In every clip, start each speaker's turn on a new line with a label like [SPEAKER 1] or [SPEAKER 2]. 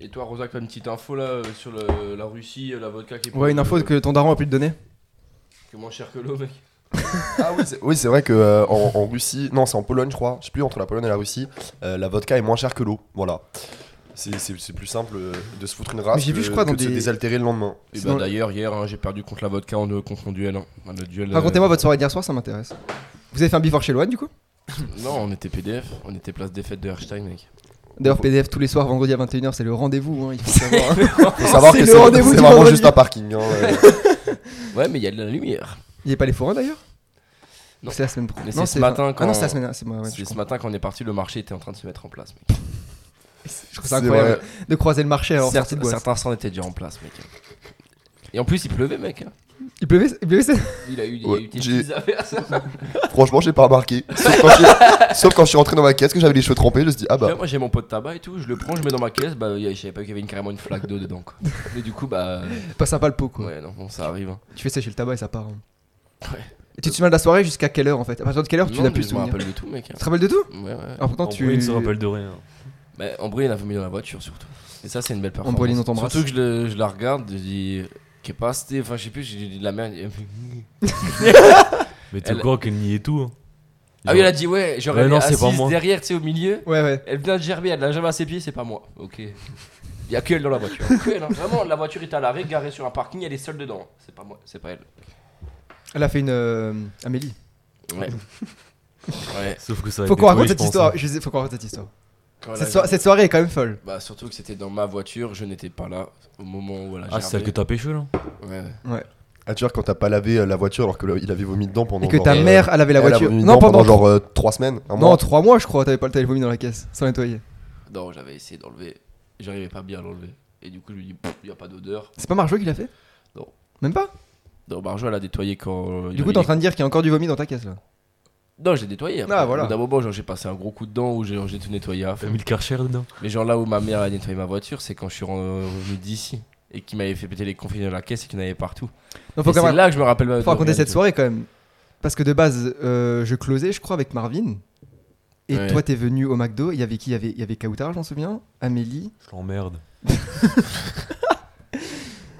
[SPEAKER 1] Et toi, Rosac, t'as une petite info là euh, sur le- la Russie, euh, la vodka qui est.
[SPEAKER 2] Ouais, une info que ton daron a pu te donner.
[SPEAKER 1] qui est moins chère que l'eau, mec.
[SPEAKER 3] Ah oui, c'est, oui, c'est vrai que euh, en, en Russie, non, c'est en Pologne, je crois. Je sais plus entre la Pologne et la Russie, euh, la vodka est moins chère que l'eau. Voilà. C'est, c'est- c'est plus simple euh, de se foutre une race
[SPEAKER 2] Mais j'ai
[SPEAKER 3] que,
[SPEAKER 2] vu, je crois,
[SPEAKER 3] que
[SPEAKER 2] dans
[SPEAKER 3] de se
[SPEAKER 2] des-
[SPEAKER 3] désaltérer le lendemain.
[SPEAKER 1] Et
[SPEAKER 2] Sinon-
[SPEAKER 1] bah d'ailleurs, hier, hein, j'ai perdu contre la vodka en, euh, contre mon duel. hein. Un autre duel euh,
[SPEAKER 2] Racontez-moi votre soirée d'hier soir, ça m'intéresse. Vous avez fait un bifort chez Loane du coup
[SPEAKER 1] euh, Non, on était PDF, on était place défaite de Herstein, mec.
[SPEAKER 2] D'ailleurs, PDF tous les soirs, vendredi à 21h, c'est le rendez-vous, hein, il faut savoir. hein.
[SPEAKER 3] Faut savoir
[SPEAKER 2] C'est
[SPEAKER 3] que
[SPEAKER 2] le
[SPEAKER 3] c'est,
[SPEAKER 2] rendez-vous
[SPEAKER 3] c'est
[SPEAKER 2] du
[SPEAKER 3] vraiment
[SPEAKER 2] vendredi.
[SPEAKER 3] juste un parking. hein, euh.
[SPEAKER 1] Ouais, mais il y a de la lumière.
[SPEAKER 2] Il n'y a pas les forains d'ailleurs
[SPEAKER 1] Non.
[SPEAKER 2] C'est la semaine pro.
[SPEAKER 1] Mais c'est ce matin
[SPEAKER 2] Ah
[SPEAKER 1] quand-
[SPEAKER 2] non, c'est la semaine. C'est moi, ouais, je
[SPEAKER 1] C'est ce
[SPEAKER 2] comprends.
[SPEAKER 1] matin, quand on est parti, le marché était en train de se mettre en place, mec.
[SPEAKER 2] Je trouve ça
[SPEAKER 3] C'est
[SPEAKER 2] incroyable de croiser le marché alors
[SPEAKER 1] Certes-
[SPEAKER 2] sortie de boîte.
[SPEAKER 1] certains stands étaient déjà en place, mec. Et en plus, il pleuvait, mec. hein.
[SPEAKER 2] Il pleuvait, il pleuvait, c'est-
[SPEAKER 1] Il a eu, il a
[SPEAKER 3] Ouais,
[SPEAKER 1] eu des
[SPEAKER 3] j'ai-
[SPEAKER 1] petites averses.
[SPEAKER 3] Franchement, j'ai pas remarqué. Sauf quand, je suis- sauf quand je suis rentré dans ma caisse que j'avais les cheveux trempés, je me suis dit, ah
[SPEAKER 1] Tu
[SPEAKER 3] bah.
[SPEAKER 1] vois, Moi j'ai mon pot de tabac et tout, je le prends, je mets dans ma caisse, bah y a- je savais pas qu'il y avait une, carrément une flaque d'eau dedans quoi. Et du coup bah
[SPEAKER 2] pas sympa le pot quoi.
[SPEAKER 1] ouais non bon, ça arrive. hein.
[SPEAKER 2] Tu fais sécher le tabac et ça part. hein.
[SPEAKER 1] Ouais.
[SPEAKER 2] Et tu te souviens de la soirée jusqu'à quelle heure en fait À partir de quelle heure tu
[SPEAKER 1] Non,
[SPEAKER 2] n'as
[SPEAKER 1] mais
[SPEAKER 2] plus Ah. de
[SPEAKER 1] Je me
[SPEAKER 2] souvenirs
[SPEAKER 1] rappelle de tout mec. hein.
[SPEAKER 2] Tu te rappelles de tout
[SPEAKER 1] Ouais ouais.
[SPEAKER 2] Alors pourtant tu.
[SPEAKER 4] Il se rappelle de rien.
[SPEAKER 1] Bah, Ambrine l'a mis dans la voiture surtout. Et ça c'est une belle performance.
[SPEAKER 2] Ambrine, on t'embrasse.
[SPEAKER 1] Surtout que je, le- je la regarde, je dis que passé, enfin je sais plus, j'ai dit de la merde. elle me fait,
[SPEAKER 4] Mais t'es
[SPEAKER 1] Elle-
[SPEAKER 4] au courant qu'elle niait tout. hein.
[SPEAKER 1] Ah oui elle a dit ouais, j'aurais
[SPEAKER 4] Ouais,
[SPEAKER 1] mis
[SPEAKER 4] non, c'est
[SPEAKER 1] assise
[SPEAKER 4] pas moi.
[SPEAKER 1] derrière tu sais au milieu.
[SPEAKER 2] Ouais, ouais.
[SPEAKER 1] Elle vient de gerber, elle l'a jamais à ses pieds, c'est pas moi. Ok. Y a que elle dans la voiture. Que elle, hein. Vraiment la voiture est à l'arrêt, garée sur un parking, elle est seule dedans. C'est pas moi, c'est pas elle.
[SPEAKER 2] Elle a fait une. euh, Amélie.
[SPEAKER 1] Ouais. ouais.
[SPEAKER 4] Sauf que ça a
[SPEAKER 2] Faut
[SPEAKER 4] été
[SPEAKER 2] qu'on
[SPEAKER 4] toi,
[SPEAKER 2] raconte
[SPEAKER 4] je
[SPEAKER 2] cette
[SPEAKER 4] pense,
[SPEAKER 2] histoire.
[SPEAKER 4] hein.
[SPEAKER 2] Je sais, faut qu'on raconte cette histoire.
[SPEAKER 1] Voilà,
[SPEAKER 2] Cette soir- cette soirée est quand même folle.
[SPEAKER 1] Bah surtout que c'était dans ma voiture, je n'étais pas là au moment où voilà.
[SPEAKER 4] Ah, c'est celle que t'as pêché là
[SPEAKER 1] Ouais.
[SPEAKER 3] Ah, tu vois, quand t'as pas lavé euh, la voiture alors qu'il avait vomi dedans pendant.
[SPEAKER 2] Et que
[SPEAKER 3] genre,
[SPEAKER 2] ta
[SPEAKER 3] euh,
[SPEAKER 2] mère, elle avait la
[SPEAKER 3] elle a
[SPEAKER 2] voiture.
[SPEAKER 3] vomi
[SPEAKER 2] Non,
[SPEAKER 3] dedans
[SPEAKER 2] pendant.
[SPEAKER 3] pendant genre 3 semaines, un
[SPEAKER 2] Non,
[SPEAKER 3] mois.
[SPEAKER 2] trois mois, je crois, t'avais pas le téléphone dans la caisse, sans nettoyer.
[SPEAKER 1] Non, j'avais essayé d'enlever, j'arrivais pas bien à l'enlever. Et du coup, je lui dis, il y a pas d'odeur.
[SPEAKER 2] C'est pas Marjo qui l'a fait
[SPEAKER 1] Non.
[SPEAKER 2] Même pas
[SPEAKER 1] Non, Barjo, elle a nettoyé quand.
[SPEAKER 2] Du coup, t'es en train de dire qu'il y a encore du vomi dans ta caisse là.
[SPEAKER 1] Non, j'ai nettoyé. après.
[SPEAKER 2] Ah, voilà.
[SPEAKER 1] Au bout D'un moment, genre, j'ai passé un gros coup dedans où j'ai j'ai tout nettoyé à fond.
[SPEAKER 4] T'as mis le karcher dedans
[SPEAKER 1] Mais genre là où ma mère a nettoyé ma voiture, c'est quand je suis re- revenu d'ici et qu'il m'avait fait péter les conflits dans la caisse et qu'il y en avait partout. Et
[SPEAKER 2] Non, faut,
[SPEAKER 1] C'est
[SPEAKER 2] quand même-
[SPEAKER 1] là que je me rappelle.
[SPEAKER 2] faut raconter cette soirée quand même. Parce que de base, euh, je closais, je crois, avec Marvin. Et
[SPEAKER 1] Ouais.
[SPEAKER 2] toi, t'es venu au McDo. Il y avait qui Il y avait, il y avait Kautar, je m'en souviens. Amélie.
[SPEAKER 4] Je l'emmerde.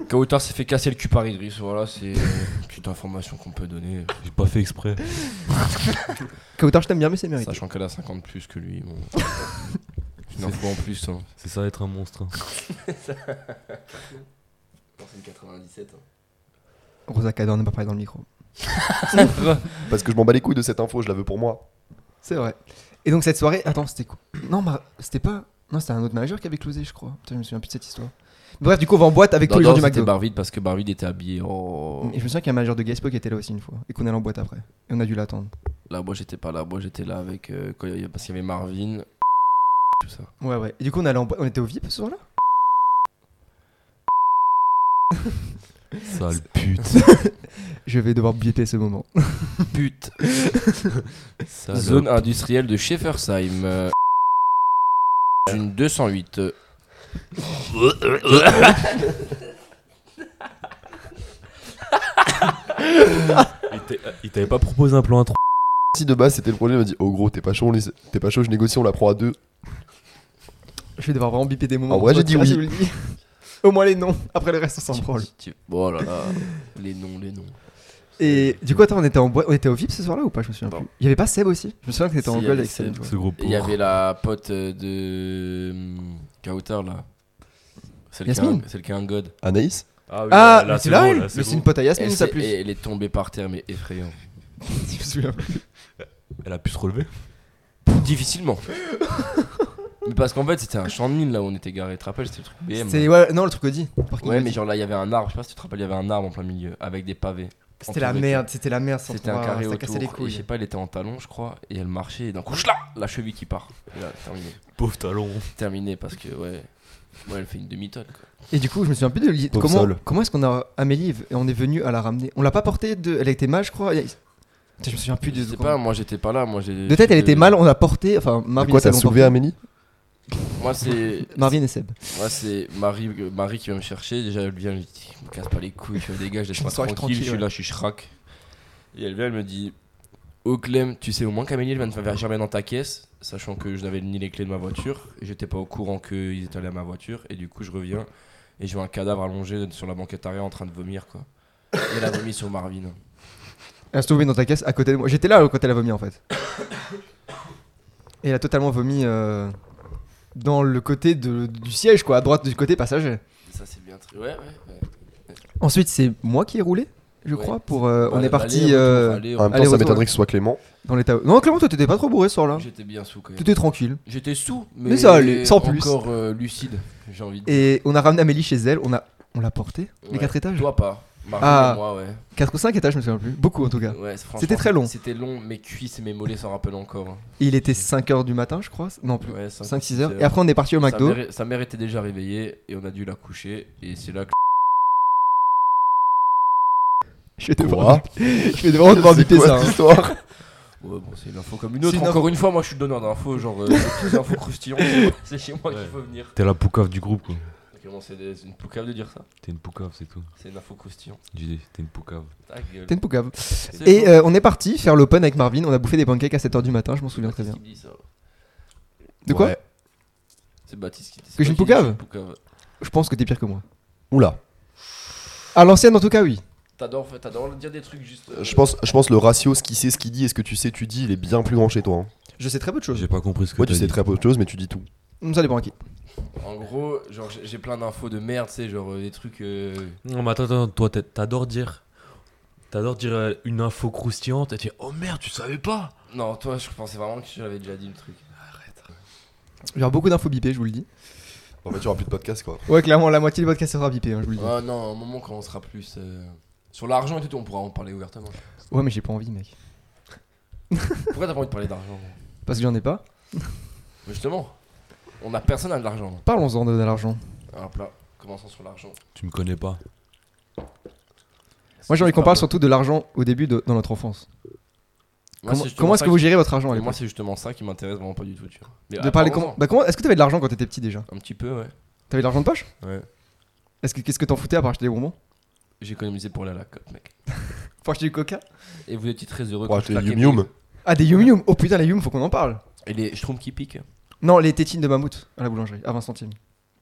[SPEAKER 1] Quand Outar s'est fait casser le cul par Idriss, voilà, c'est une petite information qu'on peut donner.
[SPEAKER 4] J'ai pas fait exprès.
[SPEAKER 2] Kautar, je t'aime bien, mais c'est mérité.
[SPEAKER 1] Sachant qu'elle a 50 plus que lui. Bon. Une info en plus. Hein.
[SPEAKER 4] C'est ça être un monstre. hein.
[SPEAKER 1] C'est une 97.
[SPEAKER 2] Rosa Cador, ne pas parler dans le micro.
[SPEAKER 3] Parce que je m'en bats les couilles de cette info, je la veux pour moi.
[SPEAKER 2] C'est vrai. Et donc, cette soirée. Attends, c'était quoi Non, Mar- c'était pas. Non, c'était un autre manager qui avait closé, je crois. Putain, je me souviens plus de cette histoire. Bref, du coup, on va en boîte avec tous
[SPEAKER 1] Non,
[SPEAKER 2] les gens
[SPEAKER 1] non,
[SPEAKER 2] du
[SPEAKER 1] c'était
[SPEAKER 2] McDo.
[SPEAKER 1] Barvide parce que Barvide était habillé. Oh.
[SPEAKER 2] Et je me souviens qu'il y a un manager de Gaspo qui était là aussi une fois. Et qu'on allait en boîte après. Et on a dû l'attendre.
[SPEAKER 1] Là, moi j'étais pas là. Moi j'étais là avec. euh, quand il y a- parce qu'il y avait Marvin. Tout ça.
[SPEAKER 2] Ouais, ouais. Et du coup, on, allait en boîte- on était au VIP ce soir-là
[SPEAKER 4] Sale pute.
[SPEAKER 2] Je vais devoir biéter ce moment.
[SPEAKER 1] Pute.
[SPEAKER 4] Salope.
[SPEAKER 1] Zone industrielle de Schaeffersheim. euh, Une 208. euh.
[SPEAKER 4] Il t'a- Il t'avait pas proposé un plan à 3
[SPEAKER 3] Si de base c'était le projet, il m'a dit Oh gros, t'es pas chaud, on les- t'es pas chaud, je négocie, on la prend à deux.
[SPEAKER 2] Je vais devoir vraiment biper des
[SPEAKER 1] Ah
[SPEAKER 2] moments.
[SPEAKER 3] En vrai, j'ai dit
[SPEAKER 2] Celui-là,
[SPEAKER 3] oui.
[SPEAKER 2] je vous le dis. Au moins les noms. Après le reste, on s'en branle.
[SPEAKER 1] Oh là là. Les noms, les noms.
[SPEAKER 2] Et du coup, attends, on était, en boi- on était au VIP ce soir-là ou pas Je me souviens
[SPEAKER 1] Non.
[SPEAKER 2] plus. Il y avait pas Seb aussi Je me souviens que
[SPEAKER 1] Si,
[SPEAKER 2] t'étais en
[SPEAKER 1] il y
[SPEAKER 2] gueule
[SPEAKER 1] avait
[SPEAKER 2] avec Seb.
[SPEAKER 1] Seb.
[SPEAKER 2] tu vois.
[SPEAKER 4] ce groupe.
[SPEAKER 1] Et il y avait la pote euh, de. hum, Kautar là. Celle qui a un-
[SPEAKER 2] Yasmine
[SPEAKER 1] celle qui a un god.
[SPEAKER 3] Anaïs
[SPEAKER 4] oui,
[SPEAKER 2] Ah,
[SPEAKER 4] là,
[SPEAKER 2] mais
[SPEAKER 4] là,
[SPEAKER 2] c'est là,
[SPEAKER 4] bon,
[SPEAKER 2] elle
[SPEAKER 4] là,
[SPEAKER 2] Mais c'est
[SPEAKER 4] bon.
[SPEAKER 2] une pote à Yasmine,
[SPEAKER 1] Elle
[SPEAKER 2] ça
[SPEAKER 1] s'est-
[SPEAKER 2] plus.
[SPEAKER 1] elle est tombée par terre, mais effrayant.
[SPEAKER 2] Je me souviens plus.
[SPEAKER 4] Elle a pu se relever.
[SPEAKER 1] Difficilement. mais parce qu'en fait, c'était un champ de mine là où on était garé. Tu te rappelles, c'était le truc BM.
[SPEAKER 2] C'est ouais, non, le truc Audi. Le parking
[SPEAKER 1] Ouais,
[SPEAKER 2] Audi.
[SPEAKER 1] mais genre là, il y avait un arbre. Je sais pas si tu te rappelles, il y avait un arbre en plein milieu avec des pavés.
[SPEAKER 2] C'était la
[SPEAKER 1] entouré de-
[SPEAKER 2] merde, c'était la merde. sans
[SPEAKER 1] C'était un
[SPEAKER 2] pouvoir-
[SPEAKER 1] carré
[SPEAKER 2] Ça
[SPEAKER 1] autour.
[SPEAKER 2] cassait les
[SPEAKER 1] et je sais
[SPEAKER 2] couilles.
[SPEAKER 1] pas, elle était en talon, je crois, et elle marchait. Et d'un coup, là, la cheville qui part. Et là, terminé.
[SPEAKER 4] Pauvre talon.
[SPEAKER 1] Terminé parce que ouais, ouais, elle fait une demi-tonne. quoi.
[SPEAKER 2] Et du coup, je me souviens plus de li-
[SPEAKER 3] Pauvre
[SPEAKER 2] comment.
[SPEAKER 3] Sol.
[SPEAKER 2] Comment est-ce qu'on a Amélie et on est venu à la ramener On l'a pas portée de. Elle était mal, je crois. et- Putain, je me souviens plus
[SPEAKER 1] Je
[SPEAKER 2] du
[SPEAKER 1] sais pas, moi j'étais pas là, moi j'ai.
[SPEAKER 2] De tête, elle
[SPEAKER 1] j'ai-
[SPEAKER 2] était mal. On a porté. Enfin,
[SPEAKER 3] Mais
[SPEAKER 2] Marvin
[SPEAKER 3] quoi,
[SPEAKER 2] et Seb
[SPEAKER 3] t'as
[SPEAKER 2] l'ont
[SPEAKER 3] soulevé
[SPEAKER 2] portée.
[SPEAKER 3] Amélie
[SPEAKER 1] Moi c'est,
[SPEAKER 2] Marvin et Seb.
[SPEAKER 1] moi c'est Marie, Marie qui vient me chercher. Déjà elle vient, elle me dit, me casse pas les couilles, je dégage,
[SPEAKER 2] Je me
[SPEAKER 1] laisse-moi
[SPEAKER 2] sens
[SPEAKER 1] tranquille. Je suis
[SPEAKER 2] tranquille,
[SPEAKER 1] là, je suis chrac. Et elle vient, elle me dit, Au Clem, tu sais au moins qu'Amélie elle vient de faire germer dans ta caisse, sachant que je n'avais ni les clés de ma voiture, et j'étais pas au courant qu'ils étaient allés à ma voiture, et du coup je reviens, et je vois un cadavre allongé sur la banquette arrière en train de vomir quoi. Et elle a vomi sur Marvin.
[SPEAKER 2] Elle se trouvait dans ta caisse à côté de moi. J'étais là quand elle a vomi en fait. Et elle a totalement vomi euh, dans le côté de- du siège, quoi, à droite du côté passager.
[SPEAKER 1] Ça c'est bien très. Ouais, ouais. ouais.
[SPEAKER 2] Ensuite, c'est moi qui ai roulé, je
[SPEAKER 1] Ouais.
[SPEAKER 2] crois. Pour, euh, on
[SPEAKER 1] Bah,
[SPEAKER 2] est parti
[SPEAKER 1] allez,
[SPEAKER 2] euh,
[SPEAKER 1] retour, allez,
[SPEAKER 3] En même temps,
[SPEAKER 2] Allez,
[SPEAKER 3] ça
[SPEAKER 2] retour,
[SPEAKER 3] m'étonnerait
[SPEAKER 2] ouais.
[SPEAKER 3] que ce soit Clément.
[SPEAKER 2] dans l'état. Non, clairement, toi, t'étais pas trop bourré ce soir-là.
[SPEAKER 1] J'étais bien sous quand même.
[SPEAKER 2] T'étais tranquille.
[SPEAKER 1] J'étais sous, mais,
[SPEAKER 2] Mais ça allait, sans plus.
[SPEAKER 1] Encore euh, lucide, j'ai envie de dire.
[SPEAKER 2] Et on a ramené Amélie chez elle. On a, on l'a portée. Les
[SPEAKER 1] Ouais.
[SPEAKER 2] 4 étages.
[SPEAKER 1] Toi pas. Marvin
[SPEAKER 2] Ah.
[SPEAKER 1] et moi, ouais.
[SPEAKER 2] 4 ou 5 étages, je me souviens plus. Beaucoup en tout cas.
[SPEAKER 1] Ouais, franchement,
[SPEAKER 2] C'était très long.
[SPEAKER 1] C'était long, mes cuisses et mes mollets s'en rappellent encore. hein.
[SPEAKER 2] Et il était 5h du matin, je crois. Non, plus.
[SPEAKER 1] Ouais, cinq,
[SPEAKER 2] 5-6
[SPEAKER 1] six
[SPEAKER 2] heures. Et après, on est parti au
[SPEAKER 1] Sa
[SPEAKER 2] McDo.
[SPEAKER 1] mère- Sa mère était déjà réveillée et on a dû la coucher. Et c'est là que.
[SPEAKER 2] Je vais
[SPEAKER 3] Quoi
[SPEAKER 2] devoir, je vais devoir devoir
[SPEAKER 3] C'est
[SPEAKER 2] buter
[SPEAKER 3] quoi
[SPEAKER 2] ça.
[SPEAKER 3] cette
[SPEAKER 2] hein.
[SPEAKER 3] histoire
[SPEAKER 1] Ouais, bon, c'est une info comme une autre.
[SPEAKER 2] C'est une
[SPEAKER 1] Encore une fois, moi je suis donneur d'infos, genre euh, des petites infos croustillantes. C'est chez moi
[SPEAKER 4] Ouais.
[SPEAKER 1] qu'il faut venir.
[SPEAKER 4] T'es la poucave du groupe, quoi.
[SPEAKER 1] Ok, bon, c'est des- c'est une poucave de dire ça.
[SPEAKER 4] T'es une poucave, c'est tout.
[SPEAKER 1] C'est une info croustillante.
[SPEAKER 4] J'ai dit, t'es une poucave.
[SPEAKER 1] Ta gueule.
[SPEAKER 2] T'es une poucave.
[SPEAKER 1] C'est
[SPEAKER 2] Et
[SPEAKER 1] bon.
[SPEAKER 2] euh, on est parti faire l'open avec Marvin. On a bouffé des pancakes à 7h du matin, je m'en souviens très bien.
[SPEAKER 1] Baptiste qui me dit ça.
[SPEAKER 2] De quoi
[SPEAKER 3] Ouais.
[SPEAKER 1] C'est Baptiste qui dit ça.
[SPEAKER 2] Que je suis une
[SPEAKER 1] Qui dit que je
[SPEAKER 2] poucave
[SPEAKER 1] suis une poucave.
[SPEAKER 2] Je pense que t'es pire que moi.
[SPEAKER 3] Oula.
[SPEAKER 2] À l'ancienne, en tout cas, oui.
[SPEAKER 1] T'adores fait- t'adores dire des trucs juste. euh,
[SPEAKER 3] Je pense, je pense le ratio ce qui sait, ce qu'il dit et ce que tu sais, tu dis, il est bien plus grand chez toi. hein.
[SPEAKER 2] Je sais très peu de choses.
[SPEAKER 4] J'ai pas compris ce que
[SPEAKER 3] Moi, tu
[SPEAKER 4] t'as
[SPEAKER 3] sais
[SPEAKER 4] dit.
[SPEAKER 3] très peu de choses, mais tu dis tout.
[SPEAKER 2] Ça dépend à qui.
[SPEAKER 1] euh, En gros, genre j'ai- j'ai plein d'infos de merde, tu sais, genre euh, des trucs. euh,
[SPEAKER 4] Non, mais attends, attends, toi, t'a- t'adores dire. T'adores dire euh, une info croustillante et tu dis, oh merde, tu savais pas
[SPEAKER 1] Non, toi, je pensais vraiment que tu l'avais déjà dit le truc.
[SPEAKER 2] Il y aura beaucoup d'infos bipées, je vous le dis.
[SPEAKER 3] En fait, tu auras plus de podcast quoi.
[SPEAKER 2] Ouais, clairement, la moitié du podcast sera bipé, hein, je vous le dis.
[SPEAKER 1] Ah non, un moment quand on sera plus. euh, Sur l'argent et tout, on pourra en parler ouvertement.
[SPEAKER 2] Ouais, mais j'ai pas envie, mec.
[SPEAKER 1] Pourquoi t'as pas envie de parler d'argent
[SPEAKER 2] Parce que j'en ai pas.
[SPEAKER 1] Mais Justement, on a personne à de l'argent.
[SPEAKER 2] Parlons-en de, de l'argent.
[SPEAKER 1] Alors là, commençons sur l'argent.
[SPEAKER 4] Tu me connais pas.
[SPEAKER 2] Moi, j'ai envie qu'on
[SPEAKER 1] Pardon.
[SPEAKER 2] parle surtout de l'argent au début de, dans notre enfance.
[SPEAKER 1] Moi,
[SPEAKER 2] comment
[SPEAKER 1] c'est justement
[SPEAKER 2] comment est-ce
[SPEAKER 1] ça
[SPEAKER 2] que vous gérez votre argent à
[SPEAKER 1] Mais Moi,
[SPEAKER 2] l'époque
[SPEAKER 1] c'est justement ça qui m'intéresse vraiment pas du tout, tu vois. Mais
[SPEAKER 2] De parler comment
[SPEAKER 1] apparemment,
[SPEAKER 2] Bah, comment Est-ce que t'avais de l'argent quand t'étais petit déjà
[SPEAKER 1] Un petit peu, ouais.
[SPEAKER 2] T'avais de l'argent de poche
[SPEAKER 1] Ouais.
[SPEAKER 2] Est-ce que qu'est-ce que t'en foutais à part acheter des bonbons
[SPEAKER 1] J'économisais pour aller à la COP, mec.
[SPEAKER 2] Faut acheter du coca
[SPEAKER 1] Et vous étiez très heureux.
[SPEAKER 3] Pour
[SPEAKER 1] quand
[SPEAKER 3] acheter
[SPEAKER 1] je
[SPEAKER 3] des
[SPEAKER 1] claquais
[SPEAKER 3] Yum Yum.
[SPEAKER 2] Ah, des yum yum Oh putain, les yum, faut qu'on en parle
[SPEAKER 1] Et les schtroumpfs qui piquent.
[SPEAKER 2] Non, les tétines de mammouth à la boulangerie, à 20 centimes.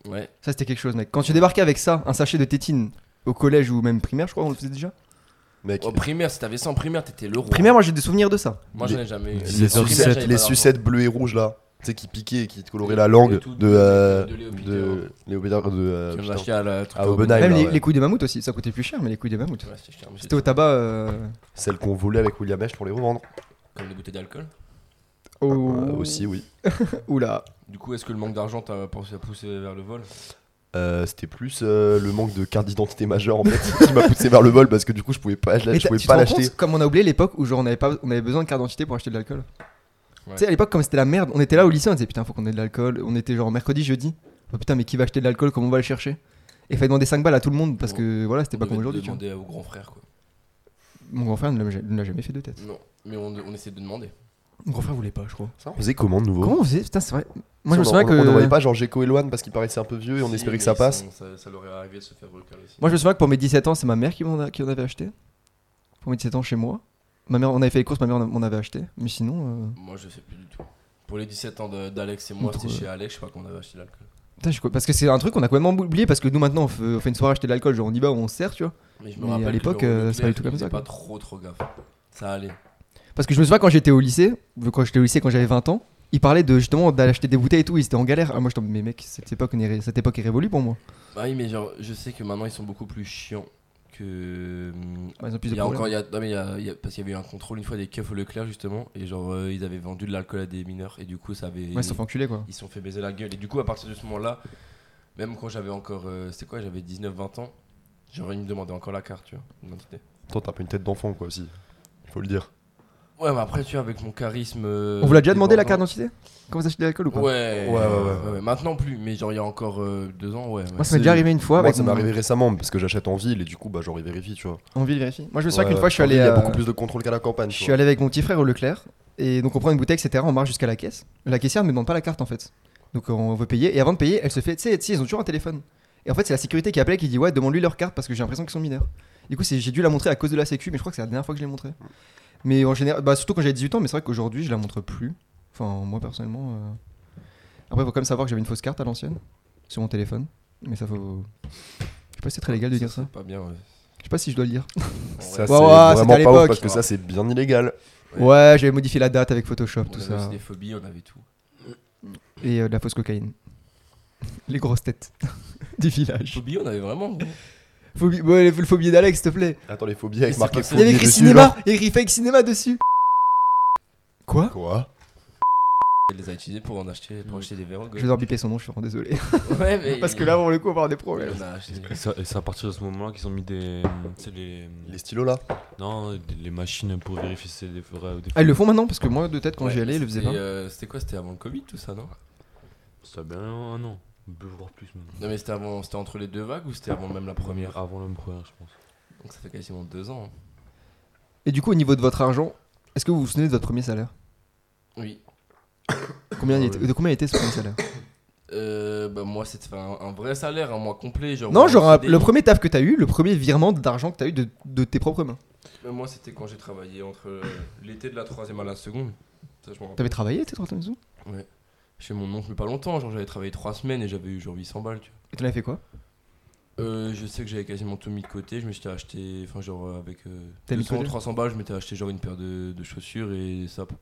[SPEAKER 1] Ouais.
[SPEAKER 2] Ça, c'était quelque chose, mec. Quand tu débarquais avec ça, un sachet de tétines au collège ou même primaire, je crois, on le faisait déjà.
[SPEAKER 3] Mec,
[SPEAKER 1] Au primaire, si t'avais ça en primaire, t'étais le roi.
[SPEAKER 2] Primaire, moi, j'ai des souvenirs de ça.
[SPEAKER 1] Moi, j'en ai jamais eu.
[SPEAKER 4] les
[SPEAKER 1] En
[SPEAKER 3] les
[SPEAKER 1] primaire, j'avais
[SPEAKER 4] sucettes-
[SPEAKER 1] pas
[SPEAKER 3] sucettes, les
[SPEAKER 1] d'argent.
[SPEAKER 3] sucettes bleues et rouges là. Tu sais, qui piquaient et qui te coloraient la
[SPEAKER 1] Et
[SPEAKER 3] langue
[SPEAKER 1] tout
[SPEAKER 3] de.
[SPEAKER 1] de-
[SPEAKER 3] euh,
[SPEAKER 1] de Léopideur.
[SPEAKER 3] De. Léopideur de. euh,
[SPEAKER 1] Tu me
[SPEAKER 3] putain.
[SPEAKER 1] l'achetais à la truc
[SPEAKER 3] Ah,
[SPEAKER 1] à
[SPEAKER 3] au
[SPEAKER 1] Oppenheim.
[SPEAKER 3] Bonheim.
[SPEAKER 2] Même
[SPEAKER 3] là,
[SPEAKER 2] les,
[SPEAKER 3] ouais.
[SPEAKER 2] les couilles de mammouth aussi, ça coûtait plus cher, mais les couilles de mammouth.
[SPEAKER 1] Ouais, c'était cher, mais
[SPEAKER 2] C'était au
[SPEAKER 1] c'était
[SPEAKER 2] tabac euh,
[SPEAKER 3] Celles qu'on volait avec William H pour les revendre.
[SPEAKER 1] comme des bouteilles d'alcool. Ah,
[SPEAKER 2] au.
[SPEAKER 3] Euh, aussi, oui.
[SPEAKER 2] Oula.
[SPEAKER 1] Du coup, est-ce que le manque d'argent t'a pensé à pousser vers le vol
[SPEAKER 3] Euh, C'était plus euh, le manque de carte d'identité majeure en fait qui m'a poussé vers le vol parce que du coup je pouvais pas, je,
[SPEAKER 2] Mais
[SPEAKER 3] je
[SPEAKER 2] t'as-
[SPEAKER 3] pouvais
[SPEAKER 2] tu te
[SPEAKER 3] pas
[SPEAKER 2] rends
[SPEAKER 3] l'acheter.
[SPEAKER 2] compte, comme on a oublié l'époque où genre on avait, pas, on avait besoin de carte d'identité pour acheter de l'alcool.
[SPEAKER 1] Ouais.
[SPEAKER 2] Tu sais, à l'époque, comme c'était la merde, on était là au lycée, on disait putain, faut qu'on ait de l'alcool. On était genre mercredi, jeudi. Oh, putain, mais qui va acheter de l'alcool Comment on va le chercher Et fallait demander 5 balles à tout le monde parce que voilà, c'était
[SPEAKER 1] On
[SPEAKER 2] pas comme
[SPEAKER 1] devait
[SPEAKER 2] aujourd'hui. tu vois.
[SPEAKER 1] demander au grand frère, quoi.
[SPEAKER 2] Mon grand frère ne l'a ja- ne l'a jamais fait de tête.
[SPEAKER 1] Non, mais on, on essaie de demander.
[SPEAKER 2] Mon grand frère voulait pas, je crois.
[SPEAKER 3] Ça, on faisait comment de nouveau
[SPEAKER 2] Comment on faisait Putain, c'est vrai. Moi,
[SPEAKER 3] Si,
[SPEAKER 2] je me
[SPEAKER 3] on-
[SPEAKER 2] souviens
[SPEAKER 3] on- On n'aurait
[SPEAKER 2] que.
[SPEAKER 3] pas genre Géco et Loane parce qu'il paraissait un peu vieux et on
[SPEAKER 1] Si,
[SPEAKER 3] espérait
[SPEAKER 1] mais
[SPEAKER 3] que ça
[SPEAKER 1] ils
[SPEAKER 3] passe.
[SPEAKER 1] sont- ça, ça leur est arrivé de se faire recaler aussi.
[SPEAKER 2] Moi, je me souviens que pour mes 17 ans, c'est ma mère qui m'en a- qui en avait acheté. Pour mes 17 ans, chez moi. Ma mère, on avait fait les courses, ma mère en- m'en avait acheté. Mais sinon, euh,
[SPEAKER 1] Moi, je sais plus du tout. Pour les 17 ans de- d'Alex et moi,
[SPEAKER 2] Entre-
[SPEAKER 1] c'était chez Alex, je crois qu'on avait acheté de l'alcool.
[SPEAKER 2] putain, je suis co- parce que c'est un truc qu'on a complètement oublié. Parce que nous, maintenant, on fait, on fait une soirée acheter de l'alcool, genre on y va, on se sert, tu vois.
[SPEAKER 1] Mais je
[SPEAKER 2] Mais à
[SPEAKER 1] que
[SPEAKER 2] l'époque,
[SPEAKER 1] le
[SPEAKER 2] euh, c'est pas du
[SPEAKER 1] Leclerc,
[SPEAKER 2] tout comme
[SPEAKER 1] il
[SPEAKER 2] ça,
[SPEAKER 1] faisait Pas
[SPEAKER 2] quoi.
[SPEAKER 1] trop, trop gaffe. Ça allait.
[SPEAKER 2] Parce que je me souviens quand j'étais au lycée, quand j'étais au lycée, quand j'avais 20 ans, ils parlaient de justement d'aller acheter des bouteilles et tout. Ils étaient en galère. Ah, moi, je tombe, mais mec, cette époque, est ré- cette époque est révolue pour moi.
[SPEAKER 1] Bah oui, mais genre, je sais que maintenant, ils sont beaucoup plus chiants que. hum,
[SPEAKER 2] Ah, ils ont plus de
[SPEAKER 1] Il y a
[SPEAKER 2] problèmes.
[SPEAKER 1] encore, il y a- non, mais il y a- il y a- parce qu'il y avait eu un contrôle une fois des keufs au Leclerc justement, et genre euh, ils avaient vendu de l'alcool à des mineurs, et du coup ça avait.
[SPEAKER 2] Ouais, ils se sont fait enculer, quoi.
[SPEAKER 3] Euh,
[SPEAKER 1] ils se sont fait baiser la gueule. Et du coup, à partir de ce moment-là, même quand j'avais encore. euh, C'était quoi J'avais 19-20 ans. J'aurais me demandé encore la carte, tu vois, d'identité.
[SPEAKER 3] Toi t'as pas une tête d'enfant quoi aussi. Faut le dire.
[SPEAKER 1] Ouais, mais après, tu vois, avec mon charisme. euh,
[SPEAKER 2] On vous l'a déjà demandé la carte
[SPEAKER 1] débordant-
[SPEAKER 2] d'identité Quand vous achetez de l'alcool ou pas
[SPEAKER 1] Ouais,
[SPEAKER 3] Ouais, ouais, ouais.
[SPEAKER 1] Maintenant plus, mais genre il y a encore euh, deux ans, ouais. ouais.
[SPEAKER 2] Moi, ça m'est déjà arrivé une fois.
[SPEAKER 3] Moi
[SPEAKER 2] avec
[SPEAKER 3] ça m'est
[SPEAKER 2] mon-
[SPEAKER 3] arrivé récemment parce que j'achète en ville et du coup bah genre ils vérifient tu vois.
[SPEAKER 2] En ville, vérifie. Moi, je me souviens
[SPEAKER 3] Ouais,
[SPEAKER 2] qu'une fois, je suis
[SPEAKER 3] en
[SPEAKER 2] allé.
[SPEAKER 3] ville, Il y a
[SPEAKER 2] à-
[SPEAKER 3] beaucoup plus de contrôle qu'à la campagne.
[SPEAKER 2] Je
[SPEAKER 3] tu
[SPEAKER 2] suis
[SPEAKER 3] vois.
[SPEAKER 2] allé avec mon petit frère au Leclerc et donc on prend une bouteille, etc. On marche jusqu'à la caisse. La caissière ne demande pas la carte en fait. Donc on veut payer et avant de payer, elle se fait, tu sais, tu sais, ils ont toujours un téléphone. Et en fait, c'est la sécurité qui appelle et qui dit ouais, demande-lui leur carte parce que j'ai l'impression qu'ils sont mineurs. Du coup, c'est- j'ai dû la montrer à cause de la sécu, mais je crois que c'est la dernière fois que je l'ai montré. Mais en général, bah, surtout quand j'avais 18 ans, mais c'est vrai qu'aujourd'hui, je la montre plus. Enfin, moi personnellement. euh. Après, faut quand même savoir que j'avais une fausse carte à l'ancienne, sur mon téléphone. Mais ça, faut. Je sais pas si c'est très légal de dire ça.
[SPEAKER 1] Pas bien, ouais.
[SPEAKER 2] Je sais pas si je dois le dire.
[SPEAKER 3] Ça,
[SPEAKER 1] Ouais,
[SPEAKER 3] c'est
[SPEAKER 2] ouais, c'était à
[SPEAKER 3] vraiment pas ouf
[SPEAKER 2] l'époque.
[SPEAKER 3] parce que ça, c'est bien illégal.
[SPEAKER 1] Ouais.
[SPEAKER 2] Ouais, j'avais modifié la date avec Photoshop,
[SPEAKER 1] on
[SPEAKER 2] tout
[SPEAKER 1] avait
[SPEAKER 2] ça.
[SPEAKER 1] aussi des phobies, on avait tout.
[SPEAKER 2] Et euh, de la fausse cocaïne. Les grosses têtes du village.
[SPEAKER 1] Phobie, on avait vraiment. gros.
[SPEAKER 2] Phobie... Ouais, le phobier d'Alex, s'il te plaît.
[SPEAKER 3] Attends, les phobies avec
[SPEAKER 1] c'est
[SPEAKER 3] marqué
[SPEAKER 1] pas ça.
[SPEAKER 2] Il y avait
[SPEAKER 3] phobie
[SPEAKER 2] écrit
[SPEAKER 3] dessus,
[SPEAKER 2] cinéma,
[SPEAKER 3] genre.
[SPEAKER 2] il y avait écrit fake cinéma dessus. Quoi
[SPEAKER 3] Quoi
[SPEAKER 1] Elle les a utilisés pour en acheter, pour acheter des verres.
[SPEAKER 2] Je vais devoir biper son nom, Mm. je suis vraiment désolé.
[SPEAKER 1] Ouais, mais.
[SPEAKER 2] Parce que là, pour le coup, on va avoir des problèmes.
[SPEAKER 1] on a acheté.
[SPEAKER 4] Et ça- et c'est à partir de ce moment-là qu'ils ont mis des. hum, C'est les.
[SPEAKER 3] Les stylos là
[SPEAKER 4] Non, des- les machines pour vérifier si c'est des vrais ou des
[SPEAKER 2] Ah, ils le font maintenant Parce que moi, de tête, quand j'y allais, ils le faisaient
[SPEAKER 1] C'était,
[SPEAKER 2] pas.
[SPEAKER 1] euh, C'était quoi C'était avant le Covid, tout ça, non
[SPEAKER 4] Ça a bien un an. On peut voir plus même.
[SPEAKER 1] Non, mais c'était avant... c'était entre les deux vagues ou c'était avant même la première
[SPEAKER 4] Avant la première, je pense.
[SPEAKER 1] Donc ça fait quasiment deux ans. hein.
[SPEAKER 2] Et du coup, au niveau de votre argent, est-ce que vous vous souvenez de votre premier salaire
[SPEAKER 1] Oui.
[SPEAKER 2] combien il
[SPEAKER 4] Ah
[SPEAKER 2] était-
[SPEAKER 4] ouais.
[SPEAKER 2] De combien il était ce premier salaire
[SPEAKER 1] Euh, bah, moi, c'était enfin, un, un vrai salaire, un mois complet. Genre,
[SPEAKER 2] Non,
[SPEAKER 1] un
[SPEAKER 2] genre un-
[SPEAKER 1] CDI.
[SPEAKER 2] le premier taf que t'as eu, le premier virement d'argent que t'as eu de, de tes propres mains.
[SPEAKER 1] Mais Moi, c'était quand j'ai travaillé entre euh, l'été de la troisième à la seconde. Ça, je m'en rappelle.
[SPEAKER 2] T'avais travaillé, t'es 30 sous
[SPEAKER 1] Chez mon oncle, mais pas longtemps. Genre, j'avais travaillé trois semaines et j'avais eu genre 800 balles, tu vois.
[SPEAKER 2] Et t'en avais fait quoi
[SPEAKER 1] Euh, je sais que j'avais quasiment tout mis de côté. Je m'étais acheté, enfin, genre, euh, avec euh,
[SPEAKER 2] T'as mis de
[SPEAKER 1] 200,
[SPEAKER 2] côté
[SPEAKER 1] 300 balles, je m'étais acheté genre une paire de, de chaussures et des sapes.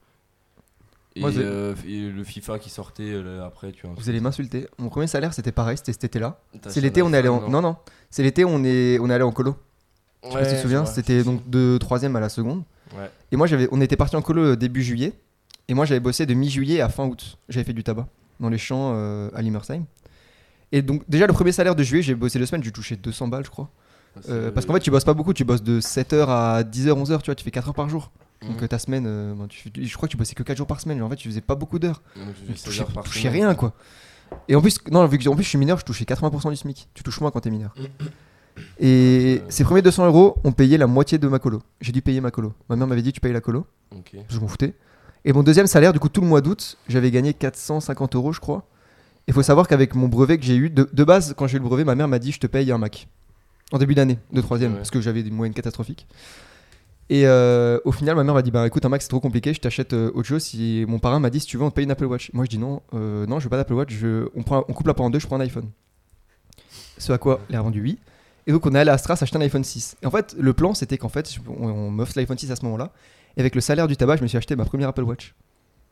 [SPEAKER 1] Et,
[SPEAKER 2] Moi, c'est-
[SPEAKER 1] euh, et le FIFA qui sortait euh, là, après, tu vois.
[SPEAKER 2] Vous allez m'insulter. Mon premier salaire, c'était pareil, c'était cet été-là.
[SPEAKER 1] T'as acheté
[SPEAKER 2] C'est l'été,
[SPEAKER 1] un
[SPEAKER 2] on est allé en.
[SPEAKER 1] iPhone,
[SPEAKER 2] Non, non. C'est l'été, on est, on est allé en colo. Je sais pas si tu
[SPEAKER 1] Ouais,
[SPEAKER 2] te souviens,
[SPEAKER 1] c'est vrai.
[SPEAKER 2] c'était donc de troisième à la seconde.
[SPEAKER 1] Ouais.
[SPEAKER 2] Et moi, j'avais, on était parti en colo euh, début juillet. Et moi, j'avais bossé de mi-juillet à fin août. J'avais fait du tabac dans les champs euh, à Limersheim. Et donc, déjà, le premier salaire de juillet, j'ai bossé deux semaines, j'ai touché 200 balles, je crois. Euh, parce qu'en fait, tu bosses pas beaucoup, tu bosses de 7h à 10h, 11h, tu vois, tu fais 4 heures par jour. Donc,
[SPEAKER 1] Mhm.
[SPEAKER 2] euh, ta semaine, euh, ben, tu- je crois que tu bossais que 4 jours par semaine. mais En fait, tu faisais pas beaucoup d'heures.
[SPEAKER 1] Donc, j'ai
[SPEAKER 2] Je
[SPEAKER 1] fait 16
[SPEAKER 2] touchais,
[SPEAKER 1] heures par
[SPEAKER 2] touchais
[SPEAKER 1] semaine.
[SPEAKER 2] rien quoi. Et en plus, non, vu que en plus je suis mineur, je touchais 80% du SMIC. Tu touches moins quand t'es mineur. Et
[SPEAKER 1] Euh.
[SPEAKER 2] ces premiers 200 euros, on payait la moitié de ma colo. J'ai dû payer ma colo. Ma mère m'avait dit tu payes la colo.
[SPEAKER 1] Ok.
[SPEAKER 2] Je m'en foutais. Et mon deuxième salaire, du coup, tout le mois d'août, j'avais gagné 450 euros, je crois. Il faut savoir qu'avec mon brevet que j'ai eu, de, de base, quand j'ai eu le brevet, ma mère m'a dit je te paye un Mac. En début d'année, de troisième,
[SPEAKER 1] Ouais.
[SPEAKER 2] parce que j'avais des moyennes catastrophiques. Et euh, au final, ma mère m'a dit bah écoute, un Mac c'est trop compliqué, je t'achète euh, autre chose. Si mon parrain m'a dit si tu veux, on te paye une Apple Watch. Moi je dis non, euh, non, je veux pas d'Apple Watch, je- on, prend, on coupe la part en deux, je prends un iPhone. Ce à quoi elle a rendu oui. Et donc on est allé à Astra s'acheter un iPhone 6. Et en fait, le plan c'était qu'en fait, je- on, on m'offre l'iPhone 6 à ce moment-là. Et avec le salaire du tabac, je me suis acheté ma première Apple Watch.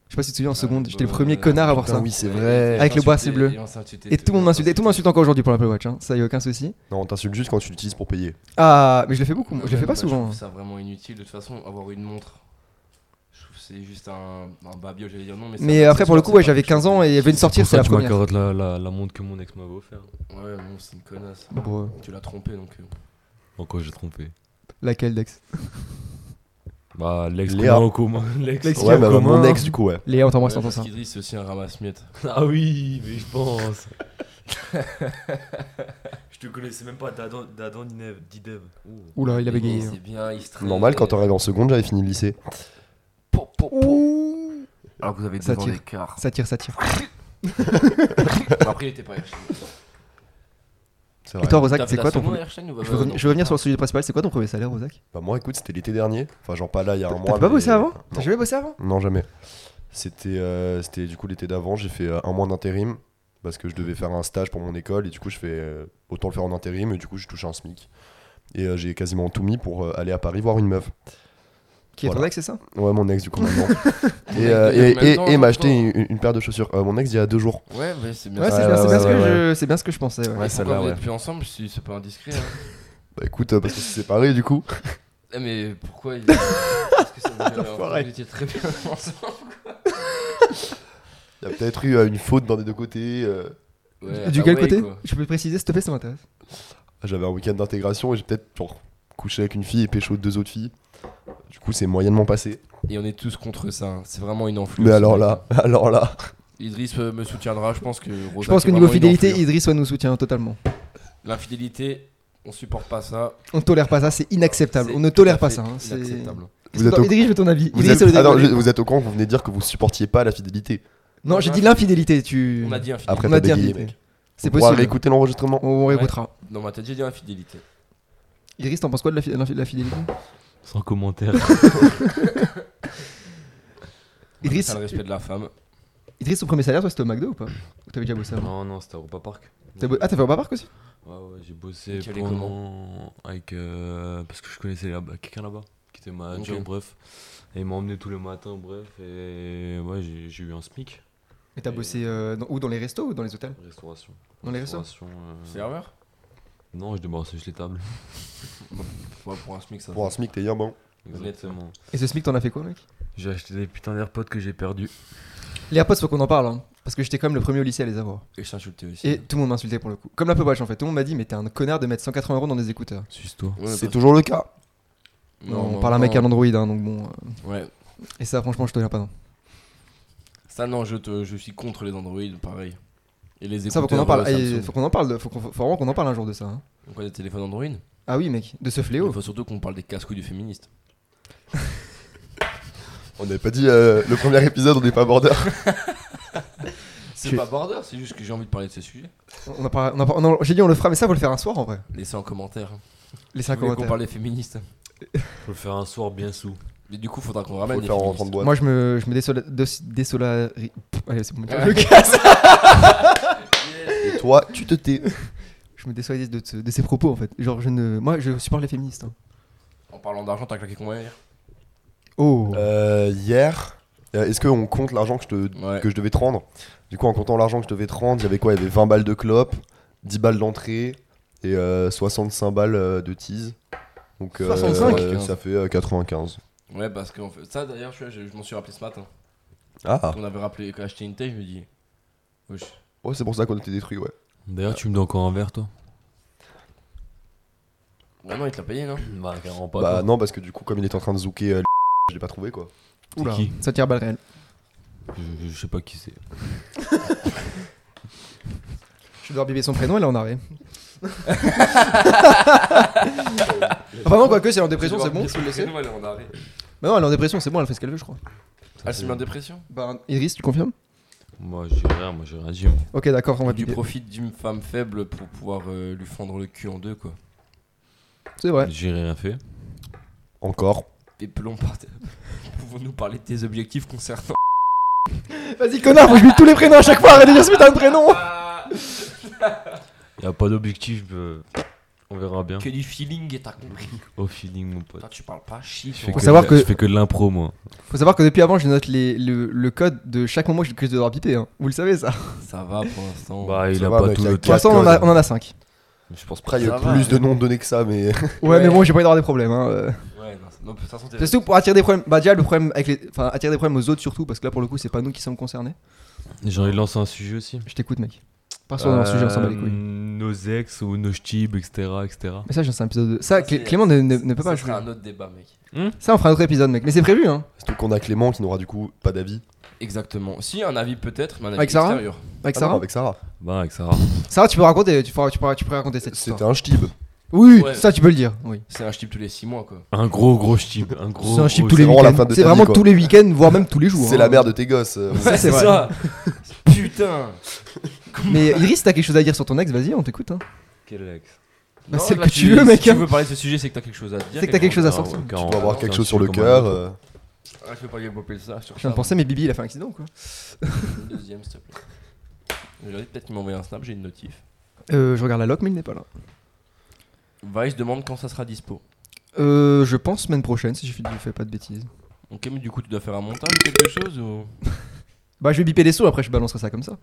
[SPEAKER 2] Je sais pas si tu te souviens en seconde, j'étais le
[SPEAKER 1] bah,
[SPEAKER 2] premier
[SPEAKER 1] ouais,
[SPEAKER 2] connard à avoir
[SPEAKER 3] putain,
[SPEAKER 2] ça.
[SPEAKER 3] oui, c'est vrai.
[SPEAKER 2] Avec le bras, c'est
[SPEAKER 1] Et
[SPEAKER 2] bleu.
[SPEAKER 1] on s'insultait
[SPEAKER 2] Et tout le monde m'insultait, tout le monde m'insulte encore aujourd'hui pour l'Apple Watch, hein. ça y a aucun souci.
[SPEAKER 3] Non, on t'insulte juste quand tu l'utilises pour payer.
[SPEAKER 2] Ah, mais je le fais beaucoup,
[SPEAKER 1] Non,
[SPEAKER 2] je le
[SPEAKER 1] mais
[SPEAKER 2] fais
[SPEAKER 1] non, bah,
[SPEAKER 2] pas
[SPEAKER 1] Je
[SPEAKER 2] souvent. hein.
[SPEAKER 1] trouve ça vraiment inutile. De toute façon, avoir une montre, je trouve que c'est juste un, un babiole, j'allais dire non. Mais, c'est
[SPEAKER 2] Mais
[SPEAKER 1] un
[SPEAKER 2] après, pour le coup,
[SPEAKER 1] accessoire,
[SPEAKER 2] ouais,
[SPEAKER 1] c'est pas
[SPEAKER 2] j'avais
[SPEAKER 1] quelque
[SPEAKER 2] 15
[SPEAKER 1] chose
[SPEAKER 2] ans et elle venait de sortir, c'est la
[SPEAKER 4] tu m'as
[SPEAKER 2] première.
[SPEAKER 4] carotte la, la, la montre que mon ex m'avait offert.
[SPEAKER 1] de- Ouais, bon, c'est une connasse.
[SPEAKER 2] Bon, euh,
[SPEAKER 1] Tu l'as trompé donc. euh,
[SPEAKER 4] En quoi j'ai trompé
[SPEAKER 2] laquelle, Dex
[SPEAKER 4] Bah, l'ex
[SPEAKER 3] Léa.
[SPEAKER 4] qu'on a en commun. L'ex
[SPEAKER 2] L'ex
[SPEAKER 4] qu'on
[SPEAKER 2] qui
[SPEAKER 3] Ouais,
[SPEAKER 2] est
[SPEAKER 4] a en
[SPEAKER 3] bah, bah,
[SPEAKER 4] commun.
[SPEAKER 3] mon ex, du coup, ouais.
[SPEAKER 2] Léa, on t'embrasse, on
[SPEAKER 1] ouais,
[SPEAKER 2] t'entend ça.
[SPEAKER 1] parce qu'Idriss, c'est aussi un ramasse-miettes.
[SPEAKER 4] Ah oui, mais je pense. je te connaissais même pas d'Adam d'Adam d'Inev. d'Idev.
[SPEAKER 2] Oula, il a bégayé. hein.
[SPEAKER 1] C'est bien, il se traîne.
[SPEAKER 3] Normal, quand t'arrives en seconde, j'avais fini le lycée.
[SPEAKER 1] Po, po, po.
[SPEAKER 2] Ouh.
[SPEAKER 1] Alors que vous avez
[SPEAKER 2] Ça
[SPEAKER 1] deux ans
[SPEAKER 2] tire.
[SPEAKER 1] d'écart.
[SPEAKER 2] Ça tire, ça tire.
[SPEAKER 1] Bon, Après, il était pas Erstein.
[SPEAKER 3] C'est
[SPEAKER 2] Et
[SPEAKER 3] vrai.
[SPEAKER 2] toi,
[SPEAKER 1] T'as
[SPEAKER 2] Rosac,
[SPEAKER 1] fait
[SPEAKER 2] c'est
[SPEAKER 1] la
[SPEAKER 2] quoi ton
[SPEAKER 1] seconde,
[SPEAKER 2] premier
[SPEAKER 1] Erstein, ou
[SPEAKER 2] je
[SPEAKER 1] pas
[SPEAKER 2] veux, revenir- je veux revenir sur le sujet principal, c'est quoi ton premier salaire, Rosac
[SPEAKER 3] Bah, moi, écoute, c'était l'été dernier. Enfin, genre pas là, il y a un mois.
[SPEAKER 2] T'as pas
[SPEAKER 3] mais-
[SPEAKER 2] bossé avant T'as
[SPEAKER 3] Non.
[SPEAKER 2] jamais bossé avant
[SPEAKER 3] Non, jamais. C'était euh, c'était du coup l'été d'avant, j'ai fait euh, un mois d'intérim parce que je devais faire un stage pour mon école et du coup je fais euh, autant le faire en intérim et du coup je touche un SMIC. Et euh, j'ai quasiment tout mis pour euh, aller à Paris voir une meuf.
[SPEAKER 2] Qui est
[SPEAKER 3] Voilà.
[SPEAKER 2] Rosac, c'est ça
[SPEAKER 3] Ouais, mon ex du coup maintenant. et
[SPEAKER 1] Mon
[SPEAKER 3] euh,
[SPEAKER 1] ex, il y a combien de
[SPEAKER 3] et, et-
[SPEAKER 1] temps,
[SPEAKER 3] et
[SPEAKER 1] genre,
[SPEAKER 3] m'a acheté
[SPEAKER 1] toi
[SPEAKER 3] une, une paire de chaussures. Euh, mon ex il y a deux jours.
[SPEAKER 1] Ouais, ouais, c'est bien.
[SPEAKER 2] Ouais,
[SPEAKER 1] ça.
[SPEAKER 2] c'est
[SPEAKER 3] Ouais,
[SPEAKER 2] bien, c'est
[SPEAKER 3] ouais,
[SPEAKER 2] bien ce
[SPEAKER 3] ouais,
[SPEAKER 2] que je-
[SPEAKER 3] ouais.
[SPEAKER 2] c'est bien ce que je pensais. ouais.
[SPEAKER 3] Ouais,
[SPEAKER 1] Pourquoi
[SPEAKER 3] celle-là,
[SPEAKER 1] vous
[SPEAKER 3] ouais.
[SPEAKER 1] êtes plus ensemble si c'est pas indiscret hein
[SPEAKER 3] Bah écoute, euh, parce qu'on s'est séparés du coup.
[SPEAKER 1] Eh, Mais pourquoi il. Parce que ça vous avait-
[SPEAKER 2] L'enfoiré.
[SPEAKER 1] vous étiez très bien ensemble.
[SPEAKER 3] Il y a peut-être eu euh, une faute d'un des deux côtés. euh,
[SPEAKER 1] Ouais,
[SPEAKER 2] Du
[SPEAKER 1] bah
[SPEAKER 2] quel
[SPEAKER 3] ah
[SPEAKER 1] ouais,
[SPEAKER 2] côté
[SPEAKER 1] quoi.
[SPEAKER 2] Je peux préciser, s'il te plaît, ça m'intéresse.
[SPEAKER 3] Bah, J'avais un week-end d'intégration et j'ai peut-être genre, couché avec une fille et pécho deux autres filles. Du coup c'est moyennement passé.
[SPEAKER 1] Et on est tous contre ça. hein. C'est vraiment une influence.
[SPEAKER 3] Mais alors là, alors là.
[SPEAKER 1] Idriss euh, me soutiendra, je pense que Rosa,
[SPEAKER 2] Je pense
[SPEAKER 1] c'est
[SPEAKER 2] que niveau
[SPEAKER 1] vraiment une
[SPEAKER 2] fidélité,
[SPEAKER 3] hein.
[SPEAKER 1] enflure.
[SPEAKER 2] Idriss ouais, nous soutient totalement.
[SPEAKER 1] L'infidélité, on supporte pas ça.
[SPEAKER 2] On tolère pas ça, c'est inacceptable.
[SPEAKER 1] C'est
[SPEAKER 2] On ne
[SPEAKER 1] tout à
[SPEAKER 2] tolère pas
[SPEAKER 1] fait
[SPEAKER 2] ça. hein, c'est-
[SPEAKER 1] inacceptable.
[SPEAKER 3] Vous êtes au-
[SPEAKER 2] Idriss, je veux ton avis.
[SPEAKER 3] Vous
[SPEAKER 2] Idriss,
[SPEAKER 3] êtes,
[SPEAKER 2] c'est le
[SPEAKER 3] attends,
[SPEAKER 2] dégoûté.
[SPEAKER 3] je- vous êtes au camp, vous venez de dire que vous supportiez pas la fidélité.
[SPEAKER 2] Non, j'ai dit l'infidélité. Tu.
[SPEAKER 1] On a dit infidélité.
[SPEAKER 3] Après,
[SPEAKER 2] On a
[SPEAKER 3] t'as
[SPEAKER 2] dit
[SPEAKER 3] bégayé,
[SPEAKER 2] infidélité.
[SPEAKER 3] mec.
[SPEAKER 2] C'est
[SPEAKER 3] On pourra
[SPEAKER 2] possible.
[SPEAKER 3] réécouter l'enregistrement.
[SPEAKER 2] On réécoutera.
[SPEAKER 1] Non, mais t'as déjà dit infidélité.
[SPEAKER 2] Idriss, t'en penses quoi de la, fi- de l'infi- de la fidélité
[SPEAKER 4] Sans commentaire.
[SPEAKER 1] Après,
[SPEAKER 2] Idriss,
[SPEAKER 1] t'as le respect de la femme.
[SPEAKER 2] Idriss, ton premier salaire, toi, c'était au McDo ou pas Ou T'avais déjà bossé avant
[SPEAKER 4] non, non, c'était à Europa Park.
[SPEAKER 2] T'as bo- Ah, t'as fait au Park aussi
[SPEAKER 4] Ouais, ouais, j'ai bossé
[SPEAKER 1] Quel est
[SPEAKER 4] pendant avec euh, parce que je connaissais là-bas- quelqu'un là-bas qui était manager,
[SPEAKER 1] Ok.
[SPEAKER 4] bref. Et il m'a emmené tous les matins, bref. Et ouais, j'ai j'ai eu un SMIC.
[SPEAKER 2] Et t'as
[SPEAKER 4] Et-
[SPEAKER 2] bossé euh, dans- ou dans les restos ou dans les hôtels
[SPEAKER 4] Restauration.
[SPEAKER 2] Dans les restos
[SPEAKER 4] Restauration. euh,
[SPEAKER 1] Serveur
[SPEAKER 4] Non, je débarrassais juste les tables.
[SPEAKER 1] Ouais, Bah, Pour un SMIC, ça.
[SPEAKER 3] Pour un SMIC, t'es hier bon.
[SPEAKER 1] Exactement.
[SPEAKER 4] Exactement.
[SPEAKER 2] Et ce SMIC, t'en as fait quoi, mec
[SPEAKER 4] J'ai acheté des putains d'AirPods que j'ai perdus.
[SPEAKER 2] Les AirPods, faut qu'on en parle, hein, parce que j'étais quand même le premier au lycée à les avoir.
[SPEAKER 1] Et je t'insultais aussi.
[SPEAKER 2] Et tout le monde m'insultait pour le coup. Comme la Watch en fait, tout le monde m'a dit, mais t'es un connard de mettre 180 euros dans des écouteurs.
[SPEAKER 4] Suce-toi.
[SPEAKER 1] Ouais,
[SPEAKER 3] C'est
[SPEAKER 1] parce-
[SPEAKER 3] toujours le cas.
[SPEAKER 2] Non, on
[SPEAKER 1] non,
[SPEAKER 2] parle à un mec à
[SPEAKER 1] non.
[SPEAKER 2] l'Android, hein, donc bon. euh,
[SPEAKER 1] Ouais.
[SPEAKER 2] et ça, franchement, je te viens pas, non.
[SPEAKER 1] Ça, non, je, te, je suis contre les Android, pareil. Et les
[SPEAKER 2] Ça,
[SPEAKER 1] écouteurs
[SPEAKER 2] faut qu'on en parle.
[SPEAKER 1] euh,
[SPEAKER 2] et
[SPEAKER 1] Samsung.
[SPEAKER 2] faut qu'on en parle, de- faut, qu'on- faut vraiment qu'on en parle un jour de ça. hein.
[SPEAKER 1] Donc, ouais, des téléphones Android
[SPEAKER 2] Ah oui, mec, de ce
[SPEAKER 1] Il
[SPEAKER 2] fléau.
[SPEAKER 1] faut surtout qu'on parle des casse-couilles du féministe.
[SPEAKER 3] On n'avait pas dit euh, le premier épisode, on n'est pas border.
[SPEAKER 1] C'est
[SPEAKER 2] Tu-
[SPEAKER 1] pas border, c'est juste que j'ai envie de parler de ce sujet.
[SPEAKER 2] On en parle- on en parle- non, J'ai dit, on le fera, mais ça, faut le faire un soir en vrai.
[SPEAKER 1] Laissez en commentaire.
[SPEAKER 2] Les
[SPEAKER 1] Je
[SPEAKER 2] 5
[SPEAKER 1] voulais qu'on
[SPEAKER 2] commentaires.
[SPEAKER 1] parle des féministes.
[SPEAKER 4] Faut le faire un soir bien sous.
[SPEAKER 1] Mais du coup, faudra qu'on
[SPEAKER 3] Faut
[SPEAKER 1] ramène
[SPEAKER 3] le
[SPEAKER 1] les
[SPEAKER 3] faire en rentrant de
[SPEAKER 1] féministes.
[SPEAKER 3] boîte.
[SPEAKER 2] Moi, je me, je me désola- dos- désolari- Pff, allez, c'est bon,
[SPEAKER 1] Ouais.
[SPEAKER 2] je me casse.
[SPEAKER 3] Et toi, tu te tais.
[SPEAKER 2] Je me désolidarise de, ce- de ces propos en fait. Genre, je ne. Moi, je supporte les féministes. hein.
[SPEAKER 1] En parlant d'argent, t'as claqué combien hier
[SPEAKER 2] Oh.
[SPEAKER 3] Euh, hier, euh, est-ce qu'on compte l'argent que, je te-
[SPEAKER 1] Ouais.
[SPEAKER 3] que je devais te rendre Du coup, en comptant l'argent que je devais te rendre, il y avait quoi Il y avait 20 balles de clope, 10 balles d'entrée et euh, 65 balles euh, de tease. Donc, euh,
[SPEAKER 2] 65?
[SPEAKER 3] euh, ça fait euh, 95.
[SPEAKER 1] Ouais, parce que en fait- ça d'ailleurs, je, je- je m'en suis rappelé ce matin.
[SPEAKER 3] Ah
[SPEAKER 1] On avait rappelé qu'a acheté une taille, je me dis. Wesh.
[SPEAKER 3] Ouais, c'est pour ça qu'on était détruits, ouais.
[SPEAKER 4] D'ailleurs, tu me donnes encore un verre, toi
[SPEAKER 1] Ouais, non, il te l'a payé, non
[SPEAKER 4] Bah, carrément pas.
[SPEAKER 3] bah non, parce que du coup, comme il était en train de zouker, euh, je l'ai pas trouvé quoi.
[SPEAKER 2] Oula,
[SPEAKER 4] qui
[SPEAKER 2] ça tire balle réelle.
[SPEAKER 4] Je, je sais pas qui c'est.
[SPEAKER 2] Je dois biber son prénom, elle est en arrêt. enfin, non, quoique, si elle est en dépression, c'est bon, je peux le laisser.
[SPEAKER 1] Nous, elle est en arrêt.
[SPEAKER 2] Bah non, elle est en dépression, c'est bon, elle fait ce qu'elle veut, je crois.
[SPEAKER 1] Ah, c'est mis en dépression
[SPEAKER 2] Bah, Iris, tu confirmes
[SPEAKER 4] Moi, j'ai rien, moi, j'ai rien dit. hein. moi.
[SPEAKER 2] Ok, d'accord, on va
[SPEAKER 1] Tu
[SPEAKER 2] biber.
[SPEAKER 1] profites d'une femme faible pour pouvoir euh, lui fendre le cul en deux, quoi.
[SPEAKER 2] C'est vrai.
[SPEAKER 4] J'ai rien fait.
[SPEAKER 3] Encore.
[SPEAKER 1] Et pelons par terre. Pouvons-nous parler de tes objectifs concernant
[SPEAKER 2] Vas-y, connard, faut que je bise tous les prénoms à chaque fois, arrête de dire ce putain de prénom
[SPEAKER 4] Y a pas d'objectif. euh, on verra bien.
[SPEAKER 1] Que du feeling, et t'as compris
[SPEAKER 4] Au feeling, mon pote.
[SPEAKER 1] Toi, tu parles pas
[SPEAKER 4] Je
[SPEAKER 1] shit.
[SPEAKER 4] fais,
[SPEAKER 1] on
[SPEAKER 4] que
[SPEAKER 1] va-
[SPEAKER 2] savoir
[SPEAKER 4] de,
[SPEAKER 2] que-
[SPEAKER 4] je fais que de l'impro, moi.
[SPEAKER 2] Faut savoir que depuis avant, je note les, le, le code de chaque moment que je que je dois biper, hein. vous le savez ça.
[SPEAKER 1] Ça va pour l'instant.
[SPEAKER 4] Bah, il
[SPEAKER 3] ça
[SPEAKER 4] a
[SPEAKER 3] va,
[SPEAKER 4] pas
[SPEAKER 3] mec,
[SPEAKER 4] tout
[SPEAKER 3] la
[SPEAKER 4] le
[SPEAKER 2] Pour
[SPEAKER 4] temps.
[SPEAKER 3] classe.
[SPEAKER 2] l'instant, on, en a- on en a 5.
[SPEAKER 4] Je pense pas.
[SPEAKER 3] Après, il y a
[SPEAKER 1] Ça va,
[SPEAKER 3] plus de
[SPEAKER 1] ouais.
[SPEAKER 3] noms donnés que ça, mais.
[SPEAKER 2] Ouais,
[SPEAKER 1] Ouais.
[SPEAKER 2] mais bon, j'ai pas eu d'avoir des problèmes. Hein. euh.
[SPEAKER 1] Ouais, non, c'est- non, de toute façon, t'es-
[SPEAKER 2] C'est surtout pour attirer des problèmes. Bah, déjà, le problème avec les. Enfin, attirer des problèmes aux autres, surtout, parce que là, pour le coup, c'est pas nous qui sommes concernés.
[SPEAKER 4] J'ai envie de lancer un sujet aussi.
[SPEAKER 2] Je t'écoute, mec. Pars sur un sujet, Ah, on s'en bat les
[SPEAKER 4] Euh,
[SPEAKER 2] couilles.
[SPEAKER 4] Nos ex ou nos ch'tibs, etc. etc.
[SPEAKER 2] Mais ça, j'en sais un épisode de.
[SPEAKER 1] Ça,
[SPEAKER 2] Ça,
[SPEAKER 1] c'est-
[SPEAKER 2] Clé- Clément ne, ne- ne peut
[SPEAKER 1] ça
[SPEAKER 2] pas
[SPEAKER 1] serait
[SPEAKER 2] jouer.
[SPEAKER 1] un autre débat, mec.
[SPEAKER 2] Ça, on fera un autre épisode, mec. Mais c'est prévu, hein.
[SPEAKER 3] Surtout qu'on a Clément qui n'aura du coup pas d'avis.
[SPEAKER 1] Exactement. Si, un avis peut-être, mais un avis
[SPEAKER 2] Avec Sarah
[SPEAKER 1] extérieur.
[SPEAKER 2] Avec
[SPEAKER 3] Ah non,
[SPEAKER 2] Sarah.
[SPEAKER 3] Avec Sarah.
[SPEAKER 4] Bah, avec Sarah.
[SPEAKER 2] Sarah, tu peux raconter, tu, pourras- tu, pourras- tu peux raconter cette
[SPEAKER 3] C'était
[SPEAKER 2] histoire.
[SPEAKER 3] un ch'tib.
[SPEAKER 2] Oui,
[SPEAKER 1] Ouais.
[SPEAKER 2] ça, tu peux le dire. Oui.
[SPEAKER 1] C'est un chip tous les 6 mois, quoi.
[SPEAKER 4] Un gros, gros ch'tib. Un gros.
[SPEAKER 2] C'est un chip
[SPEAKER 4] gros
[SPEAKER 2] tous les
[SPEAKER 3] c'est vraiment la
[SPEAKER 2] week-ends.
[SPEAKER 3] fin de
[SPEAKER 2] C'est
[SPEAKER 3] ta vie,
[SPEAKER 2] vraiment
[SPEAKER 3] quoi.
[SPEAKER 2] tous les week-ends, voire même tous les jours.
[SPEAKER 3] C'est
[SPEAKER 2] hein.
[SPEAKER 3] la mère de tes gosses. euh,
[SPEAKER 2] Ça, c'est vrai.
[SPEAKER 1] ça. Putain
[SPEAKER 2] Mais Iris, t'as quelque chose à dire sur ton ex, vas-y, on t'écoute. Hein.
[SPEAKER 4] Quel ex
[SPEAKER 2] Bah,
[SPEAKER 1] Non,
[SPEAKER 2] c'est le
[SPEAKER 1] là,
[SPEAKER 2] que tu veux, mec,
[SPEAKER 1] Si
[SPEAKER 2] hein.
[SPEAKER 1] tu veux parler de ce sujet, c'est que t'as quelque chose à dire.
[SPEAKER 2] C'est que t'as quelque chose à sortir.
[SPEAKER 4] Tu
[SPEAKER 3] On va avoir quelque chose sur le cœur. euh,
[SPEAKER 1] Ah, je peux pas développer ça sur
[SPEAKER 2] Je viens
[SPEAKER 1] ça.
[SPEAKER 2] de penser, mais Bibi, il a fait un accident, quoi.
[SPEAKER 1] Deuxième, s'il te plaît. Je leur ai dit, peut-être qu'il m'a envoyé un snap, j'ai une notif.
[SPEAKER 2] Euh, je regarde la loc, mais il n'est pas là.
[SPEAKER 1] Vice demande quand ça sera dispo.
[SPEAKER 2] Euh, je pense semaine prochaine, si je fais- je fais pas de bêtises.
[SPEAKER 1] Ok, mais du coup, tu dois faire un montage
[SPEAKER 2] Ah,
[SPEAKER 1] ou quelque chose ou...
[SPEAKER 2] Bah, je vais biper les sauts, après, je balancerai ça comme ça.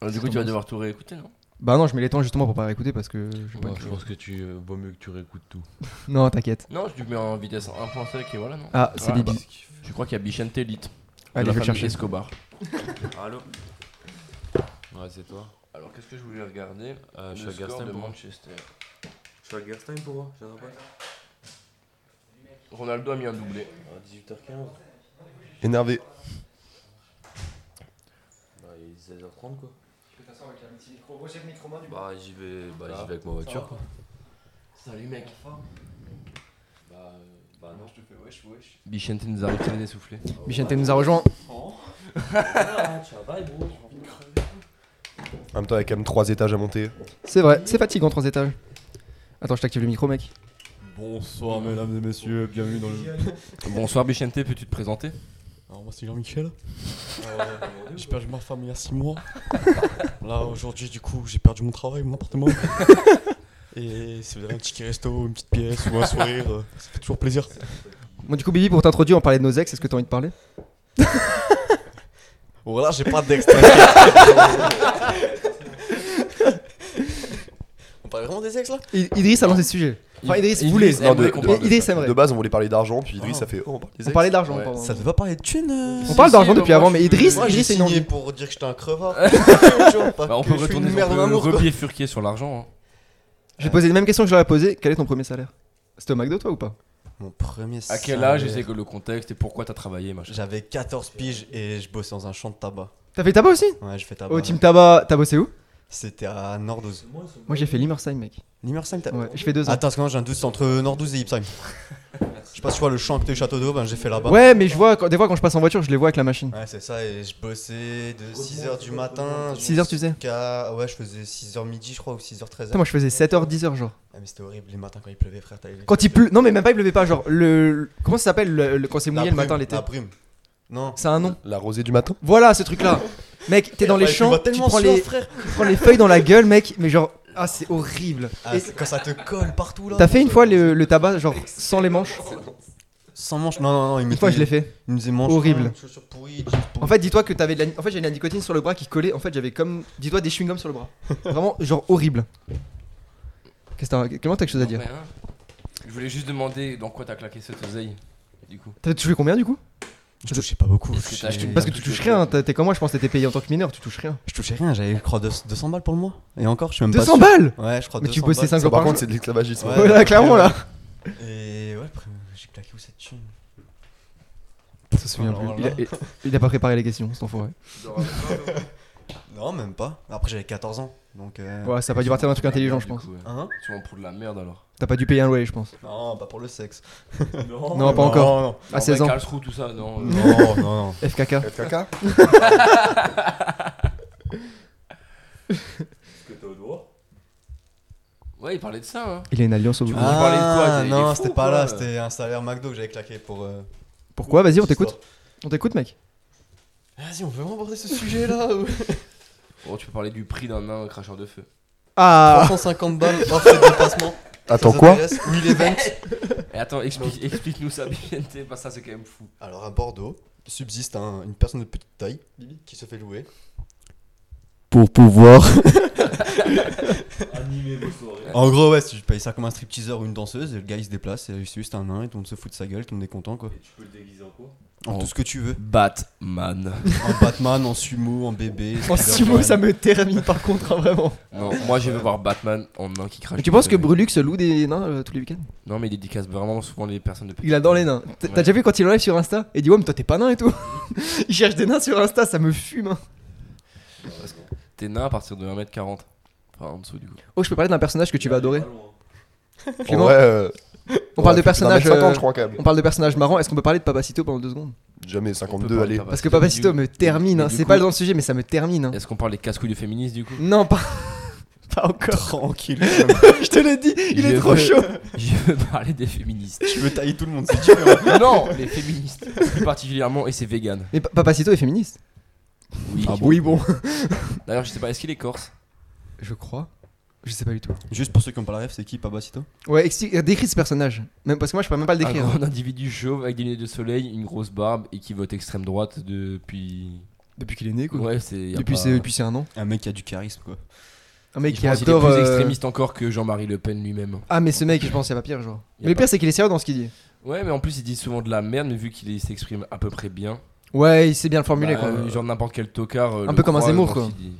[SPEAKER 1] Ah, Du coup,
[SPEAKER 2] Comment
[SPEAKER 1] tu vas
[SPEAKER 2] ça
[SPEAKER 1] devoir tout réécouter, non
[SPEAKER 2] Bah, non, je mets les temps justement pour pas réécouter parce que. j'ai pas
[SPEAKER 4] Ouais,
[SPEAKER 2] le
[SPEAKER 4] je
[SPEAKER 2] temps.
[SPEAKER 4] pense que tu euh, vaut mieux que tu réécoutes tout.
[SPEAKER 2] Non, t'inquiète.
[SPEAKER 1] Non, je lui mets en vitesse 1.5 et voilà, non
[SPEAKER 2] Ah, c'est
[SPEAKER 1] Ouais,
[SPEAKER 2] Bibi.
[SPEAKER 1] bah, Je crois qu'il y a Bichente Elite. de
[SPEAKER 2] Allez,
[SPEAKER 1] la
[SPEAKER 2] je vais le
[SPEAKER 1] famille
[SPEAKER 2] chercher.
[SPEAKER 1] Escobar. Allô
[SPEAKER 4] Ouais, c'est toi.
[SPEAKER 1] Alors, qu'est-ce que je voulais regarder
[SPEAKER 4] Euh,
[SPEAKER 1] Le
[SPEAKER 4] je suis à
[SPEAKER 1] score
[SPEAKER 4] Gerstein
[SPEAKER 1] de
[SPEAKER 4] pour moi.
[SPEAKER 1] Manchester.
[SPEAKER 4] Je suis à Gerstein pour moi, j'ai
[SPEAKER 1] Ronaldo a mis un doublé.
[SPEAKER 4] À 18h15,
[SPEAKER 3] Énervé.
[SPEAKER 4] bah, il est 16h30 quoi. Bah, j'y
[SPEAKER 1] Eh
[SPEAKER 4] vais,
[SPEAKER 1] ben,
[SPEAKER 4] bah, j'y vais avec ma voiture quoi.
[SPEAKER 1] Salut mec.
[SPEAKER 4] Bah, euh, bah non.
[SPEAKER 1] Bichente nous a retiré des soufflets.
[SPEAKER 2] Bichente nous a rejoint.
[SPEAKER 3] En même temps, il y a quand même 3 étages à monter.
[SPEAKER 2] C'est vrai, c'est fatigant, trois étages. Attends, je t'active le micro, mec.
[SPEAKER 5] Bonsoir mesdames et messieurs, bienvenue dans le...
[SPEAKER 1] Bonsoir Bichente, peux-tu te présenter
[SPEAKER 5] Alors moi c'est Jean-Michel. j'ai perdu ma femme il y a 6 mois. Là aujourd'hui du coup j'ai perdu mon travail, mon appartement. Et si vous avez un petit resto, une petite pièce ou un sourire, euh, ça fait toujours plaisir.
[SPEAKER 2] Bon, du coup, Bibi, pour t'introduire, on parlait de nos ex. Est-ce que t'as envie de parler
[SPEAKER 5] Voilà, j'ai pas d'extrait. On parle vraiment des ex là
[SPEAKER 2] I- Idriss a lancé ce sujet. Enfin, Idriss voulait.
[SPEAKER 1] Idriss aimerait
[SPEAKER 3] de-
[SPEAKER 1] qu'on
[SPEAKER 3] de-
[SPEAKER 1] parle.
[SPEAKER 2] Idriss aimerait.
[SPEAKER 3] De base, on voulait parler d'argent, puis Idriss,
[SPEAKER 5] Ah.
[SPEAKER 3] ça fait. Oh, on parle des
[SPEAKER 2] On
[SPEAKER 3] ex.
[SPEAKER 2] parlait d'argent.
[SPEAKER 3] Ouais.
[SPEAKER 2] pardon.
[SPEAKER 5] Ça devait pas parler de thunes euh
[SPEAKER 2] On parle
[SPEAKER 1] Si,
[SPEAKER 2] d'argent
[SPEAKER 1] si,
[SPEAKER 2] depuis
[SPEAKER 1] moi,
[SPEAKER 2] avant,
[SPEAKER 1] je-
[SPEAKER 2] mais Idriss,
[SPEAKER 5] Moi j'ai
[SPEAKER 2] Idriss, c'est une
[SPEAKER 5] signé
[SPEAKER 2] envie.
[SPEAKER 5] pour dire que j'étais un crevard. Tu vois, pas
[SPEAKER 1] Bah, On
[SPEAKER 5] que
[SPEAKER 1] peut
[SPEAKER 5] je suis une
[SPEAKER 1] retourner sur
[SPEAKER 5] merde en
[SPEAKER 1] le
[SPEAKER 5] amour, quoi.
[SPEAKER 1] rebier furquier sur l'argent. hein.
[SPEAKER 2] J'ai posé la même question que je leur ai posée. Quel est ton premier salaire C'était au McDo, toi ou pas
[SPEAKER 5] Mon premier
[SPEAKER 1] À quel âge
[SPEAKER 5] salaire.
[SPEAKER 1] J'essaie que le contexte et pourquoi t'as travaillé, machin.
[SPEAKER 5] J'avais 14 piges et je bossais dans un champ de tabac.
[SPEAKER 2] T'as fait tabac aussi
[SPEAKER 5] Ouais, j'ai fait tabac.
[SPEAKER 2] Au team tabac, t'as bossé où
[SPEAKER 5] C'était à Nordouze.
[SPEAKER 2] Moi, j'ai fait Limersheim, mec.
[SPEAKER 5] Limersheim, t'as.
[SPEAKER 2] Ouais, je fais deux ans.
[SPEAKER 5] Attends, parce que j'ai un doute c'est entre Nordouze et Ipsheim. Je sais pas si tu vois le champ que t'es au château d'eau, ben j'ai fait là-bas.
[SPEAKER 2] Ouais, mais je vois, quand- des fois, quand je passe en voiture, je les vois avec la machine.
[SPEAKER 5] Ouais, c'est ça, et je bossais de 6h du matin.
[SPEAKER 2] 6h, tu faisais
[SPEAKER 5] jusqu'à- Ouais, je faisais 6h midi, je crois, ou 6h, 13h.
[SPEAKER 2] Putain, moi, je faisais 7h, 10h, genre.
[SPEAKER 5] Ah, mais c'était horrible les matins quand il pleuvait, frère. t'avais les-
[SPEAKER 2] Quand il pleut. Non, mais même pas, il pleuvait pas. Genre, le. Comment ça s'appelle le- le- quand c'est
[SPEAKER 5] La
[SPEAKER 2] mouillé le
[SPEAKER 5] brume,
[SPEAKER 2] matin l'été
[SPEAKER 5] La brume. Non.
[SPEAKER 2] C'est un nom.
[SPEAKER 3] La rosée du matin
[SPEAKER 2] Voilà ce truc-là. Mec, t'es dans les
[SPEAKER 5] Ouais,
[SPEAKER 2] champs,
[SPEAKER 5] vois
[SPEAKER 2] tu
[SPEAKER 5] tellement
[SPEAKER 2] prends
[SPEAKER 5] soif,
[SPEAKER 2] les,
[SPEAKER 5] frère.
[SPEAKER 2] tu prends les feuilles dans la gueule, mec, mais genre. Ah, c'est horrible.
[SPEAKER 5] Ah,
[SPEAKER 2] Et-
[SPEAKER 5] c'est- Quand ça te colle partout là.
[SPEAKER 2] T'as fait une fois le, le tabac, genre sans les manches
[SPEAKER 5] Sans manche, non, non, non, il me
[SPEAKER 2] Une fois, je l'ai fait.
[SPEAKER 5] Il me faisait manche.
[SPEAKER 2] Horrible.
[SPEAKER 5] hein, chaussures pourries, jeans
[SPEAKER 2] En
[SPEAKER 5] pourris.
[SPEAKER 2] fait, dis-toi que t'avais de la, en fait, j'avais de la nicotine sur le bras qui collait. En fait, j'avais comme, dis-toi, des chewing-gums sur le bras. Vraiment, genre horrible. Qu'est-ce que t'as, Clément, t'as quelque chose à dire
[SPEAKER 1] Non, rien. Je voulais juste demander dans quoi t'as claqué cette oseille. Du coup.
[SPEAKER 2] T'as touché combien du coup
[SPEAKER 5] Je touchais pas beaucoup.
[SPEAKER 1] Est-ce que
[SPEAKER 5] je
[SPEAKER 1] t'as acheté
[SPEAKER 5] touchais-
[SPEAKER 1] une
[SPEAKER 2] Parce que
[SPEAKER 1] un
[SPEAKER 2] tu
[SPEAKER 1] petit
[SPEAKER 2] touches
[SPEAKER 1] peu.
[SPEAKER 2] rien, hein. t'as- t'es comme moi, je pense que t'étais payé en tant que mineur, tu touches rien.
[SPEAKER 5] Je touchais rien, j'avais, je crois, 200 200 balles pour le mois. Et encore, je suis même pas
[SPEAKER 2] 200
[SPEAKER 5] sûr.
[SPEAKER 2] balles
[SPEAKER 5] Ouais, je crois
[SPEAKER 2] Mais tu
[SPEAKER 5] 200
[SPEAKER 2] bossais
[SPEAKER 5] balles.
[SPEAKER 2] 5
[SPEAKER 3] Ça,
[SPEAKER 2] jours
[SPEAKER 3] par
[SPEAKER 2] par jour.
[SPEAKER 3] contre, c'est de l'esclavagisme.
[SPEAKER 5] Ouais.
[SPEAKER 2] Voilà, clairement là.
[SPEAKER 5] Et ouais, après, j'ai claqué où cette thune
[SPEAKER 2] Ça se souvient
[SPEAKER 1] Alors
[SPEAKER 2] plus. Il
[SPEAKER 1] là.
[SPEAKER 2] a, il- il a pas préparé les questions, cet enfoiré.
[SPEAKER 5] Non, même pas. Après, j'avais 14 ans. Donc. Euh...
[SPEAKER 2] Ouais, ça a pas dû partir d'un truc intelligent, je
[SPEAKER 1] Du
[SPEAKER 2] pense.
[SPEAKER 1] coup, ouais.
[SPEAKER 5] Hein
[SPEAKER 1] Sûrement pour de la merde alors.
[SPEAKER 2] T'as pas dû payer un loyer, je pense.
[SPEAKER 5] Non, pas pour le sexe.
[SPEAKER 2] Non, pas encore.
[SPEAKER 5] Non,
[SPEAKER 2] À 16 ans.
[SPEAKER 1] Ah, Karlsruhe, tout ça, non. euh,
[SPEAKER 5] non, non. non.
[SPEAKER 2] FKK.
[SPEAKER 3] FKK
[SPEAKER 1] Ouais, il parlait de ça, hein.
[SPEAKER 2] Il a une alliance au bout.
[SPEAKER 1] Ah. parlait de quoi, t'es- il est
[SPEAKER 5] non,
[SPEAKER 1] fou
[SPEAKER 5] c'était
[SPEAKER 1] ou
[SPEAKER 5] pas
[SPEAKER 1] quoi
[SPEAKER 5] là, c'était un salaire McDo que j'avais claqué pour. euh,
[SPEAKER 2] Pourquoi Vas-y, on
[SPEAKER 5] cette
[SPEAKER 2] t'écoute. On t'écoute, mec.
[SPEAKER 5] histoire. Vas-y, on peut vraiment aborder ce sujet là ou-
[SPEAKER 1] Oh, tu peux parler du prix d'un nain cracheur de feu.
[SPEAKER 2] Ah
[SPEAKER 5] 350 balles hors frais de déplacement.
[SPEAKER 3] Attends
[SPEAKER 5] Ça
[SPEAKER 3] quoi
[SPEAKER 5] s'intéresse Will Event.
[SPEAKER 1] Et attends, explique- explique-nous ça, BNT, parce que ça c'est quand même fou.
[SPEAKER 5] Alors à Bordeaux, subsiste un- une personne de petite taille qui se fait louer. Pour pouvoir. En gros, ouais, si tu payes ça comme un stripteaseur ou une danseuse, et le gars il se déplace, et c'est juste un nain, et tout le monde se fout de sa gueule, tout le monde est content quoi.
[SPEAKER 6] Tu peux le déguiser en quoi
[SPEAKER 5] En
[SPEAKER 1] Oh.
[SPEAKER 5] tout ce que tu veux.
[SPEAKER 1] Batman.
[SPEAKER 5] En Batman, en sumo, en bébé.
[SPEAKER 2] En six mots, ça me termine par contre, hein, vraiment.
[SPEAKER 1] Non, moi je veux voir Batman en nain qui crache.
[SPEAKER 2] Mais Ah, tu
[SPEAKER 1] du
[SPEAKER 2] penses
[SPEAKER 1] feu,
[SPEAKER 2] que
[SPEAKER 1] mec.
[SPEAKER 2] Brulux loue des nains euh, tous les week-ends
[SPEAKER 1] Non, mais il dédicace vraiment souvent les personnes de petite
[SPEAKER 2] Il adore les nains. T'as t'as
[SPEAKER 1] Ouais.
[SPEAKER 2] déjà vu quand il enlève sur Insta Il dit ouais mais toi t'es pas nain et tout. il cherche des nains sur Insta, ça me fume. hein.
[SPEAKER 1] T'es nain à partir de 1m40. Enfin, en dessous du coup.
[SPEAKER 2] Oh je peux parler d'un personnage que tu vas adorer.
[SPEAKER 3] En
[SPEAKER 2] Clément,
[SPEAKER 3] vrai, euh,
[SPEAKER 2] on parle de
[SPEAKER 3] ouais, plus d'un mètre
[SPEAKER 2] personnages.
[SPEAKER 3] 50,
[SPEAKER 2] euh,
[SPEAKER 3] je crois quand même.
[SPEAKER 2] On parle de personnages marrants. Est-ce qu'on peut parler de Papacito pendant deux secondes
[SPEAKER 3] Jamais
[SPEAKER 1] On
[SPEAKER 3] 52,
[SPEAKER 1] peut
[SPEAKER 3] allez.
[SPEAKER 1] parler
[SPEAKER 2] Parce que Papacito
[SPEAKER 1] du-
[SPEAKER 2] me termine. hein.
[SPEAKER 1] mais du
[SPEAKER 2] C'est
[SPEAKER 1] coup-
[SPEAKER 2] pas dans le sujet mais ça me termine. hein.
[SPEAKER 1] Est-ce qu'on parle des casse-couilles de féministes du coup
[SPEAKER 2] Non pas. pas encore.
[SPEAKER 5] Tranquille.
[SPEAKER 2] je te l'ai dit. Il est
[SPEAKER 1] Je
[SPEAKER 2] trop
[SPEAKER 1] veux-
[SPEAKER 2] chaud.
[SPEAKER 1] Je veux parler des féministes.
[SPEAKER 5] tu veux tailler tout le monde, c'est différent.
[SPEAKER 1] non, les féministes. Plus particulièrement, et c'est vegan.
[SPEAKER 2] Mais Pa- Papacito est féministe.
[SPEAKER 1] Oui.
[SPEAKER 2] Ah, oui bon.
[SPEAKER 1] D'ailleurs, je sais pas, est-ce qu'il est corse
[SPEAKER 2] je crois. Je sais pas du tout.
[SPEAKER 5] Juste pour ceux qui ont pas la rêve, c'est qui Pabacito
[SPEAKER 2] Ouais, explique- décris ce personnage. Même parce que moi je peux même pas le
[SPEAKER 1] Un
[SPEAKER 2] décrire.
[SPEAKER 1] grand individu chauve avec des lunettes de soleil, une grosse barbe et qui vote extrême droite depuis.
[SPEAKER 2] Depuis qu'il est né quoi.
[SPEAKER 1] Ouais, c'est. y a
[SPEAKER 2] Depuis
[SPEAKER 1] pas-
[SPEAKER 2] c'est depuis c'est un an.
[SPEAKER 5] Un mec qui a du charisme quoi.
[SPEAKER 2] Un mec
[SPEAKER 1] Je
[SPEAKER 2] qui
[SPEAKER 1] pense qu'il est
[SPEAKER 2] adore.
[SPEAKER 1] plus
[SPEAKER 2] euh,
[SPEAKER 1] extrémiste encore que Jean-Marie Le Pen lui-même.
[SPEAKER 2] Ah mais ce mec je pense il y a pas pire
[SPEAKER 1] Y
[SPEAKER 2] genre.
[SPEAKER 1] a
[SPEAKER 2] Mais le
[SPEAKER 1] pas-
[SPEAKER 2] pire c'est qu'il est sérieux dans ce qu'il dit.
[SPEAKER 1] Ouais, mais en plus, il dit souvent de la merde, mais vu qu'il est- s'exprime à peu près bien.
[SPEAKER 2] Ouais, il sait bien le formuler
[SPEAKER 1] bah,
[SPEAKER 2] quoi.
[SPEAKER 1] euh, Genre n'importe quel tocard. euh,
[SPEAKER 2] Un
[SPEAKER 1] le
[SPEAKER 2] peu comme un
[SPEAKER 1] croise
[SPEAKER 2] Zemmour,
[SPEAKER 1] quand
[SPEAKER 2] quoi.
[SPEAKER 1] il dit-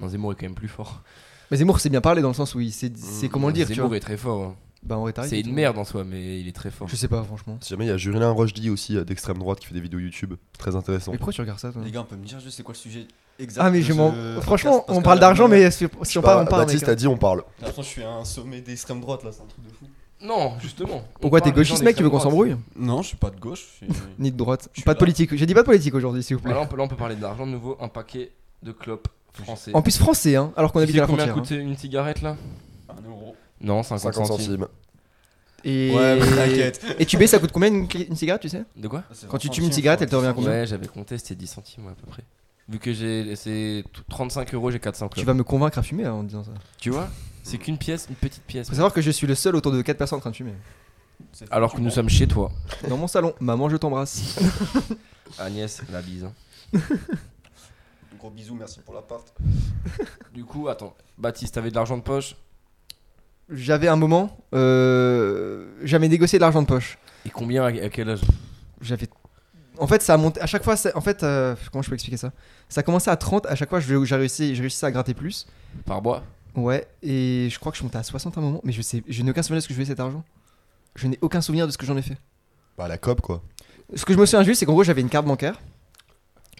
[SPEAKER 1] Non, Zemmour est quand même plus fort.
[SPEAKER 2] Mais Zemmour c'est bien parlé dans le sens où il sait, sait comment le dire, tu
[SPEAKER 1] Zemmour
[SPEAKER 2] vois.
[SPEAKER 1] est très fort. hein.
[SPEAKER 2] Bah on rétarde.
[SPEAKER 1] C'est une merde en soi, mais il est très fort.
[SPEAKER 2] Je sais pas franchement.
[SPEAKER 3] Si jamais il y a Julien Rochdy aussi euh, d'extrême droite qui fait des vidéos YouTube, très intéressant.
[SPEAKER 2] Mais pourquoi tu regardes ça
[SPEAKER 6] Hmm.
[SPEAKER 2] toi
[SPEAKER 5] Les gars, on peut me dire juste c'est quoi le sujet exact
[SPEAKER 2] Ah mais je
[SPEAKER 5] de
[SPEAKER 2] m'en.
[SPEAKER 5] ce podcast,
[SPEAKER 2] Franchement,
[SPEAKER 5] parce
[SPEAKER 2] on
[SPEAKER 5] que
[SPEAKER 2] parle
[SPEAKER 5] là,
[SPEAKER 2] d'argent,
[SPEAKER 5] maintenant-
[SPEAKER 2] mais si si on parle, on parle. mec,
[SPEAKER 3] Baptiste a
[SPEAKER 2] hein.
[SPEAKER 3] dit on parle.
[SPEAKER 5] Là, franchement, je suis à un sommet d'extrême droite là, c'est un truc de fou.
[SPEAKER 1] Non, justement. on
[SPEAKER 2] Pourquoi t'es
[SPEAKER 1] parle des gens
[SPEAKER 2] gauchiste mec Tu veux qu'on
[SPEAKER 1] d'extrême
[SPEAKER 2] s'embrouille
[SPEAKER 5] Non, je suis pas de gauche. je suis-
[SPEAKER 2] Ni de droite.
[SPEAKER 5] Je suis
[SPEAKER 2] Pas de
[SPEAKER 5] là.
[SPEAKER 2] politique. J'ai dit pas de politique aujourd'hui, s'il vous
[SPEAKER 1] droite.
[SPEAKER 2] plaît.
[SPEAKER 1] Là, on peut, là, on peut parler d'argent de nouveau. Un paquet de clopes français.
[SPEAKER 2] En plus français, hein, alors qu'on
[SPEAKER 1] Tu
[SPEAKER 2] habite
[SPEAKER 1] sais
[SPEAKER 2] à la hein.
[SPEAKER 1] combien
[SPEAKER 2] frontière.
[SPEAKER 1] coûte une cigarette là
[SPEAKER 5] un euro.
[SPEAKER 1] Non, 50,
[SPEAKER 3] 50
[SPEAKER 1] centimes.
[SPEAKER 3] centimes.
[SPEAKER 2] hein. Et...
[SPEAKER 7] Ouais, mais t'inquiète.
[SPEAKER 2] Et tu baies, ça coûte combien une, cli- une cigarette, tu sais
[SPEAKER 1] De
[SPEAKER 8] Ah,
[SPEAKER 1] quoi
[SPEAKER 2] Quand tu tues une cigarette, elle te revient à combien
[SPEAKER 1] Ouais, j'avais compté, c'était 10 centimes ouais, à peu près. Vu que j'ai c'est t- 35 euros, j'ai 400
[SPEAKER 2] Tu
[SPEAKER 1] clubs.
[SPEAKER 2] vas me convaincre à fumer là, en disant ça.
[SPEAKER 1] Tu vois C'est qu'une pièce, une petite pièce.
[SPEAKER 2] Faut savoir que je suis le seul autour de 4 personnes en train de fumer.
[SPEAKER 1] Alors que nous sommes chez toi.
[SPEAKER 2] Dans mon salon, maman, je t'embrasse.
[SPEAKER 1] Agnès, la bise. hein.
[SPEAKER 7] Gros bisous, merci pour l'appart.
[SPEAKER 1] Du coup, attends, Baptiste, t'avais de l'argent de poche
[SPEAKER 2] J'avais un moment, euh, j'avais négocié de l'argent de poche.
[SPEAKER 1] Et combien à, à quel âge
[SPEAKER 2] J'avais. En fait, ça a monté. À chaque fois, ça- en fait, euh, comment je peux expliquer ça Ça a commencé à 30, à chaque fois, je- j'ai réussi, j'ai réussi à gratter plus.
[SPEAKER 1] Par mois
[SPEAKER 2] Ouais, et je crois que je montais à 60 à un moment, mais je sais, je n'ai aucun souvenir de ce que je faisais cet argent. Je n'ai aucun souvenir de ce que j'en ai fait.
[SPEAKER 3] Bah, la COP, quoi.
[SPEAKER 2] Ce que je me souviens juste, c'est qu'en gros, j'avais une carte bancaire.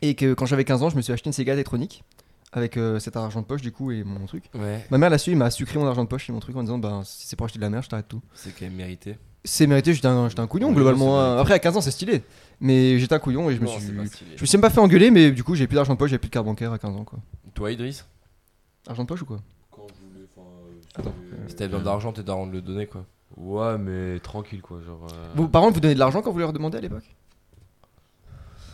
[SPEAKER 2] Et que quand j'avais 15 ans, je me suis acheté une cigarette électronique. Avec euh, cet argent de poche, du coup, et mon truc.
[SPEAKER 1] Ouais,
[SPEAKER 2] Ma mère là-dessus, il m'a sucré mon argent de poche et mon truc en disant Bah, si c'est pour acheter de la merde, je t'arrête tout.
[SPEAKER 1] c'est quand même mérité.
[SPEAKER 2] C'est mérité, j'étais un, j'étais un couillon
[SPEAKER 1] Oui,
[SPEAKER 2] globalement.
[SPEAKER 1] c'est
[SPEAKER 2] hein.
[SPEAKER 1] mérité.
[SPEAKER 2] Après, à 15 ans, c'est stylé. Mais j'étais un couillon et je me
[SPEAKER 1] Non,
[SPEAKER 2] suis.
[SPEAKER 1] c'est pas stylé.
[SPEAKER 2] Je me suis même pas fait engueuler, mais du coup, j'ai plus d'argent de poche, j'ai plus de carte bancaire à 15 ans, quoi.
[SPEAKER 1] Toi, Idriss
[SPEAKER 2] Argent de poche ou quoi
[SPEAKER 4] euh,
[SPEAKER 1] Si t'avais besoin d'argent, t'es d'argent de le donner quoi.
[SPEAKER 4] Ouais, mais tranquille quoi. Genre, euh,
[SPEAKER 2] Vos parents vous donnaient de l'argent quand vous leur demandez à l'époque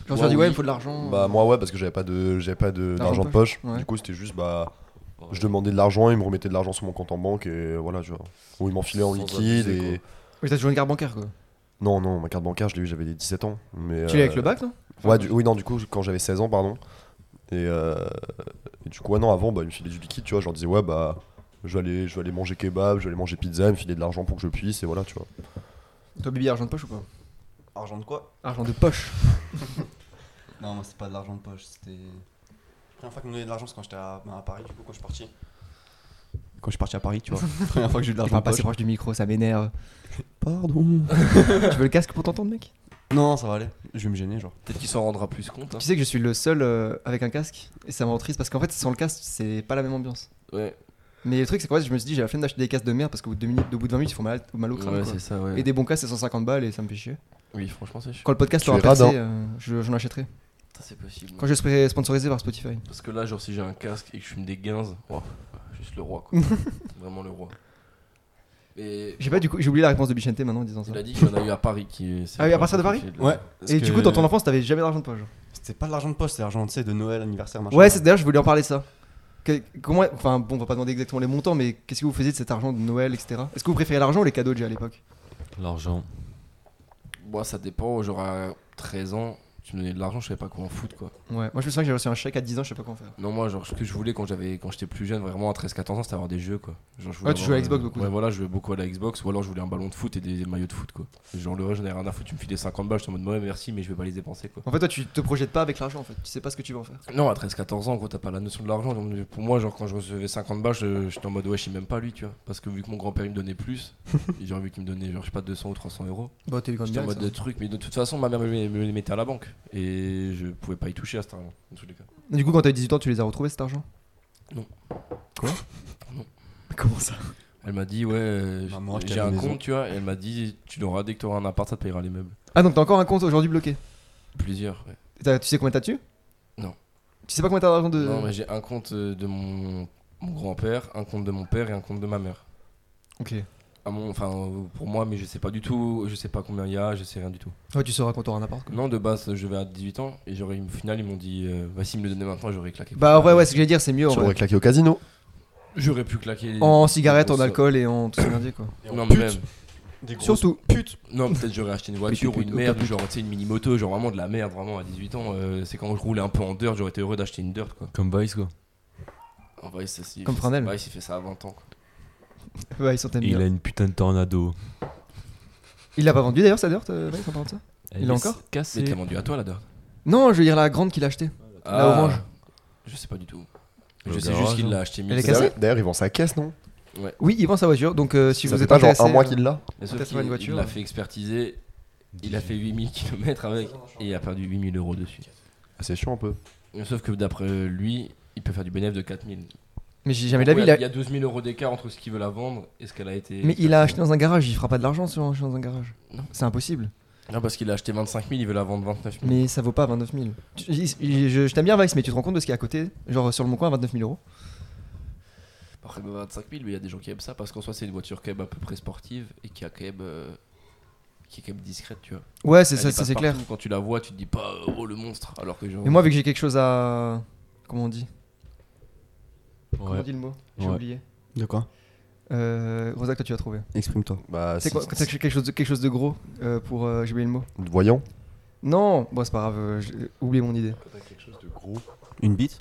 [SPEAKER 2] Genre, ils
[SPEAKER 3] Ouais,
[SPEAKER 2] dit, ouais, il
[SPEAKER 3] oui.
[SPEAKER 2] me faut de l'argent.
[SPEAKER 3] Bah, moi, ouais, parce que j'avais pas de j'avais pas de- d'argent de poche.
[SPEAKER 2] ouais.
[SPEAKER 3] Du coup, c'était juste, bah,
[SPEAKER 4] ouais.
[SPEAKER 3] je demandais de l'argent, ils me remettaient de l'argent sur mon compte en banque, et voilà, tu vois. Ou ils m'enfilaient en
[SPEAKER 4] Sans
[SPEAKER 3] liquide,
[SPEAKER 4] abuser,
[SPEAKER 3] et.
[SPEAKER 2] Oui, t'as toujours une carte bancaire, quoi.
[SPEAKER 3] Non, non, ma carte bancaire, je l'ai eu, j'avais 17 ans. Mais,
[SPEAKER 2] Tu l'as
[SPEAKER 3] euh,
[SPEAKER 2] avec le bac, non
[SPEAKER 3] Ouais, du- oui, non, du coup, quand j'avais 16 ans, pardon. Et, euh, et du coup, ouais, non, avant, bah, ils me filaient du liquide, tu vois. Je leur disais, ouais, bah, je vais aller, je vais aller manger kebab, je vais aller manger pizza, ils me filaient de l'argent pour que je puisse, et voilà, tu vois.
[SPEAKER 2] Toi, Bibi, argent de poche ou pas
[SPEAKER 8] Argent de quoi
[SPEAKER 2] Argent de poche.
[SPEAKER 8] Non, moi, c'était pas de l'argent de poche. C'était. La première fois qu'ils me donnaient de l'argent, c'est quand j'étais à, ben, à Paris, du coup, quand je suis parti. Quand je suis parti à Paris, tu vois. La première fois que j'ai eu
[SPEAKER 2] Je
[SPEAKER 8] de l'argent
[SPEAKER 2] parle
[SPEAKER 8] de
[SPEAKER 2] pas assez
[SPEAKER 8] poche.
[SPEAKER 2] proche du micro, ça m'énerve.
[SPEAKER 8] Pardon.
[SPEAKER 2] tu veux le casque pour t'entendre, mec
[SPEAKER 8] Non, ça va aller. Je vais me gêner, genre.
[SPEAKER 1] Peut-être qu'il s'en rendra plus compte. hein.
[SPEAKER 2] Tu sais que je suis le seul euh, avec un casque et ça me rend triste parce qu'en fait, sans le casque, c'est pas la même ambiance.
[SPEAKER 1] Ouais,
[SPEAKER 2] Mais le truc, c'est quoi Je me suis dit, j'ai la flemme d'acheter des casques de merde parce qu'au bout de, deux minutes- au bout de 20 minutes, ils font mal, mal au crâne.
[SPEAKER 1] ouais
[SPEAKER 2] quoi.
[SPEAKER 1] c'est ça, ouais.
[SPEAKER 2] Et des bons casques, c'est 150 balles et ça me fait chier.
[SPEAKER 1] Oui, franchement, c'est chiant.
[SPEAKER 2] Quand le podcast
[SPEAKER 3] Tu
[SPEAKER 2] sera
[SPEAKER 3] es radin.
[SPEAKER 2] passé, euh, je- j'en achèterai.
[SPEAKER 1] Putain, C'est possible.
[SPEAKER 2] Quand je serai sponsorisé par Spotify.
[SPEAKER 1] Parce que là, genre, si j'ai un casque et que je fume des 15, oh, juste le roi quoi. Vraiment le roi. Et
[SPEAKER 2] J'ai pas du coup, j'ai oublié la réponse de Bichente maintenant en disant ça.
[SPEAKER 1] il a dit qu'il y en a eu à Paris qui. c'est
[SPEAKER 2] Ah oui, à
[SPEAKER 1] la
[SPEAKER 2] partir de
[SPEAKER 1] première
[SPEAKER 2] Paris
[SPEAKER 1] fois qu'il
[SPEAKER 8] Ouais.
[SPEAKER 1] fait de
[SPEAKER 8] parce
[SPEAKER 2] Et du
[SPEAKER 8] que
[SPEAKER 2] coup, dans ton enfance, t'avais jamais d'argent de poche. genre.
[SPEAKER 8] C'était pas de l'argent de poche, c'était l'argent, tu sais, de Noël, anniversaire, machin.
[SPEAKER 2] Ouais, c'est d'ailleurs, je voulais en parler ça. Que- comment, enfin bon, on va pas demander exactement les montants, mais qu'est-ce que vous faisiez de cet argent de Noël, etc. Est-ce que vous préférez l'argent ou les cadeaux déjà à l'époque
[SPEAKER 4] L'argent.
[SPEAKER 1] la- Moi, ça dépend. Genre, à 13 ans, tu me donnais de l'argent, je savais pas quoi en foutre quoi.
[SPEAKER 2] Ouais, moi je me souviens que j'ai reçu un chèque à 10 ans, je sais pas quoi en faire.
[SPEAKER 1] Non, moi, genre, ce que je voulais quand j'avais, quand j'étais plus jeune, vraiment à 13-14 ans, c'était avoir des jeux, quoi. Genre, je voulais
[SPEAKER 2] Ouais, Ah, tu jouais à
[SPEAKER 1] avoir,
[SPEAKER 2] Xbox
[SPEAKER 1] euh,
[SPEAKER 2] beaucoup,
[SPEAKER 1] Ouais,
[SPEAKER 2] toi.
[SPEAKER 1] voilà, je jouais beaucoup à la Xbox, ou alors je voulais un ballon de foot et des, des maillots de foot, quoi. Genre, le reste, j'en avais rien à foutre, tu me filais 50 balles, je suis en mode, ouais, merci, mais je vais pas les dépenser, quoi.
[SPEAKER 2] En fait, toi, tu te projettes pas avec l'argent, en fait. Tu sais pas ce que tu veux en faire.
[SPEAKER 1] Non, à 13-14 ans, quoi, t'as pas la notion de l'argent. Donc, Pour moi, genre, quand je recevais 50 balles, je- j'étais en mode, ouais, je sais même pas lui, tu vois. Parce que vu que mon grand-père, il me donnait plus, et genre, vu qu'il me donnait, genre, je sais pas, 200 ou 300 euros,
[SPEAKER 2] Bah, t'es
[SPEAKER 1] j'étais en mode de truc, mais de toute façon, ma mère me, me les mettait à la banque, et je pouvais pas y toucher à cet argent, en tous les cas.
[SPEAKER 2] Du coup, quand t'as eu 18 ans, tu les as retrouvés cet argent
[SPEAKER 1] Non.
[SPEAKER 2] Quoi
[SPEAKER 1] Non.
[SPEAKER 2] Comment ça
[SPEAKER 1] Elle m'a dit, ouais, euh,
[SPEAKER 8] Maman, je
[SPEAKER 1] j'ai
[SPEAKER 8] t'aime
[SPEAKER 1] un
[SPEAKER 8] la maison.
[SPEAKER 1] compte, tu vois. Et elle m'a dit, tu l'auras dès que tu auras un appart, ça te payera les meubles.
[SPEAKER 2] Ah, donc t'as encore un compte aujourd'hui bloqué
[SPEAKER 1] Plusieurs, ouais.
[SPEAKER 2] T'as- Tu sais combien t'as dessus
[SPEAKER 1] Non.
[SPEAKER 2] Tu sais pas combien t'as d'argent de.
[SPEAKER 1] Non, mais j'ai un compte euh, de mon, mon grand-père, un compte de mon père et un compte de ma mère.
[SPEAKER 2] Ok.
[SPEAKER 1] À mon, enfin, euh, pour moi, mais je sais pas du tout, je sais pas combien il y a, je sais rien du tout.
[SPEAKER 2] Ouais, tu sauras quand t'auras un appart. Quoi.
[SPEAKER 1] Non, de base, je vais à 18 ans et j'aurais, au final, ils m'ont dit, euh, bah, s'ils me le donnaient maintenant, j'aurais claqué.
[SPEAKER 2] Bah, ouais, ouais, ce que j'allais dire, c'est mieux en
[SPEAKER 3] Tu
[SPEAKER 2] vrai.
[SPEAKER 3] aurais claqué au casino.
[SPEAKER 1] J'aurais pu claquer.
[SPEAKER 2] En cigarette, en
[SPEAKER 1] Grosse-
[SPEAKER 2] alcool et en tout ce merdier, quoi.
[SPEAKER 8] Et on
[SPEAKER 1] Non, mais
[SPEAKER 8] pute,
[SPEAKER 1] même.
[SPEAKER 8] Des grosses
[SPEAKER 2] Surtout.
[SPEAKER 8] putes.
[SPEAKER 1] Non, peut-être j'aurais acheté une voiture
[SPEAKER 2] t'es
[SPEAKER 1] ou une
[SPEAKER 2] plutôt
[SPEAKER 1] merde, ou
[SPEAKER 2] caput.
[SPEAKER 1] genre, tu sais, une mini-moto, genre vraiment de la merde, vraiment à 18 ans. euh, c'est quand je roulais un peu en dirt, j'aurais été heureux d'acheter une dirt, quoi.
[SPEAKER 4] Comme Vice quoi.
[SPEAKER 1] En vrai, ça, c'est-
[SPEAKER 2] Comme Pranel.
[SPEAKER 1] Vice, il fait ça à 20 ans, quoi.
[SPEAKER 2] Ouais, ils sont
[SPEAKER 4] Et
[SPEAKER 2] tellement
[SPEAKER 4] il
[SPEAKER 2] bien.
[SPEAKER 4] a une putain de tornado.
[SPEAKER 2] Il l'a pas vendu d'ailleurs, sa dirt, euh, Mike, sans parler de ça
[SPEAKER 4] Elle
[SPEAKER 2] Il l'a
[SPEAKER 4] est
[SPEAKER 2] encore
[SPEAKER 1] Mais
[SPEAKER 4] Cassée.
[SPEAKER 1] t'as vendu à toi la Ah. date
[SPEAKER 2] Non, je veux dire la grande qu'il a achetée. La orange.
[SPEAKER 1] Je sais pas du tout.
[SPEAKER 4] Le
[SPEAKER 1] je sais
[SPEAKER 4] garage,
[SPEAKER 1] juste qu'il
[SPEAKER 4] hein.
[SPEAKER 1] l'a acheté
[SPEAKER 2] Elle est
[SPEAKER 1] euros.
[SPEAKER 2] cassée
[SPEAKER 3] D'ailleurs, d'ailleurs, ils vendent sa caisse, non
[SPEAKER 2] Oui, il vend sa voiture, donc euh, si
[SPEAKER 3] Ça
[SPEAKER 2] vous
[SPEAKER 3] fait
[SPEAKER 2] êtes
[SPEAKER 3] pas genre
[SPEAKER 2] intéressé.
[SPEAKER 3] un mois
[SPEAKER 2] euh,
[SPEAKER 3] qu'il l'a
[SPEAKER 1] Mais sauf
[SPEAKER 2] Peut-être
[SPEAKER 1] qu'il-
[SPEAKER 2] une voiture,
[SPEAKER 1] Il l'a
[SPEAKER 2] ouais.
[SPEAKER 1] fait expertiser, il a fait 8000 km avec et il a perdu 8000 euros dessus.
[SPEAKER 3] Ah, C'est chiant un peu.
[SPEAKER 1] Mais Sauf que d'après lui, il peut faire du bénéfice de 4000.
[SPEAKER 2] Ah, Mais j'ai jamais de la vie.
[SPEAKER 1] il,
[SPEAKER 2] il
[SPEAKER 1] y
[SPEAKER 2] a-
[SPEAKER 1] a- il y a 12 000 euros d'écart entre ce qu'il veut la vendre et ce qu'elle a été.
[SPEAKER 2] Mais il a acheté dans un garage, il fera pas de l'argent sur un- dans un garage.
[SPEAKER 1] Non.
[SPEAKER 2] C'est impossible.
[SPEAKER 1] Non, parce qu'il a acheté 25 000, il veut la vendre 29 000.
[SPEAKER 2] Mais ça vaut pas 29 000. Tu- il- il- je je t'aime bien Vice, mais tu te rends compte de ce qui est à côté Genre sur le Bon Coin, 29 000 euros.
[SPEAKER 1] Par après 25 000, mais il y a des gens qui aiment ça parce qu'en soi, c'est une voiture quand même à peu près sportive et qui a quand même. euh, qui est quand même discrète, tu vois.
[SPEAKER 2] Ouais, c'est
[SPEAKER 1] Elle
[SPEAKER 2] ça,
[SPEAKER 1] est
[SPEAKER 2] ça,
[SPEAKER 1] pas
[SPEAKER 2] c'est clair.
[SPEAKER 1] partout. Quand tu la vois, tu te dis pas euh, oh le monstre, alors que genre.
[SPEAKER 2] Mais moi, vu que j'ai quelque chose à. Comment on dit Comment on dit le mot J'ai
[SPEAKER 4] Ouais.
[SPEAKER 2] oublié.
[SPEAKER 5] De quoi
[SPEAKER 2] Euh, Rosa, toi, tu as trouvé.
[SPEAKER 5] Exprime-toi.
[SPEAKER 3] Bah,
[SPEAKER 2] C'est
[SPEAKER 3] c'est
[SPEAKER 2] quoi C'est quelque chose de, quelque chose de gros euh, pour. euh, j'ai oublié le mot.
[SPEAKER 3] voyant.
[SPEAKER 2] Non Bon, c'est pas grave, euh, j'ai oublié mon idée.
[SPEAKER 3] Quelque chose de gros.
[SPEAKER 5] Une bite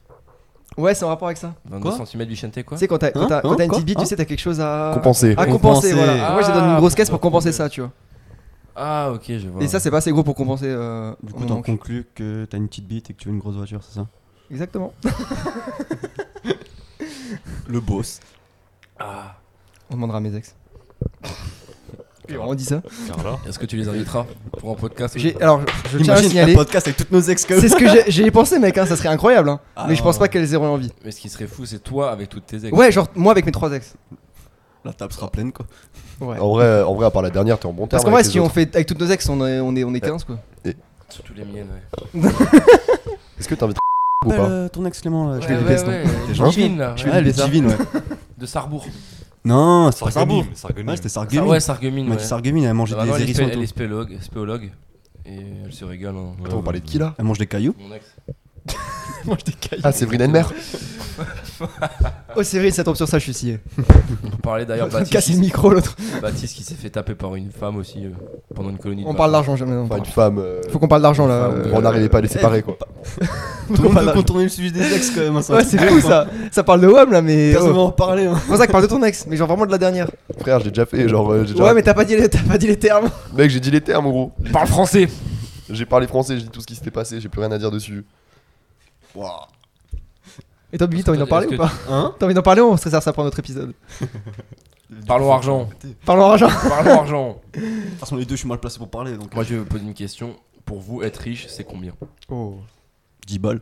[SPEAKER 2] Ouais, c'est en rapport avec ça.
[SPEAKER 1] 22
[SPEAKER 5] Quoi
[SPEAKER 1] cm du chanté, quoi.
[SPEAKER 2] Tu sais, quand t'as quand
[SPEAKER 5] Hein
[SPEAKER 2] t'as- quand
[SPEAKER 5] Hein
[SPEAKER 2] t'as une
[SPEAKER 5] Quoi
[SPEAKER 2] petite bite, tu
[SPEAKER 5] Hein
[SPEAKER 2] sais, t'as quelque chose à.
[SPEAKER 3] Ah, Compensé.
[SPEAKER 2] À compenser,
[SPEAKER 5] Compenser.
[SPEAKER 2] voilà.
[SPEAKER 1] Ah,
[SPEAKER 2] Moi, j'ai donné une grosse caisse pour
[SPEAKER 9] pour
[SPEAKER 2] compenser
[SPEAKER 9] compenser.
[SPEAKER 2] ça, tu vois.
[SPEAKER 1] Ah, ok, je vois.
[SPEAKER 2] Et ça, c'est pas assez gros pour compenser. euh,
[SPEAKER 5] Du
[SPEAKER 2] mon
[SPEAKER 5] coup, t'en
[SPEAKER 2] manque.
[SPEAKER 5] conclus que t'as une petite bite et que tu veux une grosse voiture, c'est ça
[SPEAKER 2] Exactement.
[SPEAKER 5] Le boss.
[SPEAKER 1] Ah.
[SPEAKER 2] On demandera à mes ex. Et on dit ça.
[SPEAKER 4] Carla.
[SPEAKER 1] Est-ce que tu les inviteras pour un podcast
[SPEAKER 2] J'ai- Alors, je tiens à
[SPEAKER 5] Imagine un
[SPEAKER 2] signaler.
[SPEAKER 5] podcast avec toutes nos ex
[SPEAKER 2] C'est ce que j'ai- j'y ai pensé, mec, hein, ça serait incroyable. hein.
[SPEAKER 5] Ah,
[SPEAKER 2] mais je pense
[SPEAKER 5] ouais.
[SPEAKER 2] pas qu'elles auraient envie.
[SPEAKER 1] Mais ce qui serait fou, c'est toi avec toutes tes ex.
[SPEAKER 2] Ouais, genre, moi avec mes trois ex.
[SPEAKER 5] La table sera pleine quoi.
[SPEAKER 2] Ouais.
[SPEAKER 3] En vrai, en vrai, à part la dernière, t'es en bon terme.
[SPEAKER 2] Parce qu'en vrai,
[SPEAKER 3] avec
[SPEAKER 2] si
[SPEAKER 3] les
[SPEAKER 2] on
[SPEAKER 3] autres.
[SPEAKER 2] fait avec toutes nos ex, on est, on est, on est 15 quoi.
[SPEAKER 1] Surtout les miennes, ouais.
[SPEAKER 3] Est-ce que t'invites ou pas
[SPEAKER 5] Euh, ton ex Clément là, je
[SPEAKER 1] Ouais,
[SPEAKER 5] le déteste.
[SPEAKER 1] ouais,
[SPEAKER 5] hein.
[SPEAKER 1] ouais,
[SPEAKER 5] T'es
[SPEAKER 1] les
[SPEAKER 5] gentil.
[SPEAKER 1] divines, là,
[SPEAKER 5] Je
[SPEAKER 1] ouais,
[SPEAKER 5] le
[SPEAKER 1] les
[SPEAKER 5] déteste divine, ouais.
[SPEAKER 1] De Sarrebourg.
[SPEAKER 5] Non, c'est pas Sarbourg.
[SPEAKER 4] Sargonime. Sargonime.
[SPEAKER 5] Ouais, c'était
[SPEAKER 1] Ah
[SPEAKER 5] Sarguemine.
[SPEAKER 1] ouais,
[SPEAKER 5] Ouais,
[SPEAKER 1] Sargumine.
[SPEAKER 5] elle m'a
[SPEAKER 1] ouais.
[SPEAKER 5] dit Sarguemine, elle mange
[SPEAKER 1] Ah bah non,
[SPEAKER 5] des
[SPEAKER 1] elle, est spé-
[SPEAKER 5] hérissons et
[SPEAKER 1] elle est
[SPEAKER 5] tout.
[SPEAKER 1] spéologue, spéologue, et elle se régale. hein.
[SPEAKER 3] Attends, on parlait de qui là
[SPEAKER 5] Elle mange des cailloux.
[SPEAKER 1] Mon ex.
[SPEAKER 5] Elle mange des
[SPEAKER 2] euh,
[SPEAKER 5] cailloux.
[SPEAKER 3] Ah, c'est Vrinenmer.
[SPEAKER 2] Oh, Cyril, ça tombe sur ça, je suis scié.
[SPEAKER 1] On parlait
[SPEAKER 2] On
[SPEAKER 1] d'ailleurs de
[SPEAKER 2] casser le
[SPEAKER 1] Baptiste,
[SPEAKER 2] micro, l'autre.
[SPEAKER 1] Baptiste qui s'est fait taper par une femme aussi euh, pendant une colonie. de
[SPEAKER 2] On parle
[SPEAKER 1] vacances.
[SPEAKER 2] d'argent, jamais. on
[SPEAKER 3] Enfin,
[SPEAKER 2] parle.
[SPEAKER 3] une femme. euh,
[SPEAKER 2] Faut qu'on parle d'argent là.
[SPEAKER 3] femme,
[SPEAKER 2] euh,
[SPEAKER 3] On n'arrivait pas à les séparer quoi.
[SPEAKER 2] faut
[SPEAKER 5] Tout
[SPEAKER 2] qu'on parle
[SPEAKER 5] le monde peut
[SPEAKER 2] d'argent.
[SPEAKER 5] contourner le sujet des ex quand même. hein, ça.
[SPEAKER 2] Ouais, c'est fou ça. Ça parle de WAM là, mais.
[SPEAKER 5] Personne va
[SPEAKER 2] Oh.
[SPEAKER 5] en parler. hein.
[SPEAKER 2] C'est pour ça que parle de ton ex, mais genre vraiment de la dernière.
[SPEAKER 3] Frère, j'ai déjà fait. Genre, euh, j'ai déjà-
[SPEAKER 2] Ouais, mais t'as pas dit les, t'as pas dit les termes.
[SPEAKER 3] Mec, j'ai dit les termes, gros.
[SPEAKER 1] Parle français
[SPEAKER 3] J'ai parlé français, j'ai dit tout ce qui s'était passé, j'ai plus rien à dire dessus. Wouah.
[SPEAKER 2] Et toi, Bibi, t'as envie d'en
[SPEAKER 1] Est-ce
[SPEAKER 2] parler
[SPEAKER 1] que-
[SPEAKER 2] ou pas
[SPEAKER 5] Hein
[SPEAKER 2] T'as envie d'en parler ou on se réserve ça pour notre épisode
[SPEAKER 1] Parlons argent
[SPEAKER 2] Parlons argent.
[SPEAKER 1] Parlons argent
[SPEAKER 5] De toute façon, les deux, je suis mal placé pour parler donc.
[SPEAKER 1] Moi je vais vous poser une question. Pour vous, être riche, c'est combien
[SPEAKER 5] 10 balles.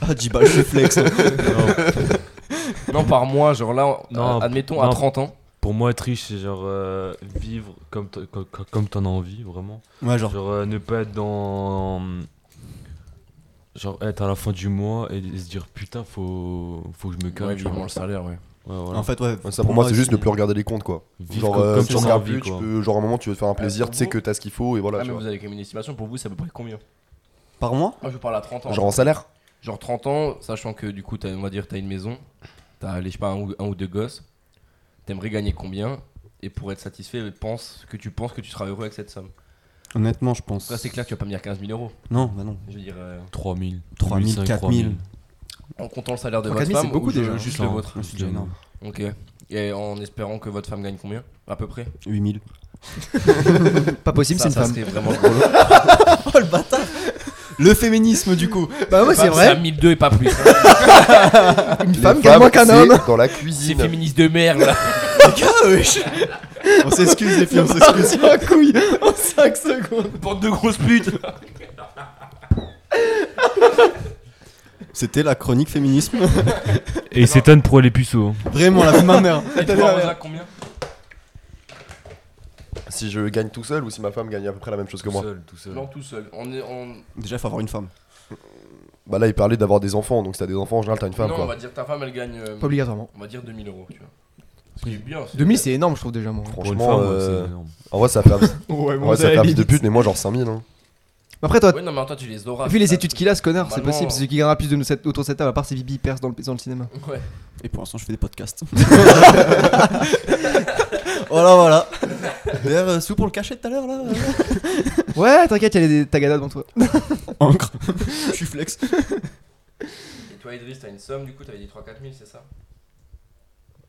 [SPEAKER 5] Ah, 10 balles, je flex. hein.
[SPEAKER 1] Non, par mois, genre là,
[SPEAKER 4] Non,
[SPEAKER 1] euh, admettons
[SPEAKER 4] non.
[SPEAKER 1] à 30 ans.
[SPEAKER 4] Pour moi, être riche, c'est genre euh, vivre comme t- co- co- comme t'en as envie, vraiment.
[SPEAKER 5] Ouais, genre.
[SPEAKER 4] Genre euh, ne pas être dans. Genre être à la fin du mois et se dire putain, faut, faut que je me calme.
[SPEAKER 1] Ouais, je
[SPEAKER 4] genre.
[SPEAKER 1] demande le salaire, ouais.
[SPEAKER 4] Ouais, voilà.
[SPEAKER 5] En fait, ouais.
[SPEAKER 3] Ouais, Ça pour moi, c'est juste ne
[SPEAKER 5] le
[SPEAKER 3] plus regarder les comptes quoi.
[SPEAKER 4] Vivre
[SPEAKER 3] Genre,
[SPEAKER 4] comme,
[SPEAKER 3] euh,
[SPEAKER 4] comme
[SPEAKER 3] tu
[SPEAKER 4] t'en as
[SPEAKER 3] regardes
[SPEAKER 4] envie.
[SPEAKER 3] plus, tu
[SPEAKER 4] quoi.
[SPEAKER 3] peux. Genre, à un moment, tu veux te faire un plaisir,
[SPEAKER 1] pour
[SPEAKER 3] tu sais
[SPEAKER 1] vous-
[SPEAKER 3] que t'as ce qu'il faut et voilà.
[SPEAKER 1] Ah,
[SPEAKER 3] tu
[SPEAKER 1] mais
[SPEAKER 3] vois.
[SPEAKER 1] vous avez quand même une estimation. Pour vous, c'est à peu près combien
[SPEAKER 5] Par mois
[SPEAKER 1] Moi je parle à 30 ans.
[SPEAKER 3] Genre en salaire
[SPEAKER 1] Genre 30 ans, sachant que du coup, t'as- on va dire, t'as une maison, t'as, les- je sais pas, un ou, un ou deux gosses, t'aimerais gagner combien Et pour être satisfait, pense que tu penses que tu seras heureux avec cette somme.
[SPEAKER 5] Honnêtement, je pense.
[SPEAKER 1] Là, c'est clair, tu vas pas me dire 15 000 euros.
[SPEAKER 5] Non, bah non.
[SPEAKER 1] Je veux dire, euh,
[SPEAKER 4] 3000.
[SPEAKER 5] 3000,
[SPEAKER 4] 3500,
[SPEAKER 5] 4000.
[SPEAKER 1] en comptant le salaire de
[SPEAKER 2] 15
[SPEAKER 1] votre
[SPEAKER 2] 000,
[SPEAKER 1] femme,
[SPEAKER 2] c'est beaucoup
[SPEAKER 1] ou je-
[SPEAKER 2] déjà.
[SPEAKER 1] juste
[SPEAKER 4] Non.
[SPEAKER 1] le vôtre.
[SPEAKER 5] hein. Je suis déjà énorme.
[SPEAKER 1] Ok. Et en espérant que votre femme gagne combien À peu près
[SPEAKER 5] 8000.
[SPEAKER 2] Pas possible, c'est
[SPEAKER 1] Ça, ça
[SPEAKER 2] une femme.
[SPEAKER 1] serait vraiment gros.
[SPEAKER 5] Oh le bâtard Le féminisme du coup
[SPEAKER 2] Bah ouais, c'est
[SPEAKER 1] à
[SPEAKER 2] vrai.
[SPEAKER 1] 1002 et pas plus. hein.
[SPEAKER 2] Une
[SPEAKER 3] Les
[SPEAKER 2] femme gagne moins qu'un
[SPEAKER 3] c'est
[SPEAKER 2] homme.
[SPEAKER 3] Dans la
[SPEAKER 1] C'est
[SPEAKER 3] cuisine.
[SPEAKER 1] féministe de merde là.
[SPEAKER 5] Les gars, wesh On s'excuse les filles, on s'excuse
[SPEAKER 2] Ah, Un couille en 5 secondes.
[SPEAKER 1] Bande de grosses putes.
[SPEAKER 5] C'était la chronique féminisme.
[SPEAKER 4] Et s'étonne pour les puceaux. hein.
[SPEAKER 5] Vraiment, la vie de Ah, ma mère.
[SPEAKER 1] Et toi, Rosa, combien
[SPEAKER 3] Si je gagne tout seul ou si ma femme gagne à peu près la même chose que moi.
[SPEAKER 4] Tout seul, tout seul.
[SPEAKER 1] Non, tout seul. On est, on...
[SPEAKER 5] Déjà, faut avoir une femme.
[SPEAKER 3] Bah là, il parlait d'avoir des enfants, donc si t'as des enfants, en général, t'as une femme
[SPEAKER 1] non, on
[SPEAKER 2] bah,
[SPEAKER 3] quoi.
[SPEAKER 1] va dire ta femme, elle gagne. euh,
[SPEAKER 2] Pas obligatoirement.
[SPEAKER 1] on va dire 2000 euros, tu vois. Ce qui est bien.
[SPEAKER 2] 2000, c'est énorme, je trouve déjà. Moi.
[SPEAKER 4] Pour une
[SPEAKER 3] Franchement,
[SPEAKER 4] femme, ouais,
[SPEAKER 3] euh,
[SPEAKER 4] c'est énorme.
[SPEAKER 3] en vrai, ça fait un
[SPEAKER 2] Ouais,
[SPEAKER 3] en vrai, ça fait un fils de pute, mais moi, genre 5000. Hein.
[SPEAKER 2] Après, toi,
[SPEAKER 1] Ouais, non, mais attends, tu les auras.
[SPEAKER 2] vu les
[SPEAKER 1] ça.
[SPEAKER 2] études qu'il a, ce connard, c'est
[SPEAKER 1] Normalement-
[SPEAKER 2] possible. C'est celui qui gagnera plus de nous cette- autour de cette table, à part si Bibi perce dans le, dans le cinéma.
[SPEAKER 1] Ouais.
[SPEAKER 5] Et pour l'instant, je fais des podcasts. voilà, voilà. D'ailleurs, euh, sous pour le cachet tout à l'heure là euh,
[SPEAKER 2] Ouais, t'inquiète, il y a des tagadas devant toi.
[SPEAKER 5] Encre. Je suis flex.
[SPEAKER 1] Et toi, Idriss, t'as une somme, du coup, t'avais dit 3-4 000, c'est ça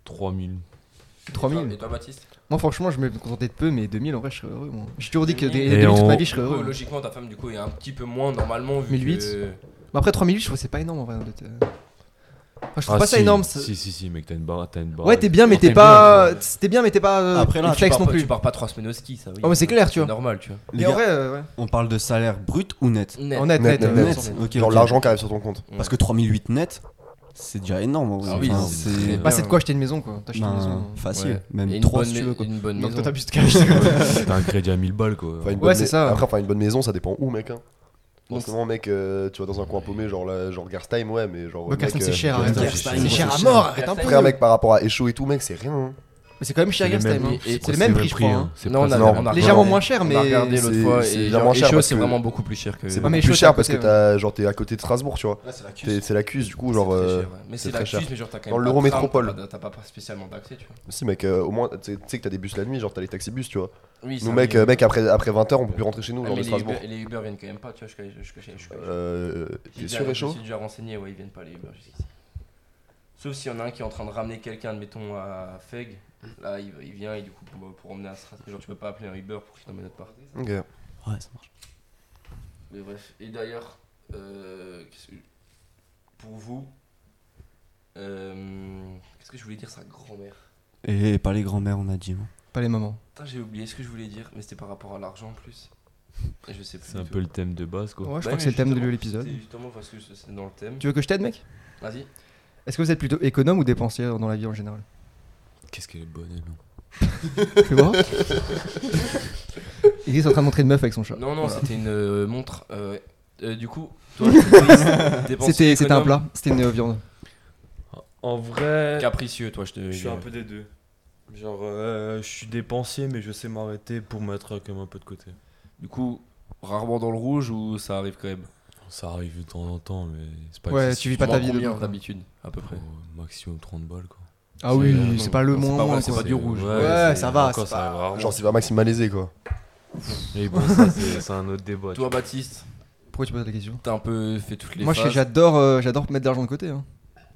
[SPEAKER 4] 3000.
[SPEAKER 1] Et toi-
[SPEAKER 2] 3000.
[SPEAKER 1] Et toi, Baptiste
[SPEAKER 2] Moi, franchement, je me contentais de peu, mais 2000, en vrai, je serais heureux. moi. J'ai toujours dit que des,
[SPEAKER 1] Et Oh,
[SPEAKER 2] des 2000 toute
[SPEAKER 4] on-
[SPEAKER 2] ma vie, je serais
[SPEAKER 1] Du coup,
[SPEAKER 2] heureux.
[SPEAKER 1] Logiquement, ta femme, du coup, est un petit peu moins normalement vu
[SPEAKER 2] 1008.
[SPEAKER 1] que-
[SPEAKER 2] Mais après, 3000, je trouve que c'est pas énorme en vrai. de te- Enfin, je trouve
[SPEAKER 4] Ah,
[SPEAKER 2] pas ça
[SPEAKER 4] si,
[SPEAKER 2] énorme. ça-
[SPEAKER 4] Si, si, si, mec, t'as une barre. T'as une barre
[SPEAKER 2] Ouais, t'es bien, mais
[SPEAKER 1] Non,
[SPEAKER 2] t'es
[SPEAKER 1] t'es
[SPEAKER 2] pas.
[SPEAKER 1] bien,
[SPEAKER 2] T'es bien, mais t'es pas. euh,
[SPEAKER 5] Après, là,
[SPEAKER 2] une
[SPEAKER 5] tu
[SPEAKER 1] Tu
[SPEAKER 2] flex
[SPEAKER 1] pars
[SPEAKER 2] non
[SPEAKER 1] pas-
[SPEAKER 2] plus.
[SPEAKER 1] Tu pars pas 3 semaines au ski, ça oui.
[SPEAKER 2] Oh, mais c'est clair, tu vois.
[SPEAKER 1] normal, tu vois.
[SPEAKER 5] Les
[SPEAKER 2] Mais en
[SPEAKER 5] gars,
[SPEAKER 2] vrai, euh, ouais.
[SPEAKER 5] on parle de salaire brut ou net
[SPEAKER 1] Net.
[SPEAKER 2] En net, net.
[SPEAKER 3] Net,
[SPEAKER 2] euh,
[SPEAKER 3] net,
[SPEAKER 2] ouais.
[SPEAKER 5] Net, ok.
[SPEAKER 3] Genre
[SPEAKER 5] ok.
[SPEAKER 3] l'argent qui arrive sur ton compte.
[SPEAKER 5] Parce que 3008 net, c'est déjà énorme. en vrai.
[SPEAKER 1] Ah oui,
[SPEAKER 5] Enfin,
[SPEAKER 1] c'est-
[SPEAKER 5] c'est.
[SPEAKER 2] Bah, c'est de quoi acheter une maison, quoi. T'achètes une
[SPEAKER 5] Ben,
[SPEAKER 2] maison.
[SPEAKER 5] facile,
[SPEAKER 1] Ouais. Et
[SPEAKER 5] même
[SPEAKER 1] une
[SPEAKER 5] 3
[SPEAKER 1] bonne
[SPEAKER 5] si tu
[SPEAKER 1] mai-
[SPEAKER 5] veux quoi.
[SPEAKER 1] Une bonne
[SPEAKER 2] Donc,
[SPEAKER 1] maison.
[SPEAKER 2] toi, t'as plus de cash.
[SPEAKER 4] T'as un crédit à 1000 balles, quoi.
[SPEAKER 3] Enfin,
[SPEAKER 2] Ouais,
[SPEAKER 3] une bonne
[SPEAKER 2] c'est
[SPEAKER 3] mais-
[SPEAKER 2] ça.
[SPEAKER 3] Après, enfin, une bonne maison, ça dépend où, mec. hein. Forcément, mec, euh, tu vas dans un coin paumé, genre, là, genre Garstheim, ouais, mais genre.
[SPEAKER 5] Bah,
[SPEAKER 3] mec,
[SPEAKER 5] Garstheim, c'est
[SPEAKER 3] euh,
[SPEAKER 5] cher,
[SPEAKER 2] hein.
[SPEAKER 3] Garstheim,
[SPEAKER 5] arrête.
[SPEAKER 3] c'est
[SPEAKER 5] Garstheim,
[SPEAKER 3] cher.
[SPEAKER 5] c'est cher à mort, arrête un peu.
[SPEAKER 3] Frère, mec, par rapport à Echo et tout, mec, c'est rien. hein.
[SPEAKER 5] Mais c'est quand même cher,
[SPEAKER 4] le
[SPEAKER 5] Garstheim.
[SPEAKER 4] même-
[SPEAKER 5] hein.
[SPEAKER 1] et-
[SPEAKER 5] C'est
[SPEAKER 1] c'est
[SPEAKER 5] le même
[SPEAKER 4] le
[SPEAKER 5] prix, je
[SPEAKER 4] prix,
[SPEAKER 5] crois.
[SPEAKER 4] hein.
[SPEAKER 5] hein.
[SPEAKER 4] C'est
[SPEAKER 1] Non, on
[SPEAKER 4] presque-
[SPEAKER 1] a,
[SPEAKER 3] non,
[SPEAKER 1] on a
[SPEAKER 5] Légèrement
[SPEAKER 1] regardé-
[SPEAKER 5] moins cher,
[SPEAKER 1] On a
[SPEAKER 5] mais.
[SPEAKER 1] regardé l'autre
[SPEAKER 3] c'est-
[SPEAKER 1] fois
[SPEAKER 3] c'est
[SPEAKER 1] et
[SPEAKER 3] légèrement
[SPEAKER 1] genre,
[SPEAKER 3] cher
[SPEAKER 1] Echo,
[SPEAKER 3] parce
[SPEAKER 1] c'est
[SPEAKER 3] que-
[SPEAKER 1] vraiment beaucoup plus cher que.
[SPEAKER 3] C'est
[SPEAKER 1] Ouais,
[SPEAKER 5] bon, mais
[SPEAKER 3] beaucoup
[SPEAKER 5] Echo,
[SPEAKER 3] plus
[SPEAKER 5] c'est à
[SPEAKER 3] cher parce que
[SPEAKER 5] côté,
[SPEAKER 3] t'as- genre, t'es à côté de Strasbourg, tu vois.
[SPEAKER 8] Là, c'est la cuisse.
[SPEAKER 3] T'es- C'est la cuisse, du coup,
[SPEAKER 1] c'est
[SPEAKER 3] genre.
[SPEAKER 1] très
[SPEAKER 3] euh,
[SPEAKER 1] cher, ouais. Mais
[SPEAKER 3] c'est
[SPEAKER 1] c'est
[SPEAKER 3] très
[SPEAKER 1] la
[SPEAKER 3] cher.
[SPEAKER 1] cuisse, mais genre t'as quand même.
[SPEAKER 3] Dans
[SPEAKER 1] pas de
[SPEAKER 3] l'Eurométropole.
[SPEAKER 1] tram, T'as pas- t'as pas, spécialement d'accès, tu vois.
[SPEAKER 3] Si, mec, euh, au moins, tu sais- tu sais que t'as des bus la nuit, genre, t'as les taxibus, tu vois.
[SPEAKER 1] Oui,
[SPEAKER 3] Nous, mec, euh, mec après, après 20h, on peut plus rentrer chez nous,
[SPEAKER 1] mais
[SPEAKER 3] genre, de
[SPEAKER 1] les
[SPEAKER 3] Strasbourg.
[SPEAKER 1] Uber, les Uber viennent quand même pas, tu vois. Je, je, je, je, je, je- j'ai
[SPEAKER 3] Euh, T'es
[SPEAKER 1] déjà-
[SPEAKER 3] sûr,
[SPEAKER 1] Je me
[SPEAKER 3] Echo
[SPEAKER 1] suis déjà renseigné, ouais, ils viennent pas les Uber jusqu'ici. Sauf s'il y en a un qui est en train de ramener quelqu'un, admettons, à Feg. Là, il, il vient et du coup, pour, pour emmener à Strasbourg. Genre, tu peux pas appeler un Uber pour qu'il t'emmène autre part.
[SPEAKER 3] Ok.
[SPEAKER 8] Ouais, ça marche.
[SPEAKER 1] Mais bref, et d'ailleurs, euh, qu'est-ce que- pour vous, euh, qu'est-ce que je voulais dire sa grand-mère
[SPEAKER 8] Et pas les grands-mères, on a dit. hein.
[SPEAKER 2] Pas les mamans.
[SPEAKER 1] Putain, j'ai oublié ce que je voulais dire, mais c'était par rapport à l'argent en plus. Et Je sais plus.
[SPEAKER 4] C'est un
[SPEAKER 1] du tout.
[SPEAKER 4] peu le thème de base, quoi.
[SPEAKER 2] Ouais, je
[SPEAKER 1] Bah
[SPEAKER 2] crois
[SPEAKER 1] oui,
[SPEAKER 2] que c'est le thème de
[SPEAKER 1] justement,
[SPEAKER 2] l'épisode.
[SPEAKER 1] c'était Justement, parce que c'est dans le thème.
[SPEAKER 2] Tu veux que je t'aide, mec
[SPEAKER 1] Vas-y.
[SPEAKER 2] Est-ce que vous êtes plutôt économe ou dépensier dans la vie en général
[SPEAKER 4] Qu'est-ce qu'elle est bonne, elle, non
[SPEAKER 2] Tu vois Il est en train de montrer une meuf avec son chat.
[SPEAKER 1] Non, non,
[SPEAKER 2] Voilà.
[SPEAKER 1] c'était une euh, montre. euh, euh, du coup, toi, t'es dépensier,
[SPEAKER 2] C'était c'était un
[SPEAKER 1] économe,
[SPEAKER 2] plat, c'était une euh, viande.
[SPEAKER 4] En vrai,
[SPEAKER 1] Capricieux, toi, je te. euh.
[SPEAKER 4] je suis un peu des deux. Genre, euh, je suis dépensier, mais je sais m'arrêter pour mettre quand même un peu de côté.
[SPEAKER 1] Du coup, rarement dans le rouge ou ça arrive quand même
[SPEAKER 4] Ça arrive de temps en temps, mais c'est pas
[SPEAKER 2] Ouais,
[SPEAKER 4] excessif.
[SPEAKER 2] tu vis pas ta vie
[SPEAKER 1] Combien
[SPEAKER 2] dedans, quoi.
[SPEAKER 1] d'habitude, à peu près.
[SPEAKER 4] Oh, maximum 30 balles, quoi.
[SPEAKER 2] Ah oui,
[SPEAKER 1] euh,
[SPEAKER 2] c'est
[SPEAKER 1] non,
[SPEAKER 2] pas le
[SPEAKER 1] non, c'est
[SPEAKER 2] moins.
[SPEAKER 1] pas-
[SPEAKER 2] moins,
[SPEAKER 1] c'est
[SPEAKER 2] quoi.
[SPEAKER 1] pas du rouge.
[SPEAKER 2] Ouais,
[SPEAKER 4] c'est-
[SPEAKER 2] ça va,
[SPEAKER 4] encore,
[SPEAKER 2] c'est
[SPEAKER 4] ça arrive rarement.
[SPEAKER 3] Genre, c'est pas maximalisé, quoi.
[SPEAKER 4] Mais bon, ça, c'est c'est un autre débat. tu
[SPEAKER 1] Toi, Baptiste,
[SPEAKER 2] Pourquoi tu poses la question
[SPEAKER 1] t'as un peu fait toutes les
[SPEAKER 2] Moi, je-
[SPEAKER 1] phases.
[SPEAKER 2] j'adore, euh, j'adore mettre de l'argent de côté. hein.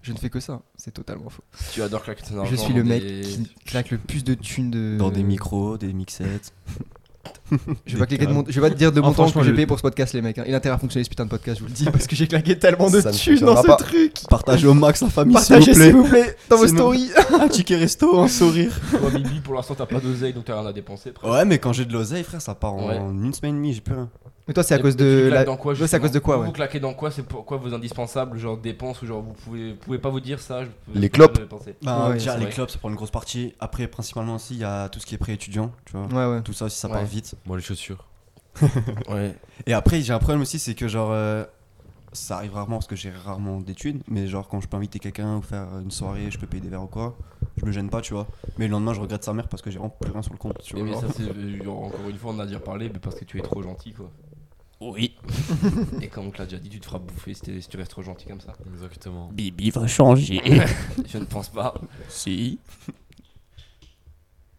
[SPEAKER 2] Je ne fais que ça. C'est totalement faux.
[SPEAKER 1] Tu adores claquer ton argent.
[SPEAKER 2] Je suis le
[SPEAKER 1] dans
[SPEAKER 2] mec
[SPEAKER 1] des-
[SPEAKER 2] qui claque le plus de thunes de.
[SPEAKER 5] Euh,
[SPEAKER 8] Dans des micros, des mixettes.
[SPEAKER 2] Je vais, pas cliquer de mon- je vais pas te dire de
[SPEAKER 4] Ah,
[SPEAKER 2] mon temps que
[SPEAKER 4] franchement,
[SPEAKER 2] j'ai
[SPEAKER 4] le-
[SPEAKER 2] payé pour ce podcast, les mecs. hein. Il a intérêt à fonctionner ce putain de podcast, je vous le dis, parce que j'ai claqué tellement de
[SPEAKER 3] Ça ne
[SPEAKER 2] thunes dans
[SPEAKER 3] fonctionnera
[SPEAKER 2] ce
[SPEAKER 3] pas.
[SPEAKER 2] truc.
[SPEAKER 8] Partagez au max
[SPEAKER 5] hein,
[SPEAKER 8] la famille, s'il vous
[SPEAKER 2] Partagez, s'il
[SPEAKER 8] plaît.
[SPEAKER 2] vous plaît, dans vos
[SPEAKER 8] Sinon-
[SPEAKER 2] stories.
[SPEAKER 8] Un ticket resto, un sourire.
[SPEAKER 1] Toi, Bibi, pour l'instant, t'as pas d'oseille, donc t'as rien à dépenser. presque.
[SPEAKER 8] Ouais, mais quand j'ai de l'oseille, frère, ça part en
[SPEAKER 1] Ouais.
[SPEAKER 8] une semaine et demie, j'ai plus rien.
[SPEAKER 2] Mais toi, c'est à
[SPEAKER 1] Et-
[SPEAKER 2] cause
[SPEAKER 1] et tu
[SPEAKER 2] de.
[SPEAKER 1] claques
[SPEAKER 2] la-
[SPEAKER 1] dans quoi,
[SPEAKER 2] Ouais, c'est à
[SPEAKER 1] justement
[SPEAKER 2] cause de quoi,
[SPEAKER 1] Vous,
[SPEAKER 2] ouais.
[SPEAKER 1] Vous claquez dans quoi C'est pour- quoi vos indispensables, genre dépenses ou genre vous pouvez, pouvez pas vous dire ça je peux- je
[SPEAKER 3] Les
[SPEAKER 1] peux pas
[SPEAKER 3] clopes.
[SPEAKER 1] dépenser.
[SPEAKER 8] Bah,
[SPEAKER 2] Ouais,
[SPEAKER 8] déjà,
[SPEAKER 1] c'est
[SPEAKER 8] les
[SPEAKER 1] vrai.
[SPEAKER 8] clubs, ça prend une grosse partie. Après, principalement aussi, il y a tout ce qui est prêt étudiant, tu vois.
[SPEAKER 2] Ouais, ouais.
[SPEAKER 8] Tout ça aussi, ça
[SPEAKER 1] Ouais.
[SPEAKER 8] part vite.
[SPEAKER 4] Moi, les chaussures.
[SPEAKER 1] Ouais.
[SPEAKER 8] Et après, j'ai un problème aussi, c'est que genre. euh, ça arrive rarement parce que j'ai rarement d'études, mais genre quand je peux inviter quelqu'un ou faire une soirée, je peux payer des verres ou quoi, je me gêne pas, tu vois. Mais le lendemain, je regrette sa mère parce que j'ai vraiment plus rien sur le compte, tu
[SPEAKER 1] Mais,
[SPEAKER 8] vois.
[SPEAKER 1] mais ça, c'est euh, genre, encore une fois, on a déjà parlé, mais parce que tu es trop gentil, quoi. Oui. Et comme on te l'a déjà dit, tu te feras bouffer si, t'es- si tu restes trop gentil comme ça.
[SPEAKER 4] Exactement.
[SPEAKER 8] Bibi va changer.
[SPEAKER 1] Je ne pense pas.
[SPEAKER 8] si.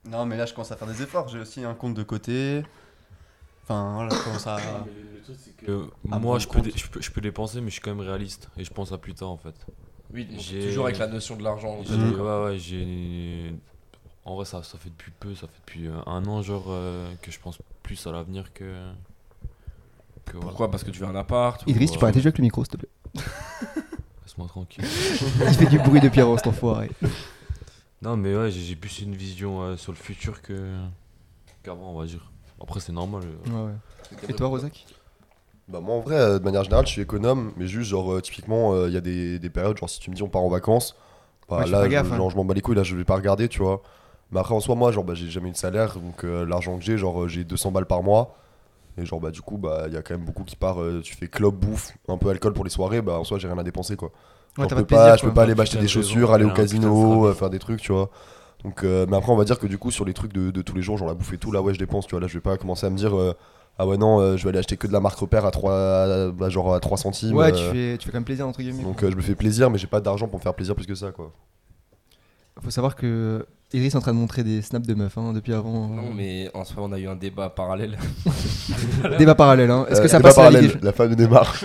[SPEAKER 8] Non, mais là, je commence à faire des efforts. J'ai aussi un compte de côté. Enfin, voilà, je commence à.
[SPEAKER 5] Ah.
[SPEAKER 8] À
[SPEAKER 4] Euh, moi,
[SPEAKER 8] mon
[SPEAKER 4] je peux,
[SPEAKER 8] compte.
[SPEAKER 4] dé- je, peux, je peux dépenser, mais je suis quand même réaliste. Et je pense à plus tard, en fait.
[SPEAKER 1] Oui, donc,
[SPEAKER 4] J'ai-
[SPEAKER 1] toujours avec la notion de l'argent. en fait.
[SPEAKER 4] J'ai-
[SPEAKER 8] Mhm.
[SPEAKER 4] Ouais, ouais, j'ai. En vrai, ça, ça fait depuis peu, ça fait depuis euh, un an, genre, euh, que je pense plus à l'avenir que. que voilà.
[SPEAKER 1] Pourquoi Parce que tu veux un appart ou-
[SPEAKER 2] Idriss, tu peux arrêter de jouer avec le micro, s'il te plaît.
[SPEAKER 4] Laisse-moi tranquille.
[SPEAKER 2] Il fait du bruit depuis avant, cet enfoiré.
[SPEAKER 4] non, mais ouais, j'ai j'ai plus une vision euh, sur le futur que. qu'avant, on va dire. Après, c'est normal. euh.
[SPEAKER 2] Ouais, ouais. Et toi, Rosac
[SPEAKER 3] Bah moi en vrai, euh, de manière générale, je suis économe, mais juste genre euh, typiquement, il y a des, des périodes, genre si tu me dis on part en vacances, bah,
[SPEAKER 2] Ouais, je fais
[SPEAKER 3] là
[SPEAKER 2] pas
[SPEAKER 3] je,
[SPEAKER 2] gaffe, hein.
[SPEAKER 3] genre, je m'en bats les couilles, là je vais pas regarder, tu vois. Mais après en soi, moi genre bah, j'ai jamais eu de salaire, donc euh, l'argent que j'ai, genre euh, j'ai 200 balles par mois. Et genre bah du coup, bah il y a quand même beaucoup qui part, euh, tu fais club, bouffe, un peu alcool pour les soirées, bah en soi j'ai rien à dépenser quoi.
[SPEAKER 2] Ouais, t'as
[SPEAKER 3] Genre, je
[SPEAKER 2] pas
[SPEAKER 3] peux
[SPEAKER 2] de plaisir.
[SPEAKER 3] pas, je peux
[SPEAKER 2] quoi.
[SPEAKER 3] pas aller
[SPEAKER 4] Putain
[SPEAKER 3] m'acheter
[SPEAKER 4] de
[SPEAKER 3] des
[SPEAKER 4] raison,
[SPEAKER 3] chaussures, aller
[SPEAKER 4] il
[SPEAKER 3] au
[SPEAKER 4] y a un putain de
[SPEAKER 3] casino,
[SPEAKER 4] strap.
[SPEAKER 3] euh, faire des trucs, tu vois. Donc, euh, mais après, on va dire que du coup, sur les trucs de, de tous les jours, genre la bouffe et tout, là, ouais, je dépense, tu vois. Là, je vais pas commencer à me dire, euh, ah ouais, non, euh, je vais aller acheter que de la marque repère à 3, genre à 3 centimes.
[SPEAKER 2] Ouais,
[SPEAKER 3] euh,
[SPEAKER 2] tu fais, tu fais quand même plaisir, entre guillemets.
[SPEAKER 3] Donc, euh, je me fais plaisir, mais j'ai pas d'argent pour me faire plaisir plus que ça, quoi.
[SPEAKER 2] Faut savoir que Idriss est en train de montrer des snaps de meufs hein, depuis avant.
[SPEAKER 1] Non, mais en soi, on a eu un débat parallèle.
[SPEAKER 2] Débat parallèle, hein. Est-ce que
[SPEAKER 3] Euh,
[SPEAKER 2] ça
[SPEAKER 3] débat
[SPEAKER 2] passe à la
[SPEAKER 3] parallèle,
[SPEAKER 2] Ligue des-
[SPEAKER 3] la femme de Neymar.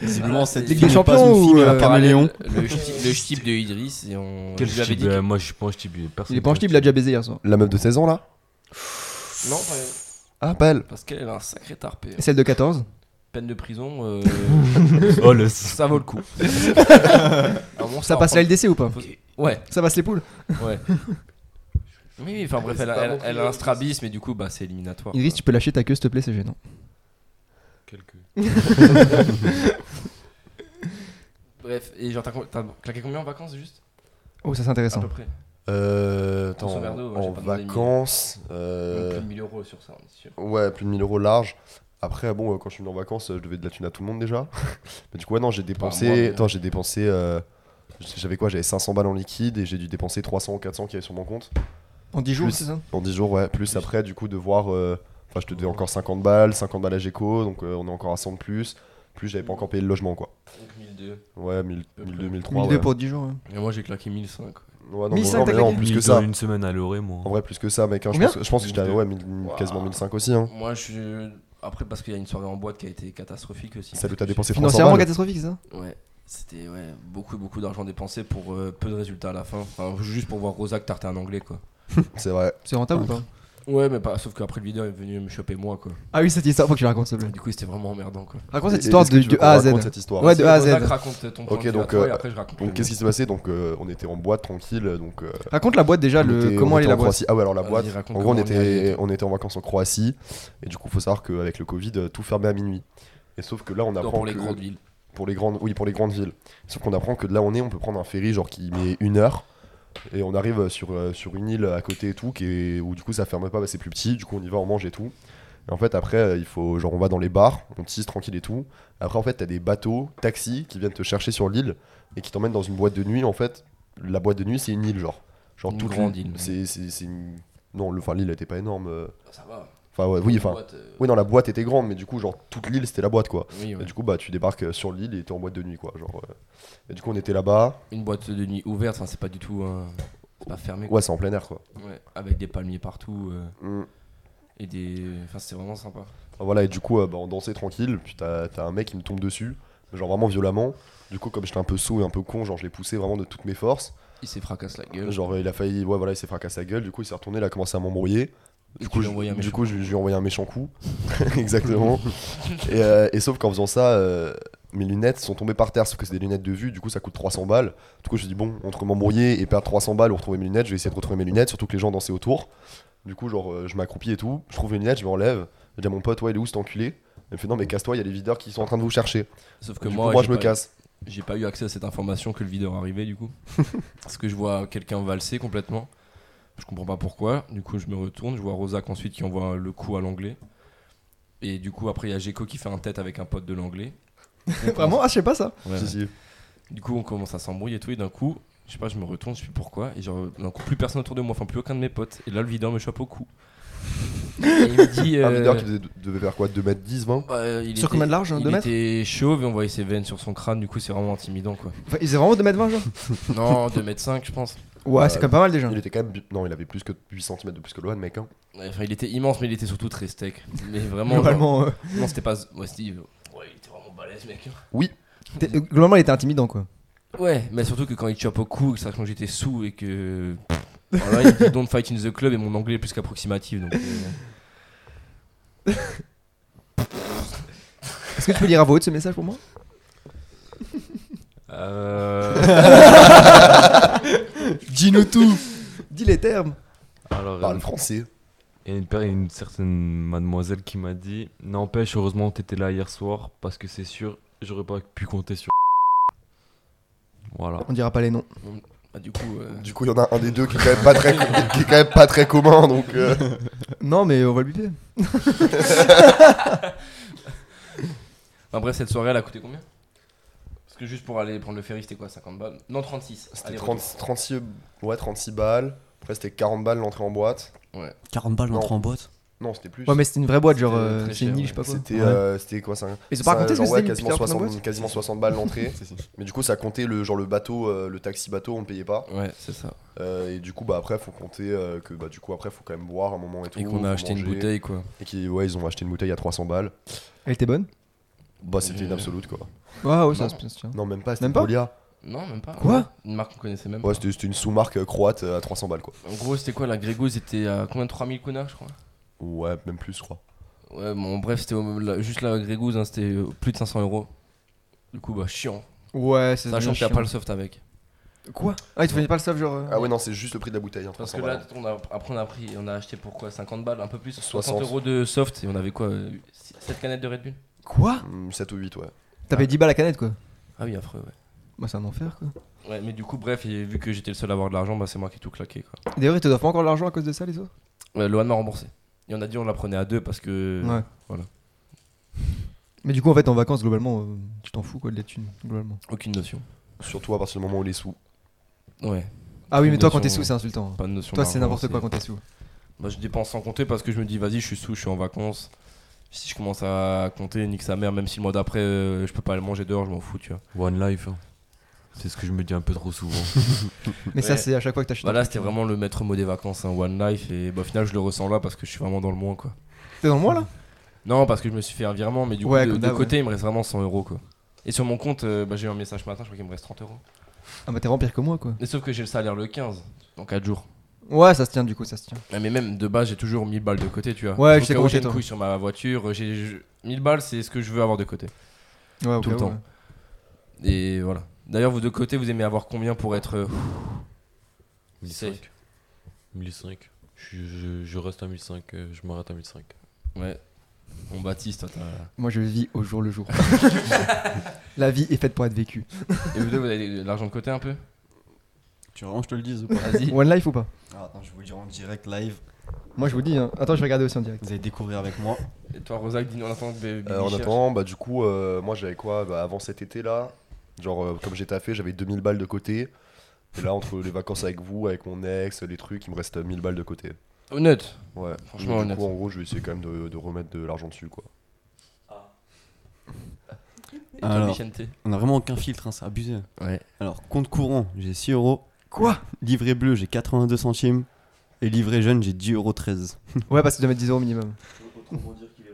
[SPEAKER 8] Visiblement, cette
[SPEAKER 2] Ligue
[SPEAKER 8] fille
[SPEAKER 2] des
[SPEAKER 8] n'est pas
[SPEAKER 2] Champions
[SPEAKER 8] une
[SPEAKER 2] ou,
[SPEAKER 8] fille, mais un
[SPEAKER 2] euh,
[SPEAKER 8] caméléon.
[SPEAKER 1] Le ch'ti- le ch'tip de Idriss, et on.
[SPEAKER 4] Quel
[SPEAKER 1] je lui avais
[SPEAKER 4] ch'ti,
[SPEAKER 1] dit
[SPEAKER 4] euh, Moi, je suis pas un ch'ti, personne.
[SPEAKER 2] Il est pas en ch'ti, il l'a déjà baisé hier soir.
[SPEAKER 3] La meuf de 16 ans, là
[SPEAKER 1] que- Non, pas elle.
[SPEAKER 3] Ah, pas elle.
[SPEAKER 1] parce qu'elle elle a un sacré tarpé.
[SPEAKER 2] Et celle de 14
[SPEAKER 1] Peine de prison, euh,
[SPEAKER 4] Oh, le.
[SPEAKER 1] ça vaut le coup. Ah bon,
[SPEAKER 2] Ça passe la
[SPEAKER 1] reprend-
[SPEAKER 2] LDC ou pas
[SPEAKER 1] Ouais,
[SPEAKER 2] Ça passe les poules
[SPEAKER 1] ouais. Oui, oui, enfin bref, elle, a- elle- elle a un strabisme et du coup, bah, c'est éliminatoire.
[SPEAKER 2] Idriss, tu peux lâcher ta queue, s'il te plaît, c'est gênant.
[SPEAKER 4] Quelque...
[SPEAKER 1] Bref, et genre, t'as com- t'as claqué combien en vacances juste
[SPEAKER 2] Oh, ça c'est
[SPEAKER 1] À
[SPEAKER 2] intéressant.
[SPEAKER 1] Ah, peu près.
[SPEAKER 3] Euh, attends,
[SPEAKER 1] Grosso merdo, ouais, j'ai
[SPEAKER 3] en
[SPEAKER 1] pas demandé, mais-
[SPEAKER 3] vacances.
[SPEAKER 1] Donc,
[SPEAKER 3] euh,
[SPEAKER 1] Plus de 1000 euros sur ça, on est sûr.
[SPEAKER 3] Ouais, plus de 1000 euros large. Après, bon, euh, quand je suis venu en vacances, euh, je devais de la thune à tout le monde déjà. Mais du coup, ouais, non, j'ai dépensé.
[SPEAKER 1] moi, mais-
[SPEAKER 3] Attends, j'ai dépensé. euh, J'avais quoi J'avais 500 balles en liquide et j'ai dû dépenser 300 ou 400 qui avaient sur mon compte.
[SPEAKER 2] En 10 jours,
[SPEAKER 3] Plus.
[SPEAKER 2] c'est ça
[SPEAKER 3] En 10 jours, ouais. Plus après, du coup, de voir. euh, Enfin, je te devais encore 50 balles, 50 balles à Géco, donc euh, on est encore à 100 de plus. Plus, j'avais pas encore payé le logement, quoi. Ouais, 1000, 1002, 1003.
[SPEAKER 2] 1002
[SPEAKER 3] Ouais.
[SPEAKER 2] pour 10 jours. hein. ouais.
[SPEAKER 1] Et moi j'ai claqué 1500. quoi.
[SPEAKER 3] Ouais, non,
[SPEAKER 2] 1005,
[SPEAKER 3] non, mais
[SPEAKER 2] t'as
[SPEAKER 3] non,
[SPEAKER 2] gagné.
[SPEAKER 3] plus que ça.
[SPEAKER 4] Une semaine à l'orée, moi.
[SPEAKER 3] En vrai, plus que ça, mec. hein, je,
[SPEAKER 2] Combien
[SPEAKER 3] pense, je pense que j'étais à ouais, 1000,
[SPEAKER 1] Waouh.
[SPEAKER 3] quasiment 1005 aussi. Hein.
[SPEAKER 1] Moi je suis. Après, parce qu'il y a une soirée en boîte qui a été catastrophique aussi.
[SPEAKER 3] Celle où t'as dépensé 300
[SPEAKER 2] Financièrement
[SPEAKER 3] balles.
[SPEAKER 2] catastrophique, c'est ça
[SPEAKER 1] Ouais, c'était ouais, beaucoup, beaucoup d'argent dépensé pour euh, peu de résultats à la fin. Enfin, juste pour voir Rosac tarter un anglais quoi.
[SPEAKER 3] C'est vrai.
[SPEAKER 2] C'est rentable ou pas
[SPEAKER 1] Ouais, mais pas. Sauf qu'après le videur est venu me choper moi quoi.
[SPEAKER 2] Ah oui, cette histoire, faut que tu la racontes, s'il te plaît.
[SPEAKER 1] Du coup, c'était vraiment emmerdant quoi.
[SPEAKER 2] Raconte cette
[SPEAKER 3] Et-
[SPEAKER 2] histoire
[SPEAKER 3] est-ce que
[SPEAKER 2] de,
[SPEAKER 3] tu
[SPEAKER 2] de
[SPEAKER 3] veux qu'on
[SPEAKER 2] A à Z.
[SPEAKER 3] raconte cette histoire
[SPEAKER 2] Ouais, de A à Z.
[SPEAKER 1] Rosac raconte ton point
[SPEAKER 3] Ok,
[SPEAKER 1] de vue à
[SPEAKER 3] donc,
[SPEAKER 1] toi, et
[SPEAKER 3] euh,
[SPEAKER 1] après je raconte. le
[SPEAKER 3] Donc, qu'est-ce qui s'est passé Donc, euh, on était en boîte tranquille. Donc, euh,
[SPEAKER 2] Raconte la boîte déjà,
[SPEAKER 3] on
[SPEAKER 2] le,
[SPEAKER 3] était-
[SPEAKER 2] comment
[SPEAKER 3] on
[SPEAKER 2] elle est
[SPEAKER 3] était en
[SPEAKER 2] la boîte.
[SPEAKER 3] Croatie. Ah ouais, alors la
[SPEAKER 1] Vas-y,
[SPEAKER 3] boîte.
[SPEAKER 1] raconte
[SPEAKER 3] En gros, on
[SPEAKER 1] comment on y est allé et
[SPEAKER 3] était,
[SPEAKER 1] tout.
[SPEAKER 3] on était en vacances en Croatie. Et du coup, faut savoir qu'avec le Covid, euh, tout fermait à minuit. Et sauf que là, on
[SPEAKER 1] nom. Non,
[SPEAKER 3] apprend
[SPEAKER 1] pour les
[SPEAKER 3] que-
[SPEAKER 1] grandes villes.
[SPEAKER 3] pour les grandes, oui, pour les grandes villes. Sauf qu'on apprend que de là où on est, on peut prendre un ferry genre qui met une heure. Et on arrive euh, sur, euh, sur une île à côté et tout, qui est, où du coup ça ferme pas, bah, c'est plus petit, du coup on y va, on mange et tout. Et en fait après, euh, il faut, genre on va dans les bars, on tisse tranquille et tout. Après en fait t'as des bateaux, taxis qui viennent te chercher sur l'île et qui t'emmènent dans une boîte de nuit. En fait, la boîte de nuit c'est une île genre. Genre
[SPEAKER 1] Une
[SPEAKER 3] toute
[SPEAKER 1] grande île.
[SPEAKER 3] C'est, c'est, c'est une- Non, le- enfin l'île elle était pas énorme. euh.
[SPEAKER 1] Bah, Ça va.
[SPEAKER 3] Enfin ouais, oui, enfin...
[SPEAKER 1] Boîte, euh,
[SPEAKER 3] Oui, non, la boîte était grande, mais du coup, genre, toute l'île, c'était la boîte, quoi.
[SPEAKER 1] oui, ouais.
[SPEAKER 3] Et du coup, bah, tu débarques euh, sur l'île et t'es en boîte de nuit, quoi. Genre, euh. Et du coup, on était là-bas.
[SPEAKER 1] Une boîte de nuit ouverte, enfin, c'est pas du tout. euh, C'est pas fermé quoi.
[SPEAKER 3] Ouais, c'est en plein air, quoi.
[SPEAKER 1] Ouais, Avec des palmiers partout. euh,
[SPEAKER 3] Mm.
[SPEAKER 1] Et des. Enfin, c'était vraiment sympa.
[SPEAKER 3] Voilà, et du coup, euh, bah, on dansait tranquille. Puis t'as t'as un mec qui me tombe dessus, genre vraiment violemment. Du coup, comme j'étais un peu saoul et un peu con, genre, je l'ai poussé vraiment de toutes mes forces.
[SPEAKER 1] Il s'est fracassé la gueule.
[SPEAKER 3] Genre, euh, il a failli, ouais, voilà, il s'est fracassé la gueule. Du coup, il s'est retourné, il a commencé à m'embrouiller.
[SPEAKER 1] Et tu
[SPEAKER 3] Du coup,
[SPEAKER 1] lui as
[SPEAKER 3] je,
[SPEAKER 1] envoyé un
[SPEAKER 3] du
[SPEAKER 1] méchant
[SPEAKER 3] coup, je- je lui ai envoyé un méchant coup. Exactement. et, euh, et sauf qu'en faisant ça, euh, mes lunettes sont tombées par terre. Sauf que c'est des lunettes de vue, du coup, ça coûte 300 balles. Du coup, je me dis, bon, entre m'embrouiller et perdre 300 balles ou retrouver mes lunettes, je vais essayer de retrouver mes lunettes, surtout que les gens dansaient autour. Du coup, genre, euh, je m'accroupis et tout. Je trouve mes lunettes, je m'enlève. Je dis à mon pote, ouais, il est où cet enculé Il me fait, non, mais casse-toi, il y a les videurs qui sont en train de vous chercher.
[SPEAKER 1] Sauf que
[SPEAKER 3] Du coup,
[SPEAKER 1] moi,
[SPEAKER 3] moi,
[SPEAKER 1] j'ai
[SPEAKER 3] je me
[SPEAKER 1] pas-
[SPEAKER 3] casse.
[SPEAKER 1] J'ai pas eu accès à cette information que le videur arrivait du coup. Parce que je vois quelqu'un valser complètement. Je comprends pas pourquoi. Du coup, je me retourne. Je vois Rosac ensuite qui envoie le coup à l'anglais. Et du coup, après, il y a Gecko qui fait un tête avec un pote de l'anglais.
[SPEAKER 2] Vraiment Ah, je sais pas ça.
[SPEAKER 1] Ouais,
[SPEAKER 3] Si,
[SPEAKER 1] ouais.
[SPEAKER 3] si.
[SPEAKER 1] Du coup, on commence à s'embrouiller et tout. Et d'un coup, je sais pas, je me retourne, je sais plus pourquoi. Et genre, d'un coup, plus personne autour de moi, enfin, plus aucun de mes potes. Et là, le videur me chope au cou. Et il me dit.
[SPEAKER 3] Un
[SPEAKER 1] euh,
[SPEAKER 3] videur qui devait- devait faire quoi 2m10, 20
[SPEAKER 1] bah, euh, il
[SPEAKER 2] Sur combien de large, hein,
[SPEAKER 1] Il
[SPEAKER 2] deux mètres
[SPEAKER 1] était chauve et on voyait ses veines sur son crâne. Du coup, c'est vraiment intimidant quoi.
[SPEAKER 2] Enfin, ils étaient vraiment 2m20, genre
[SPEAKER 1] non, 2m5, je pense.
[SPEAKER 2] Ouais, c'est quand même pas mal déjà.
[SPEAKER 3] Il était quand même. Non, il avait plus que 8 cm de plus que Lohan, mec. Hein.
[SPEAKER 1] Ouais, Enfin, il était immense, mais il était surtout très steak. Mais vraiment.
[SPEAKER 2] Globalement, euh,
[SPEAKER 1] genre- non, c'était pas. Ouais, c'était- ouais, il était vraiment balèze, mec. hein.
[SPEAKER 2] t'es- globalement, il était intimidant, quoi.
[SPEAKER 1] Ouais, mais surtout que quand il te chope au cou, que ça, quand j'étais sous et que. Voilà, il dit Don't fight in the club et mon anglais est plus qu'approximatif. Donc, euh,
[SPEAKER 2] Est-ce que tu peux lire à voix haute ce message pour moi
[SPEAKER 4] Euh,
[SPEAKER 2] Dis-nous tout Dis les termes
[SPEAKER 4] Alors, euh,
[SPEAKER 3] Parle français.
[SPEAKER 4] il y a une, per- une certaine mademoiselle qui m'a dit N'empêche, heureusement, t'étais là hier soir parce que c'est sûr, j'aurais pas pu compter sur. Voilà.
[SPEAKER 2] On dira pas les noms.
[SPEAKER 1] bah, du coup. euh,
[SPEAKER 3] Du coup, il y en a un des deux qui est quand même pas très, qui est quand même pas très commun. Donc, euh,
[SPEAKER 2] Non, mais on va le biper.
[SPEAKER 1] Enfin, bref, cette soirée, elle a coûté combien Parce que juste pour aller prendre le ferry, c'était quoi 50 balles Non, 36.
[SPEAKER 3] c'était
[SPEAKER 1] Allez,
[SPEAKER 3] 30 36, ouais, 36 balles. Après, c'était 40 balles l'entrée en boîte.
[SPEAKER 8] 40 balles
[SPEAKER 3] Non.
[SPEAKER 8] l'entrée en boîte.
[SPEAKER 3] Non, c'était plus.
[SPEAKER 2] Ouais, mais c'était une vraie boîte, genre,
[SPEAKER 1] C'était
[SPEAKER 2] euh,
[SPEAKER 1] très
[SPEAKER 2] c'est une
[SPEAKER 1] cher,
[SPEAKER 2] île,
[SPEAKER 1] ouais.
[SPEAKER 2] je sais pas quoi.
[SPEAKER 3] C'était
[SPEAKER 2] Ouais.
[SPEAKER 3] euh, c'était quoi ça
[SPEAKER 2] Ils ont pas
[SPEAKER 3] ça,
[SPEAKER 2] raconté ce que
[SPEAKER 3] genre, ouais,
[SPEAKER 2] c'était,
[SPEAKER 3] quasiment,
[SPEAKER 2] Peter Pan en
[SPEAKER 3] 60,
[SPEAKER 2] boîte
[SPEAKER 3] quasiment 60 balles l'entrée. mais du coup, ça comptait le, genre, le bateau, euh, le taxi bateau, on ne payait pas.
[SPEAKER 1] retour. Ouais, c'est ça.
[SPEAKER 3] Euh, et du coup, bah, après, faut compter euh, que bah, du coup, après, faut quand même boire un moment et tout.
[SPEAKER 1] Et qu'on
[SPEAKER 3] faut
[SPEAKER 1] a acheté une
[SPEAKER 3] manger.
[SPEAKER 1] bouteille, quoi.
[SPEAKER 3] Et qui, ouais, ils ont acheté une bouteille à 300 balles.
[SPEAKER 2] Elle était bonne
[SPEAKER 3] Bah, c'était une
[SPEAKER 1] Euh.
[SPEAKER 3] absolute quoi.
[SPEAKER 2] Ouais, ouais, ça
[SPEAKER 1] Non.
[SPEAKER 2] se passe, tiens.
[SPEAKER 3] Non, même pas, c'était
[SPEAKER 2] Même pas
[SPEAKER 3] Polia.
[SPEAKER 1] Non, même pas.
[SPEAKER 2] Quoi
[SPEAKER 1] Une marque qu'on connaissait même
[SPEAKER 3] Ouais,
[SPEAKER 1] pas.
[SPEAKER 3] c'était c'était une sous-marque euh, croate euh, à 300 balles quoi.
[SPEAKER 1] En gros, c'était quoi La Grégo, c'était à combien 3000 connards, je crois
[SPEAKER 3] Ouais, même plus, je crois.
[SPEAKER 1] Ouais, bon, bref, c'était au- la- juste la Grégouze, hein, c'était euh, plus de 500 euros. Du coup, bah, chiant.
[SPEAKER 2] Ouais, c'est
[SPEAKER 1] Sachant
[SPEAKER 2] devenu
[SPEAKER 1] que t'as
[SPEAKER 2] chiant.
[SPEAKER 1] pas le soft avec.
[SPEAKER 2] Quoi Ah, ils te faisaient pas le stuff, genre. euh,
[SPEAKER 3] Ah ouais, non, c'est juste le prix de la bouteille. hein,
[SPEAKER 1] Parce
[SPEAKER 3] 300
[SPEAKER 1] que là,
[SPEAKER 3] balles.
[SPEAKER 1] on a, après, on a pris, on a acheté pour quoi 50 balles, un peu plus 60,
[SPEAKER 3] 60.
[SPEAKER 1] euros de soft, et on avait quoi 7 canettes de Red Bull
[SPEAKER 2] Quoi
[SPEAKER 3] Hmm, 7 ou 8, ouais.
[SPEAKER 2] T'as payé 10 balles la canette, quoi.
[SPEAKER 1] Ah oui, affreux, ouais.
[SPEAKER 2] Bah, c'est un enfer, quoi.
[SPEAKER 1] Ouais, mais du coup, bref, et vu que j'étais le seul à avoir de l'argent, bah, c'est moi qui ai tout claqué. Quoi.
[SPEAKER 2] D'ailleurs, ils te doivent pas encore l'argent à cause de ça, les autres Euh,
[SPEAKER 1] Ouais, Loan m'a remboursé. Et on a dit on la prenait à deux parce que.
[SPEAKER 2] Ouais.
[SPEAKER 1] Voilà.
[SPEAKER 2] Mais du coup, en fait, en vacances, globalement, euh, tu t'en fous quoi de la thune, globalement.
[SPEAKER 1] Aucune notion.
[SPEAKER 3] Surtout à partir du moment où les sous.
[SPEAKER 1] Ouais.
[SPEAKER 2] Ah oui, mais toi, quand t'es
[SPEAKER 1] notion,
[SPEAKER 2] sous, c'est insultant. hein.
[SPEAKER 1] Pas de notion.
[SPEAKER 2] Toi, c'est
[SPEAKER 1] d'argent,
[SPEAKER 2] n'importe quoi quand t'es sous.
[SPEAKER 1] Moi, je dépense sans compter parce que je me dis, vas-y, je suis sous, je suis en vacances. Si je commence à compter, nique sa mère, même si le mois d'après, euh, je peux pas aller manger dehors, je m'en fous, tu vois.
[SPEAKER 4] One life. hein. C'est ce que je me dis un peu trop souvent.
[SPEAKER 2] Mais ça, c'est à chaque fois que t'achètes.
[SPEAKER 1] Bah
[SPEAKER 2] un
[SPEAKER 1] là,
[SPEAKER 2] truc.
[SPEAKER 1] c'était vraiment le maître mot des vacances, hein, One Life. Et bah, au final, je le ressens là parce que je suis vraiment dans le moins, quoi.
[SPEAKER 2] T'es dans le mois là
[SPEAKER 1] Non, parce que je me suis fait un virement, mais du
[SPEAKER 2] Ouais,
[SPEAKER 1] coup, de,
[SPEAKER 2] comme
[SPEAKER 1] de
[SPEAKER 2] d'hab,
[SPEAKER 1] côté, il me reste vraiment 100 euros, quoi. Et sur mon compte, euh, bah, j'ai eu un message ce matin, je crois qu'il me reste 30 euros.
[SPEAKER 2] Ah bah t'es vraiment pire que moi quoi.
[SPEAKER 1] Mais sauf que j'ai le salaire le 15, dans 4 jours.
[SPEAKER 2] Ouais, ça se tient du coup, ça se tient.
[SPEAKER 1] Ah, mais même de base, j'ai toujours 1000 balles de côté, tu vois.
[SPEAKER 2] Ouais,
[SPEAKER 1] Au
[SPEAKER 2] je sais
[SPEAKER 1] cas où
[SPEAKER 2] comment
[SPEAKER 1] j'ai
[SPEAKER 2] t'es,
[SPEAKER 1] une
[SPEAKER 2] toi.
[SPEAKER 1] couille sur ma voiture. euh, J'ai je- 1000 balles, c'est ce que je veux avoir de côté.
[SPEAKER 2] Ouais, au
[SPEAKER 1] Tout
[SPEAKER 2] cas
[SPEAKER 1] le
[SPEAKER 2] où,
[SPEAKER 1] temps.
[SPEAKER 2] ouais.
[SPEAKER 1] Et voilà. D'ailleurs, vous de côté, vous aimez avoir combien pour être. euh,
[SPEAKER 4] 1005. 1005. Je, je, je reste à 1005. euh, Je m'arrête à 1005.
[SPEAKER 1] Ouais. Bon, Baptiste, toi, t'as-
[SPEAKER 2] Moi, je vis au jour le jour. la vie est faite pour être vécue.
[SPEAKER 1] Et vous deux, vous avez de l'argent de côté un peu
[SPEAKER 5] Tu veux vraiment que je te le dise ou pas
[SPEAKER 1] Vas-y.
[SPEAKER 2] One life ou pas
[SPEAKER 5] Ah, Attends, je vais vous le dire en direct live.
[SPEAKER 2] Moi, je vous dis. hein. Attends, je vais regarder aussi en direct.
[SPEAKER 5] Vous allez découvrir avec moi.
[SPEAKER 1] Et toi, Rosac, dis-nous en attendant que Baby
[SPEAKER 3] Euh, en
[SPEAKER 1] cherche.
[SPEAKER 3] attendant, bah, du coup, euh, moi j'avais quoi Bah, Avant cet été là, genre euh, comme j'ai taffé, j'avais 2000 balles de côté. Et là, entre les vacances avec vous, avec mon ex, les trucs, il me reste euh, 1000 balles de côté.
[SPEAKER 1] Honnête.
[SPEAKER 3] Ouais.
[SPEAKER 1] Franchement,
[SPEAKER 3] Mais du
[SPEAKER 1] honnête.
[SPEAKER 3] coup, en gros, je vais essayer quand même de, de remettre de l'argent dessus, quoi.
[SPEAKER 1] Et toi,
[SPEAKER 5] Alors.
[SPEAKER 1] Vicente
[SPEAKER 5] On a vraiment aucun filtre, hein, c'est abusé.
[SPEAKER 1] Ouais.
[SPEAKER 5] Alors, compte courant, j'ai 6 euros.
[SPEAKER 2] Quoi
[SPEAKER 5] Livret bleu, j'ai 82 centimes. Et livret jeune, j'ai 10 euros 13.
[SPEAKER 2] Ouais, parce que tu dois mettre 10 euros minimum.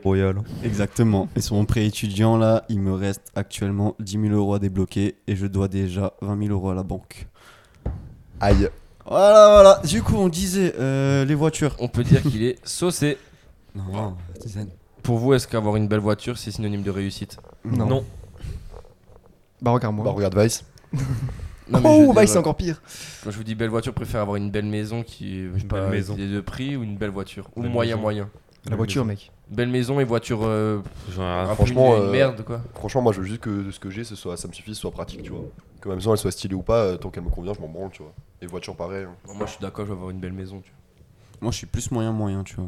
[SPEAKER 5] Royal. Exactement. Et sur mon prêt étudiant, là, il me reste actuellement 10 000 euros à débloquer et je dois déjà 20 000 euros à la banque.
[SPEAKER 3] Aïe
[SPEAKER 5] Voilà, voilà. Du coup, on disait euh, les voitures.
[SPEAKER 1] On peut dire qu'il est saucé.
[SPEAKER 5] Non, non, c'est zen.
[SPEAKER 1] Pour vous, est-ce qu'avoir une belle voiture, c'est synonyme de réussite
[SPEAKER 2] Non.
[SPEAKER 4] Non.
[SPEAKER 2] Bah regarde-moi.
[SPEAKER 3] Bah, regarde Vice.
[SPEAKER 1] Non, mais je veux
[SPEAKER 2] oh,
[SPEAKER 1] dire,
[SPEAKER 2] bah c'est
[SPEAKER 1] voilà.
[SPEAKER 2] encore pire.
[SPEAKER 1] Quand je vous dis belle voiture, je préfère avoir une belle maison qui est je sais pas,
[SPEAKER 4] belle maison.
[SPEAKER 1] des deux prix ou une belle voiture Ou
[SPEAKER 4] Belle
[SPEAKER 1] moyen,
[SPEAKER 4] maison.
[SPEAKER 1] moyen.
[SPEAKER 2] La voiture, mec.
[SPEAKER 1] Belle maison et voiture. euh,
[SPEAKER 4] J'en
[SPEAKER 5] Ah,
[SPEAKER 4] ai rien à
[SPEAKER 1] un peu
[SPEAKER 3] franchement,
[SPEAKER 1] une, une
[SPEAKER 3] euh,
[SPEAKER 1] merde quoi.
[SPEAKER 3] Franchement, moi je veux juste que ce que j'ai, ce soit, ça me suffise, ce soit pratique, tu vois. Que ma maison elle soit stylée ou pas, euh, tant qu'elle me convient, je m'en branle, tu vois. Et voiture pareil. hein.
[SPEAKER 1] Non, moi je suis d'accord, je veux avoir une belle maison. Tu vois.
[SPEAKER 5] Moi, je suis plus moyen-moyen, tu vois.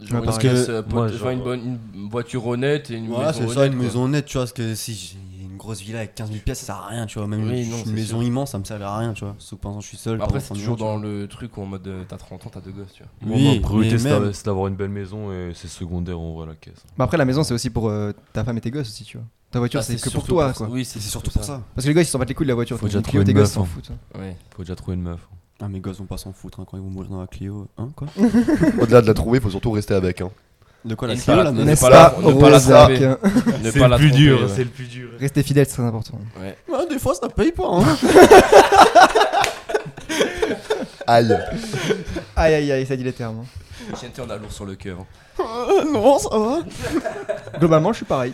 [SPEAKER 1] Genre une,
[SPEAKER 2] parce
[SPEAKER 1] caisse,
[SPEAKER 5] que-
[SPEAKER 1] euh, pot-
[SPEAKER 4] moi,
[SPEAKER 1] genre
[SPEAKER 4] genre,
[SPEAKER 1] une, bonne, une voiture honnête et une
[SPEAKER 5] Voilà,
[SPEAKER 1] maison.
[SPEAKER 5] c'est ça,
[SPEAKER 1] honnête,
[SPEAKER 5] une
[SPEAKER 1] quoi.
[SPEAKER 5] maison honnête, tu vois. Parce que si j'ai une grosse villa avec 15 000 pièces, ça sert à rien, tu vois. Même
[SPEAKER 1] Oui,
[SPEAKER 5] une,
[SPEAKER 1] non,
[SPEAKER 5] une
[SPEAKER 1] c'est
[SPEAKER 5] maison immense, ça me servira à rien, tu vois. Sauf que pendant que je suis seul.
[SPEAKER 1] Après,
[SPEAKER 5] pendant
[SPEAKER 1] c'est
[SPEAKER 5] qu'on est
[SPEAKER 1] toujours
[SPEAKER 5] loin,
[SPEAKER 1] dans le truc où en mode euh, t'as 30 ans, t'as deux gosses. Tu vois.
[SPEAKER 5] Oui,
[SPEAKER 4] Moi, ma priorité,
[SPEAKER 5] mais
[SPEAKER 4] c'est d'a-
[SPEAKER 5] même-
[SPEAKER 4] c'est d'avoir une belle maison et c'est secondaire en vrai la caisse.
[SPEAKER 2] Bah après, la maison, c'est aussi pour euh, ta femme et tes gosses aussi, tu vois. Ta voiture,
[SPEAKER 1] Ah,
[SPEAKER 2] c'est que pour
[SPEAKER 1] surtout
[SPEAKER 2] toi,
[SPEAKER 1] ça.
[SPEAKER 2] quoi.
[SPEAKER 1] Oui,
[SPEAKER 5] tu vois. C'est surtout pour ça.
[SPEAKER 2] Parce que les gosses, ils s'en battent les couilles de la voiture.
[SPEAKER 4] Faut
[SPEAKER 2] Donc,
[SPEAKER 4] déjà
[SPEAKER 2] une Clio,
[SPEAKER 4] trouver
[SPEAKER 2] tes
[SPEAKER 4] une
[SPEAKER 2] gosses
[SPEAKER 4] meuf,
[SPEAKER 2] s'en
[SPEAKER 4] hein.
[SPEAKER 2] foutent. hein.
[SPEAKER 1] Ouais.
[SPEAKER 4] Faut déjà trouver une meuf.
[SPEAKER 5] Ah, mes gosses vont pas s'en foutre hein, quand ils vont mourir dans la Clio. Hein, quoi
[SPEAKER 3] Au-delà de la trouver, faut surtout rester avec. Hein.
[SPEAKER 5] De quoi
[SPEAKER 1] la
[SPEAKER 5] la
[SPEAKER 1] Et Clio, pas- là,
[SPEAKER 5] Clio, là
[SPEAKER 1] mais- Ne
[SPEAKER 2] N'est-ce
[SPEAKER 1] pas la-
[SPEAKER 2] pas,
[SPEAKER 1] ne pas la
[SPEAKER 2] Rozak,
[SPEAKER 1] tromper,
[SPEAKER 2] hein.
[SPEAKER 1] Ne pas la tromper, ouais.
[SPEAKER 4] le plus dur.
[SPEAKER 2] Rester fidèle, c'est très important.
[SPEAKER 1] Ouais.
[SPEAKER 5] Ah, Des fois, ça paye pas, hein
[SPEAKER 3] Aïe
[SPEAKER 2] Aïe, aïe, aïe, ça dit les termes. hein.
[SPEAKER 1] Vicente, on a lourd sur le cœur. hein.
[SPEAKER 5] Non, ça va
[SPEAKER 2] Globalement, je suis pareil.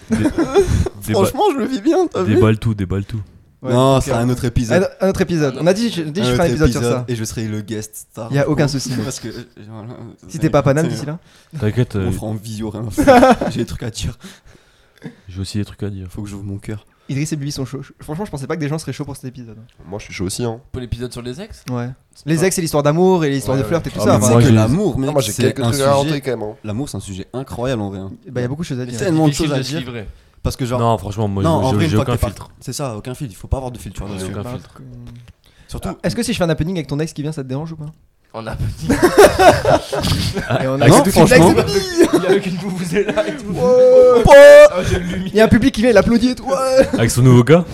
[SPEAKER 5] Franchement, je le vis bien, t'as vu
[SPEAKER 4] Déballe tout, déballe tout.
[SPEAKER 2] Ouais,
[SPEAKER 5] Non,
[SPEAKER 2] ok.
[SPEAKER 5] c'est un autre épisode.
[SPEAKER 2] Un un autre épisode. On a dit, je, dit, je
[SPEAKER 5] Un
[SPEAKER 2] ferai un
[SPEAKER 5] autre
[SPEAKER 2] épisode sur ça.
[SPEAKER 5] Et je serai le guest star.
[SPEAKER 2] Y a aucun souci.
[SPEAKER 5] Parce que. euh, voilà,
[SPEAKER 2] Si
[SPEAKER 5] c'est-
[SPEAKER 2] t'es pas paname
[SPEAKER 5] c'est-
[SPEAKER 2] d'ici là.
[SPEAKER 4] T'inquiète, euh,
[SPEAKER 5] On fera en visio, rien à faire. J'ai des trucs à dire.
[SPEAKER 4] j'ai aussi des trucs à dire.
[SPEAKER 5] Faut que j'ouvre mon cœur.
[SPEAKER 2] Idriss et Bibi sont chauds. Franchement, je pensais pas que des gens seraient chauds pour cet épisode.
[SPEAKER 3] Moi je suis chaud aussi, hein.
[SPEAKER 1] Pour l'épisode sur les ex
[SPEAKER 2] Ouais. Les ex, c'est l'histoire d'amour et l'histoire
[SPEAKER 3] Ouais,
[SPEAKER 2] de flirt et
[SPEAKER 3] ouais.
[SPEAKER 2] tout
[SPEAKER 3] Ah,
[SPEAKER 2] ça.
[SPEAKER 3] mais
[SPEAKER 2] enfin,
[SPEAKER 4] moi,
[SPEAKER 5] c'est que
[SPEAKER 4] j'ai-
[SPEAKER 5] l'amour,
[SPEAKER 3] Non,
[SPEAKER 5] mec.
[SPEAKER 3] moi j'ai
[SPEAKER 5] c'est
[SPEAKER 3] quelques
[SPEAKER 5] un
[SPEAKER 3] trucs à
[SPEAKER 5] sujet-
[SPEAKER 3] raconter quand même. hein.
[SPEAKER 5] L'amour, c'est un sujet incroyable en vrai. hein.
[SPEAKER 2] bah, y a beaucoup de choses à
[SPEAKER 5] Il y
[SPEAKER 2] dire.
[SPEAKER 5] a tellement de
[SPEAKER 1] Difficile
[SPEAKER 5] choses à
[SPEAKER 1] de se
[SPEAKER 5] dire.
[SPEAKER 1] livrer.
[SPEAKER 5] Parce que, genre.
[SPEAKER 4] non, franchement, moi,
[SPEAKER 5] non, en
[SPEAKER 4] j'ai-
[SPEAKER 5] vrai,
[SPEAKER 4] j'ai
[SPEAKER 5] une fois que
[SPEAKER 4] aucun
[SPEAKER 5] t'es par-
[SPEAKER 4] filtre.
[SPEAKER 5] C'est ça, aucun filtre. Il faut pas avoir de filtre
[SPEAKER 4] Ouais,
[SPEAKER 5] là-dessus.
[SPEAKER 4] aucun
[SPEAKER 2] Bah,
[SPEAKER 4] filtre.
[SPEAKER 2] que-
[SPEAKER 5] Surtout,
[SPEAKER 2] Ah, Est-ce que si je fais un happening avec ton ex qui vient, ça te dérange ou pas
[SPEAKER 1] On a petit.
[SPEAKER 2] Et on
[SPEAKER 5] Ah, non,
[SPEAKER 2] tout de suite l'ex,
[SPEAKER 5] franchement.
[SPEAKER 2] c'est parti.
[SPEAKER 1] Il y a qu'une là et tout.
[SPEAKER 2] Oh
[SPEAKER 1] Ah, j'ai le lumière.
[SPEAKER 2] Il y a un public qui vient, il applaudit et tout. Ouais.
[SPEAKER 4] Avec son nouveau gars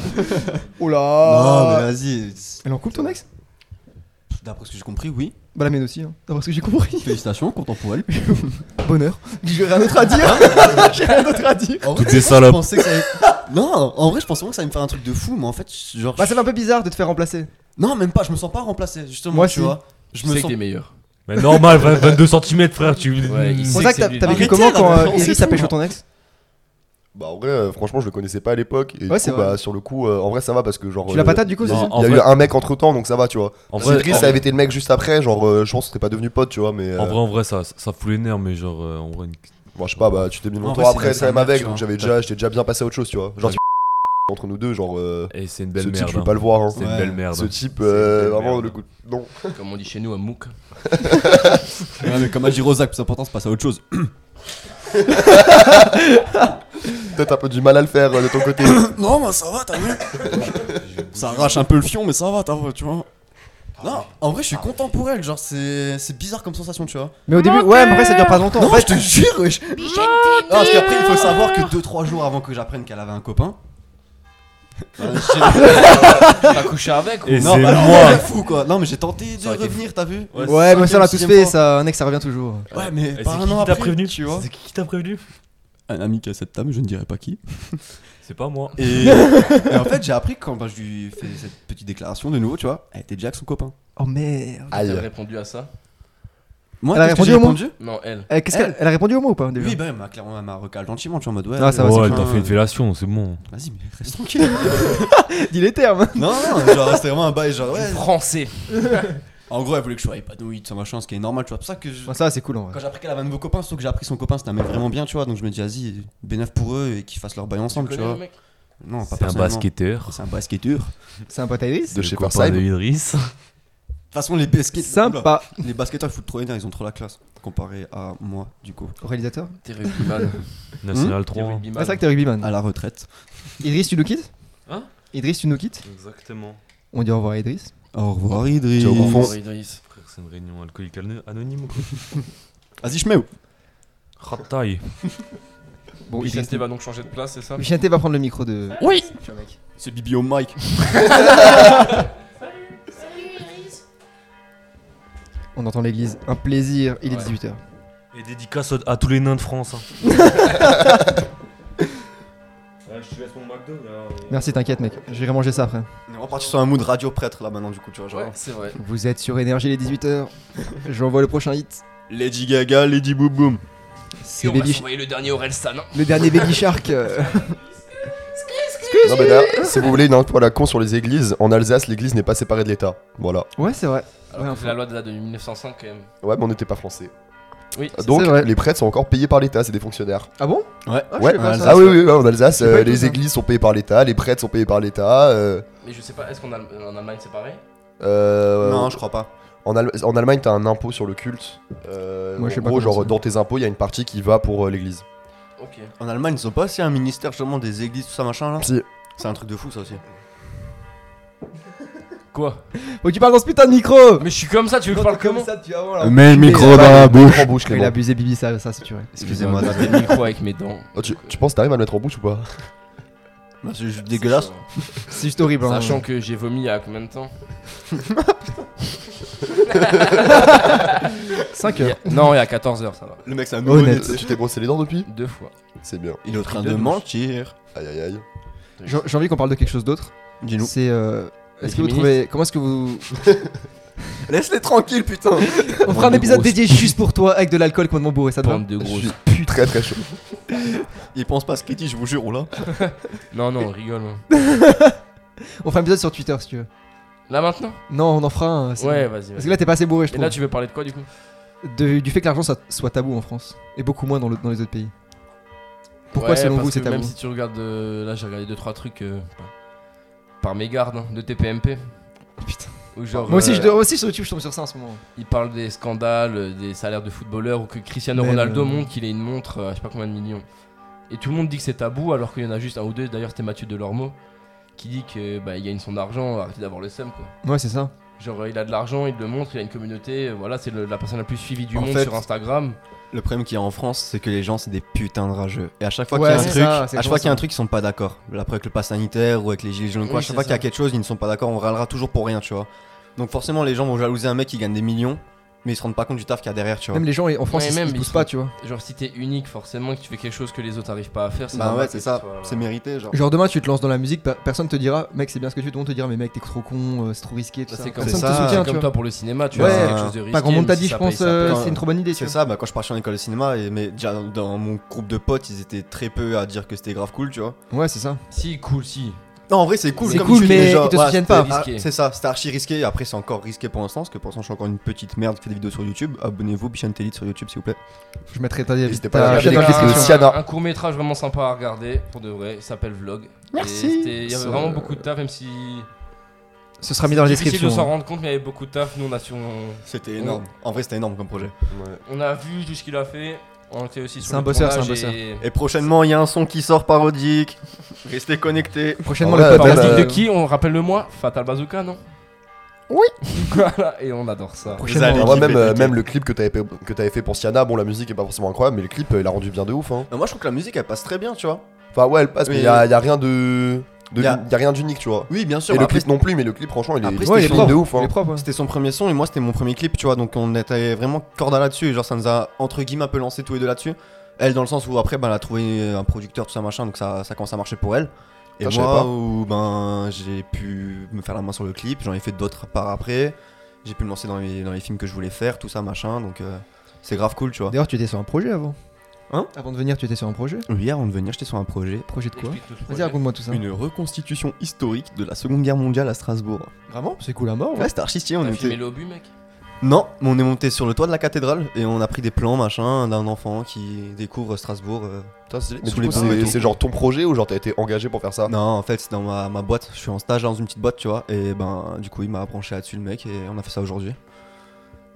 [SPEAKER 2] Oh
[SPEAKER 5] Non, mais
[SPEAKER 2] là
[SPEAKER 5] vas-y.
[SPEAKER 2] Elle en couple ton ex
[SPEAKER 5] D'après ce que j'ai compris, oui.
[SPEAKER 2] Bah la mienne aussi, hein. d'après ce que j'ai compris.
[SPEAKER 5] Félicitations, content pour elle.
[SPEAKER 2] Bonheur. J'ai rien d'autre à dire. J'ai rien d'autre à dire.
[SPEAKER 5] En
[SPEAKER 4] Toutes
[SPEAKER 5] vrai,
[SPEAKER 4] des
[SPEAKER 5] je
[SPEAKER 4] salopes.
[SPEAKER 5] pensais que ça allait- Non, en vrai, je pensais vraiment que ça allait me faire un truc de fou, mais en fait, genre.
[SPEAKER 2] Bah ça fait un peu bizarre de te faire remplacer.
[SPEAKER 5] Non, même pas, je me sens pas remplacé, justement,
[SPEAKER 2] Moi,
[SPEAKER 5] tu
[SPEAKER 2] si.
[SPEAKER 5] vois.
[SPEAKER 1] Je
[SPEAKER 5] Je
[SPEAKER 1] me
[SPEAKER 5] me
[SPEAKER 1] sais que
[SPEAKER 5] sens.
[SPEAKER 1] t'es meilleur.
[SPEAKER 4] Mais normal, frère, 22 cm, frère, tu.
[SPEAKER 1] Ouais, il
[SPEAKER 2] C'est
[SPEAKER 1] sait
[SPEAKER 2] pour ça
[SPEAKER 1] que
[SPEAKER 2] que t'as-
[SPEAKER 1] lui.
[SPEAKER 2] t'avais vécu
[SPEAKER 5] Arrêtez,
[SPEAKER 2] comment
[SPEAKER 5] là,
[SPEAKER 2] quand
[SPEAKER 5] mais
[SPEAKER 2] euh,
[SPEAKER 5] on
[SPEAKER 2] Iris
[SPEAKER 5] sait
[SPEAKER 2] s'appelle
[SPEAKER 5] tout,
[SPEAKER 2] chaud ton ex
[SPEAKER 3] Bah en vrai, euh, franchement, je le connaissais pas à l'époque. Et du
[SPEAKER 2] Ouais, c'est
[SPEAKER 3] coup,
[SPEAKER 2] vrai.
[SPEAKER 3] bah, sur le coup, euh, en vrai, ça va parce que genre.
[SPEAKER 2] Tu l'as
[SPEAKER 3] euh,
[SPEAKER 2] patate du coup,
[SPEAKER 3] Il y
[SPEAKER 2] c'est
[SPEAKER 4] non,
[SPEAKER 2] ça
[SPEAKER 3] a,
[SPEAKER 4] en
[SPEAKER 3] il y a eu
[SPEAKER 4] vrai-
[SPEAKER 3] un mec entre temps, donc ça va, tu vois.
[SPEAKER 4] En
[SPEAKER 3] C'est
[SPEAKER 4] vrai,
[SPEAKER 3] triste,
[SPEAKER 4] en-
[SPEAKER 3] ça avait été le mec juste après, genre, euh, je pense que serait pas devenu pote, tu vois, mais. euh,
[SPEAKER 4] en vrai, en vrai, ça, ça fout les nerfs, mais genre, euh, en vrai, une-
[SPEAKER 3] Moi, je sais pas, bah, tu t'es mis
[SPEAKER 5] En
[SPEAKER 3] longtemps
[SPEAKER 5] vrai, c'est
[SPEAKER 3] après,
[SPEAKER 5] de
[SPEAKER 3] ça
[SPEAKER 5] la
[SPEAKER 3] même avec,
[SPEAKER 4] hein.
[SPEAKER 5] merde,
[SPEAKER 3] donc
[SPEAKER 5] tu vois.
[SPEAKER 3] j'avais déjà, j'étais déjà bien passé à autre chose, tu vois. Genre, entre nous deux, genre, euh,
[SPEAKER 4] eh, c'est une
[SPEAKER 3] ce
[SPEAKER 4] belle
[SPEAKER 3] type,
[SPEAKER 4] merde.
[SPEAKER 3] je peux
[SPEAKER 4] hein.
[SPEAKER 3] pas le voir, hein.
[SPEAKER 4] C'est une
[SPEAKER 5] Ouais.
[SPEAKER 4] belle merde.
[SPEAKER 3] Ce type,
[SPEAKER 4] C'est une
[SPEAKER 3] euh,
[SPEAKER 4] belle
[SPEAKER 3] vraiment,
[SPEAKER 4] merde.
[SPEAKER 3] le coup. Non.
[SPEAKER 1] Comme on dit chez nous, un mouk.
[SPEAKER 5] Ouais, mais comme a dit Rosac, plus important, c'est passer à autre chose.
[SPEAKER 3] Peut-être un peu du mal à le faire euh, de ton côté.
[SPEAKER 10] Non, mais ça va, t'as vu Ça arrache un peu le fion, mais ça va, t'as vu, tu vois.
[SPEAKER 5] Non, en vrai, je suis content pour elle. Genre, c'est c'est bizarre comme sensation, tu vois.
[SPEAKER 2] Mais au début, ouais, mais après, ça dure pas longtemps.
[SPEAKER 5] Non, je te jure, wesh. Non, parce qu'après, il faut savoir que 2-3 jours avant que j'apprenne qu'elle avait un copain. euh, j'ai-
[SPEAKER 1] T'as couché avec ou
[SPEAKER 4] Et
[SPEAKER 5] non,
[SPEAKER 4] c'est
[SPEAKER 5] bah,
[SPEAKER 4] moi.
[SPEAKER 5] moi fou quoi. Non, mais j'ai tenté de
[SPEAKER 4] Ça aurait été
[SPEAKER 5] revenir, t'as vu
[SPEAKER 4] Ouais,
[SPEAKER 2] Ouais, mais ça, on l'a tous
[SPEAKER 5] Cinquième,
[SPEAKER 2] fait,
[SPEAKER 5] sixième
[SPEAKER 2] ça. Un ex, ça revient toujours.
[SPEAKER 5] fois. Ouais, mais
[SPEAKER 4] Et
[SPEAKER 5] pas
[SPEAKER 4] Eh, c'est
[SPEAKER 5] un
[SPEAKER 4] qui
[SPEAKER 5] an
[SPEAKER 4] qui t'a
[SPEAKER 5] après,
[SPEAKER 4] prévenu
[SPEAKER 5] tu vois.
[SPEAKER 4] C'est qui qui t'a prévenu
[SPEAKER 10] Un ami qui a cette table, je ne dirais pas qui.
[SPEAKER 4] C'est pas moi.
[SPEAKER 5] Et, et en fait, j'ai appris que quand bah, je lui fais cette petite déclaration de nouveau, tu vois, elle était déjà avec son copain.
[SPEAKER 2] Oh merde.
[SPEAKER 1] T'as
[SPEAKER 3] Aïe.
[SPEAKER 1] répondu à ça
[SPEAKER 5] Moi,
[SPEAKER 2] Elle a
[SPEAKER 5] qu'est-ce que
[SPEAKER 2] répondu
[SPEAKER 5] j'ai
[SPEAKER 2] au moins
[SPEAKER 1] Non, elle.
[SPEAKER 2] Eh, qu'est-ce qu'elle-
[SPEAKER 5] Elle.
[SPEAKER 2] elle a répondu au mot ou pas déjà
[SPEAKER 5] Oui, bah, elle m'a clairement elle m'a recalé gentiment, tu vois, en mode ouais.
[SPEAKER 2] Ah, ça va,
[SPEAKER 5] euh,
[SPEAKER 4] ouais,
[SPEAKER 2] c'est
[SPEAKER 4] elle
[SPEAKER 5] enfin,
[SPEAKER 4] t'a fait une fellation, c'est bon.
[SPEAKER 5] Vas-y, mais reste tranquille.
[SPEAKER 2] Dis les termes.
[SPEAKER 5] non, non, genre, c'était vraiment un bail, genre, ouais.
[SPEAKER 1] Français.
[SPEAKER 5] En gros, elle voulait que je sois épanoui, tout ça, machin, ce qui est normal, tu vois. C'est pour ça que je-
[SPEAKER 2] Bon, ça, c'est cool en vrai.
[SPEAKER 5] Quand j'ai appris qu'elle avait un nouveau copain, surtout que j'ai appris son copain, c'était un mec vraiment bien, tu vois. Donc je me dis, vas-y, bénéf pour eux et qu'ils fassent leur bail ensemble, tu,
[SPEAKER 1] Connais le
[SPEAKER 5] vois.
[SPEAKER 1] mec
[SPEAKER 5] Non, pas
[SPEAKER 4] C'est un
[SPEAKER 5] personnellement.
[SPEAKER 4] basketteur.
[SPEAKER 5] C'est un basketteur.
[SPEAKER 2] C'est un pote à Iris
[SPEAKER 3] De
[SPEAKER 4] le
[SPEAKER 3] chez
[SPEAKER 4] copain
[SPEAKER 3] Versailles.
[SPEAKER 4] de Idriss.
[SPEAKER 5] De toute façon, les basketteurs.
[SPEAKER 2] Sympa.
[SPEAKER 5] Les basketteurs, ils foutent trop énerve, ils ont trop la classe. Comparé à moi, du coup.
[SPEAKER 2] Réalisateur
[SPEAKER 1] T'es rugbyman.
[SPEAKER 4] National
[SPEAKER 1] T'es
[SPEAKER 4] 3.
[SPEAKER 2] Bah, Ah, c'est vrai
[SPEAKER 1] rugbyman.
[SPEAKER 2] que t'es rugbyman.
[SPEAKER 5] À la retraite.
[SPEAKER 2] Idriss, tu nous quittes
[SPEAKER 4] Hein
[SPEAKER 2] Idriss, tu nous quittes
[SPEAKER 4] Exactement.
[SPEAKER 2] On dit au revoir à Idriss.
[SPEAKER 5] Au revoir, Idriss.
[SPEAKER 3] Ciao, bon fond.
[SPEAKER 1] Oh, Idriss.
[SPEAKER 4] Frère, c'est une réunion alcoolique ano- anonyme ou quoi
[SPEAKER 5] Vas-y, je mets où
[SPEAKER 4] Rattaille.
[SPEAKER 2] Bon,
[SPEAKER 1] Michel
[SPEAKER 2] Idriss.
[SPEAKER 1] T va donc changer de place, c'est ça
[SPEAKER 2] Vicente va prendre le micro de. Oui
[SPEAKER 5] C'est Bibi au mic.
[SPEAKER 2] On entend l'église. Un plaisir, il est
[SPEAKER 1] Ouais.
[SPEAKER 2] 18h.
[SPEAKER 4] Et dédicace à tous les nains de France. hein. je te laisse mon McDo.
[SPEAKER 2] Merci, t'inquiète, mec. J'irai manger ça après.
[SPEAKER 5] On est reparti sur un mood radio prêtre là maintenant, du coup, tu vois. Genre.
[SPEAKER 1] Ouais, c'est vrai.
[SPEAKER 2] Vous êtes sur Énergie les 18h. J'envoie le prochain hit.
[SPEAKER 5] Lady Gaga, Lady Boom Boom.
[SPEAKER 2] C'est
[SPEAKER 1] Et on va
[SPEAKER 2] Baby
[SPEAKER 1] s'envoyer le dernier Aurel San. hein.
[SPEAKER 2] le dernier Baby Shark. euh,
[SPEAKER 3] Non, mais d'ailleurs, si vous voulez une info à la con sur les églises, en Alsace, l'église n'est pas séparée de l'État. Voilà.
[SPEAKER 2] Ouais, c'est vrai.
[SPEAKER 1] Alors
[SPEAKER 2] Ouais,
[SPEAKER 1] que
[SPEAKER 2] enfin.
[SPEAKER 1] c'est la loi de, de 1905 quand même.
[SPEAKER 3] Ouais, mais on n'était pas français.
[SPEAKER 1] Oui.
[SPEAKER 3] Donc,
[SPEAKER 2] vrai.
[SPEAKER 3] les prêtres sont encore payés par l'État, c'est des fonctionnaires.
[SPEAKER 2] Ah bon
[SPEAKER 5] Ouais.
[SPEAKER 2] Ah, je
[SPEAKER 3] ouais,
[SPEAKER 2] sais pas,
[SPEAKER 3] ah,
[SPEAKER 2] ça.
[SPEAKER 3] oui, oui, ouais, en Alsace,
[SPEAKER 2] Je sais pas
[SPEAKER 3] euh,
[SPEAKER 2] du tout,
[SPEAKER 3] les
[SPEAKER 2] ça.
[SPEAKER 3] églises sont payées par l'État, les prêtres sont payés par l'État. euh,
[SPEAKER 1] Mais je sais pas, est-ce qu'en Allem- en Allemagne c'est pareil
[SPEAKER 3] euh,
[SPEAKER 5] Non, je crois pas.
[SPEAKER 3] En, Al- en Allemagne, t'as un impôt sur le culte. Euh,
[SPEAKER 2] Moi, je sais
[SPEAKER 3] en
[SPEAKER 2] pas
[SPEAKER 3] gros,
[SPEAKER 2] comment
[SPEAKER 3] genre,
[SPEAKER 2] c'est.
[SPEAKER 3] dans tes impôts, il y a une partie qui va pour euh, l'église.
[SPEAKER 1] Ok.
[SPEAKER 5] En Allemagne, ils ont pas aussi un ministère justement des églises, tout ça, machin là
[SPEAKER 3] Si.
[SPEAKER 5] C'est un truc de fou, ça aussi.
[SPEAKER 1] Quoi
[SPEAKER 2] Faut que tu parles dans ce putain de micro
[SPEAKER 1] Mais je suis comme ça, tu veux que je parle comment
[SPEAKER 2] ça, tu vas voir
[SPEAKER 5] Euh, Mets le
[SPEAKER 2] Ah, micro
[SPEAKER 3] dans la bouche.
[SPEAKER 2] Il a abusé Bibi, ça, ça c'est sûr.
[SPEAKER 5] Excusez-moi,
[SPEAKER 1] J'ai le micro avec mes dents.
[SPEAKER 3] Oh, tu, tu penses que t'arrives à le mettre en bouche ou pas
[SPEAKER 5] Bah, C'est juste dégueulasse.
[SPEAKER 2] C'est juste horrible. hein.
[SPEAKER 1] Sachant que j'ai vomi il y a combien de temps
[SPEAKER 2] 5 heures.
[SPEAKER 1] Non, il y a 14 heures, ça va.
[SPEAKER 5] Le mec, c'est un
[SPEAKER 2] Honnête.
[SPEAKER 5] nouveau-né,
[SPEAKER 3] Tu t'es brossé les dents depuis
[SPEAKER 1] Deux fois.
[SPEAKER 3] C'est bien.
[SPEAKER 5] Il est en train de
[SPEAKER 1] Deux douches.
[SPEAKER 5] mentir.
[SPEAKER 3] Aïe aïe aïe.
[SPEAKER 2] J'ai j'ai envie qu'on parle de quelque chose d'autre.
[SPEAKER 5] Dis-nous.
[SPEAKER 2] C'est. euh,
[SPEAKER 1] Les
[SPEAKER 2] Est-ce que vous
[SPEAKER 1] féministes.
[SPEAKER 2] trouvez. Comment est-ce que vous.
[SPEAKER 5] Laisse-les tranquilles, putain.
[SPEAKER 2] On
[SPEAKER 1] Bande
[SPEAKER 2] fera un
[SPEAKER 1] de
[SPEAKER 2] épisode
[SPEAKER 1] grosses
[SPEAKER 2] dédié juste pour toi avec de l'alcool complètement bourré, ça te va
[SPEAKER 1] Bande de
[SPEAKER 3] Je
[SPEAKER 1] grosses.
[SPEAKER 3] suis très très chaud.
[SPEAKER 5] Il pense pas à ce qu'il dit, je vous jure, on l'a.
[SPEAKER 1] Non, non, on rigole. hein.
[SPEAKER 2] On fera un épisode sur Twitter si tu veux.
[SPEAKER 1] Là maintenant
[SPEAKER 2] Non, on en fera un. c'est
[SPEAKER 1] Ouais,
[SPEAKER 2] bon.
[SPEAKER 1] vas-y.
[SPEAKER 2] Parce
[SPEAKER 1] vas-y.
[SPEAKER 2] que là, t'es pas assez bourré, je
[SPEAKER 1] Et
[SPEAKER 2] trouve.
[SPEAKER 1] là, tu veux parler de quoi du coup
[SPEAKER 2] De- du fait que l'argent soit, soit tabou en France. Et beaucoup moins dans, le- dans les autres pays. Pourquoi,
[SPEAKER 1] Ouais,
[SPEAKER 2] selon
[SPEAKER 1] parce
[SPEAKER 2] vous, c'est
[SPEAKER 1] que Même
[SPEAKER 2] tabou
[SPEAKER 1] si tu regardes. euh, là, j'ai regardé 2-3 trucs euh, par mégarde hein, de TPMP.
[SPEAKER 2] Oh, Putain.
[SPEAKER 1] Ou genre,
[SPEAKER 2] Moi aussi,
[SPEAKER 1] euh,
[SPEAKER 2] je, moi aussi, sur YouTube, je tombe sur ça en ce moment.
[SPEAKER 1] Ils parlent des scandales, euh, des salaires de footballeurs, ou que Cristiano
[SPEAKER 2] Même,
[SPEAKER 1] Ronaldo
[SPEAKER 2] euh,
[SPEAKER 1] montre qu'il ait une montre euh, à je sais pas combien de millions. Et tout le monde dit que c'est tabou, alors qu'il y en a juste un ou deux, d'ailleurs c'était Mathieu Delormeau, qui dit que bah, il gagne son argent, arrêtez d'avoir le seum quoi.
[SPEAKER 2] Ouais, c'est ça.
[SPEAKER 1] Genre euh, il a de l'argent, il le montre, il a une communauté, euh, voilà, c'est le- la personne la plus suivie du
[SPEAKER 5] En
[SPEAKER 1] monde
[SPEAKER 5] fait-
[SPEAKER 1] sur Instagram.
[SPEAKER 5] Le problème qu'il y a en France, c'est que les gens, c'est des putains de rageux. Et à chaque fois
[SPEAKER 2] Ouais,
[SPEAKER 5] qu'il y a un
[SPEAKER 2] c'est
[SPEAKER 5] truc,
[SPEAKER 2] ça,
[SPEAKER 5] à
[SPEAKER 2] c'est
[SPEAKER 5] chaque
[SPEAKER 2] comme
[SPEAKER 5] fois qu'il y
[SPEAKER 2] ça.
[SPEAKER 5] a un truc, ils sont pas d'accord. Là, Après, avec le pass sanitaire ou avec les gilets jaunes, quoi.
[SPEAKER 1] Oui,
[SPEAKER 5] à chaque
[SPEAKER 1] c'est
[SPEAKER 5] fois qu'il y a
[SPEAKER 1] ça.
[SPEAKER 5] quelque chose, ils ne sont pas d'accord, on râlera toujours pour rien, tu vois. Donc, forcément, les gens vont jalouser un mec qui gagne des millions, mais ils se rendent pas compte du taf qu'il y a derrière, tu vois.
[SPEAKER 2] Même les gens en France,
[SPEAKER 1] Ouais,
[SPEAKER 2] ils,
[SPEAKER 1] même,
[SPEAKER 2] ils
[SPEAKER 1] ils
[SPEAKER 2] poussent
[SPEAKER 1] sont-
[SPEAKER 2] pas, tu vois.
[SPEAKER 1] Genre si t'es unique forcément et que tu fais quelque chose que les autres arrivent pas à faire, c'est
[SPEAKER 5] Bah
[SPEAKER 1] normal
[SPEAKER 5] ouais,
[SPEAKER 1] que
[SPEAKER 5] c'est
[SPEAKER 1] tu
[SPEAKER 5] ça,
[SPEAKER 1] sois-
[SPEAKER 5] c'est mérité, genre.
[SPEAKER 2] Genre, demain, tu te lances dans la musique, pe- personne te dira, mec, c'est bien ce que tu fais, tout le monde te dira, mais mec, t'es trop con, euh, c'est trop risqué, tout
[SPEAKER 1] Bah,
[SPEAKER 2] ça.
[SPEAKER 1] c'est comme,
[SPEAKER 2] Personne
[SPEAKER 5] ça,
[SPEAKER 2] te
[SPEAKER 5] c'est
[SPEAKER 2] soutient,
[SPEAKER 1] c'est
[SPEAKER 2] tu
[SPEAKER 1] comme
[SPEAKER 2] vois.
[SPEAKER 1] toi pour le cinéma, tu
[SPEAKER 2] Ouais,
[SPEAKER 1] vois, c'est quelque chose de risqué.
[SPEAKER 2] Pas grand monde
[SPEAKER 1] même
[SPEAKER 2] t'a
[SPEAKER 1] si
[SPEAKER 2] dit, je
[SPEAKER 1] ça
[SPEAKER 2] pense,
[SPEAKER 1] paye, ça
[SPEAKER 2] euh,
[SPEAKER 1] paye.
[SPEAKER 5] paye.
[SPEAKER 2] c'est une trop bonne idée, tu
[SPEAKER 5] C'est
[SPEAKER 2] vois.
[SPEAKER 5] ça, bah quand je partais en école de cinéma, et, mais déjà dans mon groupe de potes, ils étaient très peu à dire que c'était grave cool, tu vois.
[SPEAKER 2] Ouais, c'est ça.
[SPEAKER 1] Si, cool, si.
[SPEAKER 5] Non, en vrai, c'est cool.
[SPEAKER 2] C'est
[SPEAKER 5] comme
[SPEAKER 2] cool,
[SPEAKER 5] tu dis,
[SPEAKER 2] mais
[SPEAKER 5] genre,
[SPEAKER 2] ils te
[SPEAKER 5] ouais,
[SPEAKER 2] soutiennent
[SPEAKER 5] c'était
[SPEAKER 1] pas.
[SPEAKER 3] Ah,
[SPEAKER 5] risqué. C'est ça, c'était archi risqué. Après, c'est encore risqué pour l'instant, parce que pour l'instant, je suis encore une petite merde qui fait des vidéos sur YouTube. Abonnez-vous, Bichon Tellit sur YouTube, s'il vous plaît.
[SPEAKER 2] Je mettrai ta ta-
[SPEAKER 3] N'hésitez pas à
[SPEAKER 2] ta-
[SPEAKER 3] regarder
[SPEAKER 2] dans la
[SPEAKER 3] les vidéos.
[SPEAKER 2] description.
[SPEAKER 3] Siana.
[SPEAKER 1] Un court métrage vraiment sympa à regarder, pour de vrai, il s'appelle Vlog. Et
[SPEAKER 2] Merci.
[SPEAKER 1] c'était- Il y avait vraiment beaucoup de taf, même si.
[SPEAKER 2] Ce sera mis dans la
[SPEAKER 1] difficile de s'en
[SPEAKER 2] description.
[SPEAKER 1] rendre compte, mais il y avait beaucoup de taf. Nous, on a, su- on,
[SPEAKER 5] C'était
[SPEAKER 1] énorme.
[SPEAKER 5] énorme. En vrai, c'était énorme comme projet.
[SPEAKER 1] on a vu tout ce qu'il a fait. On était aussi sur
[SPEAKER 2] C'est un
[SPEAKER 1] le
[SPEAKER 2] bosseur,
[SPEAKER 1] tournage
[SPEAKER 2] c'est un
[SPEAKER 1] et-
[SPEAKER 5] Et prochainement, il y a un son qui sort parodique. Restez connectés.
[SPEAKER 2] Prochainement,
[SPEAKER 3] Ouais,
[SPEAKER 2] le
[SPEAKER 3] bah,
[SPEAKER 2] podcast.
[SPEAKER 3] bah,
[SPEAKER 1] Classique
[SPEAKER 2] euh,
[SPEAKER 1] de qui On rappelle le moi Fatal Bazooka, non
[SPEAKER 2] Oui.
[SPEAKER 1] Voilà, et on adore ça.
[SPEAKER 2] prochainement.
[SPEAKER 5] allez-
[SPEAKER 3] Ah ouais,
[SPEAKER 5] l'équipe
[SPEAKER 3] même,
[SPEAKER 5] est
[SPEAKER 3] euh,
[SPEAKER 5] nickel.
[SPEAKER 3] même le clip que t'avais fait, que t'avais fait pour Siana, bon la musique est pas forcément incroyable, mais le clip euh, il a rendu bien de ouf. Hein.
[SPEAKER 5] Non, moi, je trouve que la musique, elle passe très bien, tu vois.
[SPEAKER 3] Enfin ouais, elle passe, mais
[SPEAKER 5] Oui.
[SPEAKER 3] il y, a y a rien de, de
[SPEAKER 5] Y a-
[SPEAKER 3] y a rien d'unique, tu vois.
[SPEAKER 5] Oui, bien sûr.
[SPEAKER 3] Et
[SPEAKER 5] bah
[SPEAKER 3] le
[SPEAKER 5] après,
[SPEAKER 3] clip non plus, mais le clip franchement il est,
[SPEAKER 5] Après,
[SPEAKER 3] il
[SPEAKER 5] c'était
[SPEAKER 3] est
[SPEAKER 5] son-
[SPEAKER 3] clean de ouf. hein.
[SPEAKER 2] Il est propre, ouais.
[SPEAKER 5] C'était son premier son et moi c'était mon premier clip, tu vois, donc on était vraiment corda là-dessus, et genre ça nous a entre guillemets un peu lancé tous les deux là-dessus. Elle dans le sens où après ben, elle a trouvé un producteur, tout ça machin, donc ça, ça commence à marcher pour elle. Et
[SPEAKER 3] Putain, je savais
[SPEAKER 5] moi
[SPEAKER 3] pas.
[SPEAKER 5] où ben j'ai pu me faire la main sur le clip, j'en ai fait d'autres par après, j'ai pu me lancer dans les, dans les films que je voulais faire, tout ça machin, donc euh, c'est grave cool, tu vois.
[SPEAKER 2] D'ailleurs, tu étais sur un projet avant.
[SPEAKER 5] Hein
[SPEAKER 2] Avant de venir, tu étais sur un projet.
[SPEAKER 5] Hier avant de venir, j'étais sur un projet,
[SPEAKER 2] Projet de quoi
[SPEAKER 1] Explique-nous ce
[SPEAKER 2] Vas-y,
[SPEAKER 1] projet.
[SPEAKER 2] raconte-moi tout ça.
[SPEAKER 5] une reconstitution historique de la Seconde Guerre mondiale à Strasbourg.
[SPEAKER 2] Vraiment C'est cool à mort. ouais.
[SPEAKER 5] Ouais, c'était archi stylé, on
[SPEAKER 1] T'as
[SPEAKER 5] était.
[SPEAKER 1] filmé le obus, mec
[SPEAKER 5] Non, mais on est monté sur le toit de la cathédrale et on a pris des plans machin d'un enfant qui découvre Strasbourg. euh.
[SPEAKER 3] Putain, c'est- mais
[SPEAKER 5] Sous
[SPEAKER 3] du
[SPEAKER 5] les
[SPEAKER 3] coup,
[SPEAKER 5] ponts et
[SPEAKER 3] c'est-
[SPEAKER 5] tout.
[SPEAKER 3] c'est genre ton projet ou genre t'as été engagé pour faire ça
[SPEAKER 5] Non, en fait, c'est dans ma, ma boîte. Je suis en stage dans une petite boîte, tu vois. Et ben, du coup, il m'a branché là-dessus le mec et on a fait ça aujourd'hui.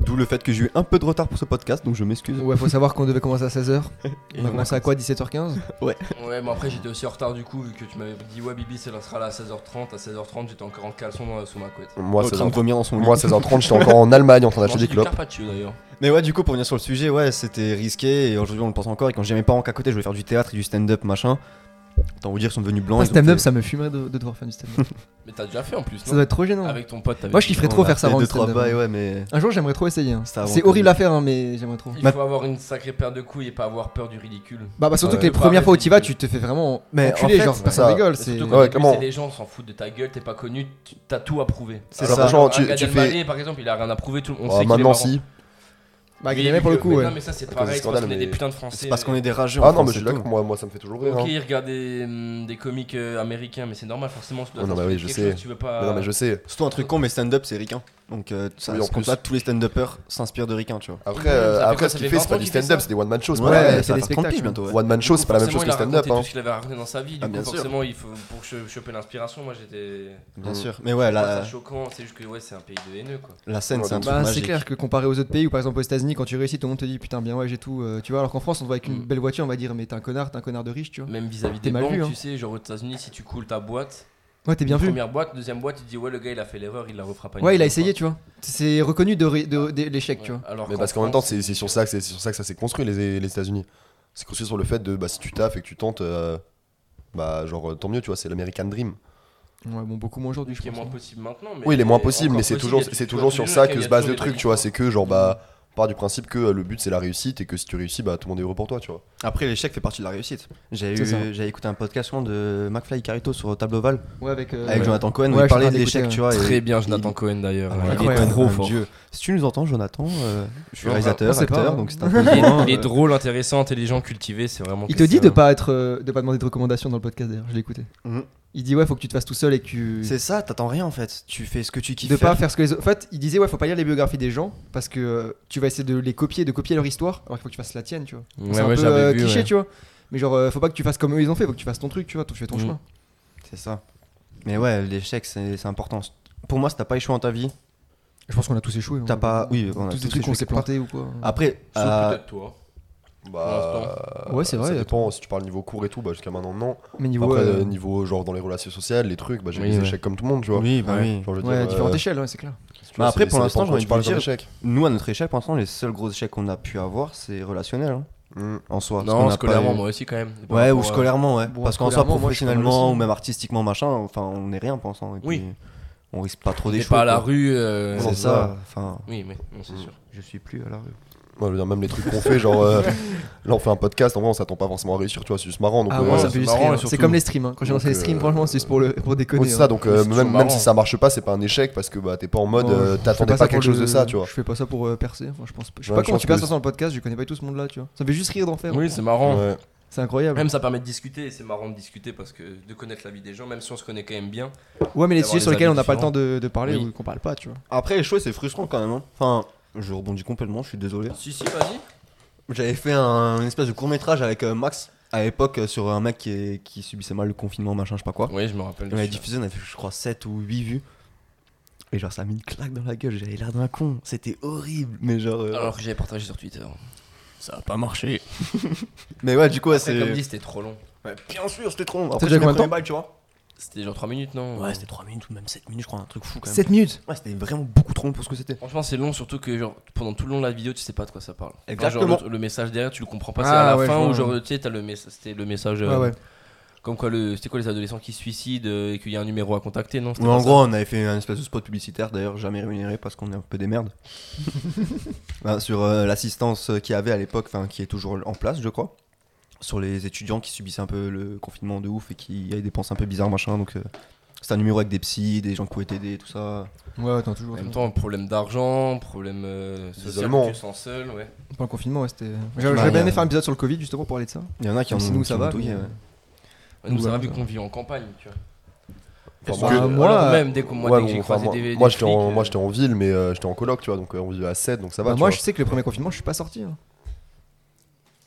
[SPEAKER 5] D'où le fait que j'ai eu un peu de retard pour ce podcast, donc je m'excuse.
[SPEAKER 2] hein. Ouais, faut savoir qu'on devait commencer à 16h. On
[SPEAKER 5] on
[SPEAKER 2] a
[SPEAKER 5] a
[SPEAKER 2] commencé à quoi 17h15
[SPEAKER 1] Ouais, mais après j'étais aussi en retard du coup, vu que tu m'avais dit ouais, Bibi, ça sera là à 16h30. À 16h30, j'étais encore en caleçon dans- sous ma couette.
[SPEAKER 3] Moi
[SPEAKER 5] en train
[SPEAKER 3] 16h30,
[SPEAKER 5] de vomir dans son lit.
[SPEAKER 3] moi 16h30 j'étais encore en Allemagne en train d'acheter
[SPEAKER 1] Manger
[SPEAKER 3] Bah, des
[SPEAKER 1] du
[SPEAKER 3] clopes.
[SPEAKER 1] Carpaccio d'ailleurs.
[SPEAKER 5] Mais ouais, du coup, pour venir sur le sujet, ouais, c'était risqué et aujourd'hui on le pense encore. Et quand j'ai mes parents qu'à côté, je voulais faire du théâtre et du stand-up machin. Tant vous dire, ils sont devenus blancs. euh,
[SPEAKER 2] Un
[SPEAKER 5] ils ont
[SPEAKER 2] stand-up,
[SPEAKER 5] fait-
[SPEAKER 2] ça me fumerait de, de devoir faire du stand-up.
[SPEAKER 1] Mais t'as déjà fait en plus,
[SPEAKER 2] ça doit
[SPEAKER 1] non
[SPEAKER 2] être trop gênant.
[SPEAKER 1] Avec ton pote, t'avais
[SPEAKER 2] Moi, je
[SPEAKER 1] dit,
[SPEAKER 2] kifferais
[SPEAKER 5] on
[SPEAKER 2] trop
[SPEAKER 5] a
[SPEAKER 2] faire ça
[SPEAKER 5] fait
[SPEAKER 2] avant
[SPEAKER 5] deux,
[SPEAKER 2] le
[SPEAKER 5] trois
[SPEAKER 2] stand-up.
[SPEAKER 5] bails, ouais, mais.
[SPEAKER 2] Un jour, j'aimerais trop essayer. hein.
[SPEAKER 5] C'était avant
[SPEAKER 2] C'est
[SPEAKER 5] le
[SPEAKER 2] horrible
[SPEAKER 5] Covid.
[SPEAKER 2] à faire, hein, mais j'aimerais trop.
[SPEAKER 1] Il
[SPEAKER 5] Ma-
[SPEAKER 1] faut avoir une sacrée paire de couilles et pas avoir peur du ridicule.
[SPEAKER 2] Bah, bah, surtout
[SPEAKER 3] Ouais.
[SPEAKER 2] que les
[SPEAKER 1] Faut
[SPEAKER 2] premières
[SPEAKER 1] arrêter
[SPEAKER 2] fois où tu y vas,
[SPEAKER 1] de-
[SPEAKER 2] tu te fais vraiment
[SPEAKER 5] Mais en
[SPEAKER 2] enculer,
[SPEAKER 5] fait,
[SPEAKER 2] genre, personne
[SPEAKER 3] ça-
[SPEAKER 2] rigole.
[SPEAKER 1] C'est
[SPEAKER 2] C'est
[SPEAKER 1] surtout
[SPEAKER 3] Ouais,
[SPEAKER 1] qu'au début,
[SPEAKER 3] comment
[SPEAKER 1] c'est les gens s'en foutent de ta gueule, t'es pas connu, tu- t'as tout à prouver.
[SPEAKER 5] C'est
[SPEAKER 3] Alors,
[SPEAKER 5] ça.
[SPEAKER 3] franchement,
[SPEAKER 1] Un
[SPEAKER 3] tu,
[SPEAKER 1] Gad
[SPEAKER 3] tu fais.
[SPEAKER 1] Elmaleh, par exemple, il a rien à prouver, tout le monde
[SPEAKER 3] Ah,
[SPEAKER 1] sait qu'il est
[SPEAKER 3] maintenant
[SPEAKER 1] marrant.
[SPEAKER 3] si.
[SPEAKER 2] Bah,
[SPEAKER 1] Mais-
[SPEAKER 2] Guillemets, pour le
[SPEAKER 1] mais
[SPEAKER 2] coup, ouais. Bah,
[SPEAKER 1] Non, mais ça c'est
[SPEAKER 3] cause
[SPEAKER 1] pareil,
[SPEAKER 3] des
[SPEAKER 1] c'est parce
[SPEAKER 3] scandales,
[SPEAKER 1] qu'on est des
[SPEAKER 3] mais-
[SPEAKER 1] putains de Français. euh.
[SPEAKER 5] C'est parce qu'on est des rageux. en
[SPEAKER 3] Ah non mais
[SPEAKER 5] France,
[SPEAKER 3] je suis
[SPEAKER 5] c'est
[SPEAKER 3] là,
[SPEAKER 5] tout.
[SPEAKER 3] moi moi ça me fait toujours rire.
[SPEAKER 1] Ok,
[SPEAKER 3] hein.
[SPEAKER 1] il regarde des, hum, des comiques euh, américains, mais c'est normal, forcément, tu dois
[SPEAKER 3] Oh non,
[SPEAKER 1] t'inspirer
[SPEAKER 3] bah oui,
[SPEAKER 1] de
[SPEAKER 3] je
[SPEAKER 1] quelque
[SPEAKER 3] sais.
[SPEAKER 1] chose, tu veux pas.
[SPEAKER 3] Mais Non mais je sais.
[SPEAKER 5] Surtout un truc con, mais stand-up, c'est ricain. Donc, euh, ça,
[SPEAKER 3] Oui, en
[SPEAKER 5] ce compte-là, tous les stand-uppers s'inspirent de ricain, tu vois.
[SPEAKER 3] Après
[SPEAKER 1] Ouais,
[SPEAKER 3] euh,
[SPEAKER 1] ça fait quoi,
[SPEAKER 3] après ce
[SPEAKER 1] ça
[SPEAKER 3] qu'il
[SPEAKER 1] fait
[SPEAKER 3] fait
[SPEAKER 1] 20
[SPEAKER 3] c'est pas
[SPEAKER 1] ans
[SPEAKER 3] du
[SPEAKER 1] qu'il fait
[SPEAKER 3] stand-up,
[SPEAKER 1] ça
[SPEAKER 3] c'est des one man shows. c'est
[SPEAKER 2] Ouais,
[SPEAKER 3] pas pareil.
[SPEAKER 2] c'est
[SPEAKER 5] va
[SPEAKER 2] des
[SPEAKER 5] faire
[SPEAKER 2] spectacles, ouais.
[SPEAKER 5] bientôt. ouais.
[SPEAKER 3] One man show c'est pas la même chose que
[SPEAKER 1] Forcément, il a
[SPEAKER 3] stand-up.
[SPEAKER 1] raconté
[SPEAKER 3] hein.
[SPEAKER 1] tout ce qu'il avait raconté dans sa vie, du
[SPEAKER 5] Ah,
[SPEAKER 1] coup,
[SPEAKER 5] bien sûr.
[SPEAKER 1] forcément, il faut, pour cho- choper l'inspiration, moi j'étais.
[SPEAKER 5] Bien
[SPEAKER 3] Mm.
[SPEAKER 5] sûr. Mais ouais,
[SPEAKER 1] Moi,
[SPEAKER 5] la,
[SPEAKER 1] C'est choquant, c'est juste que ouais, c'est un pays de haineux quoi.
[SPEAKER 5] la scène,
[SPEAKER 3] Ouais,
[SPEAKER 5] c'est un
[SPEAKER 3] donc,
[SPEAKER 5] truc
[SPEAKER 2] Bah, c'est
[SPEAKER 5] magique.
[SPEAKER 2] clair que comparé aux autres pays, ou par exemple aux États-Unis, quand tu réussis, tout le monde te dit putain, bien ouais, j'ai tout. euh, tu vois, alors qu'en France, on te voit avec une
[SPEAKER 1] Mm.
[SPEAKER 2] belle voiture, on va dire, mais t'es un connard, t'es un connard de riche, tu vois.
[SPEAKER 1] Même vis-à-vis
[SPEAKER 2] T'es
[SPEAKER 1] des
[SPEAKER 2] mal
[SPEAKER 1] banques,
[SPEAKER 2] vu, hein.
[SPEAKER 1] tu sais, genre aux États-Unis, si tu coules ta boîte,
[SPEAKER 2] Ouais, t'es bien vu.
[SPEAKER 1] première boîte, deuxième boîte, tu te dis ouais, le gars il a fait l'erreur, il la refera pas. une
[SPEAKER 2] Ouais, il a
[SPEAKER 1] deuxième
[SPEAKER 2] essayé,
[SPEAKER 1] fois.
[SPEAKER 2] tu vois. C'est reconnu de, ré- de- de- l'échec, tu
[SPEAKER 1] Ouais.
[SPEAKER 2] vois.
[SPEAKER 1] Alors
[SPEAKER 3] Mais parce qu'en même temps, c'est c'est sur ça que c'est sur ça que ça s'est construit les, les États-Unis. C'est construit sur le fait de bah si tu taffes et que tu tentes, euh, bah genre euh, tant mieux, tu vois, c'est l'American Dream.
[SPEAKER 2] Ouais, bon, beaucoup moins aujourd'hui, je
[SPEAKER 1] qui est
[SPEAKER 2] pense. hein.
[SPEAKER 1] moins possible maintenant. Mais
[SPEAKER 3] Oui, il est moins possible,
[SPEAKER 1] encore
[SPEAKER 3] mais c'est
[SPEAKER 1] possible,
[SPEAKER 3] toujours
[SPEAKER 1] il y a
[SPEAKER 3] c'est
[SPEAKER 1] toujours- il
[SPEAKER 3] toujours
[SPEAKER 1] y a
[SPEAKER 3] sur
[SPEAKER 1] toujours
[SPEAKER 3] ça
[SPEAKER 1] des
[SPEAKER 3] que
[SPEAKER 1] mecs,
[SPEAKER 3] se base
[SPEAKER 1] il y a
[SPEAKER 3] le
[SPEAKER 1] toujours
[SPEAKER 3] truc,
[SPEAKER 1] des
[SPEAKER 3] tu vois.
[SPEAKER 1] mecs.
[SPEAKER 3] C'est que genre bah part du principe que euh, le but c'est la réussite et que si tu réussis, bah tout le monde est heureux pour toi, tu vois.
[SPEAKER 5] Après, l'échec fait partie de la réussite. J'ai
[SPEAKER 2] C'est ça.
[SPEAKER 5] eu- j'ai écouté un podcast souvent de McFly et Carito sur Table Oval
[SPEAKER 2] Ouais, avec. euh,
[SPEAKER 5] avec
[SPEAKER 2] ouais.
[SPEAKER 5] Jonathan Cohen où
[SPEAKER 2] Ouais, je suis
[SPEAKER 5] il
[SPEAKER 2] en train
[SPEAKER 5] parlait de
[SPEAKER 2] d'écouter,
[SPEAKER 5] l'échec,
[SPEAKER 2] ouais.
[SPEAKER 5] tu vois.
[SPEAKER 1] Très
[SPEAKER 5] et-
[SPEAKER 1] bien,
[SPEAKER 5] il-
[SPEAKER 1] Jonathan Cohen d'ailleurs.
[SPEAKER 5] Ah,
[SPEAKER 1] il est
[SPEAKER 2] incroyable,
[SPEAKER 1] trop
[SPEAKER 5] un
[SPEAKER 1] fort.
[SPEAKER 5] dieu. Si tu nous entends, Jonathan, euh, je suis
[SPEAKER 3] Non,
[SPEAKER 2] on
[SPEAKER 5] réalisateur,
[SPEAKER 2] sait pas,
[SPEAKER 5] acteur,
[SPEAKER 2] hein.
[SPEAKER 5] donc c'est un peu
[SPEAKER 1] Il est,
[SPEAKER 5] loin,
[SPEAKER 1] il est
[SPEAKER 5] euh.
[SPEAKER 1] drôle, intéressant, intelligent, cultivé, c'est vraiment.
[SPEAKER 2] Il
[SPEAKER 1] que
[SPEAKER 2] te
[SPEAKER 1] c'est
[SPEAKER 2] dit de
[SPEAKER 1] un-
[SPEAKER 2] pas être, euh, de pas demander de recommandations dans le podcast d'ailleurs. Je l'ai écouté.
[SPEAKER 5] Mhm.
[SPEAKER 2] Il dit ouais, faut que tu te fasses tout seul et que tu.
[SPEAKER 5] C'est ça, t'attends rien en fait. Tu fais ce que tu kiffes.
[SPEAKER 2] de pas
[SPEAKER 5] faire.
[SPEAKER 2] faire ce que les autres. En fait, il disait ouais, faut pas lire les biographies des gens parce que euh, tu vas essayer de les copier, de copier leur histoire, alors qu'il faut que tu fasses la tienne, tu vois.
[SPEAKER 1] Ouais,
[SPEAKER 2] c'est un
[SPEAKER 1] ouais,
[SPEAKER 2] peu
[SPEAKER 1] j'avais
[SPEAKER 2] euh,
[SPEAKER 1] vu,
[SPEAKER 2] cliché,
[SPEAKER 1] ouais.
[SPEAKER 2] tu vois. Mais genre, euh, faut pas que tu fasses comme eux ils ont fait, faut que tu fasses ton truc, tu vois, tu fais ton
[SPEAKER 1] Mhm.
[SPEAKER 2] chemin.
[SPEAKER 5] C'est ça. Mais ouais, l'échec, c'est c'est important. Pour moi, si t'as pas échoué dans ta vie,
[SPEAKER 2] Je pense qu'on a tous échoué. hein.
[SPEAKER 5] t'as pas. Oui, on a
[SPEAKER 2] tous des
[SPEAKER 5] tous
[SPEAKER 2] trucs
[SPEAKER 5] échoué
[SPEAKER 2] qu'on s'est
[SPEAKER 5] quelque part.
[SPEAKER 2] planté ou quoi.
[SPEAKER 5] Après,
[SPEAKER 1] Sauf
[SPEAKER 5] euh,
[SPEAKER 1] peut-être toi.
[SPEAKER 3] Bah
[SPEAKER 2] Ouais, c'est vrai,
[SPEAKER 3] Ça
[SPEAKER 2] y a
[SPEAKER 3] dépend si tu parles niveau cours et tout, bah jusqu'à maintenant non.
[SPEAKER 2] Mais niveau.
[SPEAKER 3] Après
[SPEAKER 2] euh,
[SPEAKER 3] euh, niveau genre dans les relations sociales, les trucs, bah j'ai eu
[SPEAKER 1] Oui,
[SPEAKER 3] des
[SPEAKER 1] ouais.
[SPEAKER 3] échecs comme tout le monde, tu vois.
[SPEAKER 5] oui, bah
[SPEAKER 1] Ouais.
[SPEAKER 5] oui.
[SPEAKER 3] Genre, je veux
[SPEAKER 2] Ouais, à
[SPEAKER 3] dire,
[SPEAKER 2] différentes
[SPEAKER 3] euh,
[SPEAKER 2] échelles, ouais, c'est clair.
[SPEAKER 3] tu vois,
[SPEAKER 5] Bah, après,
[SPEAKER 3] c'est-
[SPEAKER 5] pour
[SPEAKER 3] ça
[SPEAKER 5] l'instant,
[SPEAKER 3] dépend
[SPEAKER 5] j'ai
[SPEAKER 3] quand
[SPEAKER 5] envie
[SPEAKER 3] tu
[SPEAKER 5] de
[SPEAKER 3] parles
[SPEAKER 5] vous dire-
[SPEAKER 3] d'échec.
[SPEAKER 5] Nous, à notre échelle, pour l'instant, les seuls gros échecs qu'on a pu avoir, c'est relationnel hein,
[SPEAKER 3] Mm.
[SPEAKER 5] en soi. parce qu'on
[SPEAKER 1] Non,
[SPEAKER 5] a pas
[SPEAKER 1] scolairement,
[SPEAKER 5] eu-
[SPEAKER 1] moi aussi quand même. Par
[SPEAKER 5] Ouais,
[SPEAKER 1] rapport euh,
[SPEAKER 5] ou
[SPEAKER 1] à-
[SPEAKER 5] scolairement, ouais.
[SPEAKER 2] Bon,
[SPEAKER 5] parce qu'en soi,
[SPEAKER 2] scolairement, moi, je suis pas mal
[SPEAKER 5] professionnellement
[SPEAKER 2] aussi.
[SPEAKER 5] ou même artistiquement, machin, enfin, on est rien pour l'instant. et puis,
[SPEAKER 1] Oui.
[SPEAKER 5] On risque pas trop
[SPEAKER 1] T'es
[SPEAKER 5] d'échouer.
[SPEAKER 1] pas à la
[SPEAKER 5] quoi.
[SPEAKER 1] rue. euh,
[SPEAKER 5] C'est
[SPEAKER 3] Non,
[SPEAKER 5] ça. Enfin,
[SPEAKER 1] Oui, mais non, c'est sûr.
[SPEAKER 5] je suis plus à la rue.
[SPEAKER 3] Ouais, je veux dire, même les trucs qu'on fait, genre euh, là on fait un podcast, en vrai on s'attend pas forcément à réussir, tu vois, c'est juste marrant. Donc,
[SPEAKER 2] Ah,
[SPEAKER 3] euh,
[SPEAKER 2] moi, ça
[SPEAKER 1] c'est
[SPEAKER 2] me fait du
[SPEAKER 1] marrant,
[SPEAKER 2] stream.
[SPEAKER 1] et
[SPEAKER 2] hein. C'est
[SPEAKER 1] surtout-
[SPEAKER 2] comme les streams. hein. Quand j'ai lancé les
[SPEAKER 3] Donc,
[SPEAKER 2] streams,
[SPEAKER 3] euh,
[SPEAKER 2] franchement, c'est juste pour, le, pour déconner.
[SPEAKER 3] Ouais, c'est ça,
[SPEAKER 2] hein.
[SPEAKER 3] donc
[SPEAKER 1] Mais
[SPEAKER 3] euh,
[SPEAKER 1] c'est toujours
[SPEAKER 3] même, même
[SPEAKER 1] marrant.
[SPEAKER 3] si ça marche pas, c'est pas un échec parce que bah, t'es pas en mode
[SPEAKER 2] Ouais,
[SPEAKER 3] euh,
[SPEAKER 2] je fais
[SPEAKER 3] t'attendais
[SPEAKER 2] ça
[SPEAKER 3] pas
[SPEAKER 2] pour
[SPEAKER 3] quelque chose
[SPEAKER 2] le-
[SPEAKER 3] de ça, tu vois.
[SPEAKER 2] Je fais pas ça pour euh, percer. Enfin, je pense pas. Je sais
[SPEAKER 3] Ouais,
[SPEAKER 2] pas
[SPEAKER 3] je
[SPEAKER 2] comment
[SPEAKER 3] pense
[SPEAKER 2] tu perces
[SPEAKER 3] que-
[SPEAKER 2] dans le podcast, je connais pas tout ce monde-là, tu vois. Ça me fait juste rire d'en faire.
[SPEAKER 1] Oui, c'est marrant.
[SPEAKER 3] Ouais.
[SPEAKER 2] C'est incroyable.
[SPEAKER 1] Même ça permet de discuter, et c'est marrant de discuter parce que de connaître la vie des gens, même si on se connaît quand même bien.
[SPEAKER 2] Ouais, mais les
[SPEAKER 1] d'avoir
[SPEAKER 2] sujets
[SPEAKER 1] des
[SPEAKER 2] sur lesquels on
[SPEAKER 1] avis
[SPEAKER 2] n'a pas le
[SPEAKER 1] différents.
[SPEAKER 2] temps de, de parler
[SPEAKER 1] Oui.
[SPEAKER 2] ou qu'on parle pas, tu vois.
[SPEAKER 5] Après, échouer, c'est frustrant quand même. hein. Enfin, je rebondis complètement, je suis désolé.
[SPEAKER 1] Si, si, vas-y.
[SPEAKER 5] J'avais fait un une espèce de court métrage avec euh, Max à l'époque euh, sur un mec qui, est- qui subissait mal le confinement, machin, je sais pas quoi.
[SPEAKER 1] Oui, je me rappelle.
[SPEAKER 5] On avait
[SPEAKER 1] de ça.
[SPEAKER 5] diffusé, on avait fait, je crois, 7 ou 8 vues. Et genre, ça a mis une claque dans la gueule, j'avais l'air d'un con. C'était horrible, mais genre. euh,
[SPEAKER 1] Alors que j'avais partagé sur Twitter.
[SPEAKER 8] Ça a pas marché.
[SPEAKER 5] Mais ouais, du coup, ouais,
[SPEAKER 1] Après, Comme
[SPEAKER 5] c'est.
[SPEAKER 1] dit, c'était trop long.
[SPEAKER 5] Ouais, bien sûr, c'était trop. long.
[SPEAKER 2] T'as
[SPEAKER 5] Après,
[SPEAKER 2] déjà
[SPEAKER 5] j'ai
[SPEAKER 2] combien de temps
[SPEAKER 5] balle, tu vois.
[SPEAKER 1] C'était genre 3 minutes, non
[SPEAKER 8] Ouais, c'était 3 minutes ou même 7 minutes, je crois, un truc fou quand même.
[SPEAKER 2] 7 minutes
[SPEAKER 5] Oh. Ouais, c'était vraiment beaucoup trop long pour ce que c'était.
[SPEAKER 1] Franchement, c'est long, surtout que genre, pendant tout le long de la vidéo, tu sais pas de quoi ça parle. Enfin,
[SPEAKER 5] Exactement.
[SPEAKER 1] genre, le, le message derrière, tu le comprends pas. C'est
[SPEAKER 2] Ah,
[SPEAKER 1] à la
[SPEAKER 2] ouais, je
[SPEAKER 1] fin
[SPEAKER 2] vois,
[SPEAKER 1] où,
[SPEAKER 2] ouais.
[SPEAKER 1] genre, tu sais, t'as le, mess- c'était le message.
[SPEAKER 2] Ouais,
[SPEAKER 1] euh,
[SPEAKER 2] ouais.
[SPEAKER 1] Comme quoi, le... c'était quoi les adolescents qui se suicident euh, et qu'il y a un numéro à contacter, non c'était
[SPEAKER 5] Ouais, en
[SPEAKER 1] pas ça
[SPEAKER 5] gros, on avait fait un espèce de spot publicitaire, d'ailleurs jamais rémunéré parce qu'on est un peu des merdes. Bah, sur euh, l'assistance euh, qu'il y avait à l'époque, enfin qui est toujours en place, je crois. Sur les étudiants qui subissaient un peu le confinement de ouf et qui avaient des pensées un peu bizarres, machin. Donc, euh, c'était un numéro avec des psys, des gens qui pouvaient t'aider, tout ça.
[SPEAKER 2] Ouais, attends, toujours.
[SPEAKER 1] En même
[SPEAKER 2] toujours.
[SPEAKER 1] temps, problème d'argent, problème euh, social,
[SPEAKER 3] Isolement.
[SPEAKER 1] que tu te sens seul, ouais.
[SPEAKER 2] Pendant le confinement, ouais, c'était.
[SPEAKER 5] Bah,
[SPEAKER 2] J'aurais j'aurais bien
[SPEAKER 5] y
[SPEAKER 2] aimé
[SPEAKER 5] a-
[SPEAKER 2] faire un épisode sur le Covid justement pour parler de ça.
[SPEAKER 5] Il y en a qui en
[SPEAKER 2] Même si
[SPEAKER 5] ont
[SPEAKER 2] nous,
[SPEAKER 5] qui
[SPEAKER 2] ça
[SPEAKER 5] en ont
[SPEAKER 2] va,
[SPEAKER 5] douillé,
[SPEAKER 2] mais- euh,
[SPEAKER 5] ouais.
[SPEAKER 1] Ouais, Nous,
[SPEAKER 2] Ouais,
[SPEAKER 1] ça va vu
[SPEAKER 2] ouais.
[SPEAKER 1] qu'on vit en campagne, tu vois.
[SPEAKER 3] Enfin,
[SPEAKER 2] Bah,
[SPEAKER 1] Parce que,
[SPEAKER 2] moi,
[SPEAKER 1] voilà,
[SPEAKER 2] euh,
[SPEAKER 1] même dès que moi,
[SPEAKER 3] Ouais,
[SPEAKER 1] dès que
[SPEAKER 3] bon,
[SPEAKER 1] j'ai
[SPEAKER 3] enfin,
[SPEAKER 1] croisé
[SPEAKER 3] moi-
[SPEAKER 1] des. des
[SPEAKER 3] moi, j'étais en,
[SPEAKER 1] flics,
[SPEAKER 3] moi,
[SPEAKER 1] euh,
[SPEAKER 3] j'étais en ville, mais euh, j'étais en coloc, tu vois, donc euh, on vivait à 7, donc ça va.
[SPEAKER 2] Bah,
[SPEAKER 3] tu
[SPEAKER 2] moi,
[SPEAKER 3] vois.
[SPEAKER 2] je sais que le premier confinement, je suis pas sorti. hein.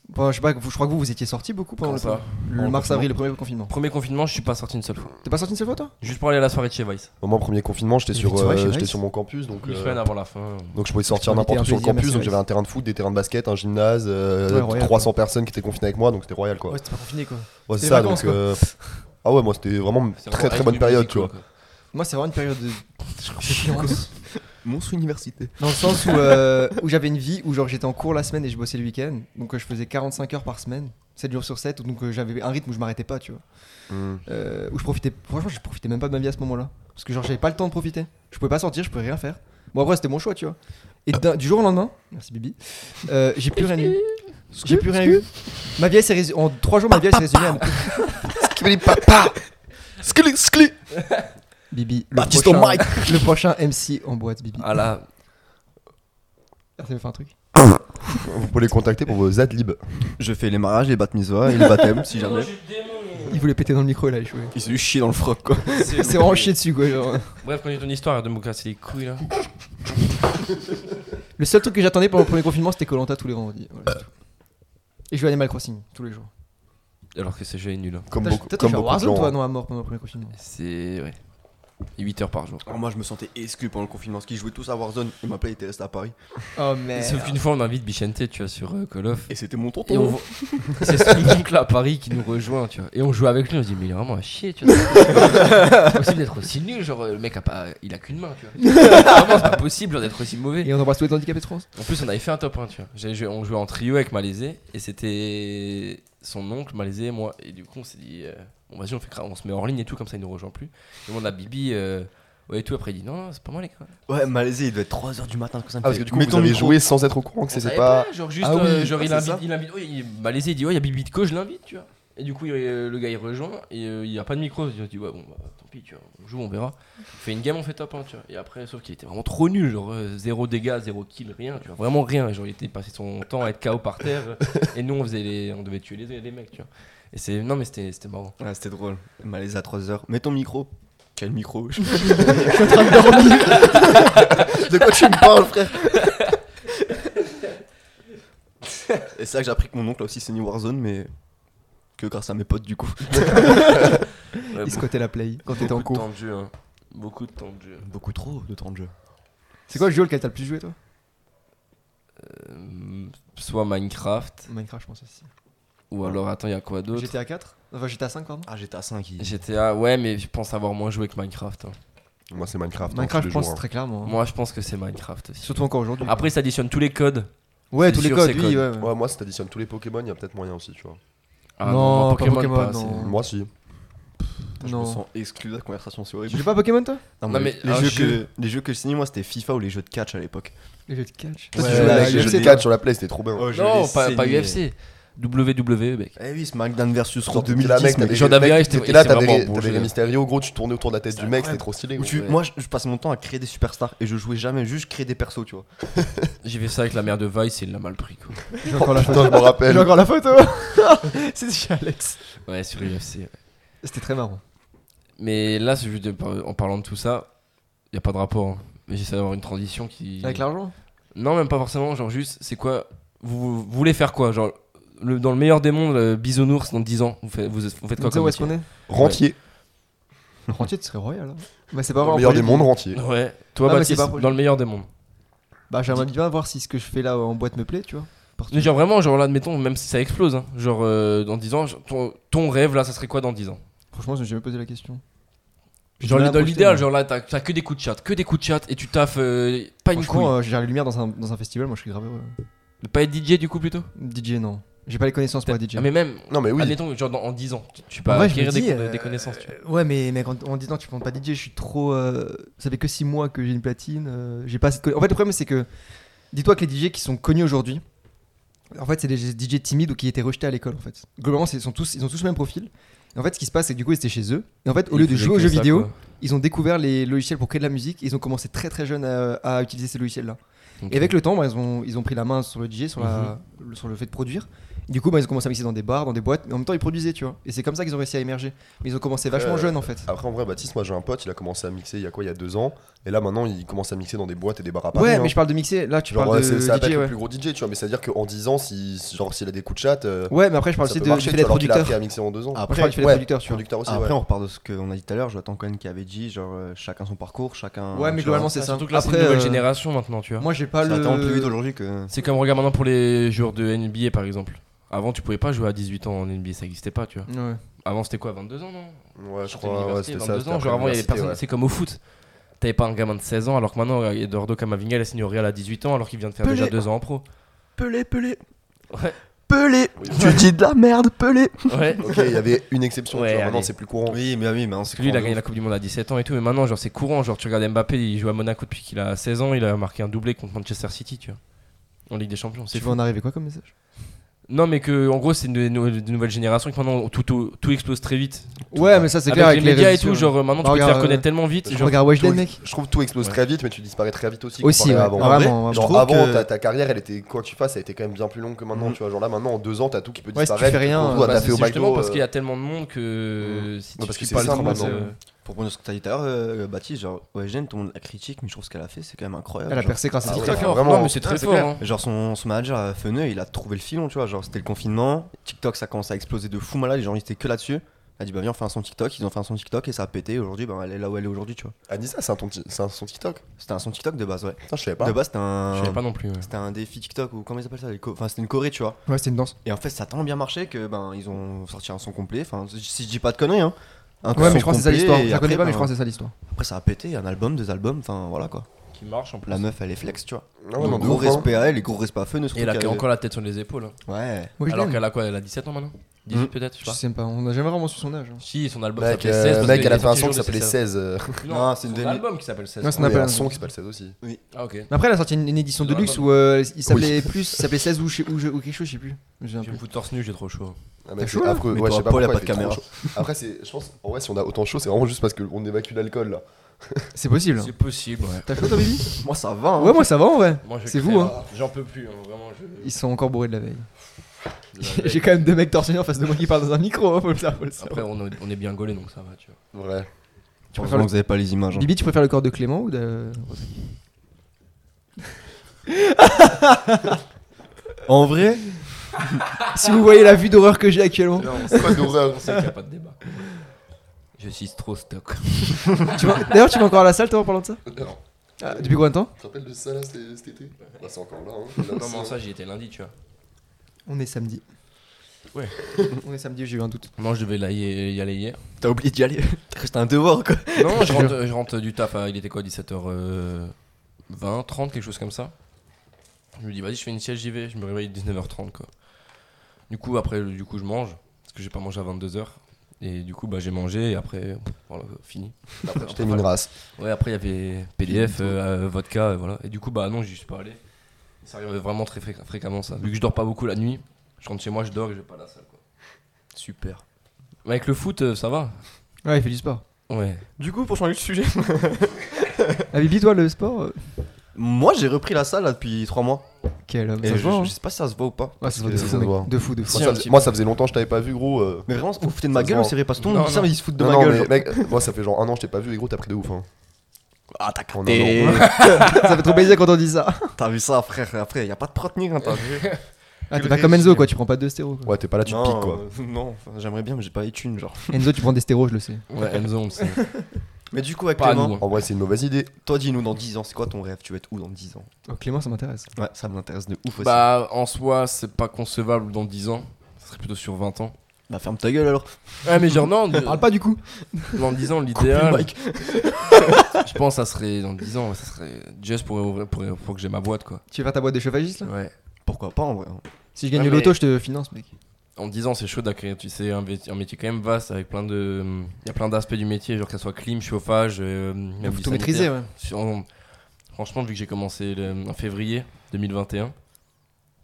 [SPEAKER 2] Bon, je sais pas, vous- je crois que vous, vous étiez sorti beaucoup pendant
[SPEAKER 1] Quand
[SPEAKER 2] le,
[SPEAKER 1] Ah, ça
[SPEAKER 2] le
[SPEAKER 3] Pendant le
[SPEAKER 2] mars-avril, le premier confinement.
[SPEAKER 1] Premier confinement, je suis pas sorti une seule fois.
[SPEAKER 2] T'es pas sorti une seule fois, toi
[SPEAKER 1] Juste pour aller à la soirée de chez Vice.
[SPEAKER 3] Au moment premier confinement, j'étais
[SPEAKER 2] Mais
[SPEAKER 3] sur,
[SPEAKER 2] vite, ouais,
[SPEAKER 3] euh,
[SPEAKER 2] chez
[SPEAKER 3] j'étais
[SPEAKER 2] Vice.
[SPEAKER 3] sur mon campus, donc.
[SPEAKER 1] Une
[SPEAKER 3] euh,
[SPEAKER 1] semaine avant la fin.
[SPEAKER 3] Donc je pouvais sortir
[SPEAKER 2] On
[SPEAKER 3] n'importe
[SPEAKER 2] était
[SPEAKER 3] où sur le
[SPEAKER 2] un plaisir,
[SPEAKER 3] campus, donc
[SPEAKER 2] merci,
[SPEAKER 3] j'avais un terrain de foot, des terrains de basket, un gymnase, euh,
[SPEAKER 2] Ouais, royal,
[SPEAKER 3] 300 personnes qui étaient confinées avec moi, donc c'était royal quoi.
[SPEAKER 2] Ouais, c'était pas confiné quoi.
[SPEAKER 3] Ouais, c'est
[SPEAKER 2] c'était
[SPEAKER 3] ça,
[SPEAKER 2] les vacances,
[SPEAKER 3] donc. euh, Ah ouais, moi c'était vraiment
[SPEAKER 1] C'est
[SPEAKER 3] très
[SPEAKER 1] vraiment
[SPEAKER 3] très bonne
[SPEAKER 1] du
[SPEAKER 3] période,
[SPEAKER 1] musique,
[SPEAKER 3] tu vois.
[SPEAKER 1] quoi.
[SPEAKER 2] Moi, c'est vraiment une période de. chiante.
[SPEAKER 5] Monstre Université.
[SPEAKER 2] Dans le sens où, euh, où j'avais une vie où genre j'étais en cours la semaine et je bossais le week-end. Donc euh, je faisais 45 heures par semaine, 7 jours sur 7. Donc euh, j'avais un rythme où je m'arrêtais pas, tu vois.
[SPEAKER 3] Mm.
[SPEAKER 2] Euh, où je profitais. Franchement, je profitais même pas de ma vie à ce moment-là. Parce que genre j'avais pas le temps de profiter. Je pouvais pas sortir, je pouvais rien faire. Bon, après, c'était mon choix, tu vois. Et d'un- du jour au lendemain, merci Bibi, euh, j'ai plus rien eu. J'ai plus rien eu. Ma vie, elle s'est résu- en 3 jours, ma vie, elle s'est résumée à.
[SPEAKER 5] papa Skli, skli
[SPEAKER 2] Bibi, le
[SPEAKER 5] Baptiste
[SPEAKER 2] prochain,
[SPEAKER 5] Mike.
[SPEAKER 2] le prochain MC en boîte, Bibi.
[SPEAKER 1] Ah là,
[SPEAKER 2] Ah, ça veut faire un truc.
[SPEAKER 3] Vous pouvez les contacter pour vos adlibs.
[SPEAKER 5] Je fais les mariages, les bat mitzvahs et le baptême, si jamais.
[SPEAKER 2] Il voulait péter dans le micro, là, échoué.
[SPEAKER 5] Il se chie dans le froc, quoi.
[SPEAKER 2] C'est vraiment chier dessus, quoi. genre.
[SPEAKER 1] Bref, connais ton histoire, de me casser les couilles là.
[SPEAKER 2] Le seul truc que j'attendais pendant le premier confinement, c'était Colanta tous les vendredis. Voilà, c'est tout. Et je jouais à Animal Crossing tous les jours.
[SPEAKER 1] Alors que c'est jeu nul. hein.
[SPEAKER 3] Comme
[SPEAKER 2] T'as-
[SPEAKER 3] beaucoup,
[SPEAKER 2] T'as
[SPEAKER 3] comme
[SPEAKER 2] fait
[SPEAKER 3] beaucoup de gens.
[SPEAKER 2] Warzone, toi,
[SPEAKER 3] hein.
[SPEAKER 2] non, à mort pendant le premier confinement.
[SPEAKER 1] C'est. Ouais. 8 heures par jour.
[SPEAKER 5] Alors moi je me sentais exclu pendant le confinement, parce qu'ils jouaient tous à Warzone et ma play était restée à Paris.
[SPEAKER 2] Oh, mais.
[SPEAKER 1] Sauf qu'une fois, on invite Bichente, tu vois, sur euh, Call of.
[SPEAKER 5] Et c'était mon tonton.
[SPEAKER 1] Et on voit- C'est ce oncle à Paris qui nous rejoint, tu vois. Et on joue avec lui, on se dit, mais il est vraiment à chier, tu vois. c'est pas possible d'être aussi nul, genre, euh, le mec a pas. Il a qu'une main, tu vois. Vraiment, c'est pas possible genre, d'être aussi mauvais.
[SPEAKER 2] Et on embrasse tous les handicapés de France.
[SPEAKER 1] En plus, on avait fait un top 1, tu vois. J'avais joué- on jouait en trio avec Malaisé, et c'était son oncle, Malaisé et moi. Et du coup, on s'est dit, euh, bon, vas-y, on, fait cra- on se met hors ligne et tout, comme ça, il nous rejoint plus. Et on a Bibi, euh, ouais, et tout. Après, il dit, non, non, c'est pas moi, les gars.
[SPEAKER 5] Ouais, Malaisie, il devait être 3h du matin, parce que ça me
[SPEAKER 3] Ah, parce
[SPEAKER 5] fait-
[SPEAKER 3] que du coup,
[SPEAKER 5] Mets
[SPEAKER 3] vous
[SPEAKER 5] ton
[SPEAKER 3] avez
[SPEAKER 5] micro.
[SPEAKER 3] joué sans être au courant que
[SPEAKER 1] On
[SPEAKER 3] c'était
[SPEAKER 1] savait
[SPEAKER 3] pas.
[SPEAKER 1] Genre, juste,
[SPEAKER 5] Ah oui,
[SPEAKER 1] euh, genre,
[SPEAKER 5] ah,
[SPEAKER 1] il
[SPEAKER 5] c'est
[SPEAKER 1] invite,
[SPEAKER 5] ça.
[SPEAKER 1] il invite. ouais, il- Malaisé, il dit, ouais, il y a Bibi de co, je l'invite, tu vois. Et du coup, il- euh, le gars, il rejoint, et euh, il y a pas de micro. Il dit, ouais, bon, bah, tant pis, tu vois, on joue, on verra. On fait une game, on fait top 1, tu vois. Et après, sauf qu'il était vraiment trop nul, genre, euh, zéro dégâts, zéro kill, rien, tu vois, vraiment rien. Genre, il était passé son temps à être KO par terre, et nous, on, faisait les, on devait tuer les, les mecs, tu vois. Et c'est. Non, mais c'était c'était marrant.
[SPEAKER 5] Ouais, c'était drôle. Malaisie à 3h. Mets ton micro. Quel micro Je De quoi tu me parles, frère Et c'est là que j'ai appris que mon oncle a aussi saigné Warzone, mais que grâce à mes potes, du coup.
[SPEAKER 2] Ils se cotaient la play quand t'étais en
[SPEAKER 1] Beaucoup de
[SPEAKER 2] cours.
[SPEAKER 1] temps de jeu, hein. Beaucoup de temps de jeu.
[SPEAKER 5] Beaucoup trop de temps de jeu.
[SPEAKER 2] C'est quoi le jeu auquel t'as le plus joué, toi
[SPEAKER 1] Euh, soit Minecraft,
[SPEAKER 2] Minecraft, je pense aussi.
[SPEAKER 1] ou alors, attends, il y a quoi d'autre
[SPEAKER 2] GTA 4 Enfin, GTA 5, pardon.
[SPEAKER 5] Ah, j'étais à 5. Il...
[SPEAKER 1] GTA, ouais, mais je pense avoir moins joué que Minecraft. hein.
[SPEAKER 3] Moi, c'est Minecraft. hein,
[SPEAKER 2] Minecraft,
[SPEAKER 3] tous
[SPEAKER 2] je
[SPEAKER 3] les
[SPEAKER 2] pense
[SPEAKER 3] jours, hein.
[SPEAKER 2] très clairement. hein.
[SPEAKER 1] Moi, je pense que c'est Minecraft aussi.
[SPEAKER 2] Surtout encore aujourd'hui.
[SPEAKER 1] Après, ça additionne tous les codes.
[SPEAKER 2] ouais,
[SPEAKER 1] c'est
[SPEAKER 2] tous les
[SPEAKER 1] sûr,
[SPEAKER 2] codes,
[SPEAKER 1] c'est
[SPEAKER 2] oui, ouais. ouais.
[SPEAKER 3] Ouais, moi, si t'additionnes tous les Pokémon, il y a peut-être moyen aussi, tu vois.
[SPEAKER 1] Ah
[SPEAKER 2] Non, pas Pokémon,
[SPEAKER 1] assez.
[SPEAKER 2] non.
[SPEAKER 3] Moi, si.
[SPEAKER 5] Je me
[SPEAKER 2] Non.
[SPEAKER 5] sens exclu de la conversation, c'est
[SPEAKER 2] Tu
[SPEAKER 5] horrible.
[SPEAKER 2] joues pas à Pokémon, toi
[SPEAKER 5] Non,
[SPEAKER 1] Non,
[SPEAKER 5] mais
[SPEAKER 1] mais
[SPEAKER 5] les,
[SPEAKER 1] un
[SPEAKER 5] jeux
[SPEAKER 1] jeu-
[SPEAKER 5] Que, les jeux que je saignais, moi, c'était FIFA ou les jeux de catch à l'époque.
[SPEAKER 2] Les jeux de catch.
[SPEAKER 3] Toi,
[SPEAKER 5] Toi, tu
[SPEAKER 3] tu
[SPEAKER 5] jouais
[SPEAKER 3] jouais
[SPEAKER 5] à
[SPEAKER 3] avec
[SPEAKER 5] la
[SPEAKER 3] les jeux
[SPEAKER 2] UFC,
[SPEAKER 3] de catch sur la Play, c'était trop bien. hein.
[SPEAKER 5] Oh, je
[SPEAKER 1] Non,
[SPEAKER 5] l'ai
[SPEAKER 1] pas, pas
[SPEAKER 5] saigné.
[SPEAKER 1] UFC. WWE, E, mec.
[SPEAKER 5] Eh oui, SmackDown versus Raw
[SPEAKER 3] Genre, t'étais là, mec,
[SPEAKER 5] 2010, mec.
[SPEAKER 3] t'avais-
[SPEAKER 1] Jean Davier,
[SPEAKER 3] mec,
[SPEAKER 1] c'était-
[SPEAKER 3] t'étais là,
[SPEAKER 1] c'est
[SPEAKER 3] t'avais
[SPEAKER 1] vraiment
[SPEAKER 3] les-
[SPEAKER 1] bon
[SPEAKER 3] t'avais les
[SPEAKER 1] jeu.
[SPEAKER 3] Mysterio, gros, tu tournais autour de la tête du mec, c'était trop stylé.
[SPEAKER 5] Où
[SPEAKER 3] gros.
[SPEAKER 5] tu-
[SPEAKER 1] Ouais.
[SPEAKER 5] Moi, je, je passais mon temps à créer des superstars et je jouais jamais, juste créer des persos, tu vois.
[SPEAKER 1] J'ai fait ça avec la mère de Vice et il l'a mal pris, quoi.
[SPEAKER 2] J'ai encore la
[SPEAKER 3] Putain,
[SPEAKER 2] photo.
[SPEAKER 3] je me
[SPEAKER 2] J'ai
[SPEAKER 3] rappelle.
[SPEAKER 2] encore la photo. C'est chez Alex.
[SPEAKER 1] Ouais, sur UFC. ouais.
[SPEAKER 2] C'était très marrant.
[SPEAKER 1] Mais là, c'est juste de- en parlant de tout ça, y a pas de rapport. hein. Mais j'essaie d'avoir une transition qui.
[SPEAKER 2] Avec l'argent
[SPEAKER 1] Non, même pas forcément. Genre, juste, c'est quoi vous, vous voulez faire quoi Genre, le- dans le meilleur des mondes, euh, bisounours, dans 10 ans, vous faites, vous, vous faites quoi
[SPEAKER 2] Tu sais
[SPEAKER 1] comme
[SPEAKER 2] où est-ce qu'on
[SPEAKER 1] métier
[SPEAKER 2] est
[SPEAKER 3] Rentier.
[SPEAKER 2] Rentier, tu serais royal. hein. Bah, c'est pas vrai.
[SPEAKER 3] Le
[SPEAKER 2] on
[SPEAKER 3] meilleur
[SPEAKER 2] parlait
[SPEAKER 3] des
[SPEAKER 2] de-
[SPEAKER 3] mondes, rentier.
[SPEAKER 1] Ouais. Toi,
[SPEAKER 2] Ah, bah, c'est
[SPEAKER 1] Baptiste,
[SPEAKER 2] pas proche.
[SPEAKER 1] dans le meilleur des mondes.
[SPEAKER 2] Bah, j'aimerais bien voir si ce que je fais là euh, en boîte me plaît, tu vois.
[SPEAKER 1] Mais genre vraiment, genre là, admettons, même si ça explose, hein, genre euh, dans 10 ans, genre, ton, ton rêve là, ça serait quoi dans 10 ans
[SPEAKER 2] Franchement, je me suis jamais posé la question. J'ai
[SPEAKER 1] Genre
[SPEAKER 2] du mal à
[SPEAKER 1] dans
[SPEAKER 2] me projeter,
[SPEAKER 1] l'idéal,
[SPEAKER 2] moi.
[SPEAKER 1] genre là, t'as t'as que des coups de chat, que des coups de chat et tu taffes euh, pas une couille.
[SPEAKER 2] Franchement, euh, je gère les lumières dans un, dans un festival, moi je suis grave. heureux.
[SPEAKER 1] Pas être DJ du coup plutôt
[SPEAKER 2] DJ, non. J'ai pas les connaissances pour être DJ.
[SPEAKER 1] Ah, Mais même,
[SPEAKER 3] Non, mais oui.
[SPEAKER 1] admettons, genre dans- en 10 ans, tu- tu peux
[SPEAKER 2] En vrai, je me
[SPEAKER 1] acquérir des,
[SPEAKER 2] dis,
[SPEAKER 1] con-
[SPEAKER 2] euh,
[SPEAKER 1] des connaissances. tu vois.
[SPEAKER 2] Ouais, mais mec, en, en disant tu ne pas DJ, je suis trop. euh, ça fait que 6 mois que j'ai une platine. euh, j'ai pas assez de conna- En fait, le problème, c'est que. Dis-toi que les DJ qui sont connus aujourd'hui, en fait, c'est des DJ timides ou qui étaient rejetés à l'école, en fait. Globalement, c'est- ils, sont tous, ils ont tous le même profil. Et en fait, ce qui se passe, c'est que du coup, ils étaient chez eux. Et en fait, au lieu de
[SPEAKER 1] Ils faisaient
[SPEAKER 2] jouer aux
[SPEAKER 1] que
[SPEAKER 2] jeux
[SPEAKER 1] ça,
[SPEAKER 2] vidéo,
[SPEAKER 1] quoi.
[SPEAKER 2] ils ont découvert les logiciels pour créer de la musique. Et ils ont commencé très très jeune à, à utiliser ces logiciels-là.
[SPEAKER 1] Ok.
[SPEAKER 2] Et avec le temps, bah, ils, ont, ils ont pris la main sur le DJ, sur, la- le- sur le fait de produire. Et du coup, bah, ils ont commencé à mixer dans des bars, dans des boîtes, mais en même temps, ils produisaient, tu vois. Et c'est comme ça qu'ils ont réussi à émerger. Mais ils ont commencé vachement
[SPEAKER 3] Euh,
[SPEAKER 2] jeunes, en fait.
[SPEAKER 3] Après, en vrai, Baptiste, moi j'ai un pote, il a commencé à mixer il y a quoi, il y a deux ans. Et là, maintenant, il commence à mixer dans des boîtes et des bars à Paris.
[SPEAKER 2] ouais,
[SPEAKER 3] hein.
[SPEAKER 2] mais je parle de mixer. Là, tu
[SPEAKER 3] Genre,
[SPEAKER 2] parles
[SPEAKER 3] ouais,
[SPEAKER 2] de
[SPEAKER 3] c'est- ça va pas
[SPEAKER 2] DJ,
[SPEAKER 3] être
[SPEAKER 2] ouais.
[SPEAKER 3] le plus gros DJ, tu vois. Mais c'est-à-dire qu'en 10 ans, si, genre, s'il a des coups de chat, euh,
[SPEAKER 2] Ouais, mais après, je parle
[SPEAKER 3] ça
[SPEAKER 2] aussi
[SPEAKER 3] peut
[SPEAKER 2] de
[SPEAKER 3] marcher,
[SPEAKER 2] du fait
[SPEAKER 3] tu
[SPEAKER 2] d'être
[SPEAKER 3] vois, alors qu'il a
[SPEAKER 2] producteur.
[SPEAKER 3] appris à mixer en deux ans.
[SPEAKER 2] Après, je parle du fait d'être
[SPEAKER 3] ouais,
[SPEAKER 2] producteur, tu vois.
[SPEAKER 3] producteur aussi,
[SPEAKER 5] Après,
[SPEAKER 3] ouais.
[SPEAKER 5] on repart de ce qu'on a dit tout à l'heure. J'attends quand même qu'il y avait dit, genre euh, chacun son parcours, chacun.
[SPEAKER 2] Ouais, mais
[SPEAKER 5] tu vois.
[SPEAKER 2] globalement, c'est ça.
[SPEAKER 1] bah, Surtout que là, c'est une
[SPEAKER 2] Après,
[SPEAKER 1] nouvelle
[SPEAKER 2] euh,
[SPEAKER 1] génération maintenant, tu vois.
[SPEAKER 2] Moi, j'ai pas
[SPEAKER 5] Ça attend plus vite
[SPEAKER 2] le.
[SPEAKER 5] aujourd'hui que.
[SPEAKER 1] C'est comme regarde maintenant pour les joueurs de NBA par exemple. Avant, tu pouvais pas jouer à 18 ans en NBA, ça existait pas, tu vois.
[SPEAKER 2] Ouais.
[SPEAKER 1] Avant, c'était quoi, 22 ans, non
[SPEAKER 3] Ouais, je
[SPEAKER 1] C'était
[SPEAKER 3] crois, ouais,
[SPEAKER 1] l'université,
[SPEAKER 3] c'était ça.
[SPEAKER 1] 22
[SPEAKER 3] c'était
[SPEAKER 1] ans,
[SPEAKER 3] après
[SPEAKER 1] genre avant, il y avait
[SPEAKER 3] l'université,
[SPEAKER 1] personne.
[SPEAKER 3] ouais.
[SPEAKER 1] C'est comme au foot. T'avais pas un gamin de 16 ans, alors que maintenant, Eduardo Camavinga, il a signé au Real à 18 ans, alors qu'il vient de faire
[SPEAKER 5] Pelé.
[SPEAKER 1] déjà 2 ans en pro.
[SPEAKER 5] Pelé, Pelé.
[SPEAKER 1] Ouais.
[SPEAKER 5] Pelé
[SPEAKER 3] Oui.
[SPEAKER 5] Tu dis de la merde, Pelé
[SPEAKER 1] Ouais.
[SPEAKER 3] Ok, il y avait une exception,
[SPEAKER 1] Ouais,
[SPEAKER 3] tu vois, maintenant
[SPEAKER 1] allez.
[SPEAKER 3] c'est plus courant.
[SPEAKER 5] Oui, mais oui, mais on se
[SPEAKER 1] Parce que lui, il a
[SPEAKER 5] prend
[SPEAKER 1] gagné
[SPEAKER 5] de
[SPEAKER 1] la Coupe du Monde à 17 ans et tout, mais maintenant, genre, c'est courant. Genre, tu regardes Mbappé, il joue à Monaco depuis qu'il a 16 ans, il a marqué un doublé contre Manchester City, tu vois. En Ligue des Champions, c'est
[SPEAKER 2] Tu
[SPEAKER 1] fou.
[SPEAKER 2] veux en arriver quoi comme message
[SPEAKER 1] Non, mais que, en gros, c'est une, nouvelle nouvelle génération qui maintenant tout, tout, tout explose très vite.
[SPEAKER 2] Ouais, mais ça, c'est
[SPEAKER 1] Avec
[SPEAKER 2] clair.
[SPEAKER 1] les médias et
[SPEAKER 2] réseaux
[SPEAKER 1] tout,
[SPEAKER 2] sociaux.
[SPEAKER 1] genre, maintenant, tu
[SPEAKER 2] Bah,
[SPEAKER 1] peux te faire
[SPEAKER 2] regarde,
[SPEAKER 1] connaître
[SPEAKER 2] euh,
[SPEAKER 1] tellement vite.
[SPEAKER 2] Je
[SPEAKER 1] genre,
[SPEAKER 2] regarde Weshden,
[SPEAKER 3] tout-
[SPEAKER 2] mec.
[SPEAKER 3] Je trouve que tout explose
[SPEAKER 1] Ouais.
[SPEAKER 3] très vite, mais tu disparais très vite aussi.
[SPEAKER 2] Aussi,
[SPEAKER 3] comparé
[SPEAKER 2] ouais.
[SPEAKER 3] à
[SPEAKER 2] Ah,
[SPEAKER 3] Avant.
[SPEAKER 5] vrai,
[SPEAKER 2] Vraiment,
[SPEAKER 5] je
[SPEAKER 2] vraiment.
[SPEAKER 3] Genre,
[SPEAKER 5] trouve
[SPEAKER 3] avant,
[SPEAKER 5] que-
[SPEAKER 3] ta, ta carrière, elle était quoi que tu fasses, elle était quand même bien plus longue que maintenant. Tu vois, genre là, maintenant, en deux ans, t'as tout qui peut
[SPEAKER 2] Ouais, si tu
[SPEAKER 3] disparaître.
[SPEAKER 2] fais rien,
[SPEAKER 3] tout,
[SPEAKER 2] euh,
[SPEAKER 1] Bah,
[SPEAKER 3] t'as
[SPEAKER 1] c'est
[SPEAKER 3] fait au
[SPEAKER 1] justement
[SPEAKER 3] McDo,
[SPEAKER 1] parce qu'il y
[SPEAKER 3] euh,
[SPEAKER 1] a tellement de monde que si
[SPEAKER 3] Non,
[SPEAKER 1] tu
[SPEAKER 3] parce que
[SPEAKER 1] suis
[SPEAKER 3] c'est
[SPEAKER 1] pas le
[SPEAKER 3] ça,
[SPEAKER 1] train,
[SPEAKER 3] maintenant.
[SPEAKER 1] euh,
[SPEAKER 5] Pour prendre ce que t'as dit tout à l'heure, euh, Baptiste, genre, ouais, j'aime ton la critique, mais je trouve ce qu'elle a fait, c'est quand même incroyable.
[SPEAKER 2] Elle a
[SPEAKER 5] genre.
[SPEAKER 2] percé grâce à
[SPEAKER 3] Ah
[SPEAKER 2] ses
[SPEAKER 3] ouais.
[SPEAKER 2] TikTok.
[SPEAKER 3] fort.
[SPEAKER 1] Vraiment.
[SPEAKER 3] Vraiment.
[SPEAKER 1] Non, mais c'est très
[SPEAKER 5] c'est
[SPEAKER 1] fort.
[SPEAKER 5] clair.
[SPEAKER 1] hein.
[SPEAKER 5] Genre son, son manager euh, Feneux, il a trouvé le filon, tu vois. Genre c'était le confinement, TikTok ça commence à exploser de fou malade, les gens ils étaient que là-dessus. Il a dit bah viens on fait un son TikTok, ils ont fait un son TikTok et ça a pété. Aujourd'hui bah elle est là où elle est aujourd'hui, tu vois.
[SPEAKER 3] euh, Anissa, c'est un ton- c'est un son TikTok.
[SPEAKER 5] C'était un son TikTok de base, ouais.
[SPEAKER 3] Putain, je savais
[SPEAKER 2] Bah,
[SPEAKER 5] De
[SPEAKER 3] pas.
[SPEAKER 5] base c'était un,
[SPEAKER 1] Je sais pas non plus. ouais.
[SPEAKER 5] c'était un défi TikTok ou comment ils appellent ça, les co- enfin c'était une Corée, tu vois.
[SPEAKER 2] Ouais, c'était une danse.
[SPEAKER 5] Et en fait, ça a tellement bien marché que ben ils ont sorti un son complet. Enfin, si je dis pas de conneries, hein. Un
[SPEAKER 2] Ouais,
[SPEAKER 5] son
[SPEAKER 2] mais je crois que c'est ça
[SPEAKER 5] complet,
[SPEAKER 2] l'histoire.
[SPEAKER 5] et
[SPEAKER 2] Je la
[SPEAKER 5] après,
[SPEAKER 2] connais pas,
[SPEAKER 5] ben,
[SPEAKER 2] mais je crois que c'est ça l'histoire.
[SPEAKER 5] Après, ça a pété, un album, deux albums, enfin voilà quoi.
[SPEAKER 1] Qui marche en plus.
[SPEAKER 5] La meuf, elle est flex, tu vois.
[SPEAKER 3] Non,
[SPEAKER 5] Donc,
[SPEAKER 3] non,
[SPEAKER 5] gros
[SPEAKER 3] de ouf, hein.
[SPEAKER 5] respect à elle, et gros respect à feu, ne
[SPEAKER 1] Et elle a encore la tête sur les épaules. hein.
[SPEAKER 5] euh, Ouais.
[SPEAKER 1] Alors
[SPEAKER 2] Weshden.
[SPEAKER 1] qu'elle a quoi Elle a 17 ans maintenant 18 peut-être, je sais
[SPEAKER 2] Je
[SPEAKER 1] pas.
[SPEAKER 2] sais pas, on a jamais vraiment su son âge. hein.
[SPEAKER 1] Si, son album
[SPEAKER 3] Mec,
[SPEAKER 1] s'appelait
[SPEAKER 3] euh,
[SPEAKER 1] 16. parce
[SPEAKER 3] mec,
[SPEAKER 1] qu'il
[SPEAKER 3] elle a
[SPEAKER 1] était
[SPEAKER 3] fait un son
[SPEAKER 1] toujours
[SPEAKER 3] qui
[SPEAKER 1] de
[SPEAKER 3] s'appelait
[SPEAKER 1] 16.
[SPEAKER 3] 16. euh,
[SPEAKER 1] Non,
[SPEAKER 5] Non,
[SPEAKER 1] c'est
[SPEAKER 5] c'est
[SPEAKER 1] un
[SPEAKER 5] une demi-
[SPEAKER 1] album qui s'appelle 16.
[SPEAKER 2] Ouais, c'est
[SPEAKER 3] oui,
[SPEAKER 2] appelle-
[SPEAKER 3] Un son qui s'appelle 16 aussi.
[SPEAKER 1] Ah, ok.
[SPEAKER 2] Mais Après, elle a sorti une, une édition de
[SPEAKER 1] Dans
[SPEAKER 2] luxe
[SPEAKER 1] l'album.
[SPEAKER 2] où euh, il s'appelait plus, il s'appelait 16 ou, je- ou je- ou quelque chose, je sais plus. J'ai un
[SPEAKER 1] Je
[SPEAKER 2] peu-
[SPEAKER 1] me fous de torse nu, j'ai trop chaud.
[SPEAKER 3] Ah,
[SPEAKER 2] T'as
[SPEAKER 3] mec,
[SPEAKER 2] chaud,
[SPEAKER 3] c'est
[SPEAKER 2] là
[SPEAKER 3] affreux.
[SPEAKER 5] Mais
[SPEAKER 3] Ouais, je
[SPEAKER 5] toi,
[SPEAKER 3] sais pas
[SPEAKER 5] Paul a
[SPEAKER 3] pourquoi
[SPEAKER 5] pas
[SPEAKER 3] il
[SPEAKER 5] de
[SPEAKER 3] fait trop
[SPEAKER 5] caméra.
[SPEAKER 3] chaud. Après, c'est- je pense, en vrai, si on a autant chaud, c'est vraiment juste parce qu'on évacue l'alcool là.
[SPEAKER 2] C'est possible.
[SPEAKER 1] C'est possible, ouais.
[SPEAKER 2] T'as chaud, toi, Bibi
[SPEAKER 5] Moi, ça va. hein.
[SPEAKER 2] Ouais, moi ça va en vrai.
[SPEAKER 1] Moi, je
[SPEAKER 2] C'est
[SPEAKER 1] crève.
[SPEAKER 2] vous, hein.
[SPEAKER 1] J'en peux plus, hein, vraiment.
[SPEAKER 2] Ils sont encore bourrés de la veille.
[SPEAKER 1] je-
[SPEAKER 2] J'ai quand même deux mecs torse nu en face de moi qui parlent dans un micro, hein, faut le savoir. faut le
[SPEAKER 1] Après,
[SPEAKER 2] savoir.
[SPEAKER 1] on est- on est bien gaulé donc ça va, tu vois.
[SPEAKER 3] Vrai.
[SPEAKER 2] Tu
[SPEAKER 5] Heureusement
[SPEAKER 2] préfères le-
[SPEAKER 5] que vous avez pas les images. hein.
[SPEAKER 2] Bibi, tu préfères le corps de Clément ou de.
[SPEAKER 5] En vrai,
[SPEAKER 2] si vous voyez la vue d'horreur que j'ai actuellement,
[SPEAKER 3] C'est pas d'horreur.
[SPEAKER 1] On sait qu'il n'y a pas de débat. Je suis trop stock.
[SPEAKER 2] tu vas- D'ailleurs, tu vas encore à la salle, toi, en parlant de ça
[SPEAKER 3] Non.
[SPEAKER 2] Ah, Depuis combien de temps
[SPEAKER 3] Tu te rappelles de ça là c'était- cet été Bah, c'est encore là. Hein.
[SPEAKER 1] Non, mais ça, j'y étais lundi, tu vois.
[SPEAKER 2] On est samedi.
[SPEAKER 1] Ouais.
[SPEAKER 2] on est samedi, j'ai eu un doute.
[SPEAKER 1] Non, je devais là y y aller hier.
[SPEAKER 5] t'as oublié d'y aller. T'as un devoir quoi.
[SPEAKER 1] Non, je rentre, je rentre du taf, à- il était quoi, 17h20, 30, quelque chose comme ça. Je me dis, vas-y, je fais une sieste, j'y vais. Je me réveille 19h30, quoi. Du coup, après, euh, du coup, je mange, parce que j'ai pas mangé à 22h. Et du coup, bah, j'ai mangé, et après, voilà, fini.
[SPEAKER 3] Après, tu t'es mis une race.
[SPEAKER 1] Ouais, après, il y avait PDF, euh, euh, vodka, euh, voilà. Et du coup, bah, non, j'y suis pas allé. Ça arrive vraiment très fréqu- fréquemment, ça. Vu que je dors pas beaucoup la nuit, je rentre chez moi, je dors et je vais pas à la salle, quoi.
[SPEAKER 5] Super.
[SPEAKER 1] Mais avec le foot, euh, ça va.
[SPEAKER 2] Ouais, il fait du sport.
[SPEAKER 1] Ouais.
[SPEAKER 5] Du coup, pour changer de sujet,
[SPEAKER 2] Ah, Bibi, toi, le sport euh,
[SPEAKER 5] moi j'ai repris la salle là, depuis 3 mois.
[SPEAKER 2] Quel homme.
[SPEAKER 5] Et
[SPEAKER 2] Ça se
[SPEAKER 5] je,
[SPEAKER 2] voit, hein.
[SPEAKER 5] je sais pas si ça se voit ou pas.
[SPEAKER 2] Ouais, ça se voit de
[SPEAKER 3] que
[SPEAKER 2] fou,
[SPEAKER 3] ça se
[SPEAKER 2] mec.
[SPEAKER 3] voit.
[SPEAKER 2] De fou, de fou.
[SPEAKER 1] Si,
[SPEAKER 3] moi,
[SPEAKER 1] un
[SPEAKER 3] ça,
[SPEAKER 1] petit
[SPEAKER 3] moi, ça faisait longtemps que je t'avais pas vu, gros. euh.
[SPEAKER 5] Mais vraiment, vous foutez de
[SPEAKER 3] Ça
[SPEAKER 5] ma
[SPEAKER 3] se
[SPEAKER 5] gueule,
[SPEAKER 3] voit.
[SPEAKER 5] c'est vrai, parce que tout le
[SPEAKER 1] Non,
[SPEAKER 5] monde dit ça,
[SPEAKER 1] non.
[SPEAKER 5] mais ils se foutent de
[SPEAKER 3] non,
[SPEAKER 5] ma
[SPEAKER 3] non,
[SPEAKER 5] gueule.
[SPEAKER 3] mais
[SPEAKER 5] genre.
[SPEAKER 3] mec, moi, ça fait genre un an que je t'ai pas vu, et gros, t'as pris de ouf. Hein.
[SPEAKER 5] Ah, t'as
[SPEAKER 3] Oh, non,
[SPEAKER 5] capté.
[SPEAKER 3] non.
[SPEAKER 2] ça fait trop plaisir quand on dit ça.
[SPEAKER 5] T'as vu ça, frère Après, y a pas de protenir, hein, t'as vu
[SPEAKER 2] Ah, t'es pas comme Enzo, quoi, tu prends pas deux stéros. quoi.
[SPEAKER 3] Ouais, t'es pas là, tu te piques, quoi.
[SPEAKER 5] euh, Non, enfin, j'aimerais bien, mais j'ai pas les thunes, genre.
[SPEAKER 2] Enzo, tu prends des stéros, je le sais.
[SPEAKER 1] Ouais, Enzo, on le sait.
[SPEAKER 5] Mais du coup, avec
[SPEAKER 1] Pas à
[SPEAKER 5] Clément,
[SPEAKER 1] nous. hein.
[SPEAKER 3] En vrai, c'est une mauvaise idée.
[SPEAKER 5] toi dis-nous dans 10 ans, c'est quoi ton rêve Tu veux être où dans 10 ans
[SPEAKER 2] Oh, Clément, ça m'intéresse.
[SPEAKER 5] Ouais, ça m'intéresse de ouf aussi. Bah,
[SPEAKER 1] Bah, en soi, c'est pas concevable dans 10 ans. Ce serait plutôt sur 20 ans.
[SPEAKER 5] Bah, ferme ta gueule alors.
[SPEAKER 1] Ah, mais genre, non,
[SPEAKER 2] Parle pas du coup.
[SPEAKER 1] dans 10 ans, l'idéal. je pense que ça serait dans 10 ans, ça serait juste pour, ouvrir- pour, pour que j'ai ma boîte, quoi.
[SPEAKER 2] Tu vas faire ta boîte de chauffagiste là
[SPEAKER 1] Ouais.
[SPEAKER 5] Pourquoi pas en vrai hein.
[SPEAKER 2] Si je gagne
[SPEAKER 1] Ouais,
[SPEAKER 2] le
[SPEAKER 1] mais-
[SPEAKER 2] loto, je te finance, mec.
[SPEAKER 1] En 10 ans, c'est chaud d'acquérir, tu sais, un, vét- un métier quand même vaste avec plein de. Il y a plein d'aspects du métier, genre que ça soit clim, chauffage, euh, même
[SPEAKER 2] Faut
[SPEAKER 1] du
[SPEAKER 2] tout maîtriser,
[SPEAKER 1] sanitaire.
[SPEAKER 2] ouais.
[SPEAKER 1] Sur- en- Franchement, vu que j'ai commencé le- en février 2021,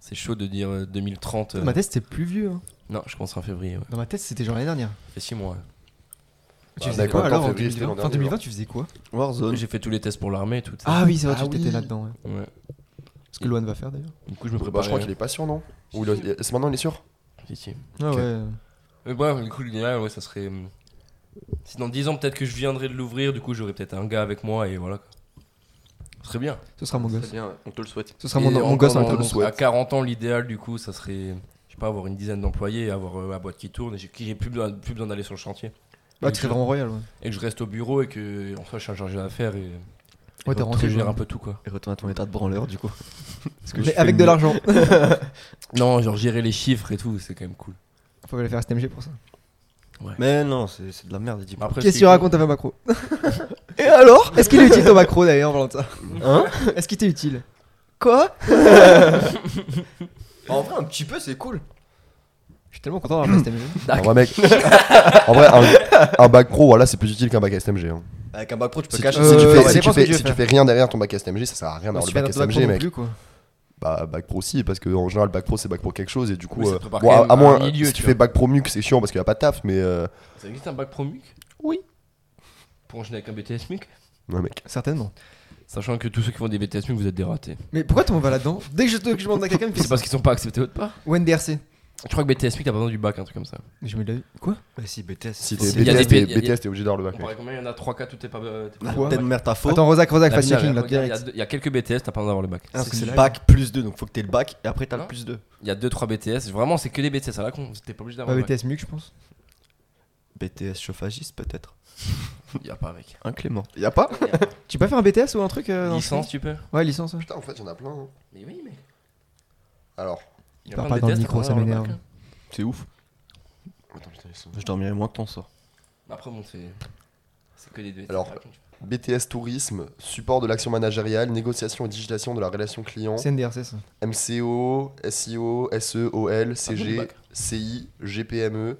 [SPEAKER 1] c'est chaud de dire euh, 2030. euh,
[SPEAKER 2] Dans ma tête, c'était plus vieux. hein.
[SPEAKER 1] Non, je commence en février, ouais.
[SPEAKER 2] Dans ma tête, c'était genre l'année dernière.
[SPEAKER 1] Ça fait 6 mois. ouais.
[SPEAKER 2] Tu faisais
[SPEAKER 3] d'accord,
[SPEAKER 2] quoi alors
[SPEAKER 3] attends,
[SPEAKER 2] en
[SPEAKER 3] février, c'était
[SPEAKER 2] 2020
[SPEAKER 3] l'an
[SPEAKER 2] Enfin,
[SPEAKER 3] dernier,
[SPEAKER 2] 2020, tu faisais quoi
[SPEAKER 5] Warzone.
[SPEAKER 1] J'ai fait tous les tests pour l'armée et tout. ça.
[SPEAKER 2] Ah oui, c'est vrai,
[SPEAKER 5] Ah
[SPEAKER 2] tu t'étais
[SPEAKER 5] oui.
[SPEAKER 2] là-dedans. ouais.
[SPEAKER 1] Ouais.
[SPEAKER 2] Ce que Loane va faire d'ailleurs.
[SPEAKER 1] Du coup, je me
[SPEAKER 3] Bah,
[SPEAKER 1] prépare.
[SPEAKER 3] je crois qu'il est pas sûr, non Ou il a- il- c'est maintenant, il est sûr
[SPEAKER 2] Ah
[SPEAKER 3] Ok.
[SPEAKER 2] ouais.
[SPEAKER 1] Mais bref, du coup, l'idéal, euh, ouais, ça serait. hum, Si dans 10 ans, peut-être que je viendrai de l'ouvrir, du coup, j'aurai peut-être un gars avec moi et voilà. quoi. Ce serait bien.
[SPEAKER 2] Ce sera mon
[SPEAKER 5] Très
[SPEAKER 2] gosse.
[SPEAKER 5] bien, on te le souhaite.
[SPEAKER 2] Ce sera
[SPEAKER 1] Et
[SPEAKER 2] mon, mon
[SPEAKER 1] encore
[SPEAKER 2] gosse
[SPEAKER 1] dans-
[SPEAKER 2] en
[SPEAKER 1] dans-
[SPEAKER 2] attendant.
[SPEAKER 1] À 40 ans, l'idéal, du coup, ça serait. Je sais pas, avoir une dizaine d'employés, avoir euh, ma boîte qui tourne et j'ai- qui j'ai plus besoin, plus besoin d'aller sur le chantier.
[SPEAKER 2] Bah, tu serais vraiment royal, ouais.
[SPEAKER 1] Et que je reste au bureau et que en soi, je suis un chargé d'affaires et. et
[SPEAKER 2] Ouais, t'as
[SPEAKER 1] que
[SPEAKER 2] rentré hein
[SPEAKER 1] je gère un
[SPEAKER 2] genre.
[SPEAKER 1] peu tout quoi.
[SPEAKER 5] Et retourne à ton état de branleur du coup. Parce que je
[SPEAKER 2] Mais
[SPEAKER 5] fais
[SPEAKER 2] avec de
[SPEAKER 5] mieux.
[SPEAKER 2] l'argent.
[SPEAKER 1] Non, genre gérer les chiffres et tout, c'est quand même cool.
[SPEAKER 2] Faut aller faire STMG pour ça.
[SPEAKER 5] Mais non, c'est c'est de la merde, dis
[SPEAKER 1] Mais après, c'est
[SPEAKER 2] Qu'est-ce que tu racontes avec Macro Et alors Est-ce qu'il est utile ton Macro d'ailleurs, Valentin
[SPEAKER 5] Hein
[SPEAKER 2] Est-ce qu'il t'est utile Quoi
[SPEAKER 5] Bah, En vrai, un petit peu, c'est cool.
[SPEAKER 2] Je suis tellement content d'avoir fait STMG.
[SPEAKER 1] Ah,
[SPEAKER 3] En vrai, mec. en vrai, un, un bac pro, voilà, c'est plus utile qu'un bac STMG. hein.
[SPEAKER 5] Avec un bac pro, tu peux
[SPEAKER 3] Si,
[SPEAKER 5] cacher.
[SPEAKER 3] tu, si tu
[SPEAKER 2] Euh,
[SPEAKER 3] fais,
[SPEAKER 2] ça
[SPEAKER 3] si tu
[SPEAKER 2] dépend ce
[SPEAKER 3] fais-
[SPEAKER 2] que tu veux
[SPEAKER 3] si tu
[SPEAKER 2] faire.
[SPEAKER 3] fais rien derrière ton bac STMG, ça sert à rien
[SPEAKER 2] Bah,
[SPEAKER 3] d'avoir
[SPEAKER 2] tu
[SPEAKER 3] le
[SPEAKER 2] fais
[SPEAKER 3] bac
[SPEAKER 2] un bac pro
[SPEAKER 3] STMG,
[SPEAKER 2] non
[SPEAKER 3] mec.
[SPEAKER 2] plus, quoi.
[SPEAKER 3] Bah, bac pro si, parce que en général, bac pro c'est bac pro quelque chose, et du coup,
[SPEAKER 1] Oui, ça
[SPEAKER 3] euh,
[SPEAKER 1] te prépare
[SPEAKER 3] bon,
[SPEAKER 1] quand
[SPEAKER 3] à,
[SPEAKER 1] même
[SPEAKER 3] à
[SPEAKER 1] à
[SPEAKER 3] moins
[SPEAKER 1] un milieu,
[SPEAKER 3] si tu
[SPEAKER 1] tu
[SPEAKER 3] fais
[SPEAKER 1] vois.
[SPEAKER 3] bac pro muc, c'est chiant parce qu'il n'y a pas de taf, mais euh,
[SPEAKER 1] Ça existe un bac pro MUC
[SPEAKER 2] Oui.
[SPEAKER 1] Pour enchaîner avec un BTS MUC
[SPEAKER 3] ouais, mec.
[SPEAKER 2] Certainement.
[SPEAKER 1] Sachant que tous ceux qui font des BTS MUC, vous êtes des ratés.
[SPEAKER 2] Mais pourquoi t'en vas là-dedans Dès que je, te- que je demande à quelqu'un, il me fait
[SPEAKER 1] C'est parce qu'ils sont pas acceptés autre part
[SPEAKER 2] Ou NDRC.
[SPEAKER 1] Je crois que BTS MUC, t'as pas besoin du bac, un truc comme ça.
[SPEAKER 2] Mais je me l'ai Quoi
[SPEAKER 5] Mais si, BTS.
[SPEAKER 3] Si
[SPEAKER 5] c'est-
[SPEAKER 3] t'es
[SPEAKER 1] Il y a
[SPEAKER 3] BTS,
[SPEAKER 1] des-
[SPEAKER 3] t'es
[SPEAKER 1] il y a-
[SPEAKER 3] BTS, t'es obligé d'avoir le bac.
[SPEAKER 1] On
[SPEAKER 3] mec.
[SPEAKER 1] parlait combien Il y en a 3-4, tout t'es pas. euh, t'es pas-
[SPEAKER 2] Quoi
[SPEAKER 5] T'es de Ah, merde, t'as faux.
[SPEAKER 2] Attends, Rosac, Rosac,
[SPEAKER 1] La
[SPEAKER 2] fast checking
[SPEAKER 1] finale,
[SPEAKER 2] là,
[SPEAKER 1] regarde, Il y a
[SPEAKER 2] direct.
[SPEAKER 1] deux- il y, a quelques BTS, t'as pas besoin d'avoir le bac.
[SPEAKER 2] Ah, c'est
[SPEAKER 5] C'est
[SPEAKER 2] là.
[SPEAKER 5] bac plus 2, donc faut que t'aies le bac et après t'as le
[SPEAKER 1] Non.
[SPEAKER 5] plus 2.
[SPEAKER 1] Il y a 2-3 BTS, vraiment c'est que des BTS à la con, t'es pas obligé
[SPEAKER 2] Bah,
[SPEAKER 1] d'avoir le bac.
[SPEAKER 2] BTS MUC, je pense.
[SPEAKER 5] BTS chauffagiste peut-être.
[SPEAKER 1] Il y a pas avec.
[SPEAKER 5] Un Clément.
[SPEAKER 3] Y a pas
[SPEAKER 2] Tu peux pas faire un BTS ou un truc euh, dans ce
[SPEAKER 1] Licence, tu peux
[SPEAKER 2] truc Ouais, licence, ouais.
[SPEAKER 3] Putain, en fait, y'en a plein. hein.
[SPEAKER 1] Mais oui, mais.
[SPEAKER 3] Alors,
[SPEAKER 1] Il
[SPEAKER 2] Parle pas dans le micro, ça m'énerve.
[SPEAKER 5] C'est ouf. Je dormirai moins que ton sort.
[SPEAKER 1] Après, bon, c'est. C'est que des BTS.
[SPEAKER 3] Alors,
[SPEAKER 1] à la con, tu vois.
[SPEAKER 3] BTS tourisme, support de l'action managériale, négociation et digitalisation de la relation client,
[SPEAKER 2] C'est NDRC ça.
[SPEAKER 3] MCO, SEO, SEOL,
[SPEAKER 1] bon, le
[SPEAKER 3] CG,
[SPEAKER 1] bac.
[SPEAKER 3] CI, GPME, E,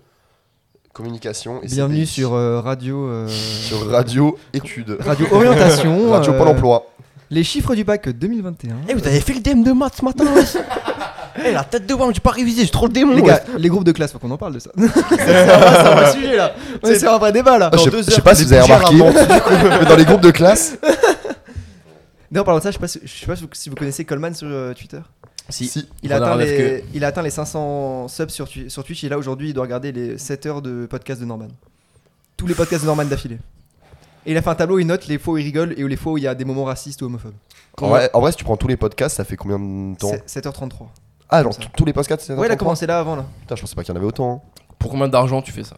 [SPEAKER 3] communication et
[SPEAKER 2] Bienvenue
[SPEAKER 3] CPI.
[SPEAKER 2] sur euh, Radio. euh,
[SPEAKER 3] sur Radio Études.
[SPEAKER 2] Radio Orientation.
[SPEAKER 3] Radio Pôle
[SPEAKER 2] euh,
[SPEAKER 3] emploi.
[SPEAKER 2] Les chiffres du bac 2021.
[SPEAKER 5] Eh, vous avez fait le DM de maths ce matin Eh, la tête de moi, j'ai pas révisé, j'ai trop le démon
[SPEAKER 2] Les gars, les groupes de classe, faut qu'on en parle de ça. c'est un vrai sujet là. On est sur un vrai débat là.
[SPEAKER 3] Ah, je,
[SPEAKER 5] deux
[SPEAKER 3] sais, je sais
[SPEAKER 5] heures,
[SPEAKER 3] pas si
[SPEAKER 5] les
[SPEAKER 3] vous avez
[SPEAKER 5] bougies
[SPEAKER 3] remarqué, mais dans les groupes de classe,
[SPEAKER 2] D'ailleurs, parlant de ça, je sais pas si- je sais pas si vous connaissez Coleman sur euh, Twitter.
[SPEAKER 1] Si.
[SPEAKER 2] Il a,
[SPEAKER 1] Faudra
[SPEAKER 2] atteint
[SPEAKER 1] rêve
[SPEAKER 2] les, il a atteint les 500 subs sur, Twi- sur Twitch et là aujourd'hui il doit regarder les 7 heures de podcast de Norman. Tous les podcasts de Norman d'affilée. Et il a fait un tableau, il note les faux où il rigole et où les faux où il y a des moments racistes ou homophobes.
[SPEAKER 3] en vrai, en vrai, si tu prends tous les podcasts, ça fait combien de temps
[SPEAKER 2] C'est- 7h33.
[SPEAKER 3] Ah, genre
[SPEAKER 2] comme ça.
[SPEAKER 3] tous les podcasts, c'est
[SPEAKER 2] Ouais, il a
[SPEAKER 3] 33?
[SPEAKER 2] commencé là avant là.
[SPEAKER 3] Putain, je pensais pas qu'il y en avait autant. hein.
[SPEAKER 1] que- Pour combien d'argent tu fais ça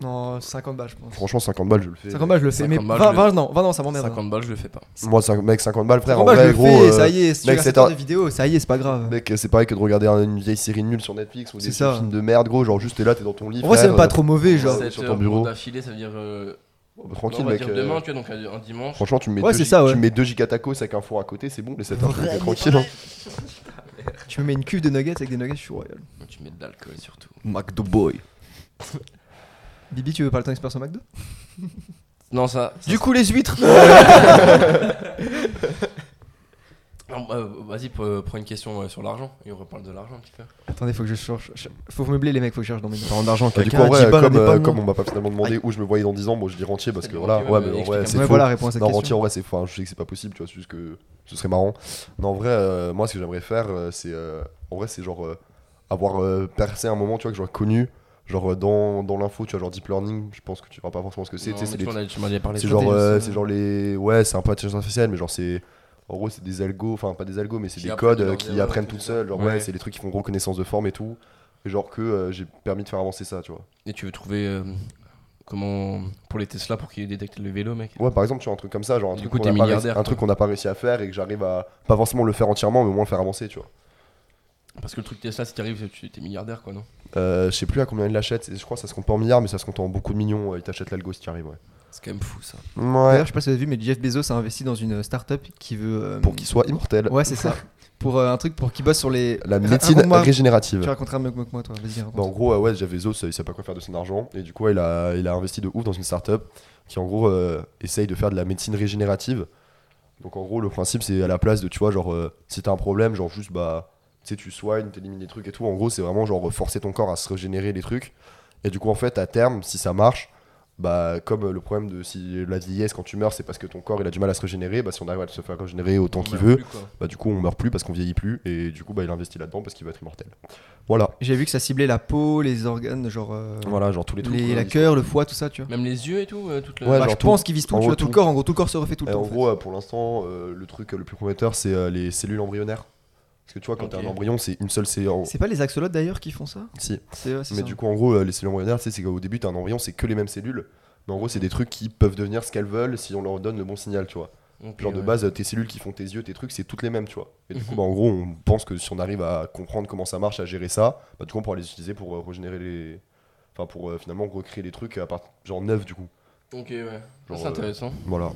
[SPEAKER 2] Non, 50 balles je pense.
[SPEAKER 3] Franchement, 50 balles, je le fais.
[SPEAKER 2] 50 balles je le fais, mais
[SPEAKER 1] 50 balles,
[SPEAKER 2] 20,
[SPEAKER 1] je-
[SPEAKER 2] 20, non, 20 non, ça m'emmerde.
[SPEAKER 1] 50 balles, je le fais pas.
[SPEAKER 3] Moi, cin- mec, 50 balles, frère.
[SPEAKER 2] 50
[SPEAKER 3] En
[SPEAKER 2] balles,
[SPEAKER 3] vrai,
[SPEAKER 2] je le
[SPEAKER 3] gros,
[SPEAKER 2] fais,
[SPEAKER 3] euh,
[SPEAKER 2] ça y est, si tu
[SPEAKER 3] mec,
[SPEAKER 2] regardes
[SPEAKER 3] c'est
[SPEAKER 2] cette heure
[SPEAKER 3] un-
[SPEAKER 2] de vidéo, ça y est, c'est pas grave.
[SPEAKER 3] mec, c'est pareil que de regarder un- une vieille série nulle sur Netflix ou des
[SPEAKER 2] C'est ça.
[SPEAKER 3] films de merde, gros. Genre, juste t'es là, t'es dans ton lit.
[SPEAKER 2] En vrai, c'est
[SPEAKER 3] frère,
[SPEAKER 2] même pas
[SPEAKER 3] euh,
[SPEAKER 2] trop mauvais, genre.
[SPEAKER 3] Ouais,
[SPEAKER 1] 7
[SPEAKER 3] sur ton
[SPEAKER 1] heures
[SPEAKER 3] bureau.
[SPEAKER 1] d'affilée, ça veut dire. euh,
[SPEAKER 3] bah, Tranquille,
[SPEAKER 1] on va
[SPEAKER 3] mec.
[SPEAKER 1] dire
[SPEAKER 3] euh,
[SPEAKER 1] demain, tu vois, donc un un dimanche.
[SPEAKER 3] Franchement, tu mets,
[SPEAKER 2] Ouais,
[SPEAKER 3] 2
[SPEAKER 2] c'est ça, ouais.
[SPEAKER 3] tu mets 2 gigas tacos avec un four à côté, c'est bon, les 7 heures, frère, tranquille. hein.
[SPEAKER 2] Tu me mets une cuve de nuggets avec des nuggets, je suis royal.
[SPEAKER 1] Tu mets de l'alcool surtout.
[SPEAKER 5] McDo Boy.
[SPEAKER 2] Bibi, tu veux pas le temps expert sur McDo
[SPEAKER 1] Non, ça. ça-
[SPEAKER 5] Du coup, les huîtres
[SPEAKER 1] Non, bah, euh, Vas-y, p- euh, prends une question euh, sur l'argent et on reparle de l'argent un petit peu.
[SPEAKER 2] Attendez, faut que je cherche. Faut meubler les mecs, faut que je cherche dans mes notes.
[SPEAKER 5] Parlant d'argent,
[SPEAKER 3] Bah, du coup, en vrai, comme, euh, comme on m'a pas finalement demandé où je me voyais dans 10 ans, bon, je dis rentier parce que
[SPEAKER 1] Salut,
[SPEAKER 3] voilà,
[SPEAKER 1] rentier,
[SPEAKER 3] ouais,
[SPEAKER 1] ouais,
[SPEAKER 3] mais en
[SPEAKER 1] explique un
[SPEAKER 3] vrai,
[SPEAKER 1] peu.
[SPEAKER 3] c'est
[SPEAKER 2] Ouais,
[SPEAKER 3] faux.
[SPEAKER 2] voilà la réponse à cette
[SPEAKER 3] Non,
[SPEAKER 2] question.
[SPEAKER 3] rentier, en vrai, c'est. Enfin, je sais que c'est pas possible, tu vois, c'est juste que ce serait marrant. Non, en vrai, euh, moi, ce que j'aimerais faire, euh, c'est. euh, en vrai, c'est genre. euh, avoir euh, percé un moment, tu vois, que j'aurais connu. Genre euh, dans, dans l'info, tu vois, genre deep learning, je pense que tu vois pas forcément ce que c'est.
[SPEAKER 1] Non,
[SPEAKER 3] tu sais,
[SPEAKER 1] mais tu
[SPEAKER 3] c'est des-
[SPEAKER 1] m'en as- tu m'en avais parlé.
[SPEAKER 3] C'est
[SPEAKER 1] toi,
[SPEAKER 3] genre,
[SPEAKER 1] t'es-
[SPEAKER 3] euh,
[SPEAKER 2] euh,
[SPEAKER 3] c'est genre les. Ouais, c'est un peu intelligence artificielle, mais genre, c'est. En gros, c'est des algos, enfin, pas des algos, mais c'est
[SPEAKER 1] Qui
[SPEAKER 3] des
[SPEAKER 1] apprennent
[SPEAKER 3] codes
[SPEAKER 1] de
[SPEAKER 3] euh,
[SPEAKER 1] leurs
[SPEAKER 3] qui
[SPEAKER 1] erreurs et
[SPEAKER 3] apprennent
[SPEAKER 1] tout,
[SPEAKER 3] tout
[SPEAKER 1] c'est ça.
[SPEAKER 3] seuls. Genre, ouais,
[SPEAKER 1] Ouais.
[SPEAKER 3] c'est des trucs qui font reconnaissance de forme et tout. Et genre, que euh, j'ai permis de faire avancer ça, tu vois.
[SPEAKER 1] Et tu veux trouver euh, comment pour les Tesla pour qu'ils détectent le vélo, mec.
[SPEAKER 3] Ouais, par exemple, tu vois, un truc comme ça, genre un
[SPEAKER 1] Du
[SPEAKER 3] truc
[SPEAKER 1] coup,
[SPEAKER 3] qu'on
[SPEAKER 1] t'es
[SPEAKER 3] n'a pas, réussi-
[SPEAKER 1] milliardaire,
[SPEAKER 3] un truc qu'on n'a pas réussi à faire et que j'arrive à pas forcément le faire entièrement, mais au moins le faire avancer, tu vois.
[SPEAKER 1] Parce que le truc Tesla, si t'arrives, tu t'es milliardaire, quoi, non
[SPEAKER 3] Euh, je sais plus à combien ils l'achètent, et je crois que ça se compte pas en milliards, mais ça se compte en beaucoup de millions. euh, Ils t'achètent l'algo si tu arrives, ouais.
[SPEAKER 1] C'est quand même fou, ça.
[SPEAKER 3] Ouais.
[SPEAKER 2] D'ailleurs, je sais pas si vous avez vu, mais Jeff Bezos a investi dans une start-up qui veut. euh,
[SPEAKER 3] Pour qu'il soit immortel.
[SPEAKER 2] Ouais, c'est ça. pour euh, un truc pour qui bosse sur les.
[SPEAKER 3] La médecine
[SPEAKER 2] Raconte-moi-
[SPEAKER 3] régénérative.
[SPEAKER 2] Tu raconteras mieux que moi, que moi, toi. Vas-y, raconte.
[SPEAKER 3] Bah, en gros, euh, ouais, Jeff Bezos, euh, il sait pas quoi faire de son argent. Et du coup, il a, il a investi de ouf dans une startup qui, en gros, euh, essaye de faire de la médecine régénérative. Donc, en gros, le principe, c'est à la place de, tu vois, genre, euh, si t'as un problème, genre, juste, bah, tu sais, tu soignes, t'élimines des trucs et tout. En gros, c'est vraiment, genre, forcer ton corps à se régénérer les trucs. Et du coup, en fait, à terme, si ça marche, bah, comme euh, le problème de si la vieillesse, quand tu meurs, c'est parce que ton corps, il a du mal à se régénérer. Bah, si on arrive à se faire régénérer autant
[SPEAKER 1] On
[SPEAKER 3] qu'il
[SPEAKER 1] meurt
[SPEAKER 3] veut,
[SPEAKER 1] plus, quoi.
[SPEAKER 3] bah, du coup, on meurt plus parce qu'on vieillit plus. Et du coup, bah, il investit là-dedans parce qu'il va être immortel. Voilà.
[SPEAKER 2] J'ai vu que ça ciblait la peau, les organes, genre. euh,
[SPEAKER 3] Voilà, genre tous les trucs.
[SPEAKER 2] les-
[SPEAKER 3] quoi.
[SPEAKER 2] la cœur, le foie, tout ça, tu vois.
[SPEAKER 1] Même les yeux et tout, euh, toute la-
[SPEAKER 3] Ouais,
[SPEAKER 2] Bah,
[SPEAKER 3] genre
[SPEAKER 2] je
[SPEAKER 3] tout.
[SPEAKER 2] pense qu'ils visent tout,
[SPEAKER 3] En
[SPEAKER 2] tu
[SPEAKER 3] gros,
[SPEAKER 2] vois, tout le
[SPEAKER 3] tout.
[SPEAKER 2] corps. En gros, tout le corps se refait tout le
[SPEAKER 3] Et
[SPEAKER 2] temps.
[SPEAKER 3] en
[SPEAKER 2] fait.
[SPEAKER 3] gros, euh, pour l'instant, euh, le truc euh, le plus prometteur, c'est euh, les cellules embryonnaire. Parce que tu vois, quand
[SPEAKER 1] Ok.
[SPEAKER 3] t'as un embryon, c'est une seule cellule. en-
[SPEAKER 2] C'est pas les axolotes d'ailleurs qui font ça
[SPEAKER 3] Si.
[SPEAKER 2] C'est ouais, c'est
[SPEAKER 3] Mais
[SPEAKER 2] ça.
[SPEAKER 3] du coup, en gros, euh, les cellules embryonnaires, tu sais, c'est qu'au début, t'as un embryon, c'est que les mêmes cellules. Mais en gros, c'est des trucs qui peuvent devenir ce qu'elles veulent si on leur donne le bon signal, tu vois.
[SPEAKER 1] Ok,
[SPEAKER 3] Genre de
[SPEAKER 1] ouais.
[SPEAKER 3] base, euh, tes cellules qui font tes yeux, tes trucs, c'est toutes les mêmes, tu vois. Et du coup,
[SPEAKER 1] Mhm.
[SPEAKER 3] bah, en gros, on pense que si on arrive à comprendre comment ça marche, à gérer ça, bah, du coup, on pourra les utiliser pour euh, régénérer les. Enfin, pour euh, finalement recréer des trucs à part... genre neufs, du coup.
[SPEAKER 1] Ok, ouais. Ça,
[SPEAKER 3] Genre,
[SPEAKER 1] C'est
[SPEAKER 3] euh,
[SPEAKER 1] intéressant.
[SPEAKER 3] Voilà.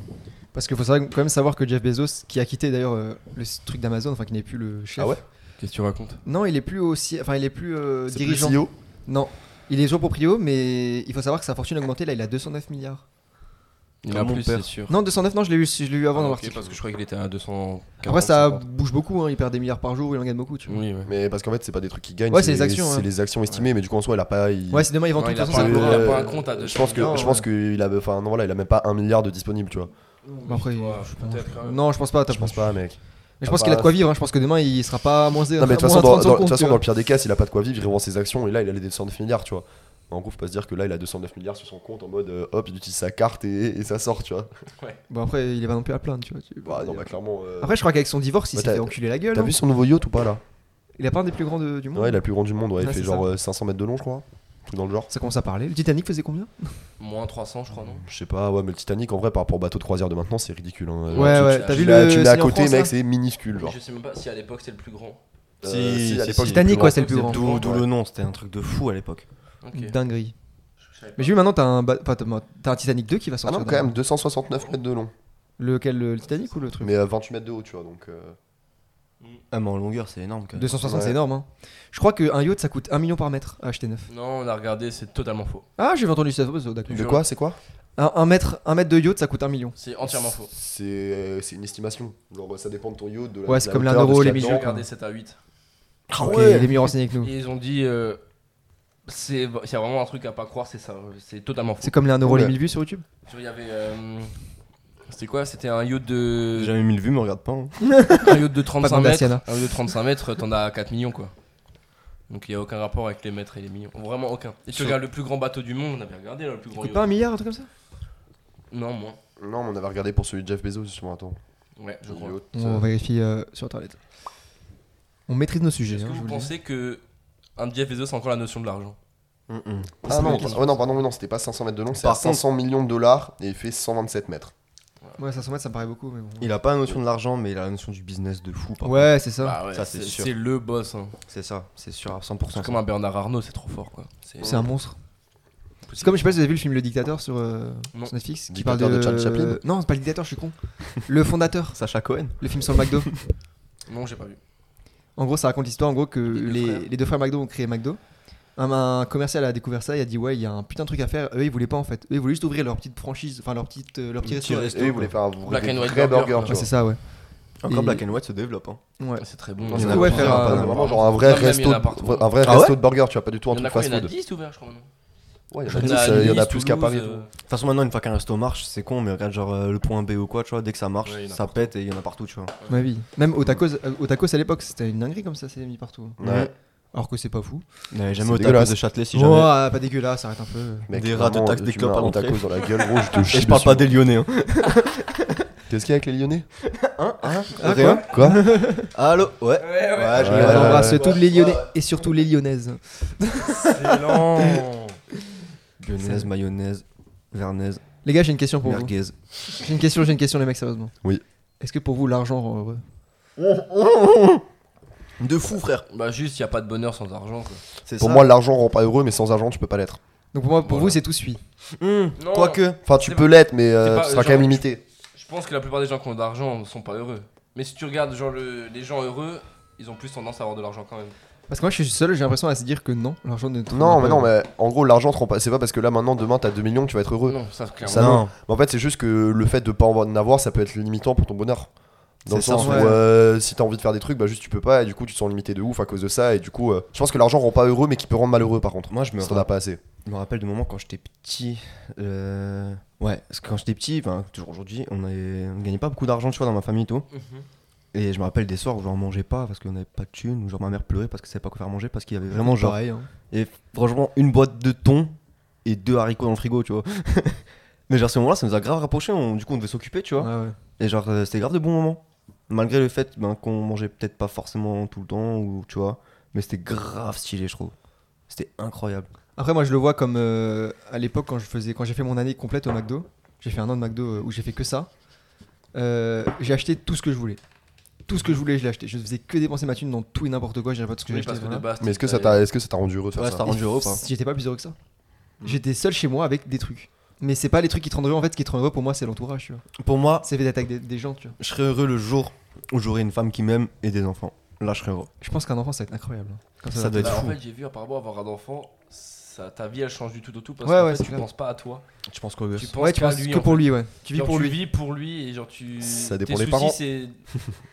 [SPEAKER 2] Parce qu'il faut savoir- quand même savoir que Jeff Bezos, qui a quitté d'ailleurs euh, le truc d'Amazon, enfin qui n'est plus le chef.
[SPEAKER 3] Ah ouais
[SPEAKER 1] Qu'est-ce que tu racontes
[SPEAKER 2] Non, il est plus aussi, enfin il est plus euh,
[SPEAKER 3] C'est plus
[SPEAKER 2] dirigeant.
[SPEAKER 3] CEO.
[SPEAKER 2] non, il est toujours proprio, mais il faut savoir que sa fortune a augmenté. Là, il a 209 milliards.
[SPEAKER 1] Il
[SPEAKER 5] Comme
[SPEAKER 1] a
[SPEAKER 5] mon
[SPEAKER 1] plus,
[SPEAKER 5] père.
[SPEAKER 1] c'est sûr.
[SPEAKER 2] Non, 209, non, je l'ai eu, je l'ai eu avant
[SPEAKER 1] Ah,
[SPEAKER 2] dans
[SPEAKER 1] ok,
[SPEAKER 2] l'article.
[SPEAKER 1] parce que je croyais qu'il était à 200.
[SPEAKER 2] Après, ça bouge beaucoup. hein, il perd des milliards par jour, il en gagne beaucoup. Tu vois.
[SPEAKER 1] Oui, ouais.
[SPEAKER 3] Mais parce qu'en fait, c'est pas des trucs qui gagnent.
[SPEAKER 2] Ouais, c'est les actions,
[SPEAKER 3] C'est
[SPEAKER 2] hein.
[SPEAKER 3] les actions estimées, mais du coup, en soi, il a pas. il-
[SPEAKER 2] Ouais, si demain il vend
[SPEAKER 1] Non,
[SPEAKER 2] tout, de
[SPEAKER 1] il a
[SPEAKER 2] toute
[SPEAKER 1] pas
[SPEAKER 2] façon,
[SPEAKER 1] un-
[SPEAKER 2] c'est
[SPEAKER 1] il a
[SPEAKER 2] pour-
[SPEAKER 1] pas un compte à 200
[SPEAKER 3] Je pense que
[SPEAKER 1] millions,
[SPEAKER 3] je
[SPEAKER 1] ouais.
[SPEAKER 3] pense qu'il a, enfin non voilà, il a même pas un milliard de disponible, tu vois.
[SPEAKER 2] Bah, après,
[SPEAKER 1] Toi,
[SPEAKER 2] je pense-
[SPEAKER 1] peut-être, hein.
[SPEAKER 2] euh, Non, je pense pas. t'as-
[SPEAKER 3] Je pense pas, mec.
[SPEAKER 2] Mais je
[SPEAKER 3] Ah
[SPEAKER 2] pense qu'il a de
[SPEAKER 3] bah.
[SPEAKER 2] quoi vivre. hein, Je pense que demain il sera pas à moins zéro.
[SPEAKER 3] Non mais de toute façon,
[SPEAKER 2] moins
[SPEAKER 3] dans,
[SPEAKER 2] 30
[SPEAKER 3] dans- de
[SPEAKER 2] compte,
[SPEAKER 3] toute façon,
[SPEAKER 2] tu
[SPEAKER 3] dans
[SPEAKER 2] vois.
[SPEAKER 3] le pire des cas, s'il a pas de quoi vivre, il revend ses actions et là, il a les 209 milliards, tu vois. En gros, faut pas se dire que là, il a 209 milliards sur son compte en mode euh, hop, il utilise sa carte et, et ça sort, tu vois.
[SPEAKER 2] Bon, après, il est pas non plus à plaindre, tu vois. tu-
[SPEAKER 3] Bah, non, bah clairement. euh,
[SPEAKER 2] Après, je crois qu'avec son divorce, il
[SPEAKER 3] Bah,
[SPEAKER 2] s'est
[SPEAKER 3] t'as-
[SPEAKER 2] fait enculer la gueule.
[SPEAKER 3] T'as
[SPEAKER 2] hein.
[SPEAKER 3] vu son nouveau yacht ou pas là
[SPEAKER 2] Il a pas un des plus grands de- du monde.
[SPEAKER 3] Ouais, il a le plus grand du monde, ouais,
[SPEAKER 2] Ouais,
[SPEAKER 3] il fait
[SPEAKER 2] c'est
[SPEAKER 3] genre
[SPEAKER 2] ça.
[SPEAKER 3] euh, 500 mètres de long, je crois. Un truc dans le genre.
[SPEAKER 2] Ça commence à parler. Le Titanic faisait combien
[SPEAKER 1] Moins 300, je crois, non
[SPEAKER 3] Je sais pas, ouais, mais le Titanic en vrai par rapport au bateau de croisière de maintenant, c'est ridicule.
[SPEAKER 2] Ouais,
[SPEAKER 3] hein. Genre, tu-
[SPEAKER 2] ouais,
[SPEAKER 3] tu-
[SPEAKER 2] t'as
[SPEAKER 3] tu
[SPEAKER 2] vu
[SPEAKER 3] l'as-
[SPEAKER 2] le hein.
[SPEAKER 3] Tu l'as à
[SPEAKER 2] Seigneur
[SPEAKER 3] côté, mec,
[SPEAKER 2] France,
[SPEAKER 3] c'est minuscule, genre.
[SPEAKER 1] Je sais même pas si à l'époque c'était le plus grand.
[SPEAKER 3] Euh, si, à
[SPEAKER 5] Si,
[SPEAKER 3] l'époque,
[SPEAKER 5] si, si.
[SPEAKER 3] il est plus
[SPEAKER 2] Titanic,
[SPEAKER 3] grand.
[SPEAKER 2] ouais, c'est le plus grand.
[SPEAKER 1] C'était
[SPEAKER 5] D'où
[SPEAKER 1] grand.
[SPEAKER 5] d'où le nom, c'était un truc de fou à l'époque.
[SPEAKER 1] Ok.
[SPEAKER 2] Une dinguerie.
[SPEAKER 1] Je savais pas.
[SPEAKER 2] Mais j'ai vu maintenant, t'as un, ba- enfin, t'as t'as un Titanic 2 qui va
[SPEAKER 3] Ah
[SPEAKER 2] sortir.
[SPEAKER 3] non, quand
[SPEAKER 2] d'ailleurs.
[SPEAKER 3] même, 269 mètres de long.
[SPEAKER 2] Lequel, le Titanic ou le truc
[SPEAKER 3] Mais euh, 28 mètres de haut, tu vois, donc. euh,
[SPEAKER 5] Ah, mais en longueur, c'est énorme quand même.
[SPEAKER 2] 260,
[SPEAKER 3] Ouais.
[SPEAKER 2] c'est énorme. Hein. Je crois qu'un yacht, ça coûte 1 million par mètre à acheter neuf.
[SPEAKER 1] Non, on a regardé, c'est totalement faux.
[SPEAKER 2] Ah, j'ai entendu ça, oh, d'accord.
[SPEAKER 3] De
[SPEAKER 1] Genre-
[SPEAKER 3] quoi C'est quoi
[SPEAKER 2] Un, un mètre, un mètre de yacht, ça coûte 1 million.
[SPEAKER 1] C'est entièrement faux.
[SPEAKER 3] C'est euh, c'est une estimation. Genre, bah, ça dépend de ton yacht, de la.
[SPEAKER 2] Ouais,
[SPEAKER 3] de
[SPEAKER 2] c'est
[SPEAKER 3] la
[SPEAKER 2] comme l'un
[SPEAKER 3] hauteur, de
[SPEAKER 2] euro,
[SPEAKER 3] ce qu'il y
[SPEAKER 1] J'ai
[SPEAKER 2] les
[SPEAKER 3] a
[SPEAKER 2] millions.
[SPEAKER 3] dedans.
[SPEAKER 1] regardé 7 à 8.
[SPEAKER 2] Ok, il est mieux renseigné que nous.
[SPEAKER 1] Et ils ont dit. euh, C'est c'est vraiment un truc à pas croire, c'est ça. euh, C'est totalement faux.
[SPEAKER 2] C'est comme les 1 euro, les
[SPEAKER 3] Ouais.
[SPEAKER 2] 1000 vues sur YouTube.
[SPEAKER 1] Tu vois, Il y avait. euh, C'était quoi C'était un yacht de.
[SPEAKER 5] J'ai jamais mis le vu, mais regarde pas. hein.
[SPEAKER 1] un yacht de
[SPEAKER 2] Pas
[SPEAKER 1] 35
[SPEAKER 2] de hein.
[SPEAKER 1] mètres,
[SPEAKER 2] Daciana.
[SPEAKER 1] un yacht de 35 mètres, t'en as 4 millions quoi. Donc il n'y a aucun rapport avec les mètres et les millions. Vraiment aucun. Et tu
[SPEAKER 5] Sur-
[SPEAKER 1] regardes le plus grand bateau du monde, on avait regardé là, le plus grand
[SPEAKER 2] Coûte
[SPEAKER 1] yacht.
[SPEAKER 2] pas un milliard, un truc comme ça
[SPEAKER 1] Non, moins.
[SPEAKER 3] Non, mais on avait regardé pour celui de Jeff Bezos, justement, attends.
[SPEAKER 1] Ouais, je crois.
[SPEAKER 3] Yacht,
[SPEAKER 2] On
[SPEAKER 3] euh,
[SPEAKER 2] vérifie euh, sur internet. On maîtrise nos sujets.
[SPEAKER 1] Est-ce
[SPEAKER 2] hein,
[SPEAKER 1] que
[SPEAKER 2] je
[SPEAKER 1] vous
[SPEAKER 2] vous le dis.
[SPEAKER 1] pensez que un Jeff Bezos a encore la notion de l'argent
[SPEAKER 5] Mm-mm.
[SPEAKER 3] Ah non,
[SPEAKER 1] question.
[SPEAKER 3] ouais, non, pardon, non, c'était pas 500 mètres de long, c'est à
[SPEAKER 5] Par contre-
[SPEAKER 3] 500 millions de dollars et il fait 127 mètres.
[SPEAKER 2] Ouais, 500 mètres, ça me paraît beaucoup. Mais bon.
[SPEAKER 5] Il a pas la notion de l'argent, mais il a la notion du business de fou. Par
[SPEAKER 2] Ouais, c'est ça.
[SPEAKER 1] Bah ouais,
[SPEAKER 5] ça, c'est sûr.
[SPEAKER 1] C'est le boss. hein.
[SPEAKER 5] contre. C'est ça, c'est sûr à
[SPEAKER 1] C'est
[SPEAKER 5] 100%.
[SPEAKER 1] comme un Bernard Arnault, c'est trop fort quoi.
[SPEAKER 2] C'est un monstre. C'est comme, je sais pas si vous avez vu le film Le Dictateur sur, euh,
[SPEAKER 1] Non.
[SPEAKER 2] sur Netflix. Qui parle
[SPEAKER 3] Dictateur de Charles Chaplin
[SPEAKER 2] Non, c'est pas le dictateur, je suis con. le fondateur,
[SPEAKER 5] Sacha Cohen.
[SPEAKER 2] le film sur le McDo.
[SPEAKER 1] Non, j'ai pas vu.
[SPEAKER 2] En gros, ça raconte l'histoire en gros que
[SPEAKER 1] Les deux
[SPEAKER 2] les,
[SPEAKER 1] frères.
[SPEAKER 2] les deux frères McDo ont créé McDo. Un, un commercial a découvert ça, il a dit ouais, il y a un putain de truc à faire. Eux, ils voulaient pas en fait. Eux, ils voulaient juste ouvrir leur petite franchise, enfin leur petite euh, leur petit resto.
[SPEAKER 3] Et eux, ils voulaient faire un vrai,
[SPEAKER 1] Black and white
[SPEAKER 3] vrai
[SPEAKER 1] burger, quoi.
[SPEAKER 3] burger, tu
[SPEAKER 2] Ouais,
[SPEAKER 3] vois.
[SPEAKER 2] c'est ça, ouais.
[SPEAKER 5] Encore
[SPEAKER 2] Et-
[SPEAKER 5] Black and White se développe. hein.
[SPEAKER 2] Ouais.
[SPEAKER 1] C'est très bon.
[SPEAKER 5] Non,
[SPEAKER 1] Il y
[SPEAKER 5] c'est
[SPEAKER 1] en a
[SPEAKER 2] cool, ouais,
[SPEAKER 1] plein.
[SPEAKER 2] faire
[SPEAKER 3] Ah,
[SPEAKER 2] un-
[SPEAKER 3] mais vraiment, genre un vrai
[SPEAKER 1] Même, il y en a
[SPEAKER 3] resto,
[SPEAKER 1] partout.
[SPEAKER 3] un vrai
[SPEAKER 1] Ah
[SPEAKER 3] resto
[SPEAKER 1] ouais
[SPEAKER 3] de burger, tu vois, pas du tout un
[SPEAKER 1] Il y en a
[SPEAKER 3] truc
[SPEAKER 1] quoi Il y en a
[SPEAKER 3] fast-food.
[SPEAKER 1] 10 ouverts, je crois. maintenant.
[SPEAKER 3] Ouais, il y en
[SPEAKER 1] Il
[SPEAKER 3] a
[SPEAKER 1] y
[SPEAKER 3] 10, euh, il y en a
[SPEAKER 1] Nice,
[SPEAKER 3] plus qu'à
[SPEAKER 1] Toulouse,
[SPEAKER 3] Paris. et tout.
[SPEAKER 1] euh,
[SPEAKER 5] De toute façon, maintenant, une fois qu'un resto marche, c'est con, mais regarde, genre euh, le point B ou quoi, tu vois, dès que ça marche,
[SPEAKER 1] Ouais, il y en a
[SPEAKER 5] ça pète et il y en a partout, tu vois.
[SPEAKER 2] Ma vie. Même au tacos, euh, au tacos à l'époque, c'était une dinguerie comme ça, c'est mis partout.
[SPEAKER 3] Ouais.
[SPEAKER 2] Alors que c'est pas fou.
[SPEAKER 5] N'allez
[SPEAKER 3] C'est
[SPEAKER 5] jamais au
[SPEAKER 3] dégueulasse.
[SPEAKER 5] tacos de Châtelet si
[SPEAKER 2] oh,
[SPEAKER 5] jamais.
[SPEAKER 2] ah, pas dégueulasse, arrête un peu.
[SPEAKER 3] Mec,
[SPEAKER 5] Des rats de
[SPEAKER 3] vraiment,
[SPEAKER 5] taxe, des
[SPEAKER 3] tu
[SPEAKER 5] clopes
[SPEAKER 3] mets
[SPEAKER 5] à
[SPEAKER 3] un
[SPEAKER 5] l'entrée.
[SPEAKER 3] tacos dans la gueule, gros, je te
[SPEAKER 5] Et
[SPEAKER 3] chie.
[SPEAKER 5] je parle pas
[SPEAKER 3] dessus.
[SPEAKER 5] des Lyonnais. Hein.
[SPEAKER 3] Qu'est-ce qu'il y a avec les Lyonnais
[SPEAKER 2] Ah,
[SPEAKER 5] Rien.
[SPEAKER 3] Quoi
[SPEAKER 5] Allô Ouais. Ouais, je
[SPEAKER 2] On
[SPEAKER 3] Ouais,
[SPEAKER 5] l'ai-
[SPEAKER 2] embrasse
[SPEAKER 3] ouais,
[SPEAKER 2] tous les Lyonnais et surtout les Lyonnaises.
[SPEAKER 5] Lyonnaise, mayonnaise. Vernaise,
[SPEAKER 2] Les gars, j'ai une question pour vous.
[SPEAKER 5] merguez.
[SPEAKER 2] J'ai une question, j'ai une question, les mecs, sérieusement.
[SPEAKER 3] Oui.
[SPEAKER 2] Est-ce que pour vous, l'argent rend heureux
[SPEAKER 5] De fou, frère.
[SPEAKER 1] Bah, juste, il a pas de bonheur sans argent. Quoi.
[SPEAKER 5] C'est
[SPEAKER 3] Pour
[SPEAKER 5] ça.
[SPEAKER 3] moi, l'argent rend pas heureux, mais sans argent, tu peux pas l'être.
[SPEAKER 2] Donc pour moi, pour
[SPEAKER 1] Voilà.
[SPEAKER 2] vous, c'est tout suit.
[SPEAKER 1] Non,
[SPEAKER 5] Hmm. Quoique.
[SPEAKER 3] Enfin, tu
[SPEAKER 1] C'est
[SPEAKER 3] peux l'être, mais euh,
[SPEAKER 1] pas,
[SPEAKER 3] tu
[SPEAKER 1] euh,
[SPEAKER 3] seras
[SPEAKER 1] genre,
[SPEAKER 3] quand même limité.
[SPEAKER 1] je pense que la plupart des gens qui ont de l'argent sont pas heureux. Mais si tu regardes genre, le- les gens heureux, ils ont plus tendance à avoir de l'argent quand même.
[SPEAKER 2] Parce que moi, je suis seul, j'ai l'impression à se dire que non, l'argent ne te rend
[SPEAKER 3] Non,
[SPEAKER 2] pas
[SPEAKER 3] mais non,
[SPEAKER 2] heureux.
[SPEAKER 3] mais en gros, l'argent te rend pas. C'est pas parce que là, maintenant, demain, t'as 2 millions que tu vas être heureux.
[SPEAKER 1] Non, ça, clairement.
[SPEAKER 3] Ça, non. Mais en fait, c'est juste que le fait de pas en avoir, ça peut être limitant pour ton bonheur. Dans le
[SPEAKER 5] C'est ça,
[SPEAKER 3] sens
[SPEAKER 5] ouais.
[SPEAKER 3] où euh, si t'as envie de faire des trucs, bah juste tu peux pas, et du coup, tu te sens limité de ouf à cause de ça. Et du coup, euh, je pense que l'argent rend pas heureux, mais qui peut rendre malheureux par contre.
[SPEAKER 5] Moi, je me
[SPEAKER 3] Si t'en as pas assez.
[SPEAKER 5] Je me rappelle de moments quand j'étais petit. euh, Ouais, parce que quand j'étais petit, enfin, toujours aujourd'hui, on, avait... on gagnait pas beaucoup d'argent, tu vois, dans ma famille et tout.
[SPEAKER 1] Mhm.
[SPEAKER 5] Et je me rappelle des soirs où j'en mangeais pas parce qu'on avait pas de thunes, ou genre ma mère pleurait parce qu'elle savait pas quoi faire manger, parce qu'il y avait vraiment genre.
[SPEAKER 2] Pareil, hein.
[SPEAKER 5] Et franchement, une boîte de thon et deux haricots dans le frigo, tu vois. Mais genre, ce moment-là, ça nous a grave rapprochés, on- du coup, on devait s'occuper, tu vois.
[SPEAKER 2] Ouais, ouais.
[SPEAKER 5] Et genre, euh, c'était grave de bons moments. Malgré le fait ben, qu'on mangeait peut-être pas forcément tout le temps, ou tu vois. Mais c'était grave stylé, je trouve. C'était incroyable.
[SPEAKER 2] Après, moi, je le vois comme euh, à l'époque quand je faisais, quand j'ai fait mon année complète au McDo. J'ai fait un an de McDo euh, où j'ai fait que ça. Euh, j'ai acheté tout ce que je voulais. Tout ce que je voulais, je l'ai acheté. Je faisais que dépenser ma thune dans tout et n'importe quoi. J'ai pas de ce que
[SPEAKER 1] Oui,
[SPEAKER 2] j'ai acheté.
[SPEAKER 1] parce que
[SPEAKER 2] voilà.
[SPEAKER 1] de base,
[SPEAKER 3] Mais est-ce que
[SPEAKER 1] t'es-
[SPEAKER 3] ça t'a est-ce que ça t'a rendu heureux de faire
[SPEAKER 5] Ouais,
[SPEAKER 3] ça
[SPEAKER 5] ça rend heureux, ou
[SPEAKER 1] hein.
[SPEAKER 5] pas
[SPEAKER 2] J'étais pas plus heureux que ça.
[SPEAKER 1] Hmm.
[SPEAKER 2] J'étais seul chez moi avec des trucs. Mais c'est pas les trucs qui te rendent heureux. En fait, ce qui te rend heureux pour moi, c'est l'entourage. tu vois.
[SPEAKER 5] Pour moi,
[SPEAKER 2] C'est des attaques des, des gens. Tu vois.
[SPEAKER 5] Je serais heureux le jour où j'aurai une femme qui m'aime et des enfants. Là, je serais heureux.
[SPEAKER 2] Je pense qu'un enfant, ça va être incroyable. hein. Comme
[SPEAKER 5] Ça doit être
[SPEAKER 1] Bah,
[SPEAKER 5] fou.
[SPEAKER 1] En fait, j'ai vu apparemment avoir un enfant, ça, ta vie elle change du tout au tout parce
[SPEAKER 2] Ouais,
[SPEAKER 1] que
[SPEAKER 2] ouais, c'est
[SPEAKER 1] tu
[SPEAKER 2] clair.
[SPEAKER 1] penses pas à toi.
[SPEAKER 5] Tu penses quoi,
[SPEAKER 1] Tu penses,
[SPEAKER 2] Ouais, tu
[SPEAKER 1] qu'à
[SPEAKER 2] penses
[SPEAKER 1] lui,
[SPEAKER 2] que
[SPEAKER 1] en
[SPEAKER 2] pour
[SPEAKER 1] fait.
[SPEAKER 2] lui, ouais. Tu vis
[SPEAKER 1] Genre,
[SPEAKER 2] pour
[SPEAKER 1] tu
[SPEAKER 2] lui.
[SPEAKER 1] vis pour lui et genre tu.
[SPEAKER 3] Ça
[SPEAKER 1] tes
[SPEAKER 3] dépend des
[SPEAKER 1] soucis,
[SPEAKER 3] parents.
[SPEAKER 1] C'est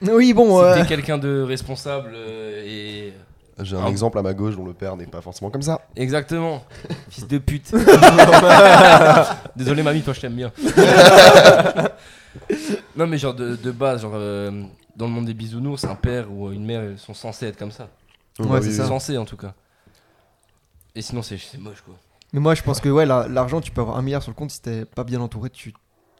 [SPEAKER 2] Oui, bon.
[SPEAKER 1] c'est
[SPEAKER 2] ouais.
[SPEAKER 1] que t'es quelqu'un de responsable euh, et.
[SPEAKER 3] J'ai un
[SPEAKER 1] Ah.
[SPEAKER 3] exemple à ma gauche dont le père n'est pas forcément comme ça.
[SPEAKER 1] Exactement, fils de pute. Désolé mamie, toi je t'aime bien. non mais genre de, de base, genre euh, dans le monde des bisounours, un père ou une mère ils sont censés être comme ça.
[SPEAKER 2] Ouais,
[SPEAKER 3] Bah
[SPEAKER 2] c'est
[SPEAKER 3] oui,
[SPEAKER 1] C'est
[SPEAKER 2] ça.
[SPEAKER 1] censé en tout cas. Et sinon c'est c'est moche quoi.
[SPEAKER 2] Mais moi, je pense que ouais, la- l'argent, tu peux avoir un milliard sur le compte si t'es pas bien entouré, tu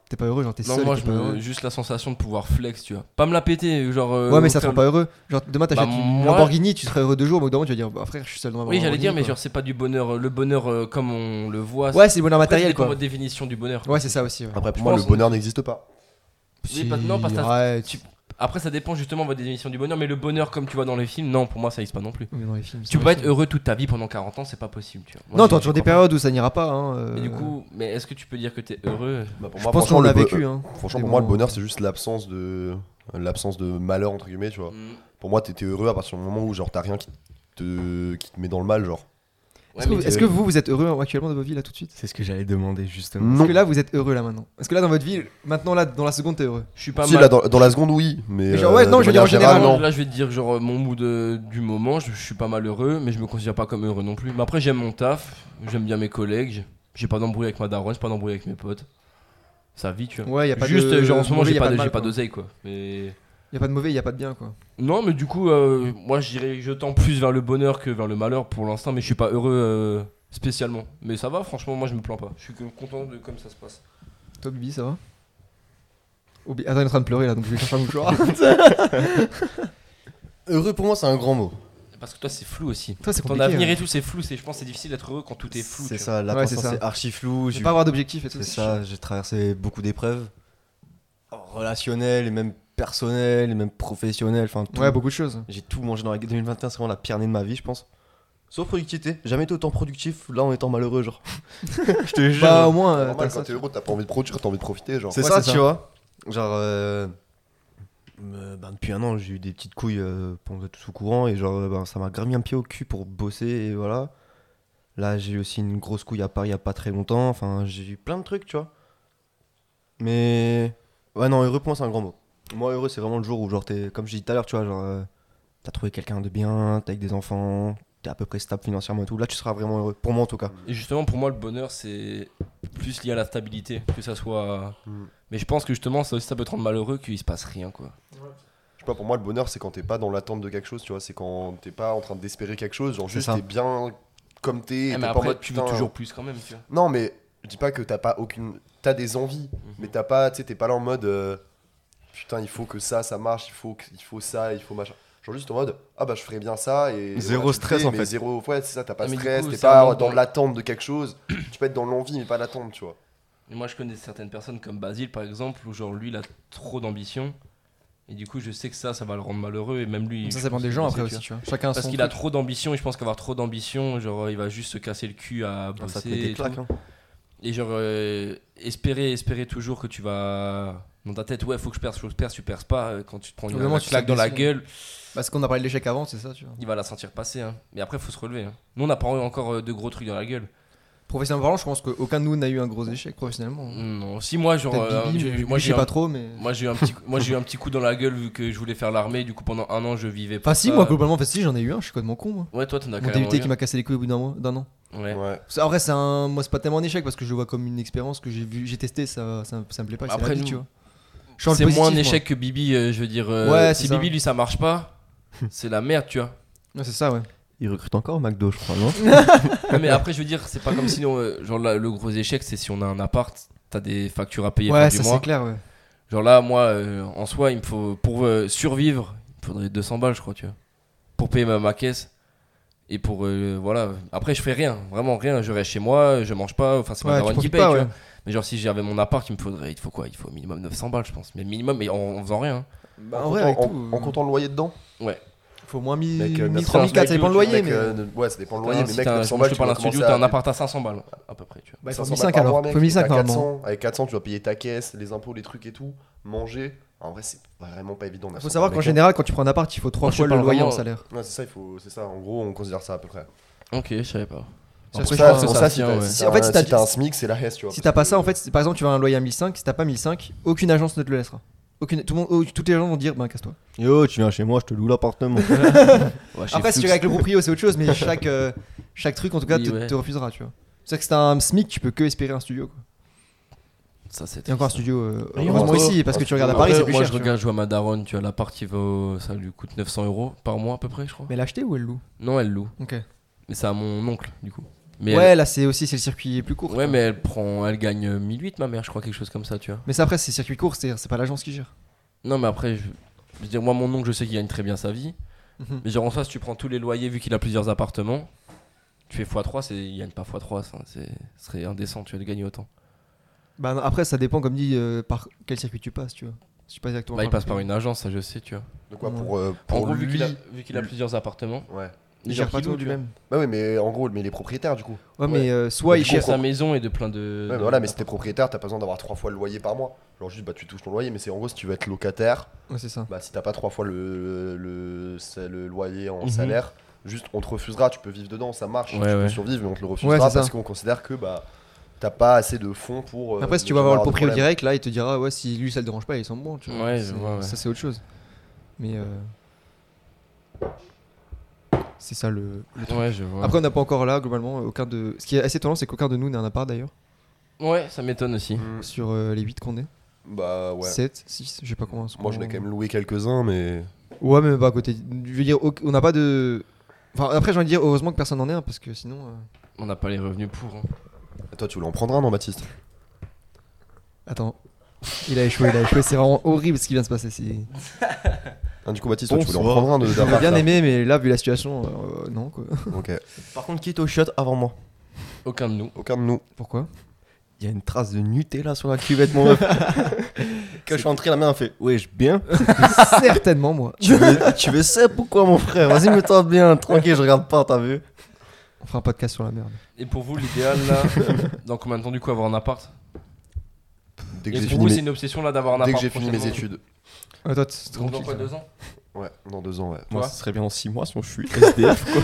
[SPEAKER 2] t'es pas heureux, genre t'es
[SPEAKER 1] Non
[SPEAKER 2] seul.
[SPEAKER 1] moi
[SPEAKER 2] et t'es
[SPEAKER 1] je
[SPEAKER 2] pas
[SPEAKER 1] me
[SPEAKER 2] heureux.
[SPEAKER 1] juste la sensation de pouvoir flex tu vois. Pas me la péter genre. euh,
[SPEAKER 2] ouais, mais ça te
[SPEAKER 1] faire
[SPEAKER 2] rend pas heureux. Genre demain, t'achètes
[SPEAKER 1] Bah,
[SPEAKER 2] une
[SPEAKER 1] moi-
[SPEAKER 2] Lamborghini, tu serais heureux deux jours, mais au bout d'un moment, tu vas dire, bah frère, je suis seul dans ma
[SPEAKER 1] Oui, j'allais dire, mais
[SPEAKER 2] Lamborghini,
[SPEAKER 1] genre, c'est pas du bonheur, euh, le bonheur euh, comme on le voit.
[SPEAKER 2] quoi. Ouais, c'est le bonheur
[SPEAKER 1] Après, ça
[SPEAKER 2] matériel
[SPEAKER 1] dépend de
[SPEAKER 2] quoi.
[SPEAKER 1] votre définition du bonheur.
[SPEAKER 2] Ouais, c'est ça aussi. ouais.
[SPEAKER 3] Après, pour
[SPEAKER 1] Je
[SPEAKER 3] moi, le
[SPEAKER 1] pense-
[SPEAKER 3] bonheur n'existe pas.
[SPEAKER 1] Oui, pas- non, pas
[SPEAKER 2] Si,
[SPEAKER 1] ça-
[SPEAKER 2] ouais, tu.
[SPEAKER 1] tu- Après, ça dépend justement de votre définition du bonheur, mais le bonheur comme tu vois dans les films, non, pour moi, ça existe pas non plus.
[SPEAKER 2] mais dans les films,
[SPEAKER 1] Tu
[SPEAKER 2] ça
[SPEAKER 1] peux pas
[SPEAKER 2] aussi.
[SPEAKER 1] être heureux toute ta vie pendant 40 ans, c'est pas possible, tu vois. Moi,
[SPEAKER 2] Non,
[SPEAKER 1] j'y-
[SPEAKER 2] t'as
[SPEAKER 1] j'y
[SPEAKER 2] toujours des
[SPEAKER 1] crois pas.
[SPEAKER 2] périodes où ça n'ira pas. hein, euh,
[SPEAKER 1] Mais du coup, mais est-ce que tu peux dire que t'es heureux
[SPEAKER 3] Bah, pour
[SPEAKER 2] je
[SPEAKER 3] moi,
[SPEAKER 2] pense
[SPEAKER 3] franchement,
[SPEAKER 2] qu'on
[SPEAKER 3] le
[SPEAKER 2] l'a
[SPEAKER 3] bo-
[SPEAKER 2] vécu. hein.
[SPEAKER 3] euh, Franchement,
[SPEAKER 2] Des
[SPEAKER 3] pour moi, le
[SPEAKER 2] moments-
[SPEAKER 3] bonheur, c'est juste l'absence de l'absence de malheur entre guillemets, tu vois.
[SPEAKER 1] Mm.
[SPEAKER 3] Pour moi, t'étais heureux à partir du moment où genre t'as rien qui te qui te met dans le mal, genre.
[SPEAKER 1] Ouais,
[SPEAKER 2] Est-ce que-
[SPEAKER 1] mais-
[SPEAKER 2] Est-ce que vous, vous êtes heureux hein, actuellement dans vos vies là tout de suite
[SPEAKER 5] C'est ce que j'allais demander, justement.
[SPEAKER 2] Est-ce
[SPEAKER 3] Non.
[SPEAKER 2] que là, vous êtes heureux là maintenant Est-ce que là, dans votre vie, maintenant là, dans la seconde, t'es heureux
[SPEAKER 1] Je suis pas
[SPEAKER 3] Si,
[SPEAKER 1] mal.
[SPEAKER 3] là, dans, dans la seconde, oui, mais. euh,
[SPEAKER 2] Mais genre, ouais, non,
[SPEAKER 3] de
[SPEAKER 2] je veux dire, en
[SPEAKER 3] manière
[SPEAKER 2] général,
[SPEAKER 3] générale,
[SPEAKER 1] Là, je vais te dire, genre, euh, mon mood euh, du moment, je, je suis pas malheureux, mais je me considère pas comme heureux non plus. Mais après, j'aime mon taf, j'aime bien mes collègues, j'ai- j'ai pas d'embrouille avec ma daronne, j'ai pas d'embrouille avec mes potes. Ça vit, tu vois.
[SPEAKER 2] Ouais, y a pas
[SPEAKER 1] Juste,
[SPEAKER 2] de-
[SPEAKER 1] genre en ce moment,
[SPEAKER 2] mauvais,
[SPEAKER 1] j'ai
[SPEAKER 2] y a
[SPEAKER 1] pas,
[SPEAKER 2] pas de
[SPEAKER 1] de-
[SPEAKER 2] mal,
[SPEAKER 1] j'ai pas
[SPEAKER 2] quoi.
[SPEAKER 1] d'oseille quoi. Mais...
[SPEAKER 2] Y a pas de mauvais, y a pas de bien quoi.
[SPEAKER 1] Non, mais du coup, euh, moi je dirais je tends plus vers le bonheur que vers le malheur pour l'instant, mais je suis pas heureux euh, spécialement. Mais ça va, franchement, moi je me plains pas. Je suis que- content de comme ça se passe.
[SPEAKER 2] Toi, Bibi, ça va Obi- Attends, il est en train de pleurer là, donc je vais chercher un mouchoir.
[SPEAKER 5] Heureux pour moi, c'est un grand mot.
[SPEAKER 1] Parce que toi, c'est flou aussi.
[SPEAKER 2] Toi, c'est
[SPEAKER 1] Ton
[SPEAKER 2] compliqué.
[SPEAKER 1] avenir
[SPEAKER 2] hein.
[SPEAKER 1] et tout, c'est flou. C'est, je pense, que c'est difficile d'être heureux quand tout est flou.
[SPEAKER 5] C'est
[SPEAKER 1] tu
[SPEAKER 5] ça,
[SPEAKER 2] Ouais, c'est
[SPEAKER 5] l'attention,
[SPEAKER 2] ça.
[SPEAKER 5] c'est archi flou.
[SPEAKER 2] Je
[SPEAKER 5] j'ai-
[SPEAKER 2] vais pas avoir d'objectif et tout.
[SPEAKER 5] C'est ça, j'ai traversé beaucoup d'épreuves relationnelles et même personnelles et même professionnelles. Enfin, tout.
[SPEAKER 2] Ouais, beaucoup de choses.
[SPEAKER 5] J'ai tout mangé dans la 2021, c'est vraiment la pire année de ma vie, je pense. Sauf productivité, jamais été autant productif là en étant malheureux, genre. je te jure.
[SPEAKER 2] Bah, au moins,
[SPEAKER 3] c'est
[SPEAKER 2] euh,
[SPEAKER 3] normal,
[SPEAKER 2] t'as
[SPEAKER 3] quand
[SPEAKER 2] ça.
[SPEAKER 3] t'es heureux, t'as pas envie de produire, t'as envie de profiter, genre.
[SPEAKER 5] C'est
[SPEAKER 2] Ouais,
[SPEAKER 5] ça,
[SPEAKER 2] c'est
[SPEAKER 5] tu
[SPEAKER 2] ça.
[SPEAKER 5] vois. Genre, euh, euh, ben, depuis un an, j'ai eu des petites couilles euh, pour vous êtes tous au courant et genre, euh, ben, ça m'a grave mis un pied au cul pour bosser et voilà. Là, j'ai eu aussi une grosse couille à Paris il y a pas très longtemps. Enfin, j'ai eu plein de trucs, tu vois. Mais. Ouais, non, heureux pour moi, c'est un grand mot. Moi, heureux, c'est vraiment le jour où, genre, t'es. Comme j'ai dit tout à l'heure, tu vois, genre, euh, t'as trouvé quelqu'un de bien, t'es avec des enfants, t'es à peu près stable financièrement et tout. Là, tu seras vraiment heureux. Pour moi, en tout cas.
[SPEAKER 1] Et justement, pour moi, le bonheur, c'est plus lié à la stabilité, que ça soit.
[SPEAKER 3] Mm.
[SPEAKER 1] Mais je pense que justement, ça, aussi, ça peut te rendre malheureux qu'il se passe rien, quoi.
[SPEAKER 3] Je sais pas, pour moi, le bonheur, c'est quand t'es pas dans l'attente de quelque chose, tu vois. C'est quand t'es pas en train d'espérer quelque chose, genre
[SPEAKER 5] C'est
[SPEAKER 3] juste
[SPEAKER 5] ça.
[SPEAKER 3] t'es bien comme t'es.
[SPEAKER 2] Eh,
[SPEAKER 3] et
[SPEAKER 1] Ah,
[SPEAKER 3] t'es
[SPEAKER 1] mais
[SPEAKER 3] pas en
[SPEAKER 1] après,
[SPEAKER 3] mode,
[SPEAKER 1] tu veux
[SPEAKER 3] putain,
[SPEAKER 1] toujours plus quand même, tu vois.
[SPEAKER 3] Non, mais je dis pas que t'as pas aucune. T'as des envies,
[SPEAKER 1] Mhm.
[SPEAKER 3] mais t'as pas. Tu sais, t'es pas là en mode. euh, Putain, il faut que ça, ça marche, il faut, que- il faut ça, il faut machin. Genre juste en mode, ah bah je ferais bien ça et. voilà,
[SPEAKER 5] Zéro
[SPEAKER 3] tu le
[SPEAKER 5] stress,
[SPEAKER 3] fais,
[SPEAKER 5] en
[SPEAKER 3] mais
[SPEAKER 5] fait.
[SPEAKER 3] Zéro, ouais, c'est ça, t'as pas
[SPEAKER 1] Ah,
[SPEAKER 3] de
[SPEAKER 1] mais du
[SPEAKER 3] stress,
[SPEAKER 1] coup,
[SPEAKER 3] t'es
[SPEAKER 1] c'est un
[SPEAKER 3] pas
[SPEAKER 1] manque
[SPEAKER 3] dans
[SPEAKER 1] de-
[SPEAKER 3] l'attente de quelque chose. tu peux être dans l'envie, mais pas l'attente, tu vois.
[SPEAKER 1] Et Moi, je connais certaines personnes comme Basile, par exemple, où genre lui, il a trop d'ambition. Et du coup, je sais que ça, ça va le rendre malheureux. Et même lui.
[SPEAKER 2] Ça,
[SPEAKER 1] je
[SPEAKER 2] ça dépend
[SPEAKER 1] pense
[SPEAKER 2] des
[SPEAKER 1] qu'il
[SPEAKER 2] gens
[SPEAKER 1] le
[SPEAKER 2] après
[SPEAKER 1] sait,
[SPEAKER 2] aussi,
[SPEAKER 1] tu
[SPEAKER 2] tu vois. Chacun
[SPEAKER 1] vois. Parce
[SPEAKER 2] son
[SPEAKER 1] qu'il a
[SPEAKER 2] truc.
[SPEAKER 1] trop d'ambition. Et je pense qu'avoir trop d'ambition, genre, il va juste se casser le cul à
[SPEAKER 2] Ah,
[SPEAKER 1] bosser.
[SPEAKER 5] ça te met des
[SPEAKER 1] et tout.
[SPEAKER 5] claques. hein.
[SPEAKER 1] Et genre, euh, espérer, espérer toujours que tu vas. Dans ta tête, ouais, faut que je perce, faut que je perce, tu perces pas. euh, Quand tu te prends une
[SPEAKER 2] Au moment où
[SPEAKER 1] la
[SPEAKER 2] tu hein.
[SPEAKER 1] claque
[SPEAKER 2] te
[SPEAKER 1] dans la
[SPEAKER 2] blesses,
[SPEAKER 1] gueule,
[SPEAKER 2] Parce qu'on a parlé de l'échec avant, c'est ça, tu vois.
[SPEAKER 1] il va la sentir passer. Hein. Mais après, faut se relever. hein. Nous, on n'a pas eu encore euh, de gros trucs dans la gueule.
[SPEAKER 2] Professionnellement parlant, je pense qu'aucun de nous n'a eu un gros échec professionnellement. hein.
[SPEAKER 1] Non, si moi, genre.
[SPEAKER 2] Peut-être
[SPEAKER 1] euh,
[SPEAKER 2] Bibi,
[SPEAKER 1] j'ai-
[SPEAKER 2] mais
[SPEAKER 1] moi,
[SPEAKER 2] lui, je sais
[SPEAKER 1] j'ai un-
[SPEAKER 2] pas trop, mais.
[SPEAKER 1] Moi j'ai eu un petit moi j'ai eu un petit coup dans la gueule vu que je voulais faire l'armée du coup pendant un an je vivais pas.
[SPEAKER 2] Enfin, si, moi, globalement, enfin, si, j'en ai eu un, je suis complètement con, moi.
[SPEAKER 1] Ouais toi t'en as
[SPEAKER 2] Mon
[SPEAKER 1] euh, quand même.
[SPEAKER 2] DUT qui m'a cassé les couilles au bout d'un mois- d'un an.
[SPEAKER 1] Ouais.
[SPEAKER 3] Ouais.
[SPEAKER 2] C'est- Après, c'est un... moi, c'est pas tellement un échec parce que je le vois comme une expérience que j'ai vu, j'ai testé, ça, ça, ça me plaît pas. c'est
[SPEAKER 1] Après,
[SPEAKER 2] la vie,
[SPEAKER 1] nous,
[SPEAKER 2] tu vois. Je sens le
[SPEAKER 1] C'est
[SPEAKER 2] positif,
[SPEAKER 1] moins un
[SPEAKER 2] moi.
[SPEAKER 1] échec que Bibi euh, je veux dire euh,
[SPEAKER 2] Ouais,
[SPEAKER 1] si
[SPEAKER 2] c'est ça.
[SPEAKER 1] Bibi lui ça marche pas c'est la merde tu vois.
[SPEAKER 2] Ouais, c'est ça, ouais.
[SPEAKER 5] Ils recrutent encore au McDo, je crois, non
[SPEAKER 1] Non, mais après je veux dire c'est pas comme sinon euh, genre là, le gros échec c'est si on a un appart t'as des factures à payer
[SPEAKER 2] Ouais,
[SPEAKER 1] fin
[SPEAKER 2] ça
[SPEAKER 1] du
[SPEAKER 2] c'est
[SPEAKER 1] mois.
[SPEAKER 2] clair, ouais.
[SPEAKER 1] Genre là moi euh, en soi il me faut pour euh, survivre il me faudrait 200 balles je crois tu vois pour payer ma, ma caisse. Et pour euh, voilà, après je fais rien, vraiment rien, je reste chez moi, je mange pas, enfin c'est ma
[SPEAKER 2] Ouais, tu
[SPEAKER 1] daronne qui
[SPEAKER 2] profites
[SPEAKER 1] paye,
[SPEAKER 2] pas,
[SPEAKER 1] tu
[SPEAKER 2] ouais.
[SPEAKER 1] vois. Mais genre si j'avais mon appart, il me faudrait, il te faut quoi Il faut au minimum 900 balles, je pense. Mais minimum, mais en, en faisant rien. hein.
[SPEAKER 2] en
[SPEAKER 3] en,
[SPEAKER 2] vrai,
[SPEAKER 3] comptant,
[SPEAKER 2] avec
[SPEAKER 3] en-
[SPEAKER 2] tout,
[SPEAKER 3] en
[SPEAKER 2] euh,
[SPEAKER 3] comptant le loyer dedans
[SPEAKER 2] Faut moins
[SPEAKER 3] Mec, euh,
[SPEAKER 2] 1000,
[SPEAKER 3] 900,
[SPEAKER 2] 3004, ça dépend le loyer,
[SPEAKER 3] Mec,
[SPEAKER 2] mais.
[SPEAKER 3] euh, de- Ouais, ça dépend le loyer,
[SPEAKER 1] Hein,
[SPEAKER 3] mais
[SPEAKER 1] si
[SPEAKER 3] mec,
[SPEAKER 1] t'as un-
[SPEAKER 3] 900
[SPEAKER 1] moi,
[SPEAKER 3] balles,
[SPEAKER 1] je
[SPEAKER 3] tu
[SPEAKER 1] te parle
[SPEAKER 3] vas
[SPEAKER 1] d'un studio,
[SPEAKER 3] commencer
[SPEAKER 1] t'as
[SPEAKER 3] à-
[SPEAKER 1] un appart à 500 balles, à peu près, tu vois.
[SPEAKER 2] Bah, il faut
[SPEAKER 3] 500
[SPEAKER 2] 1005
[SPEAKER 3] balles par
[SPEAKER 2] alors.
[SPEAKER 3] mois, mec,
[SPEAKER 2] Faut 1005
[SPEAKER 3] t'as
[SPEAKER 2] normalement.
[SPEAKER 3] 400, avec 400, tu vas payer ta caisse, les impôts, les trucs et tout, manger. En vrai, c'est vraiment pas évident.
[SPEAKER 2] Faut
[SPEAKER 3] 900
[SPEAKER 2] savoir
[SPEAKER 3] balles.
[SPEAKER 2] qu'en général, quand tu prends un appart, il faut trois
[SPEAKER 1] euh, Moi, je
[SPEAKER 2] fois le
[SPEAKER 1] parle
[SPEAKER 2] loyer en
[SPEAKER 1] vraiment-
[SPEAKER 2] salaire.
[SPEAKER 3] Ouais, c'est ça, il faut, c'est ça. En gros, on considère ça à peu près.
[SPEAKER 1] Ok, je savais pas.
[SPEAKER 2] Ça,
[SPEAKER 3] Après,
[SPEAKER 2] je
[SPEAKER 3] ça,
[SPEAKER 2] pense que
[SPEAKER 3] pour
[SPEAKER 1] ça
[SPEAKER 3] ça, si
[SPEAKER 1] tient,
[SPEAKER 3] t'as-
[SPEAKER 1] Ah ouais.
[SPEAKER 3] si
[SPEAKER 2] En fait,
[SPEAKER 3] t'as
[SPEAKER 2] si
[SPEAKER 3] un-
[SPEAKER 2] t'as-
[SPEAKER 3] si t'as un SMIC, c'est la reste, tu vois.
[SPEAKER 2] Si
[SPEAKER 3] parce
[SPEAKER 2] t'as pas
[SPEAKER 3] que-
[SPEAKER 2] ça, en fait, c'est- par exemple, tu vas à un loyer à 1005, si t'as pas 1005, aucune agence ne te le laissera. Aucune, tout le monde, oh, toutes les gens vont te dire, ben casse-toi.
[SPEAKER 5] Yo, Eh oh, tu viens chez moi, je te loue l'appartement.
[SPEAKER 2] Après, si tu es avec le proprio, c'est autre chose, mais chaque, euh, chaque truc, en tout cas,
[SPEAKER 1] Oui,
[SPEAKER 2] te,
[SPEAKER 1] ouais.
[SPEAKER 2] te refusera, tu vois. C'est que si t'as un SMIC, tu peux que espérer un studio. Quoi.
[SPEAKER 1] ça c'est.
[SPEAKER 2] Et encore un
[SPEAKER 1] triste,
[SPEAKER 2] studio, euh,
[SPEAKER 3] Et
[SPEAKER 2] heureusement
[SPEAKER 3] encore,
[SPEAKER 2] ici, parce
[SPEAKER 3] un
[SPEAKER 2] que tu
[SPEAKER 3] studio.
[SPEAKER 2] regardes à
[SPEAKER 1] hein.
[SPEAKER 3] la
[SPEAKER 2] Paris,
[SPEAKER 1] Après,
[SPEAKER 2] c'est plus
[SPEAKER 1] moi
[SPEAKER 2] cher.
[SPEAKER 1] je
[SPEAKER 2] tu vois.
[SPEAKER 1] regarde, je vois ma daronne, tu vois, l'appart, il va au- ça lui coûte 900 euros par mois à peu près, je crois.
[SPEAKER 2] Mais l'acheter ou elle loue
[SPEAKER 1] Non, elle loue,
[SPEAKER 2] Ok.
[SPEAKER 1] mais c'est à mon oncle, du coup. Mais
[SPEAKER 2] Ouais, là, c'est aussi c'est le circuit plus
[SPEAKER 1] elle-
[SPEAKER 2] court.
[SPEAKER 1] ouais,
[SPEAKER 2] tu
[SPEAKER 1] mais elle prend, elle gagne euh, 1008, ma mère, je crois, quelque chose comme ça, tu vois.
[SPEAKER 2] Mais ça après c'est circuit court, c'est c'est pas l'agence qui gère.
[SPEAKER 1] Non, mais après, je, je veux dire, moi, mon oncle, je sais qu'il gagne très bien sa vie.
[SPEAKER 2] Mhm.
[SPEAKER 1] Mais genre, en soi, si tu prends tous les loyers, vu qu'il a plusieurs appartements, tu fais x3, c'est- il gagne pas x3, ça, c'est- ce serait indécent, tu vois, de gagner autant.
[SPEAKER 2] Bah non, après ça dépend comme dit euh, par quel circuit tu passes, tu vois. Je sais pas exactement.
[SPEAKER 1] Là, Bah, il passe par une agence, ça, je sais, tu vois.
[SPEAKER 3] De quoi
[SPEAKER 2] Ouais.
[SPEAKER 3] pour, euh,
[SPEAKER 1] En
[SPEAKER 3] pour
[SPEAKER 1] gros, vu
[SPEAKER 3] lui.
[SPEAKER 1] qu'il a, vu qu'il a plusieurs appartements,
[SPEAKER 3] Ouais.
[SPEAKER 2] Il gère pas
[SPEAKER 1] qu'il
[SPEAKER 2] tout
[SPEAKER 1] loue, tu vois.
[SPEAKER 2] lui-même.
[SPEAKER 3] Bah oui, mais en gros, mais les propriétaires, du coup.
[SPEAKER 2] Ouais,
[SPEAKER 1] Ouais. Bah,
[SPEAKER 2] mais euh, soit
[SPEAKER 1] Il
[SPEAKER 2] il
[SPEAKER 1] gère
[SPEAKER 2] cherche.
[SPEAKER 1] sa maison et de plein de.
[SPEAKER 3] Ouais, mais
[SPEAKER 1] de-
[SPEAKER 3] voilà, mais si t'es propriétaire, t'as pas besoin d'avoir trois fois le loyer par mois. Genre juste, bah tu touches ton loyer, mais c'est en gros, si tu veux être locataire,
[SPEAKER 2] Ouais, c'est ça.
[SPEAKER 3] bah si t'as pas trois fois le, le, c'est le loyer en
[SPEAKER 1] Mhm.
[SPEAKER 3] salaire, juste on te refusera, tu peux vivre dedans, ça marche,
[SPEAKER 1] Ouais,
[SPEAKER 3] tu
[SPEAKER 1] ouais.
[SPEAKER 3] peux survivre, mais on te le
[SPEAKER 2] Ouais,
[SPEAKER 3] refusera
[SPEAKER 2] c'est ça.
[SPEAKER 3] parce qu'on considère que bah t'as pas assez de fonds pour. euh,
[SPEAKER 2] Après si
[SPEAKER 3] ne
[SPEAKER 2] tu vas
[SPEAKER 3] jamais
[SPEAKER 2] voir le
[SPEAKER 3] avoir de
[SPEAKER 2] proprio
[SPEAKER 3] problème.
[SPEAKER 2] direct, là il te dira ouais si lui ça le dérange pas, il s'en bon, tu vois.
[SPEAKER 1] Ouais, je
[SPEAKER 2] C'est-
[SPEAKER 1] vois, ouais.
[SPEAKER 2] Ça c'est autre chose. Mais euh, c'est ça le.
[SPEAKER 1] Ouais, je vois.
[SPEAKER 2] Après on n'a pas encore là globalement aucun de. Ce qui est assez étonnant c'est qu'aucun de nous n'a un appart d'ailleurs.
[SPEAKER 1] Ouais, ça m'étonne aussi.
[SPEAKER 3] Mhm.
[SPEAKER 2] Sur euh, les 8 qu'on est,
[SPEAKER 3] Bah ouais.
[SPEAKER 2] 7, 6, je sais pas comment.
[SPEAKER 3] Moi, j'en ai
[SPEAKER 2] comment-
[SPEAKER 3] quand même loué quelques-uns, mais.
[SPEAKER 2] Ouais, mais pas à côté. Je veux dire, au- on n'a pas de. Enfin, après, j'ai envie de dire, heureusement que personne n'en est un, parce que sinon. euh,
[SPEAKER 1] On n'a pas les revenus pour. hein.
[SPEAKER 3] Ah, Toi, tu voulais en prendre un, non, Baptiste
[SPEAKER 2] Attends. Il a échoué, il a échoué. C'est vraiment horrible ce qui vient de se passer. C'est...
[SPEAKER 5] Ah,
[SPEAKER 3] Hein, Du coup, Baptiste, toi, tu voulais en
[SPEAKER 5] Bonsoir.
[SPEAKER 3] prendre un de
[SPEAKER 2] J'aurais
[SPEAKER 3] d'appart,
[SPEAKER 2] bien
[SPEAKER 3] là.
[SPEAKER 2] aimé, mais là, vu la situation, euh, non, quoi.
[SPEAKER 3] Ok.
[SPEAKER 5] Par contre, qui est au shot avant moi
[SPEAKER 1] Aucun de nous.
[SPEAKER 3] Aucun de nous.
[SPEAKER 2] Pourquoi
[SPEAKER 5] Il y a une trace de Nutella sur la cuvette, mon meuf. Quand je suis entré, la main a fait Wesh, bien.
[SPEAKER 2] Certainement, moi.
[SPEAKER 5] Tu veux, tu veux ça pourquoi, mon frère Vas-y, mets-toi bien, tranquille, je regarde pas, t'as vu
[SPEAKER 2] On fera un podcast sur la merde.
[SPEAKER 1] Et pour vous, l'idéal là, dans combien de temps du coup avoir un appart
[SPEAKER 3] Dès que
[SPEAKER 1] Et
[SPEAKER 3] j'ai
[SPEAKER 1] pour
[SPEAKER 3] fini
[SPEAKER 1] vous, c'est
[SPEAKER 3] mes-
[SPEAKER 1] une obsession là d'avoir un
[SPEAKER 3] dès
[SPEAKER 1] appart
[SPEAKER 3] que j'ai fini mes
[SPEAKER 1] prochainement
[SPEAKER 3] études.
[SPEAKER 2] Ah, toi, c'est
[SPEAKER 1] Donc, dans
[SPEAKER 2] tranquille.
[SPEAKER 1] quoi,
[SPEAKER 2] ça.
[SPEAKER 1] deux ans
[SPEAKER 3] Ouais, dans deux ans, ouais.
[SPEAKER 1] Moi,
[SPEAKER 5] ce serait bien en 6 mois si on suis SDF, quoi.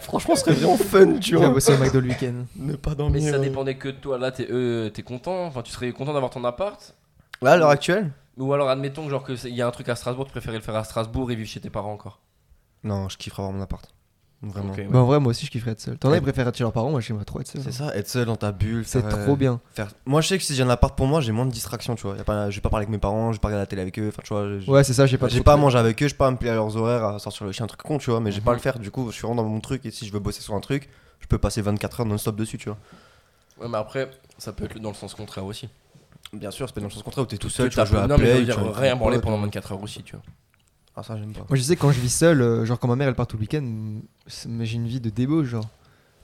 [SPEAKER 5] Franchement, ce serait vraiment fun, tu
[SPEAKER 2] Tu vas bosser au McDo le week-end.
[SPEAKER 5] Ne pas
[SPEAKER 1] Mais
[SPEAKER 5] dormir.
[SPEAKER 1] ça dépendait que de toi. Là, t'es euh, t'es content. Enfin, tu serais content d'avoir ton appart.
[SPEAKER 5] Là, à l'heure actuelle
[SPEAKER 1] Ou alors, admettons que genre que c'est- il y a un truc à Strasbourg, tu préférais le faire à Strasbourg et vivre chez tes parents encore.
[SPEAKER 5] Non, je kifferais avoir mon appart. Vraiment.
[SPEAKER 1] Ok, ouais.
[SPEAKER 2] Bah, en vrai, moi aussi, je kifferais être seul. T'en as, ils
[SPEAKER 5] Ouais.
[SPEAKER 2] préfèrent être chez leurs parents, moi, j'aimerais trop être seul.
[SPEAKER 5] C'est ça, être seul dans ta bulle,
[SPEAKER 2] C'est
[SPEAKER 5] faire, euh,
[SPEAKER 2] trop bien.
[SPEAKER 5] faire- Moi, je sais que si j'ai un appart pour moi, j'ai moins de distractions, tu vois. Y a pas... Je vais pas parler avec mes parents, je vais pas regarder la télé avec eux, enfin, tu vois. je-
[SPEAKER 2] Ouais, c'est ça, j'ai pas
[SPEAKER 5] J'ai
[SPEAKER 2] trop
[SPEAKER 5] pas à
[SPEAKER 2] de-
[SPEAKER 5] manger avec eux, je peux pas me plier à leurs horaires, à sortir le chien, un truc con, tu vois, mais j'ai pas à le faire, du coup, je suis vraiment dans mon truc, et si je veux bosser sur un truc, je peux passer 24 heures non-stop dessus, tu vois.
[SPEAKER 1] Ouais, mais après, ça peut être dans le sens contraire aussi.
[SPEAKER 5] Bien sûr, c'est pas dans le sens contraire où t'es tout seul,
[SPEAKER 1] Que
[SPEAKER 5] tu vas
[SPEAKER 1] t'as
[SPEAKER 5] jouer
[SPEAKER 1] pas-
[SPEAKER 5] à
[SPEAKER 1] non, mais je veux
[SPEAKER 5] Play,
[SPEAKER 1] dire,
[SPEAKER 5] tu vas-
[SPEAKER 1] rien branler pendant 24 heures aussi, tu vois.
[SPEAKER 5] Ah, ça, j'aime pas.
[SPEAKER 2] Moi, je sais, que quand je vis seul, euh, genre, quand ma mère, elle part tout le week-end, c'est- mais j'ai une vie de débauche, genre.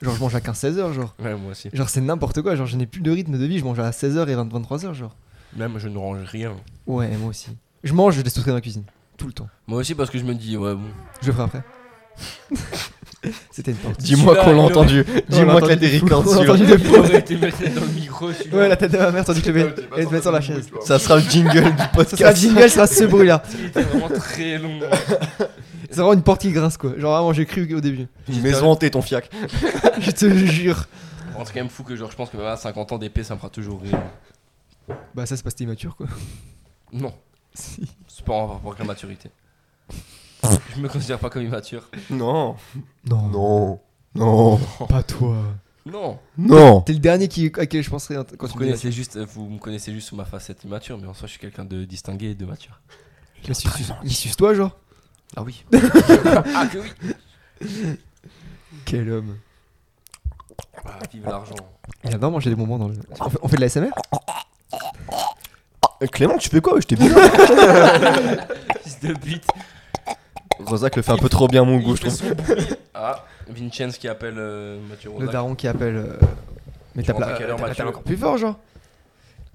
[SPEAKER 2] Genre, je mange à 15-16h, genre.
[SPEAKER 1] Ouais, moi aussi.
[SPEAKER 2] Genre, c'est n'importe quoi. Genre, je n'ai plus de rythme de vie. Je mange à 16h et 23h, genre.
[SPEAKER 1] Même je ne range rien.
[SPEAKER 2] Ouais, moi aussi. Je mange, je laisse tout traîner dans la cuisine. Tout le temps.
[SPEAKER 1] Moi aussi parce que je me dis, ouais, bon.
[SPEAKER 2] Je le ferai après. C'était une partie.
[SPEAKER 1] Dis-moi qu'on l'a entendu.
[SPEAKER 2] Dis-moi que la
[SPEAKER 5] déricante
[SPEAKER 2] On l'a
[SPEAKER 5] sur-
[SPEAKER 2] entendu de fou.
[SPEAKER 1] aurait été mettre dans le micro, celui-là.
[SPEAKER 2] Ouais, la tête de ma mère, tandis que le bébé. Elle te met sur la chaise.
[SPEAKER 5] Ça sera le jingle du
[SPEAKER 2] Ce sera
[SPEAKER 5] podcast.
[SPEAKER 2] jingle, ce sera ce bruit-là.
[SPEAKER 1] Il était vraiment très long.
[SPEAKER 2] C'est vraiment une porte qui grince, quoi. Genre, vraiment, j'ai cru au début.
[SPEAKER 5] Maison hantée, ton fiac.
[SPEAKER 2] Je te jure.
[SPEAKER 1] Bon, c'est quand même fou que genre, je pense que même à 50 ans d'épée, ça me fera toujours rire.
[SPEAKER 2] Bah, ça, c'est parce que t'es immature, quoi.
[SPEAKER 1] Non,
[SPEAKER 2] Si.
[SPEAKER 1] c'est pas en rapport avec la maturité. Je me considère pas comme immature.
[SPEAKER 5] Non.
[SPEAKER 2] Non.
[SPEAKER 3] Non. Non.
[SPEAKER 2] Pas toi.
[SPEAKER 1] Non,
[SPEAKER 3] Non.
[SPEAKER 2] T'es le dernier qui, à qui je penserais quand
[SPEAKER 1] vous,
[SPEAKER 2] tu me dis
[SPEAKER 1] connaissez juste, vous me connaissez juste sous ma facette immature, mais en soi, je suis quelqu'un de distingué et de mature.
[SPEAKER 2] Mais suce- Il suce toi, genre.
[SPEAKER 1] Ah oui. ah que oui.
[SPEAKER 2] Quel homme.
[SPEAKER 1] Ah, vive l'argent.
[SPEAKER 2] Il adore manger des bonbons dans le. On fait, on fait de la SMR
[SPEAKER 5] Euh, Clément, tu fais quoi Je t'ai bien.
[SPEAKER 1] Fils de pute.
[SPEAKER 5] Rosac le fait un peu trop bien mon goût, je
[SPEAKER 1] Il fait
[SPEAKER 5] trouve.
[SPEAKER 1] son bruit. Ah, Vincenz qui appelle euh, Mathieu
[SPEAKER 2] Le
[SPEAKER 1] Rosac.
[SPEAKER 2] daron qui appelle. euh, Mais
[SPEAKER 1] Tu
[SPEAKER 2] t'as
[SPEAKER 1] rentres à
[SPEAKER 2] pla...
[SPEAKER 1] quelle heure,
[SPEAKER 2] t'as-
[SPEAKER 1] Mathieu
[SPEAKER 2] t'as encore plus fort, genre.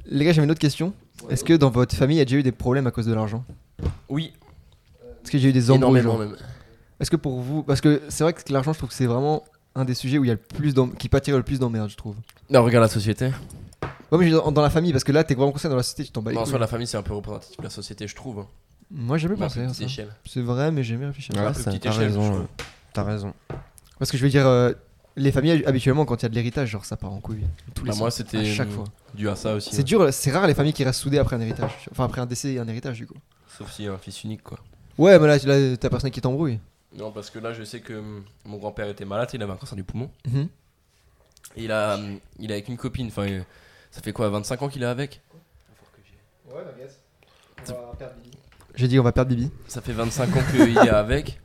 [SPEAKER 2] Les gars, j'avais une autre question. Est-ce que dans votre famille, il y a déjà eu des problèmes à cause de l'argent
[SPEAKER 1] Oui,
[SPEAKER 2] Est-ce que j'ai eu des embrouilles
[SPEAKER 1] énormément
[SPEAKER 2] genre
[SPEAKER 1] même.
[SPEAKER 2] Est-ce que pour vous. Parce que c'est vrai que l'argent, je trouve que c'est vraiment un des sujets où il y a le plus d'em- qui peut attirer le plus d'emmerdes, je trouve.
[SPEAKER 1] Non, regarde la société.
[SPEAKER 2] Bah, Ouais, mais je veux dire, dans, dans la famille, parce que là, t'es vraiment concerné dans la société, tu t'en bats les
[SPEAKER 1] Non, en
[SPEAKER 2] couilles.
[SPEAKER 1] soi, la famille, c'est un peu représentatif de la société, je trouve. hein.
[SPEAKER 2] Moi, j'ai jamais
[SPEAKER 1] Moi, à
[SPEAKER 2] pensé à
[SPEAKER 1] petite
[SPEAKER 2] ça.
[SPEAKER 1] échelle.
[SPEAKER 2] C'est vrai, mais j'ai jamais réfléchi à ça.
[SPEAKER 1] Ouais,
[SPEAKER 5] Ah,
[SPEAKER 1] plus
[SPEAKER 5] ça,
[SPEAKER 1] petite
[SPEAKER 5] T'as
[SPEAKER 1] échelle, je
[SPEAKER 5] raison.
[SPEAKER 1] trouve.
[SPEAKER 5] euh, T'as raison.
[SPEAKER 2] Parce que je veux dire, euh, les familles, habituellement, quand il y a de l'héritage, genre, ça part en couille. Tous les
[SPEAKER 1] Bah, moi,
[SPEAKER 2] sens,
[SPEAKER 1] c'était
[SPEAKER 2] À chaque fois.
[SPEAKER 1] dû à ça aussi. hein.
[SPEAKER 2] C'est
[SPEAKER 1] ouais.
[SPEAKER 2] dur, c'est rare les familles qui restent soudées après un héritage. Enfin, après un décès et un héritage, du coup.
[SPEAKER 1] Sauf s'il y a un fils unique, quoi.
[SPEAKER 2] Ouais, mais là, tu- là, t'as personne qui t'embrouille.
[SPEAKER 1] Non, parce que là, je sais que hum, mon grand-père était malade, il avait un cancer du poumon.
[SPEAKER 2] Mhm.
[SPEAKER 1] Et il a, hum, il est avec une copine. Enfin, euh, ça fait quoi, 25 ans qu'il est avec
[SPEAKER 2] J'ai dit, on va perdre Bibi.
[SPEAKER 1] Ça fait 25 ans qu'il est avec.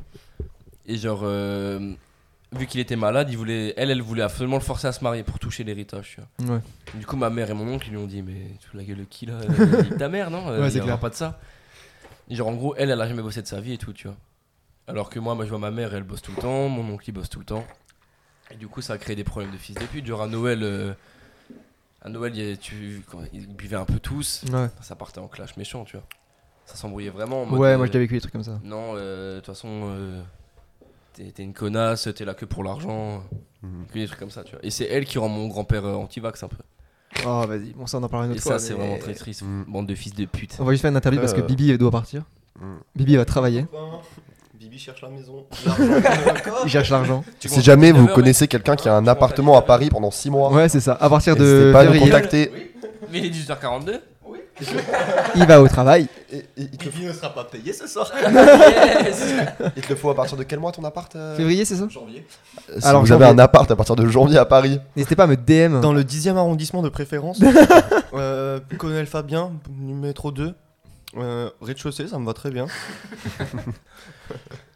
[SPEAKER 1] Et genre, euh, vu qu'il était malade, il voulait, elle, elle voulait absolument le forcer à se marier pour toucher l'héritage. tu vois.
[SPEAKER 2] Ouais.
[SPEAKER 1] Du coup, ma mère et mon oncle ils lui ont dit Mais tu la gueule de qui là Euh, nique Ta mère, non Euh,
[SPEAKER 2] Ouais,
[SPEAKER 1] Il
[SPEAKER 2] c'est
[SPEAKER 1] y aura
[SPEAKER 2] clair.
[SPEAKER 1] pas de ça. Et genre, en gros, elle, elle a jamais bossé de sa vie et tout, tu vois. Alors que moi, moi, je vois ma mère, elle bosse tout le temps, mon oncle, il bosse tout le temps. Et du coup, ça a créé des problèmes de fils des putes. Genre, à Noël, euh, à Noël, il y a- tu, quand ils buvaient un peu tous.
[SPEAKER 2] Ouais,
[SPEAKER 1] Ça partait en clash méchant, tu vois. Ça s'embrouillait vraiment. en mode,
[SPEAKER 2] ouais
[SPEAKER 1] euh,
[SPEAKER 2] moi, je l'ai vécu des trucs comme ça.
[SPEAKER 1] non, euh, de toute façon, euh, t'es t'es une connasse, t'es là que pour l'argent,
[SPEAKER 3] Mhm.
[SPEAKER 1] que des trucs comme ça, tu vois. Et c'est elle qui rend mon grand-père euh, anti-vax un peu.
[SPEAKER 2] Oh, vas-y, bon, ça, on en parlera une
[SPEAKER 1] Et
[SPEAKER 2] autre
[SPEAKER 1] ça,
[SPEAKER 2] fois.
[SPEAKER 1] c'est
[SPEAKER 2] mais-
[SPEAKER 1] vraiment très triste.
[SPEAKER 3] Mhm.
[SPEAKER 1] Bande de fils de pute.
[SPEAKER 2] On va juste faire une interview parce que
[SPEAKER 3] Euh.
[SPEAKER 2] Bibi doit partir.
[SPEAKER 3] Mm.
[SPEAKER 2] Bibi va travailler,
[SPEAKER 5] Bibi cherche la maison.
[SPEAKER 2] il cherche l'argent.
[SPEAKER 1] Tu
[SPEAKER 3] Si
[SPEAKER 1] comptes-
[SPEAKER 3] jamais vous
[SPEAKER 1] Never
[SPEAKER 3] connaissez quelqu'un qui a un appartement à Paris pendant 6 mois,
[SPEAKER 2] Ouais, c'est ça. À partir de
[SPEAKER 3] n'hésitez pas à nous
[SPEAKER 2] février,
[SPEAKER 3] contacter.
[SPEAKER 1] mind. Mais il est 18h42.
[SPEAKER 2] il va au travail.
[SPEAKER 5] Bibi ne sera pas payé ce soir.
[SPEAKER 1] yes
[SPEAKER 3] Il te le faut à partir de quel mois ton appart euh
[SPEAKER 2] Février, c'est ça
[SPEAKER 5] Janvier.
[SPEAKER 3] Si
[SPEAKER 2] Alors,
[SPEAKER 3] vous avez
[SPEAKER 2] janvier.
[SPEAKER 3] un appart à partir de janvier à Paris,
[SPEAKER 2] N'hésitez pas à me DM.
[SPEAKER 5] Dans le 10e arrondissement de préférence, euh, Colonel Fabien, numéro 2, euh, rez-de-chaussée, ça me va très bien.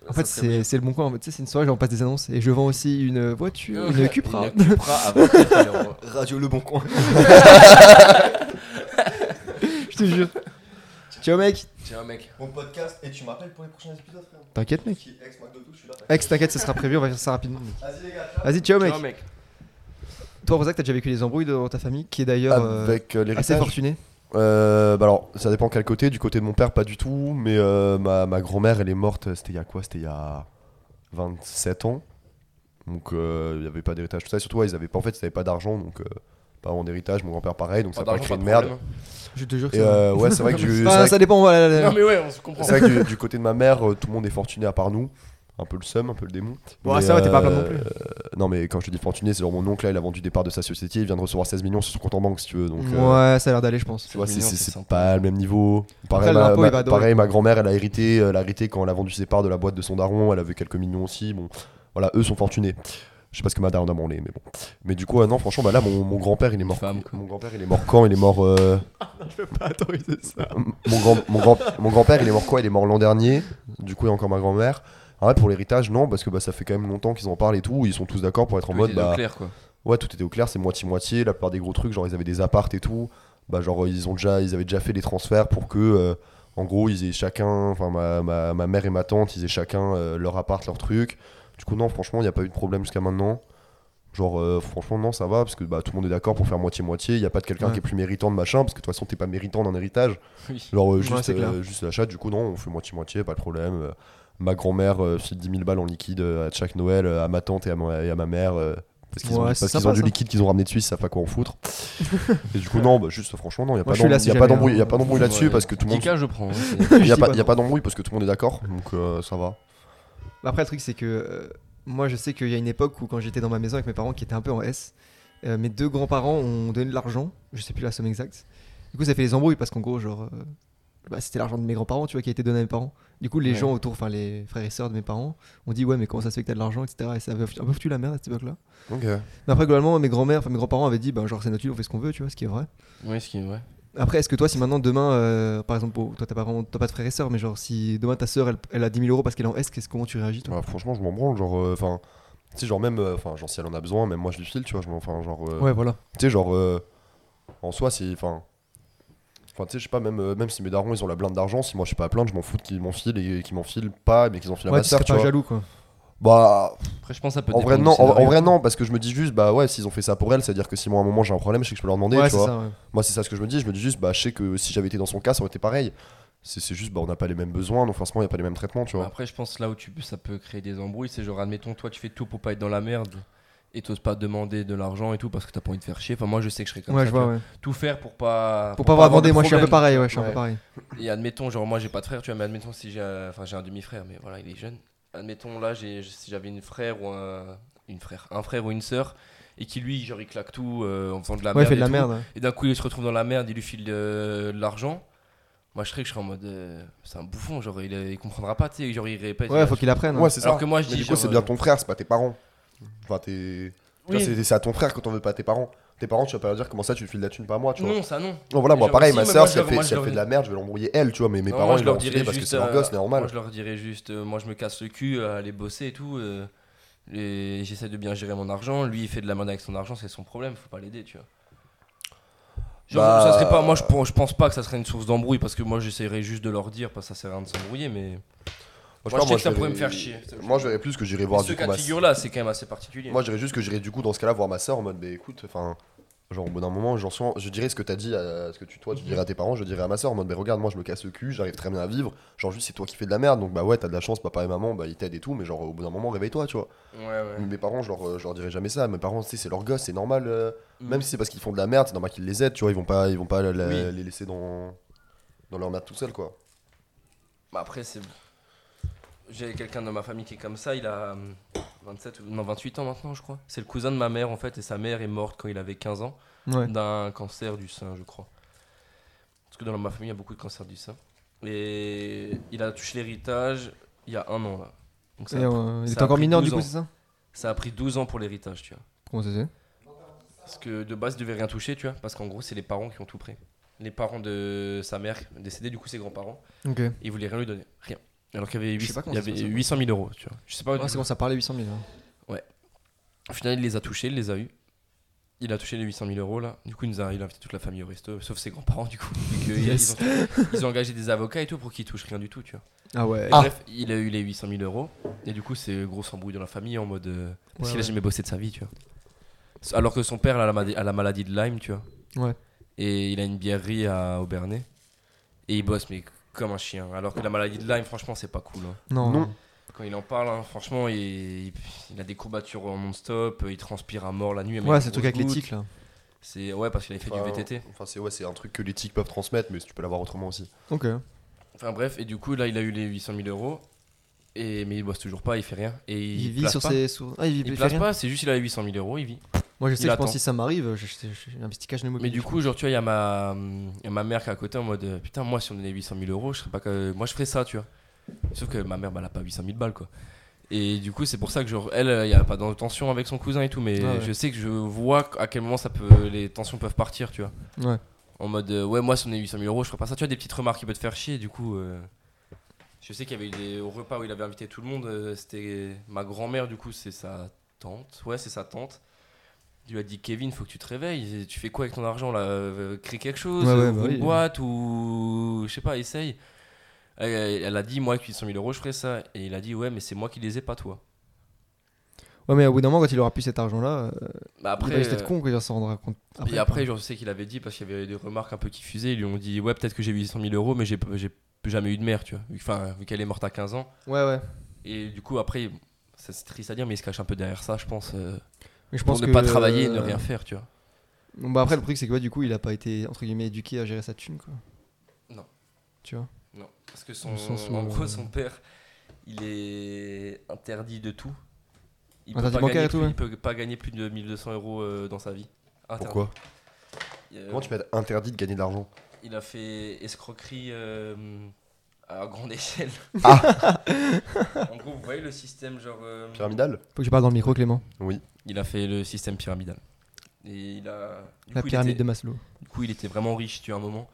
[SPEAKER 2] En fait, c'est c'est le bon coin. En fait, tu sais, c'est une soirée, genre, on passe des annonces et je vends aussi une voiture, une Cupra.
[SPEAKER 1] Une Cupra à 24 euros.
[SPEAKER 5] Radio Le Bon Coin.
[SPEAKER 2] Je te jure. Ciao, mec.
[SPEAKER 1] Tiens, mec.
[SPEAKER 5] Mon podcast, et tu m'appelles pour les prochains épisodes, frère
[SPEAKER 2] T'inquiète, mec.
[SPEAKER 5] Qui je suis là.
[SPEAKER 2] Ex, t'inquiète, ça sera prévu, on va faire ça rapidement. mec.
[SPEAKER 5] Vas-y, les gars.
[SPEAKER 2] Vas-y, ciao, mec.
[SPEAKER 1] Tiens, mec.
[SPEAKER 2] Toi, Rosac, t'as déjà vécu des embrouilles dans ta famille, qui est d'ailleurs euh,
[SPEAKER 3] avec euh,
[SPEAKER 2] assez
[SPEAKER 3] l'héritage.
[SPEAKER 2] fortunée.
[SPEAKER 3] Euh, bah alors, ça dépend quel côté. Du côté de mon père, pas du tout. Mais euh, ma, ma grand-mère, elle est morte. euh, C'était il y a quoi C'était il y a 27 ans. Donc, euh, il n'y avait pas d'héritage. Tout ça. Et surtout, ouais, ils avaient pas, en fait, ils n'avaient pas d'argent. Donc, euh, pas en héritage. Mon grand-père, pareil. Donc, ça
[SPEAKER 1] Pas
[SPEAKER 3] a pas
[SPEAKER 1] d'argent,
[SPEAKER 3] créé
[SPEAKER 1] pas
[SPEAKER 3] de
[SPEAKER 1] de
[SPEAKER 3] merde.
[SPEAKER 1] merde.
[SPEAKER 2] Je te jure que
[SPEAKER 3] Et
[SPEAKER 2] ça-
[SPEAKER 3] euh, ouais, c'est vrai que du, c'est
[SPEAKER 2] Ah,
[SPEAKER 3] vrai que-
[SPEAKER 2] ça dépend. voilà, là, là.
[SPEAKER 1] Non, mais ouais, on se comprend.
[SPEAKER 3] c'est vrai que du, du côté de ma mère, euh, tout le monde est fortuné à part nous. Un peu le seum, un peu le démon.
[SPEAKER 2] Ouais,
[SPEAKER 3] Mais,
[SPEAKER 2] ça va, t'es pas à plaindre non
[SPEAKER 3] euh, non, mais quand je te dis fortuné, c'est genre mon oncle là, il a vendu des parts de sa société, il vient de recevoir 16 millions sur son compte en banque, si tu veux. Donc, euh,
[SPEAKER 2] ouais, ça a l'air d'aller, je pense.
[SPEAKER 3] tu vois, c'est-
[SPEAKER 1] mignon,
[SPEAKER 3] c'est
[SPEAKER 1] c'est
[SPEAKER 3] c'est
[SPEAKER 1] sympa.
[SPEAKER 3] pas le même niveau. Pareil,
[SPEAKER 2] Après,
[SPEAKER 3] ma,
[SPEAKER 2] l'impôt,
[SPEAKER 3] ma-
[SPEAKER 2] il va adorer.
[SPEAKER 3] pareil, ma grand-mère, elle a hérité, euh, elle a hérité quand elle a vendu ses parts de la boîte de son daron, elle avait quelques millions aussi. Bon, voilà, eux sont fortunés. Je sais pas ce que ma daronne a branlé, mais bon. Mais du coup, euh, non, franchement, bah là, mon, mon grand-père, il est mort.
[SPEAKER 1] Femme, quoi.
[SPEAKER 3] Mon grand-père, il est mort quand Il est mort. euh,
[SPEAKER 5] Pas autoriser ça.
[SPEAKER 3] mon grand mon grand mon grand-père il est mort quoi il est mort l'an dernier du coup il y a encore ma grand-mère en fait pour l'héritage non parce que bah, ça fait quand même longtemps qu'ils en parlent et tout ils sont tous d'accord pour être en mode bah
[SPEAKER 1] clair, quoi.
[SPEAKER 3] ouais tout était au clair c'est moitié moitié la plupart des gros trucs genre ils avaient des appartes et tout bah genre ils ont déjà ils avaient déjà fait les transferts pour que euh, en gros ils aient chacun enfin ma, ma, ma mère et ma tante ils aient chacun euh, leur appart leur truc du coup non franchement il n'y a pas eu de problème jusqu'à maintenant Genre, euh, franchement, non, ça va, parce que bah, tout le monde est d'accord pour faire moitié-moitié. Il n'y a pas de quelqu'un
[SPEAKER 2] Ouais.
[SPEAKER 3] qui est plus méritant de machin, parce que de toute façon, t'es pas méritant d'un héritage. Genre, euh,
[SPEAKER 2] Ouais,
[SPEAKER 3] juste,
[SPEAKER 2] c'est clair.
[SPEAKER 3] euh, juste l'achat, du coup, non, on fait moitié-moitié, pas de problème. Euh, ma grand-mère euh, file 10 000 balles en liquide euh, à chaque Noël euh, à ma tante et à ma, et à ma mère. euh, parce qu'ils ont,
[SPEAKER 2] Ouais,
[SPEAKER 3] parce
[SPEAKER 2] c'est
[SPEAKER 3] qu'ils ont
[SPEAKER 2] sympa,
[SPEAKER 3] du
[SPEAKER 2] ça.
[SPEAKER 3] liquide qu'ils ont ramené de Suisse, ça fait quoi en foutre. et du coup, non, bah, juste, franchement, non, il n'y a
[SPEAKER 2] Moi,
[SPEAKER 3] pas
[SPEAKER 2] je suis là
[SPEAKER 3] d'embrouille-
[SPEAKER 2] si
[SPEAKER 3] y a
[SPEAKER 2] jamais,
[SPEAKER 3] pas d'embrouille
[SPEAKER 2] hein.
[SPEAKER 3] y a pas d'embrouille là-dessus, parce que tout le monde.
[SPEAKER 1] 10 cas, je prends. hein, c'est-
[SPEAKER 3] Il n'y
[SPEAKER 2] Je
[SPEAKER 3] a
[SPEAKER 2] dis
[SPEAKER 3] pas,
[SPEAKER 2] pas
[SPEAKER 3] y a
[SPEAKER 2] non.
[SPEAKER 3] pas d'embrouille parce que tout le monde est d'accord, donc euh, ça va.
[SPEAKER 2] Bah Après, le truc, c'est que euh, moi, je sais qu'il y a une époque où, quand j'étais dans ma maison avec mes parents qui étaient un peu en S, euh, mes deux grands-parents ont donné de l'argent, je sais plus la somme exacte. Du coup, ça fait les embrouilles parce qu'en gros, genre, euh, bah, c'était l'argent de mes grands-parents, tu vois, qui a été donné à mes parents. Du coup, les
[SPEAKER 3] Ouais.
[SPEAKER 2] gens autour, enfin, les frères et sœurs de mes parents, ont dit, ouais, mais comment ça se fait que t'as de l'argent, etc. Et ça avait un peu foutu la merde à cette époque-là.
[SPEAKER 3] Ok.
[SPEAKER 2] Mais après, globalement, mes grands-mères, enfin, mes grands-parents avaient dit, bah, genre, c'est notre île, on fait ce qu'on veut, tu vois, ce qui est vrai.
[SPEAKER 1] Ouais, ce qui est vrai.
[SPEAKER 2] Après, est-ce que toi, si maintenant, demain, euh, par exemple, bon, toi, t'as pas, vraiment- t'as pas de frères et sœurs, mais genre, si demain ta sœur, elle, elle a 10 000 euros parce qu'elle est en S, qu'est-ce comment tu réagis, toi
[SPEAKER 3] Bah, franchement, je m'en branle, genre, euh, enfin, tu sais, genre, même, euh, enfin, genre, si elle en a besoin, même moi, je lui file, tu vois, je m'en- enfin, genre, euh,
[SPEAKER 2] Ouais, voilà.
[SPEAKER 3] tu sais, genre, euh, en soi, c'est, enfin, enfin, tu sais, je sais pas, même, euh, même si mes darons, ils ont la blinde d'argent, si moi, je suis pas à plaindre, je m'en fous de qu'ils m'en filent et qu'ils m'en filent pas, mais qu'ils en filent à
[SPEAKER 2] Ouais,
[SPEAKER 3] ma
[SPEAKER 2] tu
[SPEAKER 3] sœur,
[SPEAKER 2] serais
[SPEAKER 3] tu
[SPEAKER 2] pas
[SPEAKER 3] vois.
[SPEAKER 2] jaloux, quoi.
[SPEAKER 3] Bah,
[SPEAKER 1] Après, je pense que ça peut
[SPEAKER 3] en vrai,
[SPEAKER 1] dépendre
[SPEAKER 3] non,
[SPEAKER 1] du
[SPEAKER 3] en, en
[SPEAKER 1] scénario.
[SPEAKER 3] vrai, non, parce que je me dis juste, bah, ouais, s'ils ont fait ça pour elle, c'est-à-dire que si moi, à un moment, j'ai un problème, je sais que je peux leur demander,
[SPEAKER 2] ouais,
[SPEAKER 3] tu
[SPEAKER 2] c'est
[SPEAKER 3] vois.
[SPEAKER 2] ça, ouais.
[SPEAKER 3] Moi, c'est ça ce que je me dis. Je me dis juste, bah, je sais que si j'avais été dans son cas, ça aurait été pareil. C'est c'est juste, bah, on n'a pas les mêmes besoins, donc forcément, il n'y a pas les mêmes traitements, tu vois.
[SPEAKER 1] Après, je pense là où tu, ça peut créer des embrouilles, c'est genre, admettons, toi, tu fais tout pour pas être dans la merde et t'oses pas demander de l'argent et tout parce que t'as pas envie de faire chier. Enfin, moi, je sais que je serais comme
[SPEAKER 2] Ouais,
[SPEAKER 1] ça.
[SPEAKER 2] je
[SPEAKER 1] tu
[SPEAKER 2] vois,
[SPEAKER 1] vois.
[SPEAKER 2] ouais.
[SPEAKER 1] Tout faire pour pas.
[SPEAKER 2] Pour pas avoir demandé,
[SPEAKER 1] de
[SPEAKER 2] moi je suis un peu
[SPEAKER 1] problème.
[SPEAKER 2] pareil, ouais, je suis un
[SPEAKER 1] Ouais.
[SPEAKER 2] peu pareil.
[SPEAKER 1] Et admettons, genre, moi, j'ai pas de frère, tu vois, mais admettons, si j'ai un- enfin, j'ai un demi-frère, mais voilà, il est jeune. Admettons, là, j'ai- si j'avais une frère ou un. Une frère, un frère ou une sœur, et qui lui, genre, il claque tout euh, en faisant de la
[SPEAKER 2] Ouais,
[SPEAKER 1] merde.
[SPEAKER 2] il fait
[SPEAKER 1] et
[SPEAKER 2] de la
[SPEAKER 1] tout.
[SPEAKER 2] merde. ouais.
[SPEAKER 1] Et d'un coup, il se retrouve dans la merde, il lui file euh, de l'argent. Moi, je serais que je serais en mode. euh, c'est un bouffon, genre, il, il comprendra pas, tu sais, genre, il répète.
[SPEAKER 2] Ouais, faut qu'il apprenne. hein.
[SPEAKER 3] Ouais, c'est ça.
[SPEAKER 1] Alors que moi, je
[SPEAKER 3] Mais
[SPEAKER 1] dis.
[SPEAKER 3] du coup, c'est
[SPEAKER 1] genre, euh,
[SPEAKER 3] bien ton frère, c'est pas tes parents. Enfin, t'es. tu vois,
[SPEAKER 1] Oui.
[SPEAKER 3] C'est c'est à ton frère quand on veut pas à tes parents. Tes parents, tu vas pas leur dire comment ça, tu files de la thune, pas à moi, tu vois.
[SPEAKER 1] Non, ça non.
[SPEAKER 3] Non, voilà,
[SPEAKER 1] Mais
[SPEAKER 3] moi,
[SPEAKER 1] genre,
[SPEAKER 3] pareil,
[SPEAKER 1] si,
[SPEAKER 3] ma
[SPEAKER 1] mais moi,
[SPEAKER 3] soeur,
[SPEAKER 1] je
[SPEAKER 3] si elle
[SPEAKER 1] leur-
[SPEAKER 3] fait,
[SPEAKER 1] moi,
[SPEAKER 3] si
[SPEAKER 1] je
[SPEAKER 3] elle
[SPEAKER 1] leur-
[SPEAKER 3] fait de la merde, je vais l'embrouiller elle, tu vois. Mais mes
[SPEAKER 1] Non,
[SPEAKER 3] parents,
[SPEAKER 1] moi,
[SPEAKER 3] ils leur dirais parce que
[SPEAKER 1] juste,
[SPEAKER 3] c'est leur
[SPEAKER 1] euh,
[SPEAKER 3] gosse, c'est normal.
[SPEAKER 1] Moi, je leur dirais juste, euh, moi, je me casse le cul à aller bosser et tout. euh, et j'essaie de bien gérer mon argent. Lui, il fait de la merde avec son argent, c'est son problème, faut pas l'aider, tu vois. Genre,
[SPEAKER 3] Bah,
[SPEAKER 1] ça serait pas, moi je, pense- je pense pas que ça serait une source d'embrouille parce que moi j'essaierais juste de leur dire parce que ça sert à rien de s'embrouiller mais.
[SPEAKER 3] Moi,
[SPEAKER 1] moi, je
[SPEAKER 3] sais pas,
[SPEAKER 1] sais que ça
[SPEAKER 3] je
[SPEAKER 1] pourrait
[SPEAKER 3] verrais-
[SPEAKER 1] me faire chier.
[SPEAKER 3] Moi, je verrais plus que j'irai voir
[SPEAKER 1] Mais ce
[SPEAKER 3] du coup
[SPEAKER 1] cas de
[SPEAKER 3] ma-
[SPEAKER 1] figure là c'est quand même assez particulier.
[SPEAKER 3] Moi, je dirais juste que j'irais du coup dans ce cas-là voir ma soeur en mode, bah écoute, enfin, genre au bout d'un moment, genre, souvent, je dirais ce que t'as dit, à, ce que tu, toi, tu dirais à tes parents, je dirais à ma soeur en mode, bah regarde, moi je me casse le cul, j'arrive très bien à vivre, genre juste c'est toi qui fais de la merde, donc bah ouais, t'as de la chance, papa et maman, bah ils t'aident et tout, mais genre au bout d'un moment, réveille-toi, tu vois.
[SPEAKER 1] Ouais, ouais.
[SPEAKER 3] Mes parents, je leur, euh, je leur dirais jamais ça, mes parents, tu sais, c'est leur gosse, c'est normal, euh,
[SPEAKER 1] Mm.
[SPEAKER 3] même si c'est parce qu'ils font de la merde, c'est normal qu'ils les aident, tu vois, ils vont pas, ils vont pas la- la-
[SPEAKER 1] Oui.
[SPEAKER 3] les laisser dans, dans leur merde tout seul, quoi.
[SPEAKER 1] Bah, après, c'est. J'ai quelqu'un dans ma famille qui est comme ça, il a hum, 27 ou- non, 28 ans maintenant, je crois. C'est le cousin de ma mère en fait, et sa mère est morte quand il avait 15 ans
[SPEAKER 2] Ouais.
[SPEAKER 1] d'un cancer du sein, je crois. Parce que dans ma famille, il y a beaucoup de cancers du sein. Et il a touché l'héritage il y a un an là. Donc ça,
[SPEAKER 2] Et,
[SPEAKER 1] a,
[SPEAKER 2] euh, Il
[SPEAKER 1] ça
[SPEAKER 2] est
[SPEAKER 1] a
[SPEAKER 2] encore
[SPEAKER 1] pris
[SPEAKER 2] mineur du
[SPEAKER 1] 12
[SPEAKER 2] coup,
[SPEAKER 1] ans.
[SPEAKER 2] c'est ça
[SPEAKER 1] ça a pris 12 ans pour l'héritage, tu vois.
[SPEAKER 2] Comment ça se fait
[SPEAKER 1] Parce que de base, il devait rien toucher, tu vois. Parce qu'en gros, c'est les parents qui ont tout pris. Les parents de sa mère décédée, du coup, ses grands-parents.
[SPEAKER 2] Ok.
[SPEAKER 1] Et il voulait rien lui donner. Rien. Alors qu'il y avait,
[SPEAKER 2] Je
[SPEAKER 1] 800,
[SPEAKER 2] sais pas comment
[SPEAKER 1] il y
[SPEAKER 2] ça se
[SPEAKER 1] avait
[SPEAKER 2] passe, ça.
[SPEAKER 1] 800 000 euros, tu vois. Je sais pas.
[SPEAKER 2] Ouais, c'est quand ça parlait 800 000.
[SPEAKER 1] hein.
[SPEAKER 2] ouais.
[SPEAKER 1] Au final, il les a touchés, il les a eus. Il a touché les 800 000 euros là. Du coup, il, nous a, il a invité toute la famille au resto, sauf ses grands-parents du coup. vu que
[SPEAKER 2] Yes.
[SPEAKER 1] ils, ont, ils ont engagé des avocats et tout pour qu'il touche rien du tout, tu vois.
[SPEAKER 2] Ah ouais.
[SPEAKER 1] Et Bref, il a eu les 800 000 euros. Et du coup, c'est grosse embrouille dans la famille en mode. euh, parce
[SPEAKER 2] Ouais,
[SPEAKER 1] qu'il
[SPEAKER 2] ouais.
[SPEAKER 1] a jamais bossé de sa vie, tu vois. Alors que son père a la, madi- a la maladie de Lyme, tu vois.
[SPEAKER 2] Ouais.
[SPEAKER 1] Et il a une bièrerie à Aubernay. Et il bosse, mais comme un chien. Alors que la maladie de Lyme, franchement, c'est pas cool. hein.
[SPEAKER 2] Non.
[SPEAKER 3] Non.
[SPEAKER 1] Quand il en parle, hein, franchement, il, il- il a des courbatures en non-stop, euh, il transpire à mort la nuit.
[SPEAKER 2] Ouais, c'est le truc avec les tics là.
[SPEAKER 1] C'est ouais parce qu'il avait fait
[SPEAKER 3] Enfin, euh,
[SPEAKER 1] du VTT.
[SPEAKER 3] Enfin, c'est ouais, c'est un truc que les tics peuvent transmettre, mais tu peux l'avoir autrement aussi.
[SPEAKER 2] Ok.
[SPEAKER 1] Enfin bref, et du coup là il a eu les 800 000 euros. Et mais il bosse toujours pas, il fait rien. Et il,
[SPEAKER 2] Il vit
[SPEAKER 1] place
[SPEAKER 2] sur
[SPEAKER 1] pas.
[SPEAKER 2] ses. sous- Ah, il vit
[SPEAKER 1] Il
[SPEAKER 2] il fait
[SPEAKER 1] place
[SPEAKER 2] rien.
[SPEAKER 1] pas, c'est juste il a les 800 000 euros, il vit.
[SPEAKER 2] Moi, je
[SPEAKER 1] Il
[SPEAKER 2] sais, je pense
[SPEAKER 1] attend.
[SPEAKER 2] que si ça m'arrive, je- je- je- j'ai un petit cash de mobile.
[SPEAKER 1] Mais du coup, genre, tu vois, il y, a ma- il y a ma mère qui est à côté en mode euh, Putain, moi, si on donnait 800 000 euros, je serais pas. que- Moi, je ferais ça, tu vois. Sauf que ma mère, bah, elle a pas 800 000 balles, quoi. Et du coup, c'est pour ça que, genre, elle, euh, il y a pas de tension avec son cousin et tout. Mais
[SPEAKER 2] Ah ouais.
[SPEAKER 1] je sais que je vois à quel moment ça peut... les tensions peuvent partir, tu vois.
[SPEAKER 2] Ouais.
[SPEAKER 1] En mode euh, Ouais, moi, si on donnait 800 000 euros, je ferais pas ça. Tu vois, des petites remarques qui peuvent te faire chier, du coup. euh, Je sais qu'il y avait eu des... au repas où il avait invité tout le monde, euh, c'était ma grand-mère, du coup, c'est sa tante. Ouais, c'est sa tante. Tu lui as dit Kevin, faut que tu te réveilles. Tu fais quoi avec ton argent là Euh, Crée quelque chose,
[SPEAKER 2] Ouais, ouais,
[SPEAKER 1] ouvre
[SPEAKER 2] bah
[SPEAKER 1] une
[SPEAKER 2] oui.
[SPEAKER 1] boîte ou je sais pas, essaye. Elle, elle a dit moi avec 800 000 euros je ferais ça et il a dit ouais mais c'est moi qui les ai pas toi.
[SPEAKER 2] Ouais, mais au bout d'un moment, quand il aura plus cet argent-là, euh,
[SPEAKER 1] Bah
[SPEAKER 2] il va
[SPEAKER 1] après,
[SPEAKER 2] juste être
[SPEAKER 1] euh,
[SPEAKER 2] con quand il s'en rendra compte.
[SPEAKER 1] et après, je sais qu'il avait dit parce qu'il y avait des remarques un peu qui fusaient. Ils lui ont dit Ouais, peut-être que j'ai 800 000 euros, mais j'ai j'ai jamais eu de mère, tu vois. Enfin, vu qu'elle est morte à 15 ans.
[SPEAKER 2] Ouais, ouais.
[SPEAKER 1] Et du coup, après, ça, c'est triste à dire, mais il se cache un peu derrière ça, je pense. euh,
[SPEAKER 2] Mais je
[SPEAKER 1] pour
[SPEAKER 2] pense
[SPEAKER 1] ne
[SPEAKER 2] que,
[SPEAKER 1] pas travailler et ne
[SPEAKER 2] euh,
[SPEAKER 1] rien faire, tu vois.
[SPEAKER 2] Bon, bah après, le truc, c'est que ouais, du coup, il a pas été entre guillemets éduqué à gérer sa thune, quoi.
[SPEAKER 1] Non.
[SPEAKER 2] Tu vois
[SPEAKER 1] Non, parce que son,
[SPEAKER 2] Dans le sens où,
[SPEAKER 1] en gros,
[SPEAKER 2] euh,
[SPEAKER 1] son père, il est interdit de tout. Il
[SPEAKER 2] Interdit
[SPEAKER 1] pas
[SPEAKER 2] bancaire
[SPEAKER 1] gagner
[SPEAKER 2] et tout,
[SPEAKER 1] plus,
[SPEAKER 2] ouais.
[SPEAKER 1] il peut pas gagner plus de 1200 euros euh, dans sa vie. Interdit.
[SPEAKER 3] Pourquoi
[SPEAKER 1] Euh,
[SPEAKER 3] Comment tu peux être interdit de gagner de l'argent
[SPEAKER 1] Il a fait escroquerie euh, à grande échelle. en gros, vous voyez le système genre. euh,
[SPEAKER 3] Ah. Pyramidal
[SPEAKER 2] Faut que je parle dans le micro, Clément.
[SPEAKER 1] il a fait le système pyramidal. Et il a. du
[SPEAKER 2] La
[SPEAKER 1] coup, il
[SPEAKER 2] pyramide
[SPEAKER 1] était-
[SPEAKER 2] de Maslow.
[SPEAKER 1] Du coup, il était vraiment riche, tu vois, un moment.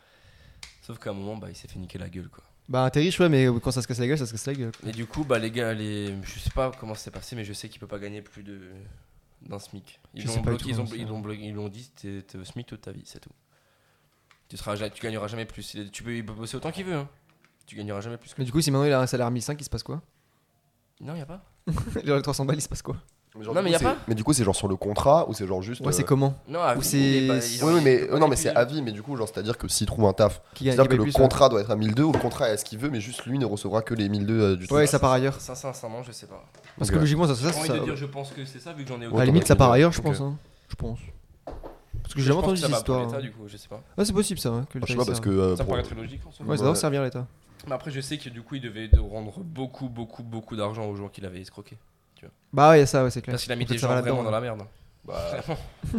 [SPEAKER 1] Sauf qu'à un moment, bah, il s'est fait niquer la gueule, quoi.
[SPEAKER 2] Bah, t'es riche, ouais, mais quand ça se casse la gueule, ça se casse la gueule.
[SPEAKER 1] Et du coup, bah, les gars, les... je sais pas comment c'est passé, mais je sais qu'il peut pas gagner plus de d'un SMIC. Ils
[SPEAKER 2] Je sais
[SPEAKER 1] l'ont
[SPEAKER 2] pas du
[SPEAKER 1] bloqué,
[SPEAKER 2] tout
[SPEAKER 1] ils ont,
[SPEAKER 2] comment
[SPEAKER 1] ils
[SPEAKER 2] c'est.
[SPEAKER 1] l'ont bloqué- ils l'ont dit, t'es t'es au SMIC toute ta vie, c'est tout. Tu seras, ja- tu gagneras jamais plus. Il- Tu peux, il peut bosser autant qu'il veut, hein. Tu gagneras jamais plus. Que...
[SPEAKER 2] Mais du coup, si maintenant il a un salaire à 1005, il se passe quoi
[SPEAKER 1] Non, y a pas.
[SPEAKER 2] Genre les 300 balles, il se passe quoi
[SPEAKER 1] Euh,
[SPEAKER 3] mais
[SPEAKER 1] Non, mais
[SPEAKER 3] du
[SPEAKER 1] y a
[SPEAKER 3] coup,
[SPEAKER 1] pas.
[SPEAKER 3] c'est- Mais du coup, c'est genre sur le contrat ou c'est genre juste.
[SPEAKER 2] Ouais, c'est
[SPEAKER 3] euh,
[SPEAKER 2] comment
[SPEAKER 1] Non, à
[SPEAKER 2] Ou
[SPEAKER 1] vie,
[SPEAKER 2] c'est-
[SPEAKER 1] bah,
[SPEAKER 2] oh c'est-
[SPEAKER 1] ils ont-
[SPEAKER 3] Oui, oui, mais
[SPEAKER 1] ils ont
[SPEAKER 3] euh, non, mais c'est
[SPEAKER 1] manipulé.
[SPEAKER 3] à vie, mais du coup, genre, c'est-à-dire que s'il trouve un taf,
[SPEAKER 2] Qui gagne
[SPEAKER 3] c'est-à-dire
[SPEAKER 2] qui paye
[SPEAKER 3] que le
[SPEAKER 2] plus,
[SPEAKER 3] contrat doit être à 1002 ou le contrat est à ce qu'il veut, mais juste lui ne recevra que les 1002 euh, du
[SPEAKER 2] Ouais, Ouais, ça part ailleurs.
[SPEAKER 1] Ça, sincèrement, je sais pas.
[SPEAKER 2] Parce
[SPEAKER 3] Ok.
[SPEAKER 2] que logiquement, ça, ça,
[SPEAKER 1] J'ai
[SPEAKER 2] ça,
[SPEAKER 1] envie
[SPEAKER 2] ça-
[SPEAKER 1] de dire, je pense que c'est ça, vu que j'en ai
[SPEAKER 2] à la
[SPEAKER 3] autant
[SPEAKER 2] limite, ça
[SPEAKER 3] d'opinions.
[SPEAKER 2] part ailleurs, je
[SPEAKER 3] Ok.
[SPEAKER 2] pense. hein. Je pense. Parce
[SPEAKER 1] Je
[SPEAKER 2] que j'ai jamais
[SPEAKER 1] pense
[SPEAKER 2] entendu
[SPEAKER 1] que ça va
[SPEAKER 2] cette
[SPEAKER 1] pour
[SPEAKER 2] histoire.
[SPEAKER 1] l'État,
[SPEAKER 2] hein.
[SPEAKER 1] du coup, je sais pas.
[SPEAKER 2] Ah, c'est possible ça. hein, que
[SPEAKER 3] Enfin, je sais
[SPEAKER 2] l'État,
[SPEAKER 3] pas
[SPEAKER 2] il
[SPEAKER 3] parce
[SPEAKER 2] sert.
[SPEAKER 3] que. euh,
[SPEAKER 1] Ça me
[SPEAKER 3] pour-
[SPEAKER 1] paraît très logique en soi.
[SPEAKER 2] Ouais, ça doit servir l'État.
[SPEAKER 1] Mais après, je sais que du coup, il devait de- rendre beaucoup, beaucoup, beaucoup d'argent aux gens qu'il avait escroqués.
[SPEAKER 2] Bah, ouais, ça, ouais, c'est clair.
[SPEAKER 1] Parce qu'il a mis
[SPEAKER 2] Peut-être
[SPEAKER 1] des
[SPEAKER 2] ça
[SPEAKER 1] gens
[SPEAKER 2] va là-dedans,
[SPEAKER 1] vraiment dans
[SPEAKER 2] hein.
[SPEAKER 1] la merde.
[SPEAKER 3] Bah,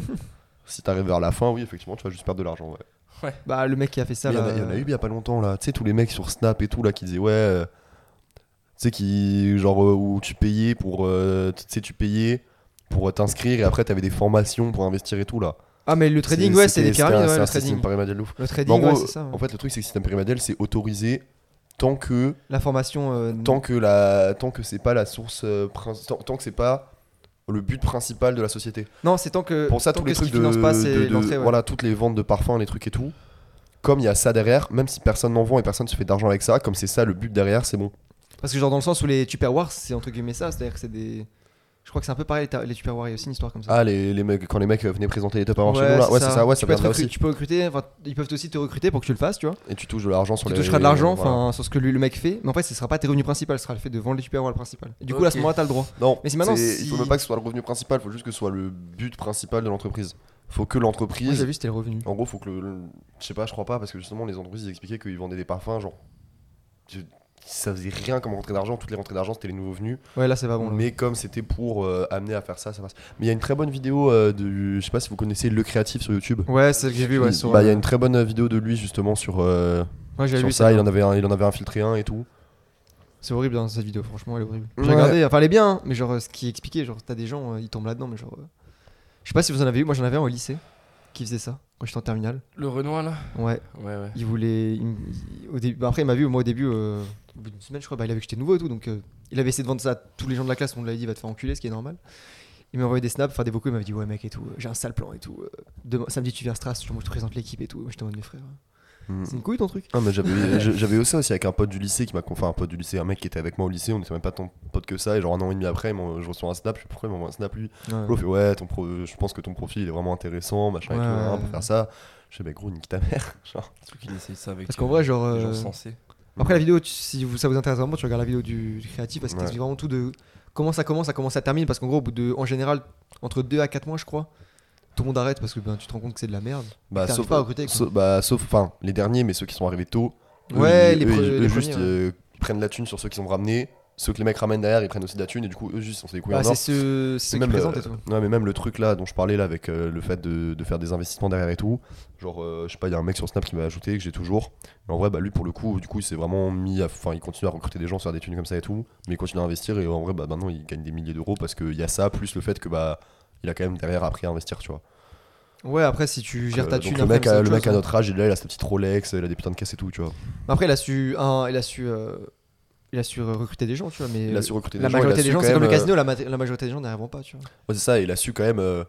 [SPEAKER 3] si t'arrives vers la fin, oui, effectivement, tu vas juste perdre de l'argent. Ouais.
[SPEAKER 2] Bah, le mec qui a fait ça
[SPEAKER 3] Mais Il y, en
[SPEAKER 2] là.
[SPEAKER 3] a- il y en a eu il y a pas longtemps, là. Tu sais, tous les mecs sur Snap et tout, là, qui disaient, ouais. euh, tu sais, qui. Genre, euh, où tu payais pour. euh, tu sais, tu payais pour euh, t'inscrire et après, t'avais des formations pour investir et tout, là.
[SPEAKER 2] Ah, mais le trading,
[SPEAKER 3] C'est-
[SPEAKER 2] ouais, c'est
[SPEAKER 3] c'était-
[SPEAKER 2] des pyramides,
[SPEAKER 3] c'était un-
[SPEAKER 2] ouais, le
[SPEAKER 3] C'est un système
[SPEAKER 2] trading.
[SPEAKER 3] pyramidal de ouf.
[SPEAKER 2] Le
[SPEAKER 3] Mais Bah, en
[SPEAKER 2] trading,
[SPEAKER 3] gros,
[SPEAKER 2] ouais, c'est ça. ouais.
[SPEAKER 3] en fait, le truc, c'est que le système pyramidal, c'est autorisé tant que.
[SPEAKER 2] La formation. euh, n-
[SPEAKER 3] tant que la tant que c'est pas la source euh, princi- tant, tant que c'est pas le but principal de la société.
[SPEAKER 2] Non, c'est tant que.
[SPEAKER 3] Pour ça
[SPEAKER 2] Euh, tant
[SPEAKER 3] tous
[SPEAKER 2] que
[SPEAKER 3] les
[SPEAKER 2] ce qui
[SPEAKER 3] trucs de,
[SPEAKER 2] finance pas,
[SPEAKER 3] de-
[SPEAKER 2] c'est
[SPEAKER 3] de-
[SPEAKER 2] l'entrée. ouais.
[SPEAKER 3] voilà toutes les ventes de parfums, les trucs et tout. Comme il y a ça derrière, même si personne n'en vend et personne se fait d'argent avec ça, comme c'est ça le but derrière, c'est bon.
[SPEAKER 2] Parce que, genre, dans le sens où les Tupperware, c'est entre guillemets ça. C'est-à-dire que c'est des. Je crois que c'est un peu pareil, les ta- les Tupperware, il y a aussi une histoire comme ça.
[SPEAKER 3] Ah les, les mecs quand les mecs venaient présenter les top avant chez
[SPEAKER 2] Ouais,
[SPEAKER 3] nous là, Ah, ouais c'est ça, ouais
[SPEAKER 2] Tu
[SPEAKER 3] ça
[SPEAKER 2] peux
[SPEAKER 3] vient
[SPEAKER 2] être
[SPEAKER 3] de là
[SPEAKER 2] recru-
[SPEAKER 3] aussi.
[SPEAKER 2] Tu peux recruter, enfin, ils peuvent aussi te recruter pour que tu le fasses, tu vois.
[SPEAKER 3] Et tu touches de l'argent sur
[SPEAKER 2] Tu
[SPEAKER 3] les.
[SPEAKER 2] toucheras de l'argent,
[SPEAKER 3] voilà.
[SPEAKER 2] enfin, sur ce que lui, le mec fait, mais en fait, ce sera pas tes revenus principaux, ce sera le fait de vendre les super le principal. Et du coup, là, à ce
[SPEAKER 1] Ok.
[SPEAKER 2] moment-là, t'as le droit.
[SPEAKER 3] Non,
[SPEAKER 2] Mais c'est maintenant,
[SPEAKER 3] c'est- il faut
[SPEAKER 2] si-
[SPEAKER 3] même pas que ce soit le revenu principal, il faut juste que ce soit le but principal de l'entreprise. Faut que
[SPEAKER 2] Moi,
[SPEAKER 3] l'entreprise
[SPEAKER 2] j'ai vu, c'était le revenu.
[SPEAKER 3] En gros, faut que le, le- Je sais pas, je crois pas, parce que justement, les entreprises, ils expliquaient qu'ils vendaient des parfums, genre. je- Ça faisait rien comme rentrée d'argent, toutes les rentrées d'argent c'était les nouveaux venus.
[SPEAKER 2] Ouais, là, c'est pas bon. là.
[SPEAKER 3] mais comme c'était pour euh, amener à faire ça, ça passe. Mais il y a une très bonne vidéo euh, de. Je sais pas si vous connaissez Le Créatif sur YouTube.
[SPEAKER 2] Ouais, c'est ce que j'ai vu, ouais.
[SPEAKER 3] il
[SPEAKER 2] sur,
[SPEAKER 3] bah, il y a
[SPEAKER 2] euh,
[SPEAKER 3] une très bonne euh, vidéo de lui justement sur, euh,
[SPEAKER 2] ouais, j'avais
[SPEAKER 3] sur
[SPEAKER 2] vu
[SPEAKER 3] ça.
[SPEAKER 2] ça.
[SPEAKER 3] Il en, avait un, il en avait infiltré un et tout.
[SPEAKER 2] C'est horrible dans cette vidéo, franchement, elle est horrible. J'ai
[SPEAKER 3] Ouais.
[SPEAKER 2] regardé, enfin, elle est bien, hein, mais genre, euh, ce qui est expliqué, genre, t'as des gens, euh, ils tombent là-dedans, mais genre. euh, Je sais pas si vous en avez eu, moi, j'en avais un au lycée qui faisait ça quand j'étais en terminale.
[SPEAKER 1] Le Renoir, là
[SPEAKER 2] Ouais,
[SPEAKER 1] Ouais, ouais.
[SPEAKER 2] il voulait. il m- il- au début, bah, après, il m'a vu, moi, au début, euh, au bout d'une semaine, je crois, bah, il a vu que j'étais nouveau et tout, donc euh, il avait essayé de vendre ça à tous les gens de la classe, on lui avait dit, va te faire enculer, ce qui est normal. Il m'a envoyé des snaps, enfin des vocaux, il m'a dit, ouais, mec, et tout, euh, j'ai un sale plan et tout. euh, demain, samedi, tu viens à Stras, genre, moi, je te présente l'équipe et tout, moi, je te demande mes frères.
[SPEAKER 3] Mm.
[SPEAKER 2] C'est une couille ton truc
[SPEAKER 3] Ah, mais j'avais je- j'avais eu ça aussi avec un pote du lycée qui m'a enfin un pote du lycée, un mec qui était avec moi au lycée, on était même pas tant pote que ça, et genre un an et demi après, il m'en- je reçois un snap, je suis pourquoi il m'envoie un snap lui L'autre fait ouais, ton pro- euh, je pense que ton profil il est vraiment intéressant, machin
[SPEAKER 2] Ouais,
[SPEAKER 3] et tout, hein,
[SPEAKER 2] ouais,
[SPEAKER 3] pour
[SPEAKER 2] ouais.
[SPEAKER 3] faire ça. Je sais, bah gros, nique ta mère. Genre,
[SPEAKER 1] Parce qu'il essaye ça avec.
[SPEAKER 2] Parce qu'en vrai, genre.
[SPEAKER 1] euh, les gens
[SPEAKER 2] euh,
[SPEAKER 1] sensés.
[SPEAKER 2] Après la vidéo, tu- si vous- ça vous intéresse vraiment, tu regardes la vidéo du, du créatif parce qu'il
[SPEAKER 3] Ouais.
[SPEAKER 2] explique vraiment tout de comment ça commence, à comment ça termine. Parce qu'en gros, au bout de, en général, entre 2 à 4 mois, je crois, tout le monde arrête parce que ben, tu te rends compte que c'est de la merde.
[SPEAKER 3] bah,
[SPEAKER 2] t'arrives
[SPEAKER 3] sauf,
[SPEAKER 2] pas à recruter, quoi.
[SPEAKER 3] sauf- bah, sauf, enfin, les derniers, mais ceux qui sont arrivés tôt. eux,
[SPEAKER 2] Ouais,
[SPEAKER 3] ils-
[SPEAKER 2] les
[SPEAKER 3] Euh, eux,
[SPEAKER 2] pre-
[SPEAKER 3] ils-
[SPEAKER 2] les
[SPEAKER 3] eux, juste,
[SPEAKER 2] premiers, ouais.
[SPEAKER 3] euh, ils prennent la thune sur ceux qui sont ramenés. Ceux que les mecs ramènent derrière, ils prennent aussi de la thune, et du coup, eux, juste, on s'est découvert
[SPEAKER 2] Bah, c'est ce, c'est ceux qui présentent et tout.
[SPEAKER 3] Ouais, mais euh, même euh, le truc là dont je parlais là avec euh, le fait de, de faire des investissements derrière et tout, genre euh, je sais pas, il y a un mec sur Snap qui m'a ajouté que j'ai toujours. Mais en vrai, bah lui pour le coup, du coup, il s'est vraiment mis à- enfin, il continue à recruter des gens, faire des thunes comme ça et tout, mais il continue à investir et en vrai, bah maintenant il gagne des milliers d'euros parce qu'il y a ça plus le fait que bah il a quand même derrière appris à investir, tu vois.
[SPEAKER 2] Ouais, après, si tu gères
[SPEAKER 3] Euh,
[SPEAKER 2] ta
[SPEAKER 3] donc
[SPEAKER 2] thune,
[SPEAKER 3] le
[SPEAKER 2] après,
[SPEAKER 3] mec,
[SPEAKER 2] c'est
[SPEAKER 3] à,
[SPEAKER 2] autre
[SPEAKER 3] le mec
[SPEAKER 2] chose,
[SPEAKER 3] à
[SPEAKER 2] hein.
[SPEAKER 3] notre âge, il a, il a sa petite Rolex, euh, il a des putains de caisses et tout, tu vois.
[SPEAKER 2] Après, il a su, un, il a su, euh, il a su euh, recruter des gens, tu vois. Mais
[SPEAKER 3] Il a
[SPEAKER 2] euh,
[SPEAKER 3] su recruter des
[SPEAKER 2] la
[SPEAKER 3] gens, il a
[SPEAKER 2] majorité des
[SPEAKER 3] su
[SPEAKER 2] gens,
[SPEAKER 3] quand
[SPEAKER 2] c'est comme le
[SPEAKER 3] même, euh,
[SPEAKER 2] casino, la ma- la majorité des gens n'arriveront pas, tu vois.
[SPEAKER 3] Ouais, c'est ça, il a su quand même euh,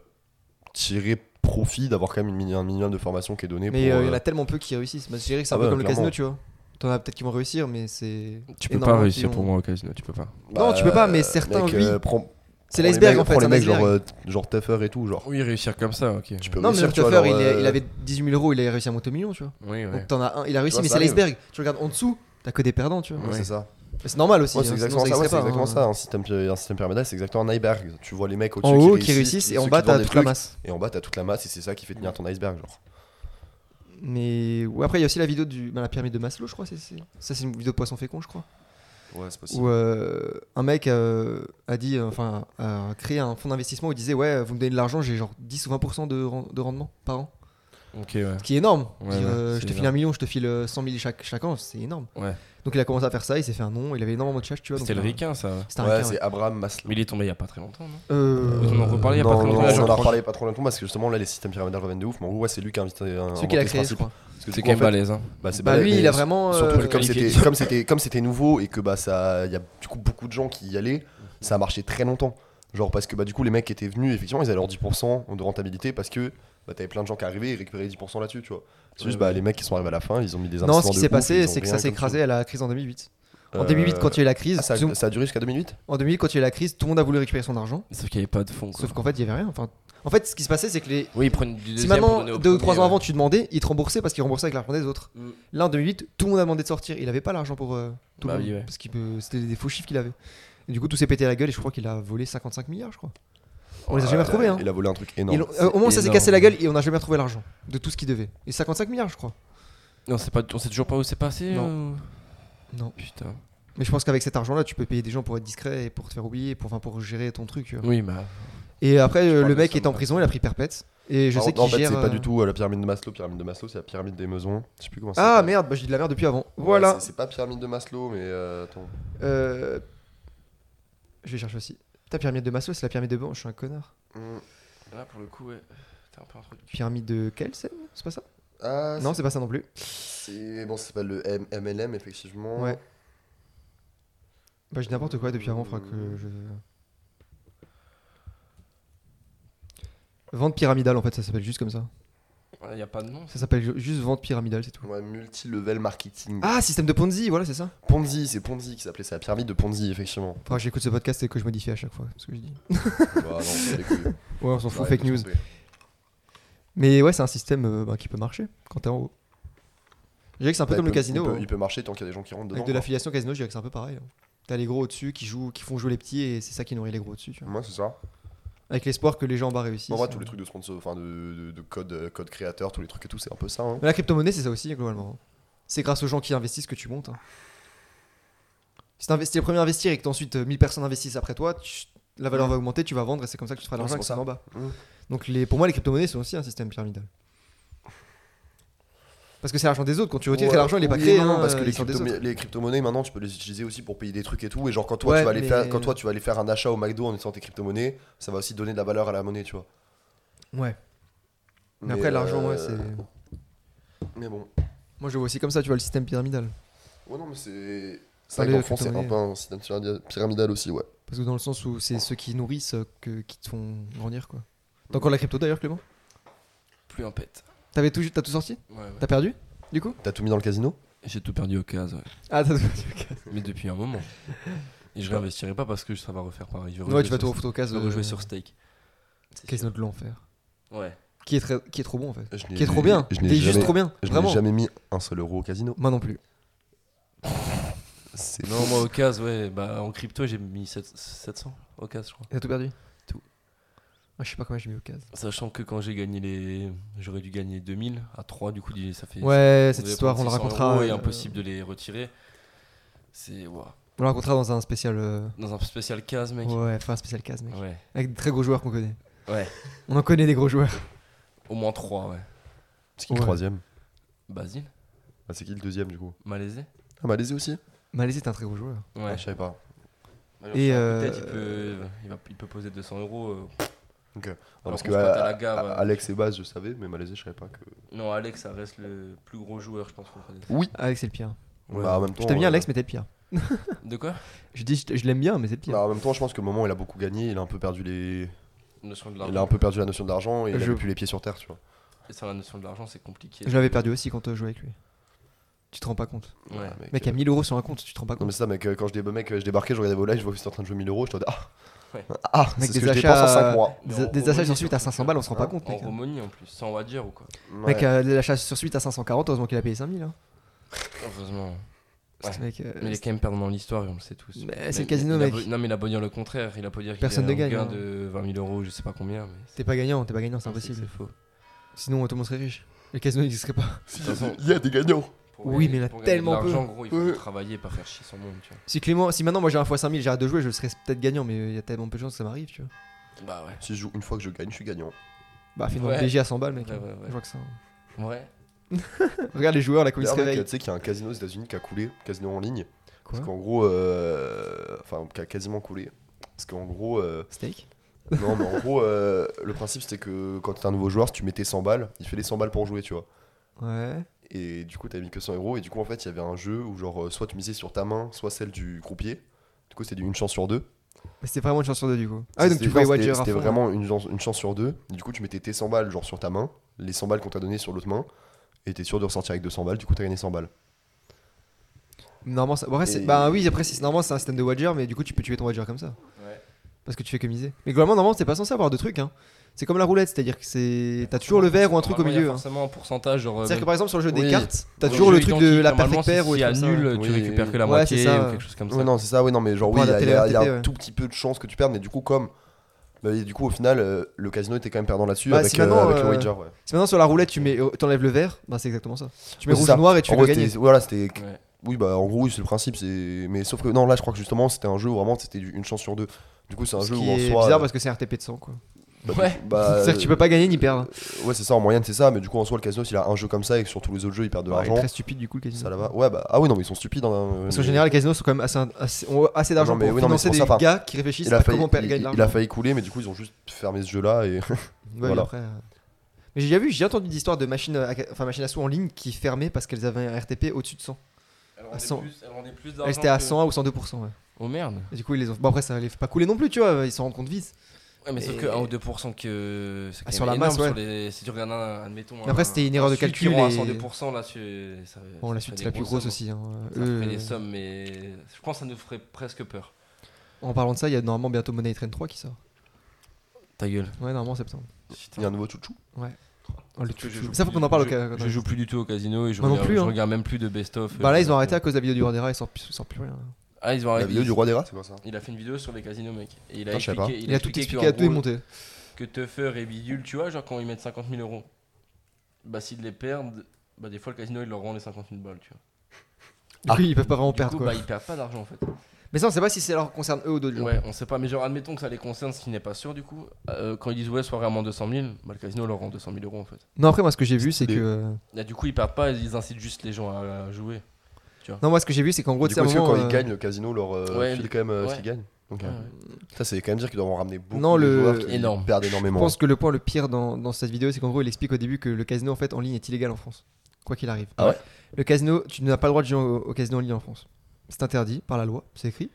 [SPEAKER 3] tirer profit d'avoir quand même une mini- un minimum de formation qui est donnée
[SPEAKER 2] Mais
[SPEAKER 3] pour,
[SPEAKER 2] euh, il y en
[SPEAKER 3] euh,
[SPEAKER 2] a tellement peu qui réussissent. Bah, je dirais que c'est un
[SPEAKER 3] Ah
[SPEAKER 2] peu
[SPEAKER 3] ouais,
[SPEAKER 2] comme le
[SPEAKER 3] clairement.
[SPEAKER 2] casino, tu vois. T'en as peut-être qui vont réussir, mais c'est.
[SPEAKER 1] Tu peux pas
[SPEAKER 2] énormément qui
[SPEAKER 1] réussir
[SPEAKER 2] ont-
[SPEAKER 1] pour moi au casino, tu peux pas.
[SPEAKER 2] Non, tu peux pas, mais certains,
[SPEAKER 3] Bah, mec,
[SPEAKER 2] oui.
[SPEAKER 3] euh, prends- Pour
[SPEAKER 2] C'est
[SPEAKER 3] les
[SPEAKER 2] l'iceberg
[SPEAKER 3] mecs-
[SPEAKER 2] en fait.
[SPEAKER 3] pour les
[SPEAKER 2] c'est un
[SPEAKER 3] mecs, genre,
[SPEAKER 2] iceberg.
[SPEAKER 3] euh, genre Teffer et tout, genre.
[SPEAKER 1] Oh, Oui, réussir comme ça, ok.
[SPEAKER 3] Tu peux
[SPEAKER 2] non, mais
[SPEAKER 3] réussir,
[SPEAKER 2] le
[SPEAKER 3] tu vois,
[SPEAKER 2] chauffeur, il,
[SPEAKER 3] genre,
[SPEAKER 2] est-
[SPEAKER 3] euh,
[SPEAKER 2] il avait 18 000 euros, il a réussi à monter au million, tu vois.
[SPEAKER 1] Oui, ouais.
[SPEAKER 2] Donc t'en as un, il a réussi,
[SPEAKER 3] Ouais,
[SPEAKER 2] mais
[SPEAKER 3] ça
[SPEAKER 2] c'est
[SPEAKER 3] arrive.
[SPEAKER 2] l'iceberg. Tu regardes en dessous, t'as que des perdants, tu vois.
[SPEAKER 3] Ouais, c'est ça.
[SPEAKER 2] Mais C'est normal aussi.
[SPEAKER 3] Ouais, c'est
[SPEAKER 2] hein,
[SPEAKER 3] exactement ça,
[SPEAKER 2] sinon
[SPEAKER 3] ouais, c'est
[SPEAKER 2] existerait pas,
[SPEAKER 3] exactement
[SPEAKER 2] hein.
[SPEAKER 3] ça. Un système, un système pyramidal, c'est exactement un iceberg. Tu vois les mecs au-dessus
[SPEAKER 2] En haut, qui réussissent, et en
[SPEAKER 3] ceux
[SPEAKER 2] bas,
[SPEAKER 3] qui vendent
[SPEAKER 2] t'as
[SPEAKER 3] des
[SPEAKER 2] toute la
[SPEAKER 3] trucs,
[SPEAKER 2] masse.
[SPEAKER 3] Et en bas, t'as toute la masse, et c'est ça qui fait tenir ton iceberg, genre.
[SPEAKER 2] Mais ouais, après, il y a aussi la vidéo de la pyramide de Maslow, je crois. c'est- c'est- Ça, c'est une vidéo de poisson fécond, je crois.
[SPEAKER 3] Ouais, c'est possible.
[SPEAKER 2] Où euh, un mec euh, a dit, euh, enfin, a créé un fonds d'investissement où il disait Ouais, vous me donnez de l'argent, j'ai genre 10 ou 20% de, ren- de rendement par an.
[SPEAKER 1] Ok, ouais.
[SPEAKER 2] Ce qui est énorme.
[SPEAKER 1] Ouais,
[SPEAKER 2] Je veux dire,
[SPEAKER 1] ouais,
[SPEAKER 2] euh,
[SPEAKER 1] c'est
[SPEAKER 2] je te file
[SPEAKER 1] énorme.
[SPEAKER 2] un million, je te file euh, 100 000 chaque, chaque an, c'est énorme.
[SPEAKER 1] Ouais.
[SPEAKER 2] Donc il a commencé à faire ça, il s'est fait un nom, il avait énormément de châches, tu vois.
[SPEAKER 1] C'était le
[SPEAKER 2] donc, euh,
[SPEAKER 1] ricain, ça.
[SPEAKER 2] C'était un
[SPEAKER 3] ouais,
[SPEAKER 2] ricain,
[SPEAKER 3] c'est
[SPEAKER 2] ouais.
[SPEAKER 3] Abraham Maslow.
[SPEAKER 1] Mais il est tombé il y a pas très longtemps, non
[SPEAKER 2] Euh,
[SPEAKER 1] On en reparlait il y a pas
[SPEAKER 3] Non,
[SPEAKER 1] très
[SPEAKER 3] non,
[SPEAKER 1] longtemps.
[SPEAKER 3] on en a
[SPEAKER 1] genre.
[SPEAKER 3] reparlé pas trop longtemps parce que justement là les systèmes pyramidales reviennent de ouf. Mais en gros, ouais, c'est lui qui a invité un.
[SPEAKER 2] celui qui l'a créé, je crois.
[SPEAKER 1] C'est quand même balèze, hein.
[SPEAKER 3] Bah, c'est
[SPEAKER 2] Bah
[SPEAKER 3] balèze,
[SPEAKER 2] lui,
[SPEAKER 3] mais
[SPEAKER 2] il a vraiment.
[SPEAKER 3] Surtout
[SPEAKER 2] euh,
[SPEAKER 3] que comme c'était comme c'était comme c'était nouveau et que bah ça il y a du coup beaucoup de gens qui y allaient, ça a marché très longtemps. Genre parce que bah du coup les mecs qui étaient venus effectivement ils avaient leur 10% de rentabilité parce que bah t'avais plein de gens qui arrivaient et récupéraient 10% là-dessus tu vois. C'est juste bah les mecs qui sont arrivés à la fin ils ont mis des
[SPEAKER 2] Non,
[SPEAKER 3] investissements
[SPEAKER 2] ce qui
[SPEAKER 3] de
[SPEAKER 2] s'est
[SPEAKER 3] ouf,
[SPEAKER 2] passé,
[SPEAKER 3] ils ont
[SPEAKER 2] c'est que
[SPEAKER 3] rien
[SPEAKER 2] ça s'est
[SPEAKER 3] comme
[SPEAKER 2] écrasé à la crise en 2008.
[SPEAKER 3] Euh,
[SPEAKER 2] En 2008, quand il y a eu la crise,
[SPEAKER 3] ah, ça,
[SPEAKER 2] tout-
[SPEAKER 3] a, ça a duré jusqu'à 2008
[SPEAKER 2] en 2008, quand il y a eu la crise, tout le monde a voulu récupérer son argent,
[SPEAKER 1] Sauf qu'il n'y avait pas de fond, quoi.
[SPEAKER 2] sauf qu'en fait, il y avait rien. Enfin, en fait, ce qui se passait, c'est que les
[SPEAKER 1] Oui, ils prennent du
[SPEAKER 2] si
[SPEAKER 1] deuxième pour
[SPEAKER 2] maintenant,
[SPEAKER 1] donner au
[SPEAKER 2] deux
[SPEAKER 1] premier,
[SPEAKER 2] ou trois ans
[SPEAKER 1] ouais.
[SPEAKER 2] avant, tu demandais, ils te remboursaient parce qu'ils remboursaient avec l'argent des autres.
[SPEAKER 1] Mm.
[SPEAKER 2] Là, en 2008, tout le monde a demandé de sortir. Il avait pas l'argent pour euh, tout
[SPEAKER 1] Bah
[SPEAKER 2] le monde.
[SPEAKER 1] oui, ouais.
[SPEAKER 2] Parce que c'était des faux chiffres qu'il avait. Et du coup, tout s'est pété la gueule et je crois qu'il a volé 55 milliards, je crois. On les a jamais
[SPEAKER 3] Ouais,
[SPEAKER 2] retrouvés.
[SPEAKER 3] il a-
[SPEAKER 2] hein.
[SPEAKER 3] Il a volé un truc
[SPEAKER 2] Ils
[SPEAKER 3] énorme.
[SPEAKER 2] l'ont- euh, au moins, ça s'est
[SPEAKER 11] énorme.
[SPEAKER 2] cassé la gueule et on n'a jamais retrouvé l'argent de tout ce qu'il devait. Et 55 milliards, je crois.
[SPEAKER 1] Non, c'est pas... on sait toujours pas où c'est passé
[SPEAKER 2] Non.
[SPEAKER 1] ou-
[SPEAKER 2] Non.
[SPEAKER 1] Putain.
[SPEAKER 2] Mais je pense qu'avec cet argent-là, tu peux payer des gens pour être discret et pour te faire oublier, pour, enfin, pour gérer ton truc. tu vois.
[SPEAKER 1] Oui, bah.
[SPEAKER 2] Et après, euh,
[SPEAKER 3] Mm. parle
[SPEAKER 2] le
[SPEAKER 3] de
[SPEAKER 2] mec
[SPEAKER 3] somme,
[SPEAKER 2] est en
[SPEAKER 3] ouais.
[SPEAKER 2] prison, il a pris perpète. Et je
[SPEAKER 3] Par
[SPEAKER 2] sais
[SPEAKER 3] contre, non,
[SPEAKER 2] qu'il
[SPEAKER 3] en fait,
[SPEAKER 2] gère.
[SPEAKER 3] c'est pas
[SPEAKER 2] euh,
[SPEAKER 3] du tout euh, la pyramide de Maslow. Pyramide de Maslow, c'est la pyramide des maisons. Je sais plus comment ça
[SPEAKER 2] Ah
[SPEAKER 3] s'appelle.
[SPEAKER 2] merde, bah, j'ai dit de la merde depuis avant.
[SPEAKER 3] Ouais,
[SPEAKER 2] Voilà.
[SPEAKER 3] c'est- C'est pas pyramide de Maslow, mais euh, attends.
[SPEAKER 2] Euh, Je vais chercher aussi. Ta pyramide de Maslow, c'est la pyramide de Ban, je suis un connard.
[SPEAKER 3] Hmm.
[SPEAKER 1] Là, pour le coup, ouais. T'as un peu un truc.
[SPEAKER 2] Pyramide de Kelsen C'est pas ça
[SPEAKER 3] Ah,
[SPEAKER 2] Non, c'est pas ça non plus.
[SPEAKER 3] C'est bon, ça s'appelle le M- MLM effectivement.
[SPEAKER 2] Ouais. Bah, je dis n'importe quoi depuis avant, faudra que je. Vente pyramidale, en fait, ça s'appelle juste comme ça.
[SPEAKER 1] Il n'y a pas de nom.
[SPEAKER 2] Ça s'appelle ju- juste vente pyramidale, c'est tout.
[SPEAKER 3] Ouais, multi-level marketing.
[SPEAKER 2] Ah, système de Ponzi, voilà, c'est ça.
[SPEAKER 3] Ponzi, c'est Ponzi qui s'appelait, c'est la pyramide de Ponzi effectivement.
[SPEAKER 2] Faudra que j'écoute ce podcast et que je modifie à chaque fois ce que je dis.
[SPEAKER 3] bah non, c'est les couilles.
[SPEAKER 2] Ouais, on s'en fout,
[SPEAKER 3] Ouais,
[SPEAKER 2] fake
[SPEAKER 3] ils
[SPEAKER 2] news.
[SPEAKER 3] sont trompés.
[SPEAKER 2] Mais ouais, c'est un système euh, bah, qui peut marcher quand t'es en haut. Je dirais que c'est un peu
[SPEAKER 3] Bah,
[SPEAKER 2] comme
[SPEAKER 3] il
[SPEAKER 2] le
[SPEAKER 3] peut-
[SPEAKER 2] casino.
[SPEAKER 3] Il peut,
[SPEAKER 2] hein.
[SPEAKER 3] il peut marcher tant qu'il y a des gens qui rentrent dedans.
[SPEAKER 2] Avec de
[SPEAKER 3] quoi.
[SPEAKER 2] l'affiliation casino, je dirais que c'est un peu pareil. hein. T'as les gros au-dessus qui jouent, qui font jouer les petits et c'est ça qui nourrit les gros au-dessus. tu vois.
[SPEAKER 3] Moi, c'est ça.
[SPEAKER 2] Avec l'espoir que les gens en bas réussissent.
[SPEAKER 3] En vrai, tous
[SPEAKER 2] euh.
[SPEAKER 3] les trucs de sponsor, enfin de, de, de code, euh, code créateur, tous les trucs et tout, c'est un peu ça. hein.
[SPEAKER 2] Mais la crypto-monnaie, c'est ça aussi, globalement. C'est grâce aux gens qui investissent que tu montes. hein. Si t'es investi- le premier à investir et que ensuite 1000 personnes investissent après toi, tu- la valeur va augmenter, tu vas vendre et c'est comme ça que tu te feras de
[SPEAKER 3] Ouais,
[SPEAKER 2] l'argent
[SPEAKER 3] c'est
[SPEAKER 2] qui sont en bas.
[SPEAKER 3] Mm.
[SPEAKER 2] Donc les, pour moi, les crypto-monnaies sont aussi un système pyramidal. Parce que c'est l'argent des autres. Quand tu retires
[SPEAKER 3] Ouais,
[SPEAKER 2] l'argent, il est pas
[SPEAKER 3] oui et
[SPEAKER 2] créé.
[SPEAKER 3] non,
[SPEAKER 2] hein,
[SPEAKER 3] parce que
[SPEAKER 2] il
[SPEAKER 3] les,
[SPEAKER 2] sort des
[SPEAKER 3] crypto-
[SPEAKER 2] autres.
[SPEAKER 3] les crypto-monnaies, maintenant, tu peux les utiliser aussi pour payer des trucs et tout. Et genre, quand toi,
[SPEAKER 2] Ouais,
[SPEAKER 3] tu, vas aller
[SPEAKER 2] mais-
[SPEAKER 3] faire, quand toi tu vas aller faire un achat au McDo en utilisant tes crypto-monnaies, ça va aussi donner de la valeur à la monnaie, tu vois.
[SPEAKER 2] Ouais. Mais après, l'argent, ouais,
[SPEAKER 3] euh,
[SPEAKER 2] c'est.
[SPEAKER 3] Mais bon.
[SPEAKER 2] Moi, je le vois aussi comme ça, tu vois, le système pyramidal.
[SPEAKER 3] Ouais, non, mais c'est. C'est
[SPEAKER 2] Parler
[SPEAKER 3] vrai qu'en
[SPEAKER 2] de
[SPEAKER 3] France, c'est un
[SPEAKER 2] crypto-monnaie.
[SPEAKER 3] peu un système pyramidal- pyramidal aussi, ouais.
[SPEAKER 2] Parce que dans le sens où c'est ceux qui nourrissent euh, que, qui te font grandir quoi. T'as encore la crypto d'ailleurs Clément
[SPEAKER 1] Plus un pet.
[SPEAKER 2] T'avais tout, ju- t'as tout sorti
[SPEAKER 1] Ouais, ouais.
[SPEAKER 2] T'as perdu Du coup
[SPEAKER 3] T'as tout mis dans le casino
[SPEAKER 1] J'ai tout perdu au cas, ouais.
[SPEAKER 2] Ah t'as tout
[SPEAKER 1] Mais depuis un moment. Et je réinvestirai pas parce que ça va refaire pareil. Je vais
[SPEAKER 2] Ouais
[SPEAKER 1] rejouer
[SPEAKER 2] tu vas
[SPEAKER 1] sur-
[SPEAKER 2] tout refaire au cas
[SPEAKER 1] Je vais rejouer sur Steak.
[SPEAKER 2] Casino de l'enfer.
[SPEAKER 1] Ouais.
[SPEAKER 2] Qui est, très, qui est trop bon en fait.
[SPEAKER 3] Je n'ai-
[SPEAKER 2] Qui est trop bien.
[SPEAKER 3] Je
[SPEAKER 2] Qui
[SPEAKER 3] n'ai
[SPEAKER 2] est juste
[SPEAKER 3] jamais-
[SPEAKER 2] trop bien.
[SPEAKER 3] Je n'ai
[SPEAKER 2] Vraiment.
[SPEAKER 3] jamais mis un seul euro au casino.
[SPEAKER 2] Moi non plus.
[SPEAKER 3] C'est
[SPEAKER 1] Non, moi au cas, ouais. Bah en crypto, j'ai mis sept- 700 au cas, je crois.
[SPEAKER 2] T'as tout perdu
[SPEAKER 1] Tout.
[SPEAKER 2] Ah, je sais pas combien j'ai mis au cas.
[SPEAKER 1] Sachant que quand j'ai gagné les. J'aurais dû gagner 2000 à 3, du coup, ça fait.
[SPEAKER 2] Ouais
[SPEAKER 1] ça
[SPEAKER 2] cette
[SPEAKER 1] devait
[SPEAKER 2] histoire on
[SPEAKER 1] prendre
[SPEAKER 2] la
[SPEAKER 1] 600
[SPEAKER 2] racontera.
[SPEAKER 1] euros Et
[SPEAKER 2] euh,
[SPEAKER 1] impossible de les retirer. C'est. Waouh.
[SPEAKER 2] On la racontera dans un spécial. euh,
[SPEAKER 1] Dans un spécial case, mec.
[SPEAKER 2] Ouais, enfin un spécial cas mec.
[SPEAKER 1] Ouais.
[SPEAKER 2] Avec des très gros joueurs qu'on connaît.
[SPEAKER 1] Ouais.
[SPEAKER 2] On en connaît des gros joueurs.
[SPEAKER 1] Au moins 3, ouais.
[SPEAKER 3] C'est qui le
[SPEAKER 2] Ouais.
[SPEAKER 3] troisième
[SPEAKER 1] Basile
[SPEAKER 3] Ah, C'est qui le deuxième du coup
[SPEAKER 1] Malaisé
[SPEAKER 3] Ah, Malaisie aussi
[SPEAKER 2] Malaisie est un très gros joueur.
[SPEAKER 1] Ouais.
[SPEAKER 3] Ah, je savais pas.
[SPEAKER 2] Et,
[SPEAKER 1] Peut-être il,
[SPEAKER 2] euh,
[SPEAKER 1] peut, il, va- il peut poser 200 euros. euh,
[SPEAKER 3] Non, parce
[SPEAKER 1] qu'on
[SPEAKER 3] que
[SPEAKER 1] se pointe à
[SPEAKER 3] à-
[SPEAKER 1] la gare, euh,
[SPEAKER 3] à-
[SPEAKER 1] ouais.
[SPEAKER 3] Alex et Baz, je savais, mais Malaisie, je savais pas que.
[SPEAKER 1] Non, Alex, ça reste le plus gros joueur, je pense qu'on connaît.
[SPEAKER 2] Ah, Alex c'est le pire.
[SPEAKER 1] Ouais.
[SPEAKER 3] Bah, en même temps,
[SPEAKER 2] Je t'aime bien
[SPEAKER 3] euh,
[SPEAKER 2] Alex mais t'es le pire.
[SPEAKER 1] De quoi
[SPEAKER 2] Je dis je, je l'aime bien mais c'est le pire.
[SPEAKER 3] bah, en même temps, je pense que moment il a beaucoup gagné, il a un peu perdu les,
[SPEAKER 1] Notion de
[SPEAKER 3] il a un
[SPEAKER 1] l'argent.
[SPEAKER 3] peu perdu la notion de l'argent et il
[SPEAKER 2] Je-
[SPEAKER 3] a plus les pieds sur terre, tu vois.
[SPEAKER 1] Et sans la notion de l'argent, c'est compliqué.
[SPEAKER 2] Je l'avais perdu aussi quand euh, je jouais avec lui. Tu te rends pas compte.
[SPEAKER 1] Ouais.
[SPEAKER 3] Ah, mec,
[SPEAKER 2] Mec, à
[SPEAKER 3] euh,
[SPEAKER 2] 1000 euros sur un compte, tu te rends pas
[SPEAKER 3] Non, mais
[SPEAKER 2] compte.
[SPEAKER 3] c'est ça, mec, euh, quand je, dé- mec, euh, je débarquais, je regardais vos lives, je vois que vous étiez en train de jouer 1000 euros, je te dis, ah,
[SPEAKER 1] Ouais.
[SPEAKER 3] ah c'est
[SPEAKER 2] Mec,
[SPEAKER 3] ce
[SPEAKER 2] des
[SPEAKER 3] que je dépense en
[SPEAKER 2] achats, euh,
[SPEAKER 3] 5 mois.
[SPEAKER 1] Mais
[SPEAKER 2] Des,
[SPEAKER 1] en
[SPEAKER 2] des
[SPEAKER 1] Roumanie,
[SPEAKER 2] achats sur suite à
[SPEAKER 1] surtout,
[SPEAKER 2] 500 balles, on se rend
[SPEAKER 3] hein,
[SPEAKER 2] pas compte,
[SPEAKER 1] En
[SPEAKER 2] mec.
[SPEAKER 1] Roumanie en plus, sans Wadjer ou quoi.
[SPEAKER 2] Mec,
[SPEAKER 3] Ouais.
[SPEAKER 2] euh, des achats sur suite à 540, heureusement qu'il a payé 5000. Hein.
[SPEAKER 1] Heureusement.
[SPEAKER 2] Parce que, mec, euh,
[SPEAKER 1] Mais il est quand même perdant dans l'histoire, et on le sait tous.
[SPEAKER 2] Mais
[SPEAKER 1] Mais
[SPEAKER 2] c'est le
[SPEAKER 1] il-
[SPEAKER 2] casino,
[SPEAKER 1] il a
[SPEAKER 2] mec.
[SPEAKER 1] beau- Non, mais il a beau dire le contraire. Il a beau dire qu'il
[SPEAKER 2] Personne
[SPEAKER 1] a
[SPEAKER 2] ne
[SPEAKER 1] un
[SPEAKER 2] gagne,
[SPEAKER 1] gain
[SPEAKER 2] hein.
[SPEAKER 1] de 20 000 euros, je sais pas combien. Mais
[SPEAKER 2] t'es pas gagnant, t'es pas gagnant, c'est
[SPEAKER 1] Non,
[SPEAKER 2] impossible.
[SPEAKER 1] Ah, C'est faux.
[SPEAKER 2] Sinon, tout le monde serait riche. Le casino n'existerait pas.
[SPEAKER 1] De toute façon,
[SPEAKER 3] Il y a des gagnants.
[SPEAKER 1] pour
[SPEAKER 2] Oui,
[SPEAKER 1] gagner-
[SPEAKER 2] mais il a
[SPEAKER 1] pour gagner de
[SPEAKER 2] tellement peu.
[SPEAKER 1] l'argent, gros, il faut
[SPEAKER 2] Ouais.
[SPEAKER 1] travailler, pas faire chier son monde, tu
[SPEAKER 2] Si Clément, si maintenant moi j'ai un fois 5000, j'arrête de jouer, je serais peut-être gagnant, mais euh, il y a tellement peu de chances que ça m'arrive, tu vois.
[SPEAKER 1] vois. Bah ouais.
[SPEAKER 3] Si je joue une fois que je gagne, je suis gagnant.
[SPEAKER 2] Bah, fais une
[SPEAKER 1] Ouais.
[SPEAKER 2] BG à 100 balles, mec.
[SPEAKER 1] Ouais, ouais, ouais.
[SPEAKER 2] Je vois que ça. hein.
[SPEAKER 1] Ouais.
[SPEAKER 2] Regarde les joueurs là quand ils se
[SPEAKER 3] D'ailleurs, mec,
[SPEAKER 2] réveillent.
[SPEAKER 3] Tu sais qu'il y a un casino aux États-Unis qui a coulé, casino en ligne.
[SPEAKER 2] Quoi
[SPEAKER 3] parce qu'en gros, euh, enfin, qui a quasiment coulé. Parce qu'en gros, euh,
[SPEAKER 2] Steak
[SPEAKER 3] non, mais en gros, euh, le principe c'était que quand t'es un nouveau joueur, si tu mettais 100 balles, il fallait 100 balles pour jouer, tu vois.
[SPEAKER 2] Ouais.
[SPEAKER 3] Et du coup, t'avais mis que 100 euros. Et du coup, en fait, il y avait un jeu où, genre, euh, soit tu misais sur ta main, soit celle du croupier. Du coup, c'était une chance sur deux.
[SPEAKER 2] Mais c'était vraiment une chance sur deux du coup. Ah, ouais, donc
[SPEAKER 3] C'était-
[SPEAKER 2] tu pouvais
[SPEAKER 3] c'était-
[SPEAKER 2] Wadger à
[SPEAKER 3] C'était
[SPEAKER 2] fond.
[SPEAKER 3] vraiment une, chance- une chance sur deux. Et du coup, tu mettais tes 100 balles, genre, sur ta main, les 100 balles qu'on t'a donné sur l'autre main. Et t'es sûr de ressortir avec 200 balles, du coup, t'as gagné 100 balles.
[SPEAKER 2] Normalement, ça... bon, après, c'est-
[SPEAKER 3] Et-
[SPEAKER 2] bah oui, après, c'est- normalement, c'est un système de Wadger, mais du coup, tu peux tuer ton Wadger comme ça. Parce que tu fais que miser. Mais globalement, normalement, t'es pas censé avoir de trucs. Hein. C'est comme la roulette, c'est-à-dire que c'est. T'as toujours le verre ou un truc au
[SPEAKER 1] Normalement, il y a
[SPEAKER 2] milieu. hein.
[SPEAKER 1] forcément un pourcentage, genre. euh,
[SPEAKER 2] C'est-à-dire que par exemple, sur le jeu des
[SPEAKER 3] Oui.
[SPEAKER 2] cartes, t'as
[SPEAKER 1] dans
[SPEAKER 2] toujours
[SPEAKER 1] jeu
[SPEAKER 2] le truc de
[SPEAKER 1] identique,
[SPEAKER 2] la
[SPEAKER 1] normalement,
[SPEAKER 2] perfect pair
[SPEAKER 1] si
[SPEAKER 2] ou
[SPEAKER 1] il y a nul, tu
[SPEAKER 3] Oui,
[SPEAKER 1] récupères que la
[SPEAKER 2] ouais, c'est
[SPEAKER 1] moitié
[SPEAKER 2] ça,
[SPEAKER 1] ou
[SPEAKER 2] ouais.
[SPEAKER 1] quelque chose comme ça.
[SPEAKER 3] Ouais, non, c'est ça, oui, non, mais genre, oui,
[SPEAKER 2] Pour
[SPEAKER 3] il y a,
[SPEAKER 2] adapter
[SPEAKER 3] il y a-
[SPEAKER 2] les
[SPEAKER 3] il y a
[SPEAKER 2] RTT,
[SPEAKER 3] un
[SPEAKER 2] ouais.
[SPEAKER 3] tout petit peu de chance que tu perdes, mais du coup, comme. bah, et du coup, au final, euh, le casino était quand même perdant là-dessus
[SPEAKER 2] Bah,
[SPEAKER 3] avec,
[SPEAKER 2] si maintenant,
[SPEAKER 3] euh, avec le
[SPEAKER 2] euh,
[SPEAKER 3] wager, ouais.
[SPEAKER 2] Si maintenant sur la roulette, tu mets, t'enlèves le verre, bah c'est exactement ça. Tu mets
[SPEAKER 3] Ouais, c'est
[SPEAKER 2] rouge
[SPEAKER 3] ça.
[SPEAKER 2] noir et tu
[SPEAKER 3] En
[SPEAKER 2] fais
[SPEAKER 3] gros,
[SPEAKER 2] gagner.
[SPEAKER 3] c'était- voilà, c'était.
[SPEAKER 1] Ouais.
[SPEAKER 3] Oui, bah, en gros, oui, c'est le principe, c'est. Mais sauf que, non, là, je crois que justement, c'était un jeu où vraiment, c'était du- une chance sur deux. Du coup, c'est un
[SPEAKER 2] Ce
[SPEAKER 3] jeu où
[SPEAKER 2] qui
[SPEAKER 3] en
[SPEAKER 2] est
[SPEAKER 3] soi.
[SPEAKER 2] bizarre
[SPEAKER 3] euh,
[SPEAKER 2] parce que c'est un RTP de 100 quoi.
[SPEAKER 3] bah,
[SPEAKER 1] Ouais.
[SPEAKER 3] bah,
[SPEAKER 2] C'est-à-dire que tu peux pas hein. gagner ni perdre.
[SPEAKER 3] Ouais, c'est ça, en moyenne, c'est ça, mais du coup, en soi, le casino, s'il a un jeu comme ça et que sur tous les autres jeux, il perd de
[SPEAKER 2] Ouais, il est
[SPEAKER 3] l'argent,
[SPEAKER 2] très stupide du coup le casino.
[SPEAKER 3] ça là-bas. Ouais, bah, ah oui, non, mais ils sont stupides. hein, euh,
[SPEAKER 2] Parce
[SPEAKER 3] mais-
[SPEAKER 2] qu'en général, les casinos sont quand même assez, assez- ont assez d'argent
[SPEAKER 3] Non, mais
[SPEAKER 2] pour
[SPEAKER 3] oui, non, mais
[SPEAKER 2] financer
[SPEAKER 3] c'est pour
[SPEAKER 2] des
[SPEAKER 3] ça, enfin,
[SPEAKER 2] gars qui réfléchissent
[SPEAKER 3] Il a,
[SPEAKER 2] à
[SPEAKER 3] failli,
[SPEAKER 2] comment perdre,
[SPEAKER 3] il-
[SPEAKER 2] gagner de
[SPEAKER 3] il a
[SPEAKER 2] l'argent.
[SPEAKER 3] failli couler, mais du coup, ils ont juste fermé ce jeu-là et.
[SPEAKER 2] Ouais, mais
[SPEAKER 3] Voilà.
[SPEAKER 2] après, euh, Mais j'ai déjà vu, j'ai entendu des histoires de machines à, ca- enfin, machines à sous en ligne qui fermaient parce qu'elles avaient un RTP au-dessus de 100.
[SPEAKER 1] Elle
[SPEAKER 2] À 100.
[SPEAKER 1] rendait plus- elle rendait plus
[SPEAKER 2] Elles
[SPEAKER 1] d'argent
[SPEAKER 2] étaient à
[SPEAKER 1] que-
[SPEAKER 2] 100 ou 102%. Ouais.
[SPEAKER 1] Oh merde.
[SPEAKER 2] Et du coup, ils les ont. Bon, après, ça les fait pas couler non plus, tu vois, ils s'en rendent compte vite.
[SPEAKER 1] Ouais, mais sauf
[SPEAKER 2] Et-
[SPEAKER 1] que 1 ou 2% que. c'est quand
[SPEAKER 2] Ah, sur
[SPEAKER 1] même
[SPEAKER 2] la masse,
[SPEAKER 1] énorme sur les- Si tu regardes un, admettons.
[SPEAKER 2] Mais après,
[SPEAKER 1] un-
[SPEAKER 2] c'était une erreur
[SPEAKER 1] un
[SPEAKER 2] de
[SPEAKER 1] suite qui
[SPEAKER 2] calcul
[SPEAKER 1] rend à
[SPEAKER 2] et-
[SPEAKER 1] 102% là, tu. ça-
[SPEAKER 2] Bon,
[SPEAKER 1] ça
[SPEAKER 2] la
[SPEAKER 1] fait
[SPEAKER 2] suite,
[SPEAKER 1] des
[SPEAKER 2] c'est la plus
[SPEAKER 1] grosses
[SPEAKER 2] grosse
[SPEAKER 1] sommes.
[SPEAKER 2] aussi. hein.
[SPEAKER 1] Ça
[SPEAKER 2] Eux,
[SPEAKER 1] ferait
[SPEAKER 2] euh,
[SPEAKER 1] des sommes, mais je pense que ça nous ferait presque peur.
[SPEAKER 2] En parlant de ça, il y a normalement bientôt Money Train 3 qui sort.
[SPEAKER 1] Ta gueule.
[SPEAKER 2] Ouais, normalement en septembre.
[SPEAKER 3] Il y a un nouveau chouchou.
[SPEAKER 2] Oh, le
[SPEAKER 1] Parce que je
[SPEAKER 2] chouchou.
[SPEAKER 1] joue
[SPEAKER 2] Ça, faut
[SPEAKER 1] plus-
[SPEAKER 2] qu'on en parle au
[SPEAKER 1] je-
[SPEAKER 2] cas- quand
[SPEAKER 1] Je
[SPEAKER 2] on-
[SPEAKER 1] joue plus du tout au casino et je
[SPEAKER 2] Moi non
[SPEAKER 1] regarde,
[SPEAKER 2] plus,
[SPEAKER 1] je
[SPEAKER 2] hein.
[SPEAKER 1] regarde même plus de best-of.
[SPEAKER 2] Bah là,
[SPEAKER 1] euh,
[SPEAKER 2] ils ont arrêté
[SPEAKER 1] euh,
[SPEAKER 2] à cause de la vidéo du Rodera, ils sortent plus, ils sortent plus rien.
[SPEAKER 1] Ah, ils ont
[SPEAKER 3] La
[SPEAKER 1] arrêté.
[SPEAKER 3] vidéo du roi des rats, c'est quoi ça
[SPEAKER 1] Il a fait une vidéo sur les casinos, mec. Et il a,
[SPEAKER 3] Ah, je sais
[SPEAKER 1] expliqué,
[SPEAKER 3] pas.
[SPEAKER 1] il
[SPEAKER 2] Il, a tout expliqué
[SPEAKER 1] qu'en
[SPEAKER 2] à tout
[SPEAKER 1] gros,
[SPEAKER 2] démonter.
[SPEAKER 1] que Tuffer et Bidule, tu vois, genre quand ils mettent 50 000 euros, bah s'ils les perdent, bah des fois le casino il leur rend les 50 000 balles, tu vois.
[SPEAKER 2] Du coup, ils peuvent pas vraiment
[SPEAKER 1] Ah. Du
[SPEAKER 2] perdre
[SPEAKER 1] coup,
[SPEAKER 2] quoi.
[SPEAKER 1] bah ils perdent pas d'argent en fait.
[SPEAKER 2] Mais ça, on sait pas si ça leur concerne eux ou d'autres gens.
[SPEAKER 1] Ouais, on sait pas, mais genre admettons que ça les concerne, ce qui n'est pas sûr du coup. euh, quand ils disent ouais, soirée à moins 200 000, bah le casino leur rend 200 000 euros en fait.
[SPEAKER 2] Non, après, moi, ce que j'ai vu, c'est
[SPEAKER 3] Des-
[SPEAKER 2] que. euh,
[SPEAKER 1] Là, du coup, ils perdent pas, ils incitent juste les gens à, à jouer.
[SPEAKER 2] Non, moi, ce que j'ai vu, c'est qu'en gros,
[SPEAKER 3] Du
[SPEAKER 2] tu sais,
[SPEAKER 3] coup,
[SPEAKER 2] à un
[SPEAKER 3] est-ce que
[SPEAKER 2] moment,
[SPEAKER 3] quand
[SPEAKER 2] euh,
[SPEAKER 3] ils gagnent, le casino leur euh,
[SPEAKER 1] ouais,
[SPEAKER 3] file quand même euh, ce
[SPEAKER 1] ouais.
[SPEAKER 3] qu'ils gagnent Ok.
[SPEAKER 1] Ouais, ouais.
[SPEAKER 3] Ça, c'est quand même dire qu'ils doivent en ramener beaucoup.
[SPEAKER 2] Non,
[SPEAKER 3] de
[SPEAKER 2] le-
[SPEAKER 3] joueurs qui
[SPEAKER 1] Énorme.
[SPEAKER 3] perdent
[SPEAKER 2] Je
[SPEAKER 3] énormément.
[SPEAKER 2] pense que le point le pire dans, dans cette vidéo, c'est qu'en gros, il explique au début que le casino en fait en ligne est illégal en France. Quoi qu'il arrive.
[SPEAKER 3] Ah ouais
[SPEAKER 2] Le casino, tu n'as pas le droit de jouer au, au casino en ligne en France. C'est interdit par la loi, c'est écrit.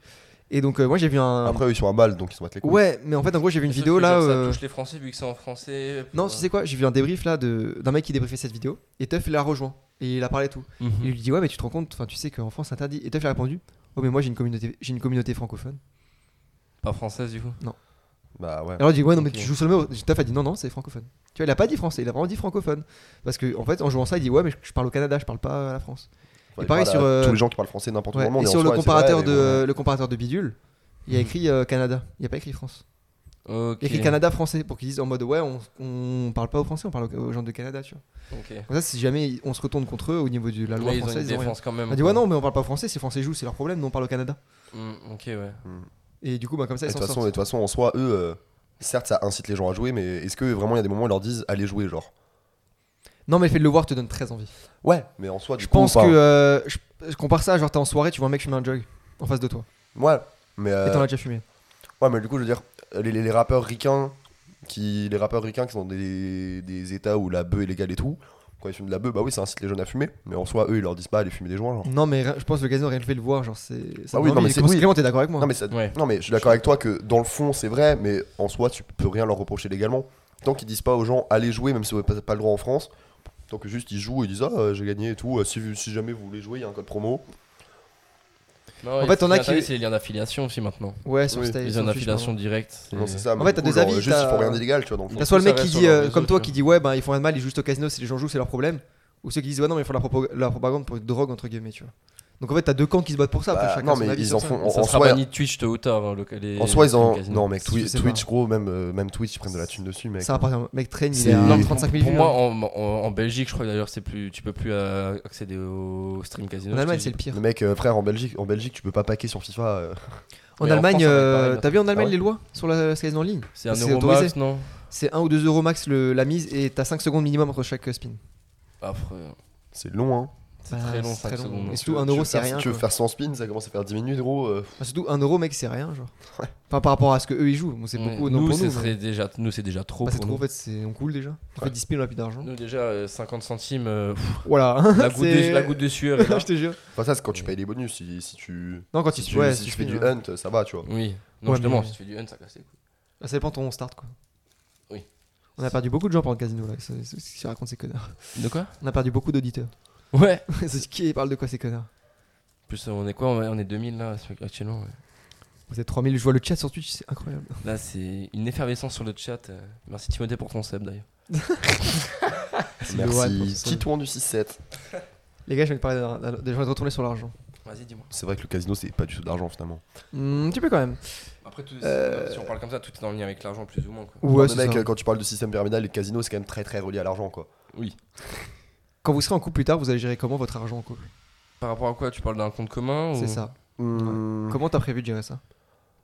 [SPEAKER 2] Et donc, euh, moi j'ai vu un.
[SPEAKER 3] Après, eux, ils sont à mal, donc ils se battent les couilles.
[SPEAKER 2] ouais, mais en fait, en gros, j'ai vu une
[SPEAKER 1] Sauf
[SPEAKER 2] vidéo
[SPEAKER 1] que,
[SPEAKER 2] là.
[SPEAKER 1] genre, Ça
[SPEAKER 2] euh,
[SPEAKER 1] touche les Français vu que c'est en français. euh,
[SPEAKER 2] Non,
[SPEAKER 1] Ouais.
[SPEAKER 2] tu sais quoi J'ai vu un débrief là de- d'un mec qui débriefait cette vidéo. Et Tuff, il l'a rejoint. Et il a parlé et tout.
[SPEAKER 1] Mhm.
[SPEAKER 2] Il lui dit ouais mais tu te rends compte, enfin tu sais qu'en France c'est interdit. Et Tuff il a répondu oh mais moi j'ai une communauté, j'ai une communauté francophone.
[SPEAKER 1] Pas française du coup.
[SPEAKER 3] Bah ouais.
[SPEAKER 2] Et Alors il dit ouais non mais
[SPEAKER 1] Ok.
[SPEAKER 2] tu joues seulement. au- Tuff a dit non non c'est francophone. Tu vois il a pas dit français, il a vraiment dit francophone parce que en fait en jouant ça il dit ouais mais je- je parle au Canada, je parle pas à la France.
[SPEAKER 3] Ouais,
[SPEAKER 2] et pareil
[SPEAKER 3] voilà,
[SPEAKER 2] sur, euh,
[SPEAKER 3] Tous les gens qui parlent français n'importe où
[SPEAKER 2] Ouais.
[SPEAKER 3] dans le monde.
[SPEAKER 2] Et
[SPEAKER 3] en
[SPEAKER 2] sur le
[SPEAKER 3] soi, c'est
[SPEAKER 2] comparateur
[SPEAKER 3] vrai,
[SPEAKER 2] de euh,
[SPEAKER 3] mais bon.
[SPEAKER 2] le comparateur de bidule, il y a écrit euh, Canada, il y a pas écrit France.
[SPEAKER 1] Mhm. Ok.
[SPEAKER 2] Il y a écrit Canada français pour qu'ils disent en mode ouais on, on parle pas aux Français, on parle aux, aux gens de Canada tu vois.
[SPEAKER 1] Ok.
[SPEAKER 2] Comme ça si jamais on se retourne contre eux au niveau de la loi
[SPEAKER 1] Ouais, ils ont une
[SPEAKER 2] française ils ont rien.
[SPEAKER 1] défense quand même.
[SPEAKER 2] Il a dit ouais non mais on parle pas français, ces Français jouent c'est leur problème, nous on parle au Canada.
[SPEAKER 1] Mm, ok, ouais.
[SPEAKER 2] Et du coup bah comme ça
[SPEAKER 3] Et
[SPEAKER 2] ils
[SPEAKER 3] De
[SPEAKER 2] s'en
[SPEAKER 3] toute façon, et
[SPEAKER 2] sortent.
[SPEAKER 3] de toute façon, en soi, eux, euh, certes, ça incite les gens à jouer, mais est-ce que vraiment il y a des moments où ils leur disent allez jouer, genre
[SPEAKER 2] Non mais le fait de le voir te donne très envie.
[SPEAKER 3] Ouais, mais en soi, du
[SPEAKER 2] Je
[SPEAKER 3] coup,
[SPEAKER 2] pense que
[SPEAKER 3] enfin,
[SPEAKER 2] euh, je, je compare ça à genre t'es en soirée, tu vois un mec fumer un jog en face de toi.
[SPEAKER 3] Ouais, mais. euh,
[SPEAKER 2] Et t'en as déjà fumé.
[SPEAKER 3] Ouais, mais du coup, je veux dire, les, les- les rappeurs ricains qui, les rappeurs ricains qui sont dans des, des états où la bœuf est légale et tout, quand ils fument de la bœuf, bah oui, ça incite les jeunes à fumer, mais en soi, eux, ils leur disent pas allez fumer des joints, genre.
[SPEAKER 2] Non mais rien- je pense le casino rien que le fait de le voir genre c'est. ça
[SPEAKER 3] Ah
[SPEAKER 2] donne
[SPEAKER 3] oui, non,
[SPEAKER 2] envie.
[SPEAKER 3] mais c'est-
[SPEAKER 2] Comme si
[SPEAKER 3] oui.
[SPEAKER 2] Clément t'es d'accord avec moi.
[SPEAKER 3] Non, mais, ça-
[SPEAKER 1] Ouais.
[SPEAKER 3] non, mais je suis d'accord avec toi que dans le fond, c'est vrai, mais en soi, tu peux rien leur reprocher légalement. Tant qu'ils disent pas aux gens allez jouer, même si vous n'avez pas, pas le droit en France, Tant que juste ils jouent et ils disent ah euh, j'ai gagné et tout. Euh, si, vous- si jamais vous voulez jouer, il y a un code promo.
[SPEAKER 2] En fait, on a qui-
[SPEAKER 1] C'est les liens d'affiliation aussi maintenant.
[SPEAKER 2] Ouais, sur
[SPEAKER 3] Oui.
[SPEAKER 2] Stage.
[SPEAKER 1] Les
[SPEAKER 2] sur
[SPEAKER 1] liens
[SPEAKER 2] Twitch, pardon.
[SPEAKER 1] d'affiliation directe.
[SPEAKER 3] Non, c'est ça.
[SPEAKER 2] En
[SPEAKER 3] mais
[SPEAKER 2] fait,
[SPEAKER 3] du
[SPEAKER 2] t'as
[SPEAKER 3] coup,
[SPEAKER 2] des
[SPEAKER 3] genre,
[SPEAKER 2] avis,
[SPEAKER 3] Juste,
[SPEAKER 2] t'as-
[SPEAKER 3] il faut rien d'illégal, tu vois. Dans le fond.
[SPEAKER 2] T'as soit le mec
[SPEAKER 1] Ça
[SPEAKER 2] qui
[SPEAKER 1] reste
[SPEAKER 2] dit,
[SPEAKER 1] sur
[SPEAKER 2] euh,
[SPEAKER 1] leur réseau,
[SPEAKER 2] comme toi,
[SPEAKER 1] tu
[SPEAKER 2] qui dit ouais, ben ils font rien de mal, ils jouent juste au casino, si les gens jouent, c'est leur problème. Ou ceux qui disent ouais, non, mais ils font de la, propo- la propagande pour une drogue, entre guillemets, tu vois. Donc en fait, t'as deux camps qui se battent pour ça. après,
[SPEAKER 3] Bah,
[SPEAKER 2] chacun
[SPEAKER 3] non,
[SPEAKER 2] son
[SPEAKER 3] mais
[SPEAKER 2] avis
[SPEAKER 3] ils
[SPEAKER 2] sur
[SPEAKER 3] en
[SPEAKER 2] ça.
[SPEAKER 3] font.
[SPEAKER 1] ça
[SPEAKER 3] En en
[SPEAKER 1] sera
[SPEAKER 3] soi,
[SPEAKER 1] banni de Twitch tôt ou tard. le- les-
[SPEAKER 3] En soi, ils en.
[SPEAKER 1] les casinos.
[SPEAKER 3] Non, mec, Twi-
[SPEAKER 2] Je sais
[SPEAKER 3] Twitch, gros, même, euh, même Twitch, ils prennent de la thune dessus, mec.
[SPEAKER 2] Ça va, par exemple, mec, traîne, il
[SPEAKER 3] C'est-
[SPEAKER 2] est à
[SPEAKER 3] Non, mais
[SPEAKER 2] 35 000
[SPEAKER 1] Pour
[SPEAKER 2] vues,
[SPEAKER 1] moi,
[SPEAKER 2] hein.
[SPEAKER 1] en, en- en Belgique, je crois d'ailleurs, c'est plus, tu peux plus euh, accéder au stream casino.
[SPEAKER 2] En
[SPEAKER 1] je
[SPEAKER 2] Allemagne,
[SPEAKER 1] te
[SPEAKER 2] c'est le
[SPEAKER 1] dis.
[SPEAKER 2] pire.
[SPEAKER 3] Le mec, euh, frère, en Belgique, en Belgique, tu peux pas paquer sur FIFA. euh,
[SPEAKER 2] En
[SPEAKER 1] Mais en
[SPEAKER 2] Allemagne,
[SPEAKER 1] France, ça va être
[SPEAKER 2] euh,
[SPEAKER 1] pareil.
[SPEAKER 2] t'as vu en Allemagne
[SPEAKER 3] Ah ouais
[SPEAKER 2] les lois sur la la casino en ligne
[SPEAKER 1] C'est un
[SPEAKER 2] C'est
[SPEAKER 1] euro
[SPEAKER 2] autorisé.
[SPEAKER 1] max, non
[SPEAKER 2] C'est 1 ou 2 euros max le- la mise et t'as 5 secondes minimum entre chaque euh, spin.
[SPEAKER 1] Ah, frère.
[SPEAKER 3] C'est long, hein.
[SPEAKER 1] C'est
[SPEAKER 2] Bah,
[SPEAKER 1] très long,
[SPEAKER 2] c'est très
[SPEAKER 1] 5
[SPEAKER 2] long.
[SPEAKER 1] secondes.
[SPEAKER 2] Et
[SPEAKER 1] hein.
[SPEAKER 3] Tu
[SPEAKER 2] surtout,
[SPEAKER 3] veux-
[SPEAKER 2] 1
[SPEAKER 3] tu
[SPEAKER 2] euro,
[SPEAKER 3] veux
[SPEAKER 2] c'est
[SPEAKER 3] faire-
[SPEAKER 2] rien.
[SPEAKER 3] Tu veux
[SPEAKER 2] quoi.
[SPEAKER 3] faire 100 spins, ça commence à faire 10 minutes, gros. euh,
[SPEAKER 2] Enfin, surtout 1 euro, mec, c'est rien, genre. Enfin, par rapport à ce que eux ils jouent, bon, c'est
[SPEAKER 1] Ouais.
[SPEAKER 2] beaucoup. non,
[SPEAKER 1] Nous,
[SPEAKER 2] pour
[SPEAKER 1] ce
[SPEAKER 2] nous, mais-
[SPEAKER 1] serait déjà- nous, c'est déjà trop.
[SPEAKER 2] Bah, c'est
[SPEAKER 1] pour
[SPEAKER 2] trop, en
[SPEAKER 1] nous.
[SPEAKER 2] fait, c'est- on coule déjà. On fait 10 spins, on a plus d'argent.
[SPEAKER 1] Nous, déjà, euh, 50 centimes, euh, pff,
[SPEAKER 2] Voilà.
[SPEAKER 1] la, goutte de,
[SPEAKER 2] C'est-
[SPEAKER 1] la goutte de sueur. est là.
[SPEAKER 2] Je te jure.
[SPEAKER 3] Enfin, ça, c'est quand tu payes les bonus. Si, si tu,
[SPEAKER 2] Non, quand
[SPEAKER 3] si
[SPEAKER 2] tu,
[SPEAKER 3] tu,
[SPEAKER 2] ouais,
[SPEAKER 3] si
[SPEAKER 2] si
[SPEAKER 3] tu
[SPEAKER 2] tu
[SPEAKER 3] fais
[SPEAKER 2] finis,
[SPEAKER 3] du
[SPEAKER 2] ouais.
[SPEAKER 3] hunt, ça va, tu vois.
[SPEAKER 1] Oui. Non,
[SPEAKER 2] Ouais,
[SPEAKER 1] justement,
[SPEAKER 2] mais-
[SPEAKER 1] si tu fais du hunt, ça casse les couilles.
[SPEAKER 2] Ah, Ça dépend de ton start, quoi.
[SPEAKER 1] Oui.
[SPEAKER 2] On a perdu beaucoup de gens pendant le casino, là. C'est c'est ce qu'ils racontent, ces connards.
[SPEAKER 1] De quoi
[SPEAKER 2] On a perdu beaucoup d'auditeurs.
[SPEAKER 1] Ouais.
[SPEAKER 2] C'est qui parle de quoi, ces connards
[SPEAKER 1] Plus, euh, on est quoi On est- On est 2000 là actuellement. ouais.
[SPEAKER 2] Vous êtes 3000, je vois le chat sur Twitch, c'est incroyable.
[SPEAKER 1] Là, c'est une effervescence sur le chat. euh. Merci Timothée pour ton sub d'ailleurs.
[SPEAKER 2] C'est le one pour
[SPEAKER 3] Merci.
[SPEAKER 2] ce-
[SPEAKER 3] Titouan du 6-7.
[SPEAKER 2] Les gars, je vais te parler d'un- d'un- de je vais te retourner sur l'argent.
[SPEAKER 1] Vas-y, dis-moi.
[SPEAKER 3] C'est vrai que le casino, c'est pas du tout d'argent, finalement.
[SPEAKER 2] Hmm, un petit peu quand même.
[SPEAKER 1] Après, tout,
[SPEAKER 2] Euh,
[SPEAKER 1] si on parle comme ça, tout est en lien avec l'argent, plus ou moins. Quoi.
[SPEAKER 3] Non,
[SPEAKER 2] Ouais,
[SPEAKER 3] mais
[SPEAKER 2] c'est
[SPEAKER 3] mec,
[SPEAKER 2] ça.
[SPEAKER 3] euh, quand tu parles de système pyramidal, et de casino, c'est quand même très très relié à l'argent, quoi.
[SPEAKER 2] Quand vous serez en couple plus tard, vous allez gérer comment votre argent en couple
[SPEAKER 1] Par rapport à quoi Tu parles d'un compte commun ou-
[SPEAKER 2] C'est ça.
[SPEAKER 3] Hum,
[SPEAKER 2] Comment t'as prévu de gérer ça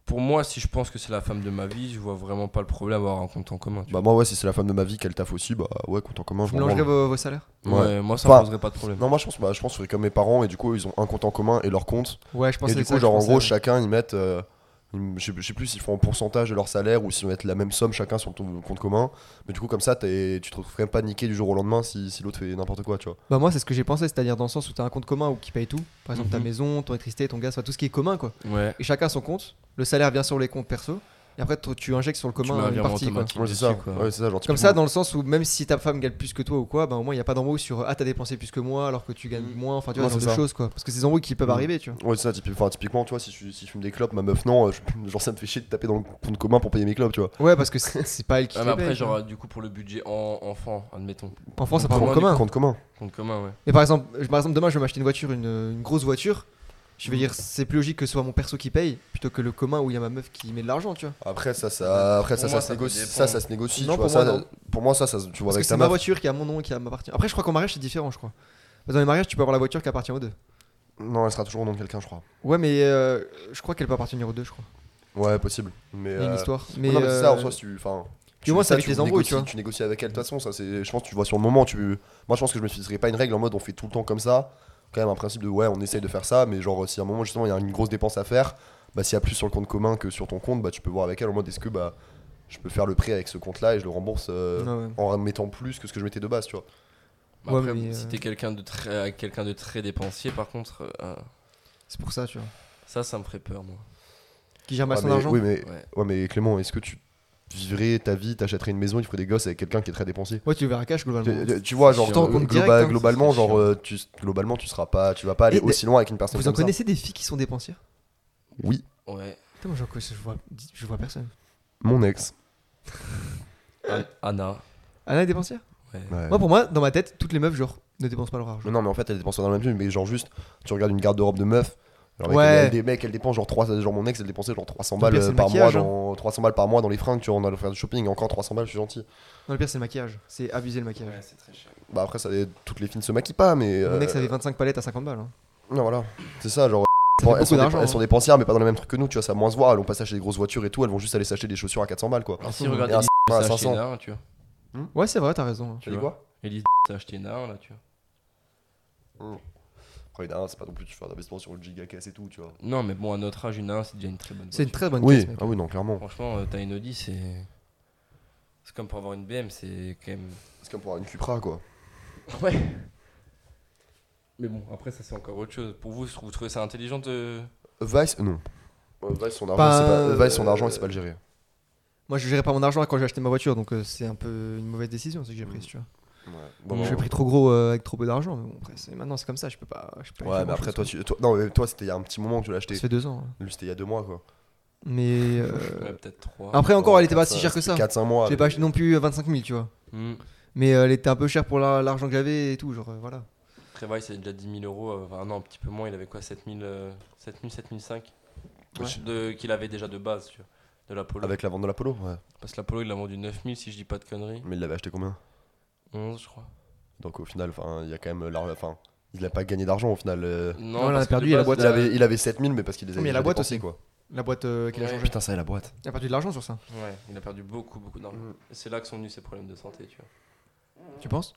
[SPEAKER 1] Pour moi, si je pense que c'est la femme de ma vie, je vois vraiment pas le problème d'avoir un compte en commun. tu
[SPEAKER 3] Bah, moi, ouais, si c'est la femme de ma vie qu'elle taffe aussi, bah ouais, compte en commun, je
[SPEAKER 2] Vous
[SPEAKER 3] m'en branle.
[SPEAKER 2] mélangerez vos, vos salaires
[SPEAKER 1] vois.
[SPEAKER 3] Ouais.
[SPEAKER 1] Ouais, moi, ça
[SPEAKER 3] Enfin,
[SPEAKER 1] me poserait pas de problème.
[SPEAKER 3] Non, moi, je pense, bah, je pense que je serais comme mes parents, et du coup, ils ont un compte en commun et leur compte.
[SPEAKER 2] Ouais, je pense
[SPEAKER 3] Et
[SPEAKER 2] que
[SPEAKER 3] du
[SPEAKER 2] c'est ça
[SPEAKER 3] coup,
[SPEAKER 2] que
[SPEAKER 3] genre,
[SPEAKER 2] je
[SPEAKER 3] en
[SPEAKER 2] pensais,
[SPEAKER 3] gros,
[SPEAKER 2] ouais.
[SPEAKER 3] chacun, ils mettent. euh, une- je, sais, je sais plus s'ils font en pourcentage de leur salaire ou s'ils mettent la même somme chacun sur ton compte commun. Mais du coup, comme ça, t'es- tu te retrouves quand même pas niqué du jour au lendemain si, si l'autre fait n'importe quoi, tu vois.
[SPEAKER 2] Bah moi c'est ce que j'ai pensé, c'est-à-dire dans le sens où t'as un compte commun où qui paye tout, par exemple ta
[SPEAKER 1] Mhm.
[SPEAKER 2] maison, ton électricité, ton gaz, enfin, tout ce qui est commun quoi.
[SPEAKER 1] Ouais.
[SPEAKER 2] Et chacun son compte, le salaire vient sur les comptes perso, et après toi, tu injectes sur le
[SPEAKER 1] mets un
[SPEAKER 2] commun une
[SPEAKER 1] virement
[SPEAKER 2] partie quoi.
[SPEAKER 1] automatique.
[SPEAKER 3] Ouais, c'est ça.
[SPEAKER 1] Dessus, quoi.
[SPEAKER 3] Ouais, c'est ça, genre,
[SPEAKER 2] Comme ça
[SPEAKER 3] typiquement-
[SPEAKER 2] dans le sens où même si ta femme gagne plus que toi ou quoi, bah au moins il n'y a pas d'embrouille sur ah t'as dépensé plus que moi alors que tu gagnes
[SPEAKER 1] Mhm.
[SPEAKER 2] moins, enfin tu vois
[SPEAKER 3] Ouais,
[SPEAKER 2] ce
[SPEAKER 3] c'est
[SPEAKER 2] genre de
[SPEAKER 3] ça.
[SPEAKER 2] choses quoi. Parce que c'est des embrouilles qui peuvent
[SPEAKER 3] Mhm.
[SPEAKER 2] arriver tu vois.
[SPEAKER 3] Ouais, c'est ça, typi- enfin, typiquement, tu vois, si, je- si je fume des clopes, ma meuf, non, euh, je- genre, ça me fait chier de taper dans le compte commun pour payer mes clopes, tu vois.
[SPEAKER 2] Ouais parce que c'est c'est pas elle qui
[SPEAKER 1] Ah,
[SPEAKER 2] te
[SPEAKER 1] mais
[SPEAKER 2] les
[SPEAKER 1] après,
[SPEAKER 2] paye, tu
[SPEAKER 1] genre,
[SPEAKER 2] vois.
[SPEAKER 1] euh, du coup, pour le budget en enfant, admettons.
[SPEAKER 2] en France ça
[SPEAKER 1] Pour
[SPEAKER 2] part en
[SPEAKER 1] moi,
[SPEAKER 2] commun.
[SPEAKER 3] Compte commun.
[SPEAKER 1] Compte commun, ouais.
[SPEAKER 2] Mais par exemple, je- par exemple demain je vais m'acheter une voiture, une, une grosse voiture, je vais dire c'est plus logique que ce soit mon perso qui paye plutôt que le commun où il y a ma meuf qui met de l'argent tu vois.
[SPEAKER 3] Après, ça, ça, après, ça,
[SPEAKER 1] Pour
[SPEAKER 3] ça,
[SPEAKER 1] moi,
[SPEAKER 3] se
[SPEAKER 1] ça
[SPEAKER 3] négocie.
[SPEAKER 1] dépend.
[SPEAKER 3] Ça, ça se négocie.
[SPEAKER 2] Non,
[SPEAKER 3] tu vois,
[SPEAKER 2] pour moi,
[SPEAKER 3] ça,
[SPEAKER 2] non.
[SPEAKER 3] pour moi, ça, ça, tu vois,
[SPEAKER 2] Parce que
[SPEAKER 3] avec
[SPEAKER 2] c'est
[SPEAKER 3] ta
[SPEAKER 2] ma
[SPEAKER 3] meuf.
[SPEAKER 2] voiture qui a mon nom, qui m'appartient. Après, je crois qu'en mariage, c'est différent, je crois. Dans les mariages, tu peux avoir la voiture qui appartient aux deux.
[SPEAKER 3] Non, elle sera toujours au nom de quelqu'un, je crois.
[SPEAKER 2] Ouais, mais euh, je crois qu'elle peut appartenir aux deux, je crois.
[SPEAKER 3] Ouais, possible. Mais.
[SPEAKER 2] Il y a
[SPEAKER 3] euh,
[SPEAKER 2] une histoire. Mais,
[SPEAKER 3] non, mais c'est ça, en
[SPEAKER 2] euh,
[SPEAKER 3] soi, si tu. Enfin.
[SPEAKER 2] au moins, c'est
[SPEAKER 3] ça,
[SPEAKER 2] avec les embrouilles,
[SPEAKER 3] négocies-
[SPEAKER 2] tu vois.
[SPEAKER 3] Tu négocies avec elle, de toute façon, ça, c'est. Je pense que tu vois sur le moment. Tu... Moi, je pense que je me fixerai pas une règle en mode on fait tout le temps comme ça. Quand même, un principe de ouais, on essaye de faire ça, mais genre, si à un moment, justement, il y a une grosse dépense à faire, bah, s'il y a plus sur le compte commun que sur ton compte, bah, tu peux voir avec elle en mode est-ce que, bah, je peux faire le prêt avec ce compte-là et je le rembourse euh,
[SPEAKER 2] ouais, ouais.
[SPEAKER 3] en mettant plus que ce que je mettais de base, tu vois.
[SPEAKER 1] Mais
[SPEAKER 2] Ouais,
[SPEAKER 1] après,
[SPEAKER 2] mais,
[SPEAKER 1] si
[SPEAKER 2] euh,
[SPEAKER 1] t'es quelqu'un de très, euh, quelqu'un de très dépensier, par contre, euh, euh,
[SPEAKER 2] C'est pour ça, tu vois.
[SPEAKER 1] ça, ça me ferait peur, moi.
[SPEAKER 2] Qui gère mal
[SPEAKER 3] Ouais,
[SPEAKER 2] Bah, son
[SPEAKER 3] mais-
[SPEAKER 2] argent
[SPEAKER 3] Oui, mais
[SPEAKER 1] Ouais.
[SPEAKER 3] Ouais, mais Clément, est-ce que tu vivrais ta vie, t'achèterais une maison, tu ferais des gosses avec quelqu'un qui est très dépensier
[SPEAKER 2] Ouais, tu le verras cash globalement.
[SPEAKER 3] tu, tu- tu vois, genre,
[SPEAKER 1] Chiant.
[SPEAKER 3] glo-
[SPEAKER 2] Compte
[SPEAKER 3] globa-
[SPEAKER 2] direct, hein,
[SPEAKER 3] bah, globalement,
[SPEAKER 1] ça, c'est
[SPEAKER 3] genre, euh, tu, globalement, tu seras pas, tu vas pas aller
[SPEAKER 2] Et d-
[SPEAKER 3] aussi loin avec une personne
[SPEAKER 2] Vous en
[SPEAKER 3] comme ça.
[SPEAKER 2] connaissez des filles qui sont dépensières
[SPEAKER 3] Oui,
[SPEAKER 1] Ouais.
[SPEAKER 2] Putain, moi, j'en connais- je vois, je vois personne.
[SPEAKER 3] mon ex.
[SPEAKER 1] Anna.
[SPEAKER 2] Anna est dépensière
[SPEAKER 1] Ouais.
[SPEAKER 3] Ouais.
[SPEAKER 2] Moi, pour moi, dans ma tête, toutes les meufs, genre, ne dépensent pas leur argent.
[SPEAKER 3] Mais non, mais en fait, elle dépense dans le même truc, mais genre, juste, tu regardes une garde-robe de meuf. Alors, mec,
[SPEAKER 2] Ouais.
[SPEAKER 3] elle, elle, des mecs, elle dépense genre 300 genre mon ex, elle dépensait genre 300 balles
[SPEAKER 2] pire, c'est
[SPEAKER 3] euh,
[SPEAKER 2] le
[SPEAKER 3] par mois,
[SPEAKER 2] maquillage, hein.
[SPEAKER 3] dans, 300 balles par mois dans les fringues, tu vois, on allait faire du shopping, encore 300 balles, je suis gentil.
[SPEAKER 2] Non, le pire, c'est le maquillage. C'est abuser le maquillage.
[SPEAKER 1] Ouais, c'est très cher.
[SPEAKER 3] Bah après, ça, toutes les filles ne se maquillent pas, mais.
[SPEAKER 2] Mon ex
[SPEAKER 3] euh,
[SPEAKER 2] avait 25 palettes à 50 balles. hein.
[SPEAKER 3] Non, voilà. C'est ça, genre.
[SPEAKER 2] Ça fait
[SPEAKER 3] elles,
[SPEAKER 2] beaucoup
[SPEAKER 3] sont
[SPEAKER 2] d'argent.
[SPEAKER 3] elles
[SPEAKER 2] hein.
[SPEAKER 3] sont dépensières, mais pas dans le même truc que nous, tu vois, ça va moins se voir. Elles vont pas s'acheter des grosses voitures et tout, elles vont juste aller s'acheter des chaussures à 400 balles, quoi.
[SPEAKER 1] Ah, si,
[SPEAKER 2] Mmh.
[SPEAKER 1] regarde,
[SPEAKER 3] Et un
[SPEAKER 1] Elise
[SPEAKER 3] à
[SPEAKER 1] s'est acheté
[SPEAKER 3] 500.
[SPEAKER 1] Nain, hein, tu vois.
[SPEAKER 2] Ouais, c'est vrai, t'as raison. hein.
[SPEAKER 1] Tu vois
[SPEAKER 3] quoi
[SPEAKER 1] Elise s'est acheté Nain, là, tu vois.
[SPEAKER 3] Après, une Ain, c'est pas non plus tu fais un investissement sur le giga caisse et tout, tu vois.
[SPEAKER 1] Non, mais bon, à notre âge, une Nain, c'est déjà une très bonne voiture.
[SPEAKER 2] C'est une très bonne
[SPEAKER 3] Oui,
[SPEAKER 2] caisse, mec.
[SPEAKER 3] ah oui, non, clairement.
[SPEAKER 1] Franchement, euh, t'as une Audi, c'est. C'est comme pour avoir une BM, c'est quand même.
[SPEAKER 3] C'est comme pour avoir une Cupra, quoi.
[SPEAKER 1] Ouais. Mais bon, après, ça, c'est encore autre chose. Pour vous, vous trouvez ça intelligent de.
[SPEAKER 3] Vice, non. Euh, Vice, son argent,
[SPEAKER 2] Pas-
[SPEAKER 3] c'est pas... Vice, son
[SPEAKER 2] euh,
[SPEAKER 3] argent, il sait pas le gérer.
[SPEAKER 2] Moi, je gérais pas mon argent quand j'ai acheté ma voiture, donc euh, c'est un peu une mauvaise décision ce que j'ai prise, tu vois.
[SPEAKER 3] Mm.
[SPEAKER 12] J'ai
[SPEAKER 3] Bon, bon.
[SPEAKER 12] pris
[SPEAKER 2] Pris trop gros euh, avec trop peu d'argent. mais bon, après, c'est- maintenant c'est comme ça, je peux pas. Je peux pas y
[SPEAKER 3] Ouais,
[SPEAKER 2] faire
[SPEAKER 3] mais après,
[SPEAKER 2] grand-chose,
[SPEAKER 3] toi,
[SPEAKER 2] quoi.
[SPEAKER 3] tu... toi... Non, mais toi, c'était il y a un petit moment que tu l'as acheté.
[SPEAKER 2] Ça fait deux ans. hein.
[SPEAKER 3] Lui, c'était il y a deux mois, quoi.
[SPEAKER 2] Mais. euh,
[SPEAKER 1] Ouais, peut-être 3.
[SPEAKER 2] Après encore, elle était pas
[SPEAKER 3] Quatre,
[SPEAKER 2] si chère que ça.
[SPEAKER 3] 4-5 mois.
[SPEAKER 2] Je l'ai
[SPEAKER 3] avec-
[SPEAKER 2] pas acheté non plus euh, 25 000, tu vois.
[SPEAKER 1] Hmm.
[SPEAKER 2] Mais euh, elle était un peu chère pour la- l'argent que j'avais et tout, genre euh, voilà.
[SPEAKER 1] Prévoil, c'est déjà 10 000 euros. euh, Enfin, non, un petit peu moins. Il avait quoi 7 000, euh, 7 000, 7 500 de, Qu'il avait déjà de base, tu vois, de l'Apollo.
[SPEAKER 3] Avec la vente de l'Apollo, ouais.
[SPEAKER 1] Parce que l'Apollo, il l'a vendu 9 000, si je dis pas de conneries.
[SPEAKER 3] Mais il l'avait acheté combien
[SPEAKER 1] 11, je crois.
[SPEAKER 3] Donc au final, enfin, il y a quand même. la- Enfin, il a pas gagné d'argent au final. euh.
[SPEAKER 1] Non, parce
[SPEAKER 2] Voilà, on a
[SPEAKER 1] que
[SPEAKER 2] perdu,
[SPEAKER 1] de
[SPEAKER 2] il a
[SPEAKER 1] base,
[SPEAKER 2] boîte, euh,
[SPEAKER 3] Il avait, il avait 7000, mais parce qu'il les avait.
[SPEAKER 2] Mais il y a la
[SPEAKER 3] déjà
[SPEAKER 2] boîte
[SPEAKER 3] dépensés,
[SPEAKER 2] aussi.
[SPEAKER 3] quoi.
[SPEAKER 2] La boîte euh, qu'il a
[SPEAKER 1] Ouais.
[SPEAKER 2] changée.
[SPEAKER 3] Putain, ça et la boîte.
[SPEAKER 2] Il a perdu de l'argent sur ça.
[SPEAKER 1] Ouais, il a perdu beaucoup, beaucoup d'argent.
[SPEAKER 2] Mm.
[SPEAKER 1] Et C'est là que sont venus ses problèmes de santé, tu vois.
[SPEAKER 2] Tu penses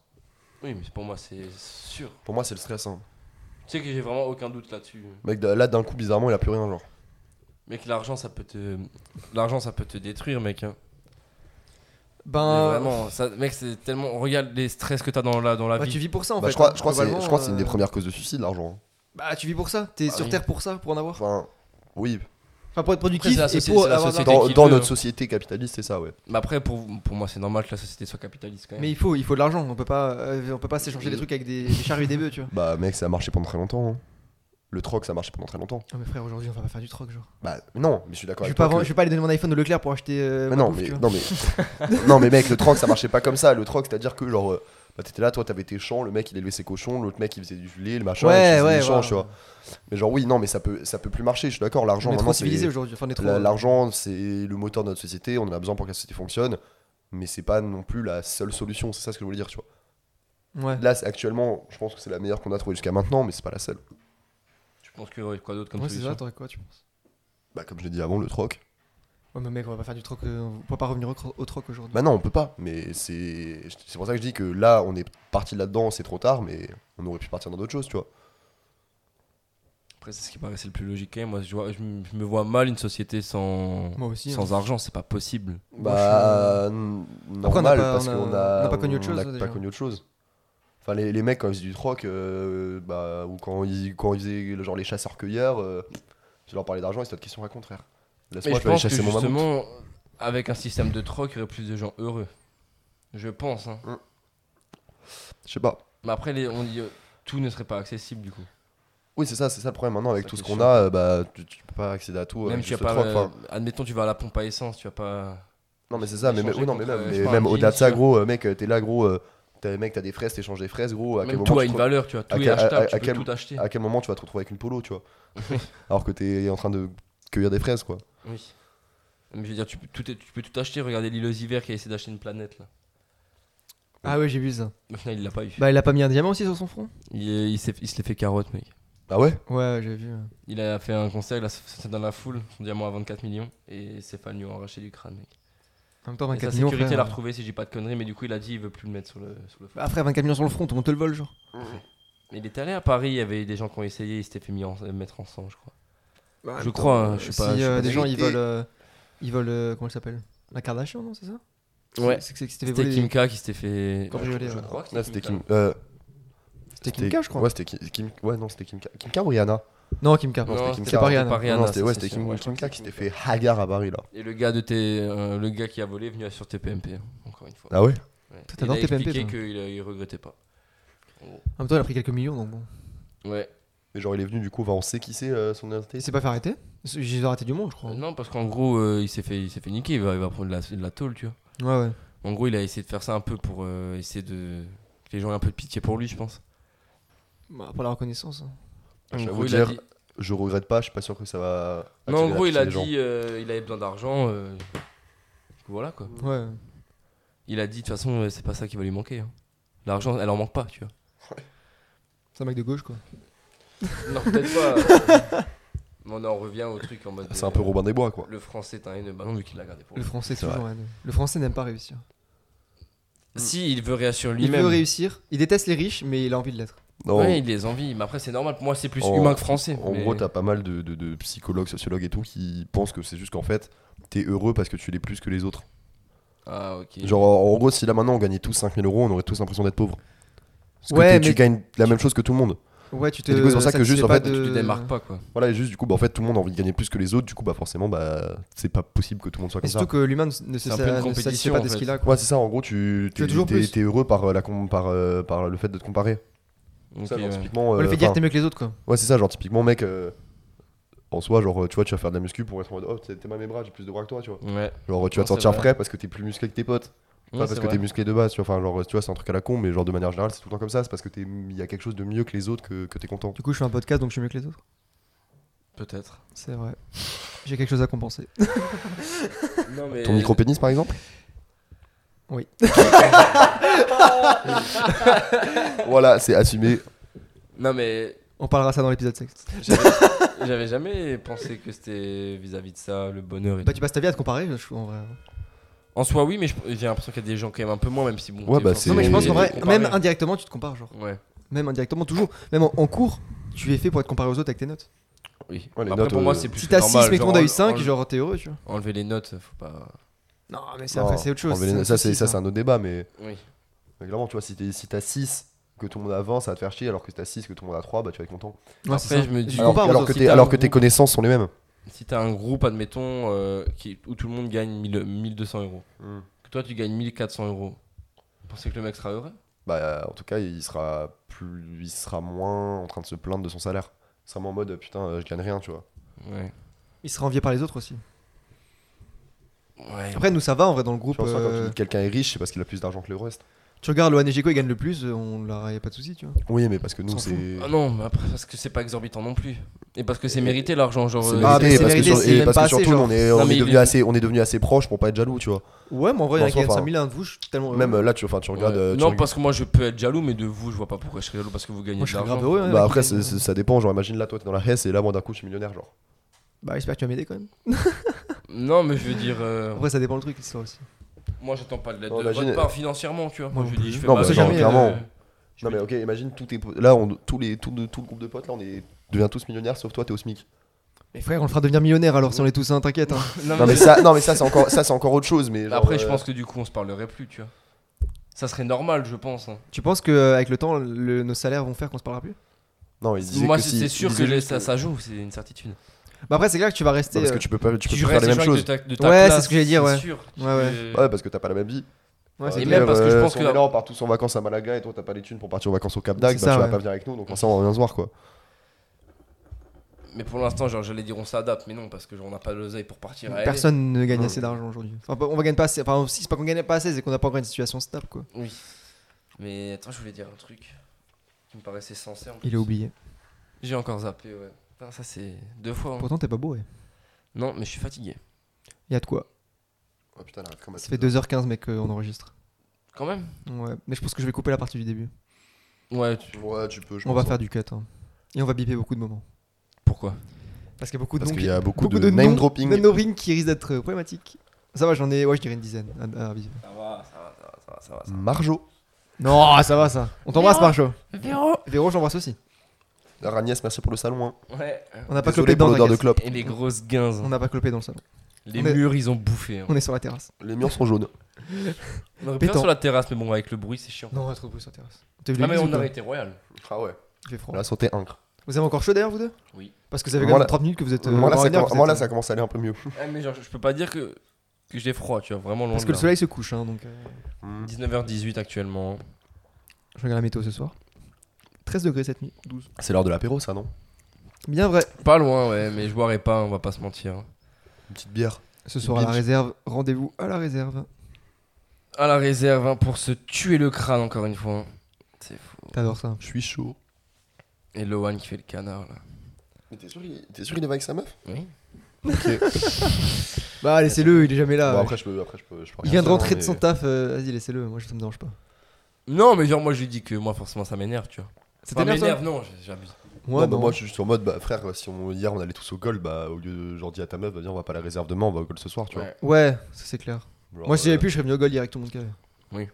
[SPEAKER 1] Oui, mais pour moi, c'est sûr.
[SPEAKER 3] Pour moi, c'est le stress. Hein.
[SPEAKER 1] Tu sais que j'ai vraiment aucun doute là-dessus.
[SPEAKER 3] Mec, de- là, d'un coup, bizarrement, il a plus rien, genre.
[SPEAKER 1] Mais que l'argent, ça peut te. L'argent, ça peut te détruire, mec. hein. Mais
[SPEAKER 2] Ben.
[SPEAKER 1] Vraiment, ça... mec, c'est tellement. Regarde les stress que t'as dans la, dans la
[SPEAKER 2] bah,
[SPEAKER 1] vie.
[SPEAKER 2] tu vis pour ça en
[SPEAKER 3] Bah,
[SPEAKER 2] fait.
[SPEAKER 3] je crois,
[SPEAKER 2] hein,
[SPEAKER 3] je crois que c'est- je
[SPEAKER 2] globalement,
[SPEAKER 3] crois que c'est une des
[SPEAKER 2] euh,
[SPEAKER 3] premières causes de suicide, l'argent. hein.
[SPEAKER 2] Bah, tu vis pour ça. T'es
[SPEAKER 1] Bah,
[SPEAKER 2] sur
[SPEAKER 1] oui.
[SPEAKER 2] Terre pour ça, pour en avoir.
[SPEAKER 3] Enfin, oui.
[SPEAKER 2] Enfin, pour être
[SPEAKER 1] Après,
[SPEAKER 2] productif
[SPEAKER 1] c'est la
[SPEAKER 2] et
[SPEAKER 1] société-
[SPEAKER 2] pour
[SPEAKER 1] c'est la
[SPEAKER 2] avoir de
[SPEAKER 1] société.
[SPEAKER 2] l'argent.
[SPEAKER 3] Dans,
[SPEAKER 1] qui
[SPEAKER 3] dans
[SPEAKER 1] veut.
[SPEAKER 3] notre société capitaliste, c'est ça, ouais.
[SPEAKER 1] Mais après, pour, pour moi, c'est normal que la société soit capitaliste quand même.
[SPEAKER 2] Mais il faut, il faut de l'argent. On peut pas, euh, on peut pas s'échanger des trucs avec des, des charrues et des bœufs, tu vois.
[SPEAKER 3] Bah, mec, ça a marché pendant très longtemps. hein. Le troc, ça a marché pendant très longtemps.
[SPEAKER 2] Non mais frère, aujourd'hui on va pas faire du troc, genre.
[SPEAKER 3] Bah, non, mais je suis d'accord
[SPEAKER 2] Je vais
[SPEAKER 3] avec
[SPEAKER 2] pas,
[SPEAKER 3] toi.
[SPEAKER 2] vendre-
[SPEAKER 3] que-
[SPEAKER 2] je vais pas aller donner mon iPhone au Leclerc pour acheter. euh,
[SPEAKER 3] Mais
[SPEAKER 2] ma
[SPEAKER 3] non,
[SPEAKER 2] bouffe,
[SPEAKER 3] mais,
[SPEAKER 2] tu vois.
[SPEAKER 3] non, mais, non, mais mec, le troc, ça marchait pas comme ça. Le troc, c'est-à-dire que, genre, euh, bah, t'étais là, toi, t'avais tes champs, le mec, il élevait ses cochons, l'autre mec, il faisait du lait, le machin,
[SPEAKER 2] Ouais,
[SPEAKER 3] il faisait
[SPEAKER 2] ouais,
[SPEAKER 3] des champs,
[SPEAKER 2] voilà.
[SPEAKER 3] tu vois. Mais genre, oui, non, mais ça peut, ça peut plus marcher, je suis d'accord. L'argent,
[SPEAKER 2] on est
[SPEAKER 3] maintenant,
[SPEAKER 2] trop civilisé
[SPEAKER 3] c'est.
[SPEAKER 2] aujourd'hui. Enfin, on est trop.
[SPEAKER 3] la- L'argent, c'est le moteur de notre société, on en a besoin pour que la société fonctionne, mais c'est pas non plus la seule solution, c'est ça ce que je voulais dire, tu vois.
[SPEAKER 2] Ouais.
[SPEAKER 3] Là, c'est- actuellement, je pense que c'est la meilleure qu'on a trouvée jusqu'à maintenant, mais c'est pas la seule.
[SPEAKER 1] Je pense qu'il y aurait quoi d'autre comme
[SPEAKER 2] Ouais, c'est
[SPEAKER 1] solution
[SPEAKER 2] ça, t'aurais quoi, tu penses
[SPEAKER 3] Bah, comme je l'ai dit avant, le troc.
[SPEAKER 2] Ouais, mais mec, on va pas faire du troc. euh, on peut pas revenir au, cro- au troc aujourd'hui.
[SPEAKER 3] Bah, non, on peut pas, mais c'est c'est pour ça que je dis que là, on est parti là-dedans, c'est trop tard, mais on aurait pu partir dans d'autres choses, tu vois.
[SPEAKER 1] Après, c'est ce qui paraissait le plus logique. quand même. Moi, je, vois- je m- je me vois mal une société sans,
[SPEAKER 2] Moi aussi. hein.
[SPEAKER 1] Bah, sans argent, c'est pas possible.
[SPEAKER 3] Bah,
[SPEAKER 2] Après, on n'a
[SPEAKER 3] normal,
[SPEAKER 2] pas-
[SPEAKER 3] parce
[SPEAKER 2] on a-
[SPEAKER 3] qu'on a,
[SPEAKER 2] on n'a pas connu autre
[SPEAKER 3] on
[SPEAKER 2] chose,
[SPEAKER 3] n'a
[SPEAKER 2] là,
[SPEAKER 3] pas
[SPEAKER 2] déjà.
[SPEAKER 3] connu autre chose. Enfin, les, les mecs, quand ils faisaient du troc, euh, bah, ou quand ils, quand ils faisaient genre les chasseurs-cueilleurs, euh, je leur parlais d'argent, ils étaient question à contraire.
[SPEAKER 1] Mais
[SPEAKER 3] Laisse-moi,
[SPEAKER 1] je
[SPEAKER 3] vais aller
[SPEAKER 1] pense que
[SPEAKER 3] chasser mon mammouth.
[SPEAKER 1] justement, avec un système de troc, il y aurait plus de gens heureux. Je pense. hein.
[SPEAKER 3] Je sais pas.
[SPEAKER 1] Mais après, les- on dit, euh, tout ne serait pas accessible du coup.
[SPEAKER 3] Oui, c'est ça, c'est ça le problème. Maintenant, avec
[SPEAKER 1] Ça,
[SPEAKER 3] tout ce
[SPEAKER 1] c'est
[SPEAKER 3] qu'on
[SPEAKER 1] sûr.
[SPEAKER 3] a, euh, bah, tu, tu peux pas accéder à tout.
[SPEAKER 1] même
[SPEAKER 3] avec
[SPEAKER 1] tu as
[SPEAKER 3] juste
[SPEAKER 1] pas.
[SPEAKER 3] le troc,
[SPEAKER 1] euh,
[SPEAKER 3] enfin.
[SPEAKER 1] admettons, tu vas à la pompe à essence, tu vas pas.
[SPEAKER 3] Non, mais c'est ça, mais, mais-
[SPEAKER 1] échanger
[SPEAKER 3] oui, non, mais
[SPEAKER 1] contre,
[SPEAKER 3] même,
[SPEAKER 1] euh, je
[SPEAKER 3] mais
[SPEAKER 1] sais pas, un
[SPEAKER 3] même au-delà de
[SPEAKER 1] jean,
[SPEAKER 3] ça,
[SPEAKER 1] tu
[SPEAKER 3] gros, euh, mec, euh, t'es là, gros, euh, t'as- mec, t'as des fraises, t'échanges des fraises, gros. À quel
[SPEAKER 1] Même
[SPEAKER 3] moment
[SPEAKER 1] tout a
[SPEAKER 3] tu
[SPEAKER 1] une
[SPEAKER 3] te-
[SPEAKER 1] valeur, tu vois. Tout
[SPEAKER 3] à
[SPEAKER 1] est
[SPEAKER 3] quel- à-
[SPEAKER 1] achetable,
[SPEAKER 3] à
[SPEAKER 1] tu peux
[SPEAKER 3] quel-
[SPEAKER 1] tout acheter.
[SPEAKER 3] à quel moment tu vas te retrouver avec une polo, tu vois. Alors que t'es en train de cueillir des fraises, quoi.
[SPEAKER 1] Oui. Mais je veux dire, tu peux tout, est- tu peux tout acheter. Regardez l'île aux hivers qui a essayé d'acheter une planète là.
[SPEAKER 2] Ah ouais, j'ai vu ça.
[SPEAKER 1] Au final, il l'a pas eu.
[SPEAKER 2] Bah, il a pas mis un diamant aussi sur son front
[SPEAKER 1] Il, il s'est- il se l'est fait carotte, mec.
[SPEAKER 3] Ah ouais
[SPEAKER 2] Ouais, j'ai vu. ouais.
[SPEAKER 1] Il a fait un concert, il a sauté dans la foule, son diamant à 24 millions, et Stéphane lui a arraché du crâne, mec.
[SPEAKER 2] En même temps,
[SPEAKER 1] Et sa
[SPEAKER 2] 24 millions.
[SPEAKER 1] sécurité
[SPEAKER 2] frère.
[SPEAKER 1] l'a retrouvé, si j'ai pas de conneries, mais du coup, il a dit il veut plus le mettre sur le, sur le feu.
[SPEAKER 2] Bah, frère, 24 millions sur le front, tout le monde te le vole, genre.
[SPEAKER 1] Mais il est allé à Paris, il y avait des gens qui ont essayé, il s'était fait mis en- mettre en sang, je crois.
[SPEAKER 2] Bah,
[SPEAKER 1] je crois, hein, je suis pas. je
[SPEAKER 2] Si
[SPEAKER 1] suis
[SPEAKER 2] euh,
[SPEAKER 1] pas
[SPEAKER 2] des gens ils
[SPEAKER 3] vérité.
[SPEAKER 2] veulent. euh, Ils veulent. euh, Comment elle s'appelle La Kardashian, non, c'est ça
[SPEAKER 1] sûr. Ouais.
[SPEAKER 2] C'est que c'était
[SPEAKER 1] C'était
[SPEAKER 2] volé.
[SPEAKER 1] Kimka qui s'était fait.
[SPEAKER 2] Quand j'ai volé,
[SPEAKER 1] je
[SPEAKER 2] ouais.
[SPEAKER 1] crois que
[SPEAKER 3] Là, c'était Kim.
[SPEAKER 1] Ka.
[SPEAKER 3] euh,
[SPEAKER 2] C'était Kimka, je crois.
[SPEAKER 3] Ouais, c'était Kim, Kim- Ouais, non, c'était Kim. Ka- Kim Ka ou Rihanna
[SPEAKER 2] Non, Kimka.
[SPEAKER 1] Non,
[SPEAKER 3] c'était
[SPEAKER 1] c'était
[SPEAKER 3] Kim Ka.
[SPEAKER 1] pas Rihanna.
[SPEAKER 2] Non,
[SPEAKER 1] Pas Rihanna,
[SPEAKER 3] Non, c'était
[SPEAKER 1] ça,
[SPEAKER 3] ouais,
[SPEAKER 1] c'est
[SPEAKER 3] c'était
[SPEAKER 1] sûr,
[SPEAKER 3] Kim,
[SPEAKER 1] ouais.
[SPEAKER 3] Kim Ka qui s'était fait hagar à Paris, là.
[SPEAKER 1] Et le gars de T- euh, le gars qui a volé est venu sur TPMP, hein, encore une fois.
[SPEAKER 3] Ah ouais
[SPEAKER 1] Ouais.
[SPEAKER 2] Toi,
[SPEAKER 1] Il
[SPEAKER 2] t'adores
[SPEAKER 1] a
[SPEAKER 2] TPMP,
[SPEAKER 1] expliqué
[SPEAKER 2] toi.
[SPEAKER 1] qu'il euh, il regrettait pas. En gros.
[SPEAKER 2] En même temps, il a pris quelques millions, donc bon.
[SPEAKER 1] Ouais.
[SPEAKER 3] Mais genre, il est venu, du coup, enfin, on sait qui c'est euh, son
[SPEAKER 2] Il
[SPEAKER 3] invité.
[SPEAKER 2] s'est pas fait arrêter J'ai arrêté du monde, je crois.
[SPEAKER 1] Euh, non, parce qu'en gros, euh, il s'est fait, il s'est fait niquer, il va, il va prendre de la, de la tôle, tu vois.
[SPEAKER 2] Ouais, ouais.
[SPEAKER 1] En gros, il a essayé de faire ça un peu pour euh, essayer de. que les gens aient un peu de pitié pour lui, je pense.
[SPEAKER 2] Bah, pour la reconnaissance. hein.
[SPEAKER 1] En
[SPEAKER 3] J'avoue
[SPEAKER 1] gros, il a
[SPEAKER 3] Ah, dire,
[SPEAKER 1] dit...
[SPEAKER 3] Je regrette pas, je suis pas sûr que ça va.
[SPEAKER 1] Non, en
[SPEAKER 3] attirer
[SPEAKER 1] gros, il a
[SPEAKER 3] l'attention des gens.
[SPEAKER 1] dit euh, il avait besoin d'argent. euh, Voilà quoi.
[SPEAKER 2] Ouais.
[SPEAKER 1] Il a dit de toute façon, euh, c'est pas ça qui va lui manquer. hein. L'argent, elle en manque pas, tu vois.
[SPEAKER 2] C'est un mec de gauche, quoi.
[SPEAKER 1] Non, peut-être pas. euh, Mais on en revient au truc en mode.
[SPEAKER 3] C'est
[SPEAKER 1] euh,
[SPEAKER 3] un peu Robin des Bois, quoi.
[SPEAKER 1] Le français est un haineux. Bah non, vu qu'il l'a gardé pour
[SPEAKER 2] Le
[SPEAKER 1] lui.
[SPEAKER 2] français,
[SPEAKER 3] C'est
[SPEAKER 2] toujours. ouais. Le français n'aime pas réussir.
[SPEAKER 1] Si, il veut réassurer
[SPEAKER 2] Il veut
[SPEAKER 1] lui-même.
[SPEAKER 2] réussir. Il déteste les riches, mais il a envie de l'être.
[SPEAKER 3] Non,
[SPEAKER 1] Ouais, il les envie. Mais après, c'est normal. Pour moi, c'est plus
[SPEAKER 3] En-
[SPEAKER 1] humain que français.
[SPEAKER 3] Oh. En
[SPEAKER 1] mais-
[SPEAKER 3] gros, t'as pas mal de, de- de psychologues, sociologues et tout qui pensent que c'est juste qu'en fait, t'es heureux parce que tu l'es plus que les autres.
[SPEAKER 1] Ah, ok.
[SPEAKER 3] Genre, en en gros, si là maintenant on gagnait tous 5000 euros, on aurait tous l'impression d'être pauvres. Parce que
[SPEAKER 2] Ouais,
[SPEAKER 3] t'es- tu
[SPEAKER 2] mais-
[SPEAKER 3] gagnes la même chose que tout le monde.
[SPEAKER 2] Ouais, tu te.
[SPEAKER 3] Et du coup, c'est pour ça que juste,
[SPEAKER 2] satisfais
[SPEAKER 3] en
[SPEAKER 2] pas
[SPEAKER 1] Tu
[SPEAKER 3] fait,
[SPEAKER 2] de-
[SPEAKER 1] te démarques pas, quoi.
[SPEAKER 3] Voilà, et juste du coup, bah, en fait, tout le monde a envie de gagner plus que les autres. Du coup, bah, forcément, bah, c'est pas possible que tout le monde soit
[SPEAKER 2] Et
[SPEAKER 3] comme ça.
[SPEAKER 2] surtout que l'humain ne- ne se
[SPEAKER 1] C'est un peu une
[SPEAKER 2] ne se satisfait
[SPEAKER 1] compétition,
[SPEAKER 2] pas
[SPEAKER 1] en
[SPEAKER 2] de ce
[SPEAKER 1] fait.
[SPEAKER 2] qu'il a. quoi.
[SPEAKER 3] Ouais, c'est ça. En gros, tu
[SPEAKER 2] Tu veux
[SPEAKER 3] t'es-
[SPEAKER 2] toujours
[SPEAKER 3] t'es
[SPEAKER 2] plus.
[SPEAKER 3] t'es heureux par, euh, la com- par, euh, par le fait de te comparer.
[SPEAKER 1] Ok,
[SPEAKER 3] Ça, genre,
[SPEAKER 1] ouais.
[SPEAKER 3] typiquement,
[SPEAKER 2] Ouais, le
[SPEAKER 3] euh,
[SPEAKER 2] fait de dire
[SPEAKER 3] enfin,
[SPEAKER 2] t'es mieux que les autres quoi.
[SPEAKER 3] Ouais, c'est ça, genre typiquement, mec, euh, en soi, genre, euh, tu vois, tu vas faire de la muscu pour être en mode, oh, t'es t'es mal mes bras, j'ai plus de bras que toi, tu vois.
[SPEAKER 1] Ouais.
[SPEAKER 3] Genre, tu vas
[SPEAKER 1] Non, c'est
[SPEAKER 3] te sentir
[SPEAKER 1] vrai.
[SPEAKER 3] frais parce que t'es plus musclé que tes potes,
[SPEAKER 1] Ouais,
[SPEAKER 3] pas
[SPEAKER 1] c'est
[SPEAKER 3] parce que
[SPEAKER 1] vrai.
[SPEAKER 3] t'es musclé de base, tu vois. Enfin, genre, tu vois, c'est un truc à la con, mais genre, de manière générale, c'est tout le temps comme ça, c'est parce que t'es- il y a quelque chose de mieux que les autres que, que t'es content.
[SPEAKER 2] Du coup, je fais un podcast donc je suis mieux que les autres.
[SPEAKER 1] Peut-être.
[SPEAKER 2] C'est vrai. J'ai quelque chose à compenser.
[SPEAKER 1] Non, mais...
[SPEAKER 3] Ton micro-pénis, par exemple
[SPEAKER 2] Oui.
[SPEAKER 3] voilà, c'est assumé.
[SPEAKER 1] Non, mais
[SPEAKER 2] On parlera ça dans l'épisode 6.
[SPEAKER 1] j'avais- j'avais jamais pensé que c'était vis-à-vis de ça, le bonheur. Et
[SPEAKER 2] Bah,
[SPEAKER 1] tout.
[SPEAKER 2] tu passes ta vie à te comparer, je trouve en vrai.
[SPEAKER 1] En soi, oui, mais je- j'ai l'impression qu'il y a des gens quand même un peu moins, même si bon.
[SPEAKER 3] Ouais,
[SPEAKER 1] t'es
[SPEAKER 3] bah,
[SPEAKER 1] forcément-
[SPEAKER 2] Non, mais je pense qu'en vrai,
[SPEAKER 1] comparé.
[SPEAKER 2] même indirectement, tu te compares, genre.
[SPEAKER 1] Ouais,
[SPEAKER 2] Même indirectement, toujours. Même en, en cours, tu es fait pour être comparé aux autres avec tes notes.
[SPEAKER 1] oui.
[SPEAKER 3] Ouais, les
[SPEAKER 1] Après,
[SPEAKER 3] notes,
[SPEAKER 1] pour moi,
[SPEAKER 3] euh,
[SPEAKER 1] c'est plus.
[SPEAKER 2] Si t'as 6
[SPEAKER 1] normal,
[SPEAKER 2] mais que tout le monde a
[SPEAKER 1] genre,
[SPEAKER 2] eu 5,
[SPEAKER 1] enle-
[SPEAKER 2] genre t'es heureux, tu vois.
[SPEAKER 1] Enlever les notes, faut pas.
[SPEAKER 2] Non, mais c'est
[SPEAKER 3] Non,
[SPEAKER 2] après, c'est hein. autre chose.
[SPEAKER 3] enlever les-
[SPEAKER 2] un
[SPEAKER 3] Ça, c'est
[SPEAKER 2] souci,
[SPEAKER 3] ça, c'est un autre débat, mais
[SPEAKER 1] Oui.
[SPEAKER 3] mais clairement, tu vois, si t'es- si t'as 6 que tout le monde a 20, ça va te faire chier, alors que si t'as 6 que tout le monde a 3, bah, tu vas être content.
[SPEAKER 2] Ouais, c'est
[SPEAKER 1] Après,
[SPEAKER 2] ça.
[SPEAKER 1] je me dis.
[SPEAKER 2] Tu
[SPEAKER 3] Alors,
[SPEAKER 2] compares aux
[SPEAKER 3] alors
[SPEAKER 2] autres.
[SPEAKER 3] que
[SPEAKER 1] Si
[SPEAKER 3] tes-
[SPEAKER 1] t'as un
[SPEAKER 3] alors que tes
[SPEAKER 1] groupe-
[SPEAKER 3] connaissances sont les mêmes.
[SPEAKER 1] Si t'as un groupe, admettons, euh, qui, où tout le monde gagne 1000 1200 euros,
[SPEAKER 2] Hmm.
[SPEAKER 1] que toi tu gagnes 1400 euros, vous pensez que le mec sera heureux
[SPEAKER 3] bah euh, en tout cas il sera plus il sera moins en train de se plaindre de son salaire il sera moins en mode putain euh, je gagne rien tu vois
[SPEAKER 1] Ouais.
[SPEAKER 2] Il sera envié par les autres aussi.
[SPEAKER 1] Ouais.
[SPEAKER 2] Après, nous, ça va en vrai dans le groupe.
[SPEAKER 3] tu vois, ça, quand tu
[SPEAKER 2] euh,
[SPEAKER 3] dis que quelqu'un est riche c'est parce qu'il a plus d'argent que le reste
[SPEAKER 2] Tu regardes Loan et Gecko, ils gagnent le plus, euh, on leur y a pas de soucis, tu vois.
[SPEAKER 3] oui mais parce que nous
[SPEAKER 2] S'en
[SPEAKER 3] c'est
[SPEAKER 1] Ah non, mais après, parce que c'est pas exorbitant non plus. Et parce que c'est mérité l'argent, genre.
[SPEAKER 3] c'est
[SPEAKER 1] euh,
[SPEAKER 2] Ah, mais
[SPEAKER 3] mérité,
[SPEAKER 2] c'est
[SPEAKER 3] parce que
[SPEAKER 2] mérité,
[SPEAKER 3] sur-
[SPEAKER 2] c'est
[SPEAKER 3] et
[SPEAKER 2] même
[SPEAKER 3] parce
[SPEAKER 2] pas
[SPEAKER 3] que surtout
[SPEAKER 2] assez,
[SPEAKER 3] nous,
[SPEAKER 2] genre.
[SPEAKER 3] on est
[SPEAKER 1] Non,
[SPEAKER 3] on
[SPEAKER 1] mais
[SPEAKER 3] est
[SPEAKER 1] il
[SPEAKER 3] devenu
[SPEAKER 1] est-
[SPEAKER 3] assez on est devenu assez proche pour pas être jaloux tu vois
[SPEAKER 2] Ouais, mais en vrai, il y en a
[SPEAKER 3] Bon,
[SPEAKER 2] qui gagnent
[SPEAKER 3] enfin,
[SPEAKER 2] 5000 l'un de vous, je suis tellement heureux.
[SPEAKER 3] même euh, là tu enfin tu
[SPEAKER 1] ouais.
[SPEAKER 3] regardes euh, tu
[SPEAKER 1] non,
[SPEAKER 3] regardes-
[SPEAKER 1] parce que moi je peux être jaloux, mais de vous, je vois pas pourquoi je serais jaloux parce que euh, vous gagnez
[SPEAKER 2] Moi,
[SPEAKER 1] de
[SPEAKER 2] je suis
[SPEAKER 1] l'argent.
[SPEAKER 2] grave heureux. hein,
[SPEAKER 3] bah
[SPEAKER 2] qui
[SPEAKER 3] après
[SPEAKER 2] gagnent.
[SPEAKER 3] c'est- c'est- ça dépend genre imagine là toi t'es dans la Hesse et là moi d'un coup je suis millionnaire genre
[SPEAKER 2] Bah, j'espère que tu vas m'aider quand même.
[SPEAKER 1] Non, mais je veux dire. euh,
[SPEAKER 2] Après, ça dépend le truc, l'histoire aussi.
[SPEAKER 1] Moi j'attends pas de l'aide
[SPEAKER 3] Non,
[SPEAKER 1] de votre
[SPEAKER 3] imagine-
[SPEAKER 1] part financièrement, tu vois.
[SPEAKER 2] Moi
[SPEAKER 1] Moi je
[SPEAKER 2] non
[SPEAKER 1] dis,
[SPEAKER 2] plus.
[SPEAKER 1] je fais
[SPEAKER 3] Non,
[SPEAKER 1] pas
[SPEAKER 2] bah,
[SPEAKER 1] de-
[SPEAKER 2] genre, clairement.
[SPEAKER 1] Je
[SPEAKER 3] non
[SPEAKER 1] me-
[SPEAKER 3] mais ok imagine tout est là on tous les tout, tout le groupe de potes là on est devient tous millionnaires sauf toi t'es au SMIC
[SPEAKER 2] Mais frère, on le fera devenir millionnaire alors si on est tous un, t'inquiète. hein.
[SPEAKER 1] Non,
[SPEAKER 3] non mais ça non mais ça c'est encore ça c'est encore autre chose mais genre,
[SPEAKER 1] Après, je
[SPEAKER 3] euh,
[SPEAKER 1] pense que du coup on se parlerait plus, tu vois. Ça serait normal, je pense. hein.
[SPEAKER 2] Tu penses qu'avec le temps, le- nos salaires vont faire qu'on se parlera plus
[SPEAKER 3] non il disait
[SPEAKER 1] Moi
[SPEAKER 3] que si-
[SPEAKER 1] c'est
[SPEAKER 3] il
[SPEAKER 1] sûr
[SPEAKER 3] disait
[SPEAKER 1] que j'ai-
[SPEAKER 3] juste
[SPEAKER 1] ça ça joue, c'est une certitude.
[SPEAKER 2] Bah, après, c'est clair que tu vas rester.
[SPEAKER 3] Non, parce
[SPEAKER 2] euh,
[SPEAKER 3] que tu peux pas, tu
[SPEAKER 1] Tu
[SPEAKER 3] peux plus faire
[SPEAKER 1] restes
[SPEAKER 3] les mêmes
[SPEAKER 1] éloigné de
[SPEAKER 3] choses.
[SPEAKER 1] ta, de ta
[SPEAKER 2] Ouais, c'est
[SPEAKER 1] classe,
[SPEAKER 2] ce que j'allais dire, ouais.
[SPEAKER 1] sûr. Euh,
[SPEAKER 2] Ouais, ouais.
[SPEAKER 1] Tu-
[SPEAKER 3] Ouais, parce que t'as pas la même
[SPEAKER 2] ouais,
[SPEAKER 3] vie. Enfin,
[SPEAKER 2] c'est
[SPEAKER 1] et
[SPEAKER 3] je
[SPEAKER 2] clair.
[SPEAKER 3] veux
[SPEAKER 1] même
[SPEAKER 3] dire,
[SPEAKER 1] parce que je
[SPEAKER 3] euh,
[SPEAKER 1] pense
[SPEAKER 3] si
[SPEAKER 1] que
[SPEAKER 3] on est
[SPEAKER 1] la-
[SPEAKER 3] là, on part tous en vacances à Malaga et toi t'as pas les thunes pour partir en vacances au Cap d'Agde,
[SPEAKER 2] C'est
[SPEAKER 3] bah,
[SPEAKER 2] ça,
[SPEAKER 3] tu vas
[SPEAKER 2] ouais.
[SPEAKER 3] pas venir avec nous, donc ça on revient se voir quoi.
[SPEAKER 1] Mais pour l'instant, genre j'allais dire on s'adapte, mais non, parce que genre, on n'a pas de l'oseille pour partir à LA.
[SPEAKER 2] Personne ne gagne
[SPEAKER 3] Ouais.
[SPEAKER 2] assez d'argent aujourd'hui. Enfin, on va gagner pas assez. Enfin, si c'est pas qu'on gagne pas assez, c'est qu'on n'a pas encore une situation stable quoi.
[SPEAKER 1] Oui. Mais attends, je voulais dire un truc qui me paraissait censé en plus.
[SPEAKER 2] Il est oublié.
[SPEAKER 1] J'ai encore zappé, ouais. Putain, ça c'est deux fois. hein.
[SPEAKER 2] Pourtant, t'es pas bourré.
[SPEAKER 1] Non, mais je suis fatigué.
[SPEAKER 2] Y a de quoi.
[SPEAKER 3] Oh putain, arrête comme
[SPEAKER 2] Ça fait 2h15, mec, euh, on enregistre.
[SPEAKER 1] Quand même
[SPEAKER 2] Ouais, mais je pense que je vais couper la partie du début.
[SPEAKER 1] Ouais, tu-
[SPEAKER 3] Ouais, tu peux, je
[SPEAKER 2] On va
[SPEAKER 3] pense.
[SPEAKER 2] faire du cut. hein. Et on va biper beaucoup de moments.
[SPEAKER 1] pourquoi
[SPEAKER 2] Parce qu'il y a beaucoup de
[SPEAKER 3] Parce
[SPEAKER 2] noms
[SPEAKER 3] qu'il y a beaucoup,
[SPEAKER 2] beaucoup
[SPEAKER 3] de,
[SPEAKER 2] de
[SPEAKER 3] name
[SPEAKER 2] noms-
[SPEAKER 3] dropping.
[SPEAKER 2] Même Noring qui risque d'être euh, problématique. Ça va, j'en ai, ouais, je dirais une dizaine Ah, à, à vivre.
[SPEAKER 1] Ça va, ça va, ça va, ça va, ça va. ça
[SPEAKER 3] Marjo,
[SPEAKER 2] Non, ça va, ça. On t'embrasse, Marjo.
[SPEAKER 1] va. Véro
[SPEAKER 2] Véro, j'embrasse aussi.
[SPEAKER 3] Alors, Agnès, merci pour le salon. hein.
[SPEAKER 1] Ouais.
[SPEAKER 2] On n'a pas
[SPEAKER 3] Désolé
[SPEAKER 2] clopé
[SPEAKER 3] pour
[SPEAKER 2] dans
[SPEAKER 3] l'odeur de
[SPEAKER 2] le
[SPEAKER 3] clope.
[SPEAKER 1] Et les grosses guinzes. hein.
[SPEAKER 2] On n'a pas clopé dans le salon.
[SPEAKER 1] Les
[SPEAKER 2] on est-
[SPEAKER 1] murs, ils ont bouffé. hein.
[SPEAKER 2] On est sur la terrasse.
[SPEAKER 3] Les murs sont jaunes.
[SPEAKER 1] On aurait pu faire
[SPEAKER 2] Pétant.
[SPEAKER 1] sur la terrasse, mais bon, avec le bruit, c'est chiant.
[SPEAKER 2] Non, on a trop de bruit sur la terrasse. T'as vu
[SPEAKER 1] Ah,
[SPEAKER 2] les
[SPEAKER 1] mais
[SPEAKER 2] bisous,
[SPEAKER 1] on
[SPEAKER 2] quoi
[SPEAKER 1] aurait été royal.
[SPEAKER 3] Ah ouais.
[SPEAKER 2] Il fait froid.
[SPEAKER 3] La santé incre.
[SPEAKER 2] Vous avez encore chaud d'ailleurs, vous deux
[SPEAKER 1] Oui.
[SPEAKER 2] Parce que ça fait quand
[SPEAKER 3] Moi,
[SPEAKER 2] même
[SPEAKER 3] là-
[SPEAKER 2] 30 minutes que vous êtes. euh,
[SPEAKER 3] Moi là,
[SPEAKER 2] dans
[SPEAKER 3] ça
[SPEAKER 2] une heure,
[SPEAKER 3] commence-
[SPEAKER 2] vous
[SPEAKER 3] moi,
[SPEAKER 2] êtes,
[SPEAKER 3] là,
[SPEAKER 2] euh,
[SPEAKER 3] ça commence à aller un peu mieux.
[SPEAKER 1] Ah, mais genre, je peux pas dire que, que j'ai froid, tu vois, vraiment loin
[SPEAKER 2] Parce
[SPEAKER 1] de
[SPEAKER 2] que le
[SPEAKER 1] là.
[SPEAKER 2] soleil se couche, hein, donc. euh,
[SPEAKER 3] Mm.
[SPEAKER 1] 19h18 actuellement.
[SPEAKER 2] Je regarde la météo ce soir. 13 degrés cette nuit.
[SPEAKER 3] C'est l'heure de l'apéro, ça, non
[SPEAKER 2] Bien vrai.
[SPEAKER 1] Pas loin, ouais, mais je boirai pas, on va pas se mentir.
[SPEAKER 3] Une petite bière.
[SPEAKER 2] Ce soir à la
[SPEAKER 3] Binge.
[SPEAKER 2] réserve, rendez-vous à la réserve.
[SPEAKER 1] À la réserve, hein, pour se tuer le crâne encore une fois. C'est fou.
[SPEAKER 2] T'adores ça.
[SPEAKER 3] Je suis chaud.
[SPEAKER 1] Et Lohan qui fait le canard là.
[SPEAKER 3] Mais t'es sûr, il- t'es sûr qu'il est avec sa meuf
[SPEAKER 1] Oui.
[SPEAKER 2] Bah, laissez-le, il est jamais là.
[SPEAKER 3] Bon, après, je peux. Après, je peux, je peux
[SPEAKER 2] il
[SPEAKER 3] rien
[SPEAKER 2] vient de
[SPEAKER 3] faire,
[SPEAKER 2] rentrer
[SPEAKER 3] hein,
[SPEAKER 2] de son
[SPEAKER 3] mais-
[SPEAKER 2] taf. euh, Vas-y, laissez-le. Moi, je- ça me dérange pas.
[SPEAKER 1] Non, mais genre, moi je lui dis que moi, forcément, ça m'énerve, tu vois.
[SPEAKER 2] Ça
[SPEAKER 1] Enfin,
[SPEAKER 2] t'énerve, toi
[SPEAKER 1] m'énerve, non, j- j'abuse.
[SPEAKER 2] Ouais,
[SPEAKER 3] non, bah,
[SPEAKER 2] non.
[SPEAKER 3] moi je suis sur mode, bah frère, si on, hier on allait tous au col, bah au lieu de genre dire à ta meuf, bah viens, on va pas à la réserve demain, on va au col ce soir, tu
[SPEAKER 1] Ouais.
[SPEAKER 2] Ouais, ça c'est clair.
[SPEAKER 3] vois. Genre,
[SPEAKER 2] moi, si j'avais
[SPEAKER 3] euh,
[SPEAKER 2] pu, je serais venu au goal direct tout le monde carré.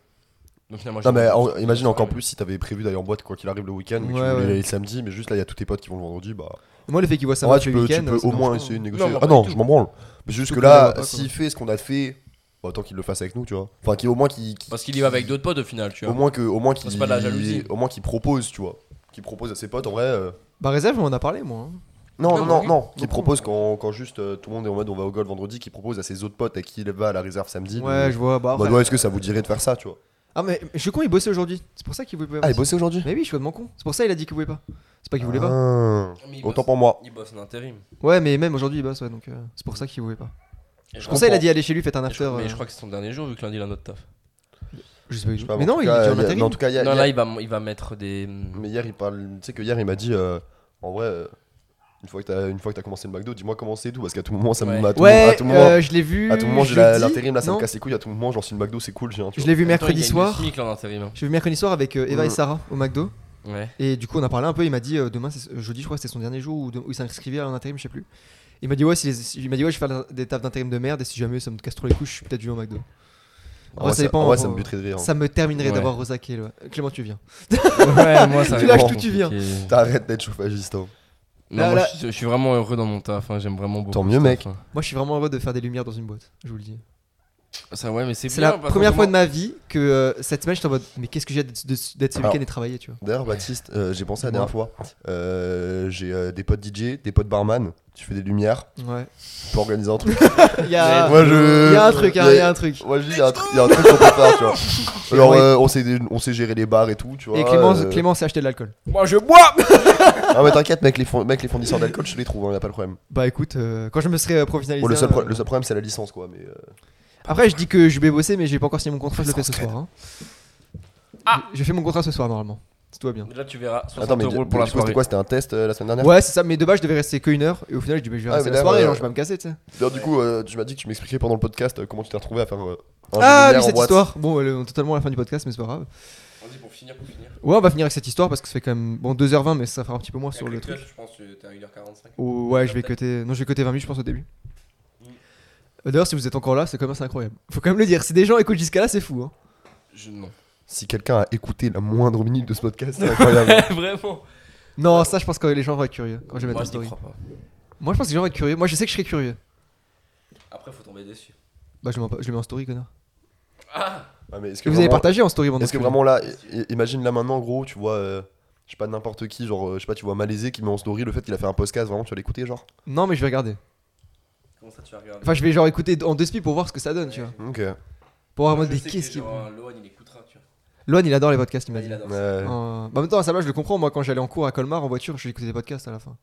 [SPEAKER 1] Donc, finalement,
[SPEAKER 3] Non,
[SPEAKER 1] j'ai-
[SPEAKER 3] mais en- imagine encore plus si t'avais prévu d'aller en boîte quoi qu'il arrive le week-end, mais que tu
[SPEAKER 2] Ouais,
[SPEAKER 3] voulais
[SPEAKER 2] ouais.
[SPEAKER 3] y aller le samedi, mais juste là il y a tous tes potes qui vont le vendredi, bah.
[SPEAKER 2] Et Moi, le fait qu'il voit ça
[SPEAKER 3] en vrai,
[SPEAKER 2] match
[SPEAKER 3] tu
[SPEAKER 2] le
[SPEAKER 3] peux, tu
[SPEAKER 2] week-end,
[SPEAKER 3] peux
[SPEAKER 2] ça
[SPEAKER 3] au
[SPEAKER 2] me
[SPEAKER 3] moins
[SPEAKER 2] dérange
[SPEAKER 3] essayer
[SPEAKER 2] pas.
[SPEAKER 3] de négocier.
[SPEAKER 1] Non,
[SPEAKER 3] ah
[SPEAKER 1] pas
[SPEAKER 3] non,
[SPEAKER 1] du
[SPEAKER 3] je
[SPEAKER 1] tout.
[SPEAKER 3] m'en branle. Mais juste
[SPEAKER 2] Surtout
[SPEAKER 3] que
[SPEAKER 2] qu'on le
[SPEAKER 3] là,
[SPEAKER 2] voit pas,
[SPEAKER 3] s'il fait ce qu'on a fait, bah, autant qu'il le fasse avec nous, tu vois. Enfin, qu'il- au moins qu'il. qu'il-
[SPEAKER 1] Parce qu'il y va avec d'autres potes au final, tu
[SPEAKER 3] Au
[SPEAKER 1] vois.
[SPEAKER 3] moins que, au moins qu'il.
[SPEAKER 1] C'est pas de la jalousie.
[SPEAKER 3] Au moins qu'il propose, tu vois. qui propose à ses potes en vrai. euh,
[SPEAKER 2] Bah, réserve, on en a parlé, moi. hein.
[SPEAKER 3] Non, non, non,
[SPEAKER 2] oui.
[SPEAKER 3] non, qui propose quand, quand juste euh, tout le monde est en mode on va au golf vendredi, qui propose à ses autres potes à qui il va à la réserve samedi.
[SPEAKER 2] Ouais,
[SPEAKER 3] de-
[SPEAKER 2] je vois. Bah,
[SPEAKER 3] en mode,
[SPEAKER 2] après-
[SPEAKER 3] ouais, est-ce que ça vous dirait de faire ça, tu vois
[SPEAKER 2] Ah, mais mais je suis con, il bossait aujourd'hui. C'est pour ça qu'il voulait pas.
[SPEAKER 3] Ah, il bossait aujourd'hui
[SPEAKER 2] Mais oui, je suis complètement con. C'est pour ça qu'il a dit qu'il voulait pas. C'est pas qu'il voulait pas.
[SPEAKER 3] Ah, Autant pour moi.
[SPEAKER 1] Il bosse en intérim.
[SPEAKER 3] Ah.
[SPEAKER 2] Ouais, mais même aujourd'hui, il bosse, ouais, donc euh, c'est pour ça qu'il voulait pas.
[SPEAKER 1] Et
[SPEAKER 2] Je
[SPEAKER 1] je
[SPEAKER 2] conseille, il a
[SPEAKER 1] comprends.
[SPEAKER 2] dit allez chez lui, faites un
[SPEAKER 1] Et je-
[SPEAKER 2] after.
[SPEAKER 1] Mais
[SPEAKER 2] euh,
[SPEAKER 1] je crois que c'est son dernier jour vu que lundi il a notre taf.
[SPEAKER 2] je sais pas,
[SPEAKER 3] Je sais pas,
[SPEAKER 2] Mais
[SPEAKER 3] en
[SPEAKER 2] non,
[SPEAKER 3] tout
[SPEAKER 2] il
[SPEAKER 3] cas,
[SPEAKER 2] est déjà en
[SPEAKER 3] il y a-
[SPEAKER 2] intérim.
[SPEAKER 3] non, en tout cas, il y a-
[SPEAKER 1] Non,
[SPEAKER 3] il y a-
[SPEAKER 1] là il va, il va mettre des. mm,
[SPEAKER 3] Mais hier, il parle. Tu sais que hier, il m'a dit. euh, en vrai, euh, une fois que t'as une fois que t'as commencé le McDo, dis-moi comment c'est tout, parce qu'à tout moment, ça me.
[SPEAKER 1] Ouais.
[SPEAKER 3] à tout moment-
[SPEAKER 2] Ouais,
[SPEAKER 3] à tout moment,
[SPEAKER 2] euh, je l'ai vu.
[SPEAKER 3] à tout moment, j'ai
[SPEAKER 2] jeudi.
[SPEAKER 3] la- l'intérim, là, ça
[SPEAKER 2] Non,
[SPEAKER 3] me casse les couilles. À tout moment, genre, si le McDo, c'est cool, j'ai un. tu
[SPEAKER 2] Je
[SPEAKER 3] vois.
[SPEAKER 2] l'ai vu mercredi
[SPEAKER 1] Attends, il gagne
[SPEAKER 2] soir.
[SPEAKER 1] du SMIC là en intérim. hein.
[SPEAKER 2] Je l'ai vu mercredi soir avec euh, Eva et
[SPEAKER 3] Mm.
[SPEAKER 2] Sarah au McDo.
[SPEAKER 1] Ouais.
[SPEAKER 2] Et du coup, on a parlé un peu. Il m'a dit euh, demain, c'est- euh, jeudi, je crois, que c'était son dernier jour où, où il s'inscrivait en intérim, je sais plus. Il m'a dit ouais, si les- il m'a dit ouais, je vais faire des tafs d'intérim de merde et si jamais ça me casse trop les couilles, je suis peut-être vu au McDo. Ouais,
[SPEAKER 3] En vrai,
[SPEAKER 2] ça
[SPEAKER 3] ça-
[SPEAKER 2] dépend,
[SPEAKER 3] en vrai,
[SPEAKER 2] en-
[SPEAKER 3] ça me buterait de rire. hein.
[SPEAKER 2] Ça me terminerait
[SPEAKER 1] Ouais.
[SPEAKER 2] d'avoir Rosaké. là. Clément, tu viens.
[SPEAKER 1] Ouais, moi ça
[SPEAKER 2] Tu
[SPEAKER 1] va être
[SPEAKER 2] lâches tout, tu viens.
[SPEAKER 1] compliqué.
[SPEAKER 3] T'arrêtes d'être chauffagiste. hein.
[SPEAKER 1] Non,
[SPEAKER 2] Là,
[SPEAKER 1] moi,
[SPEAKER 2] là-
[SPEAKER 1] Je, je suis vraiment heureux dans mon taf, hein, j'aime vraiment beaucoup.
[SPEAKER 3] Tant mieux,
[SPEAKER 1] ce
[SPEAKER 3] mec.
[SPEAKER 1] taf, hein.
[SPEAKER 2] Moi, je suis vraiment heureux de faire des lumières dans une boîte. Je vous le dis.
[SPEAKER 1] Ça, ouais, mais c'est
[SPEAKER 2] C'est
[SPEAKER 1] bien,
[SPEAKER 2] la
[SPEAKER 1] parce
[SPEAKER 2] première
[SPEAKER 1] qu'au
[SPEAKER 2] fois de
[SPEAKER 1] moins-
[SPEAKER 2] ma vie que euh, cette semaine, j'étais en mode mais qu'est-ce que j'ai d'être de- d'être ce
[SPEAKER 3] Alors-
[SPEAKER 2] week-end et travailler, tu vois.
[SPEAKER 3] D'ailleurs, Baptiste, euh, j'ai pensé la dernière fois. euh, j'ai euh, des potes DJ, des potes barman. Tu fais des lumières.
[SPEAKER 2] Ouais.
[SPEAKER 3] Tu peux organiser un truc.
[SPEAKER 2] Il y a,
[SPEAKER 3] Moi, je-
[SPEAKER 2] Ah, il y a un truc, hein, il y a un truc.
[SPEAKER 3] Moi, je dis, il y a un truc il y a un truc qu'on peut faire, tu vois. Genre, euh, on, sait, on sait gérer les bars et tout, tu vois.
[SPEAKER 2] Et Clément,
[SPEAKER 3] euh,
[SPEAKER 2] Clément s'est acheté de l'alcool.
[SPEAKER 1] Moi je bois
[SPEAKER 3] Ah, mais t'inquiète, mec, les, fon- mec, les fournisseurs d'alcool, je les trouve, hein, y a pas de problème.
[SPEAKER 2] Bah écoute, euh, quand je me serai euh, professionnalisé.
[SPEAKER 3] Bon, le, seul
[SPEAKER 2] hein,
[SPEAKER 3] pro-
[SPEAKER 2] euh,
[SPEAKER 3] le seul problème, c'est la licence, quoi. Mais, euh,
[SPEAKER 2] Après, je dis que je vais bosser, mais j'ai pas encore signé mon contrat, je le fais ce soir. hein. Je je fais mon contrat ce soir normalement. Si tout va bien.
[SPEAKER 1] Là, tu verras. 60
[SPEAKER 3] Attends, mais
[SPEAKER 1] euros
[SPEAKER 3] du-
[SPEAKER 1] pour la
[SPEAKER 3] du coup, c'était
[SPEAKER 1] soirée.
[SPEAKER 3] quoi C'était un test euh, la semaine dernière
[SPEAKER 2] Ouais, c'est ça, mais de base, je devais rester qu'une heure, et au final, je dis, mais je vais
[SPEAKER 3] Ah,
[SPEAKER 2] rester
[SPEAKER 3] mais
[SPEAKER 2] la
[SPEAKER 3] là,
[SPEAKER 2] soirée,
[SPEAKER 3] ouais,
[SPEAKER 2] genre,
[SPEAKER 3] ouais.
[SPEAKER 2] je vais me casser, tu sais.
[SPEAKER 3] D'ailleurs, du coup, euh, tu m'as dit que tu m'expliquais pendant le podcast euh, comment tu t'es retrouvé à faire euh, un jeu de
[SPEAKER 2] Ah,
[SPEAKER 3] bière
[SPEAKER 2] oui,
[SPEAKER 3] en
[SPEAKER 2] cette
[SPEAKER 3] boîte.
[SPEAKER 2] histoire. Bon, elle est totalement à la fin du podcast, mais c'est pas grave.
[SPEAKER 1] Vas-y, pour finir, pour finir.
[SPEAKER 2] Ouais, on va finir avec cette histoire parce que ça fait quand même bon 2h20, mais ça fera un petit peu moins sur le truc.
[SPEAKER 1] Je pense que t'es à 1h45.
[SPEAKER 2] Oh, ouais, je vais coter. Non, je vais coter 20 minutes, je pense, au début.
[SPEAKER 1] Mm.
[SPEAKER 2] Euh, D'ailleurs, si vous êtes encore là, c'est quand même assez incroyable. Faut quand même le dire. Si des gens écoutent jusqu'à là, c'est fou. Hein.
[SPEAKER 1] Je... Non.
[SPEAKER 3] Si quelqu'un a écouté la moindre minute de ce podcast, c'est incroyable.
[SPEAKER 1] Vraiment
[SPEAKER 2] Non, ça, je pense que les gens vont être curieux quand je vais
[SPEAKER 1] Moi,
[SPEAKER 2] mettre la
[SPEAKER 1] je n'y
[SPEAKER 2] story.
[SPEAKER 1] crois pas.
[SPEAKER 2] Moi, je pense que les gens vont être curieux. Moi, je sais que je serai curieux.
[SPEAKER 1] Après, faut tomber dessus.
[SPEAKER 2] Bah, je le mets en- je le mets en story, connard.
[SPEAKER 3] Ah, mais est-ce
[SPEAKER 2] Que
[SPEAKER 3] que
[SPEAKER 2] vous avez
[SPEAKER 3] vraiment-
[SPEAKER 2] partagé en story, bande
[SPEAKER 3] Est-ce que
[SPEAKER 2] de
[SPEAKER 3] vraiment là, i- imagine là maintenant, gros, tu vois, euh, je sais pas, n'importe qui, genre, euh, je sais pas, tu vois Malaisé qui met en story le fait qu'il a fait un podcast, vraiment, tu vas l'écouter, genre
[SPEAKER 2] curieux. Non, mais je vais regarder.
[SPEAKER 1] Comment ça, tu vas regarder
[SPEAKER 2] Enfin, je vais genre écouter en deux spies pour voir ce que ça donne, tu vois.
[SPEAKER 3] Ok.
[SPEAKER 2] Pour voir en mode des qu'est-ce qui.
[SPEAKER 1] Loan, il écoutera, tu vois.
[SPEAKER 2] Loan, il adore les podcasts, il m'a dit.
[SPEAKER 1] Il adore ça.
[SPEAKER 3] Ouais.
[SPEAKER 2] Euh, bah, en même temps, ça va, je le comprends. Moi, quand j'allais en cours à Colmar en voiture, je j'écoutais des podcasts à la fin.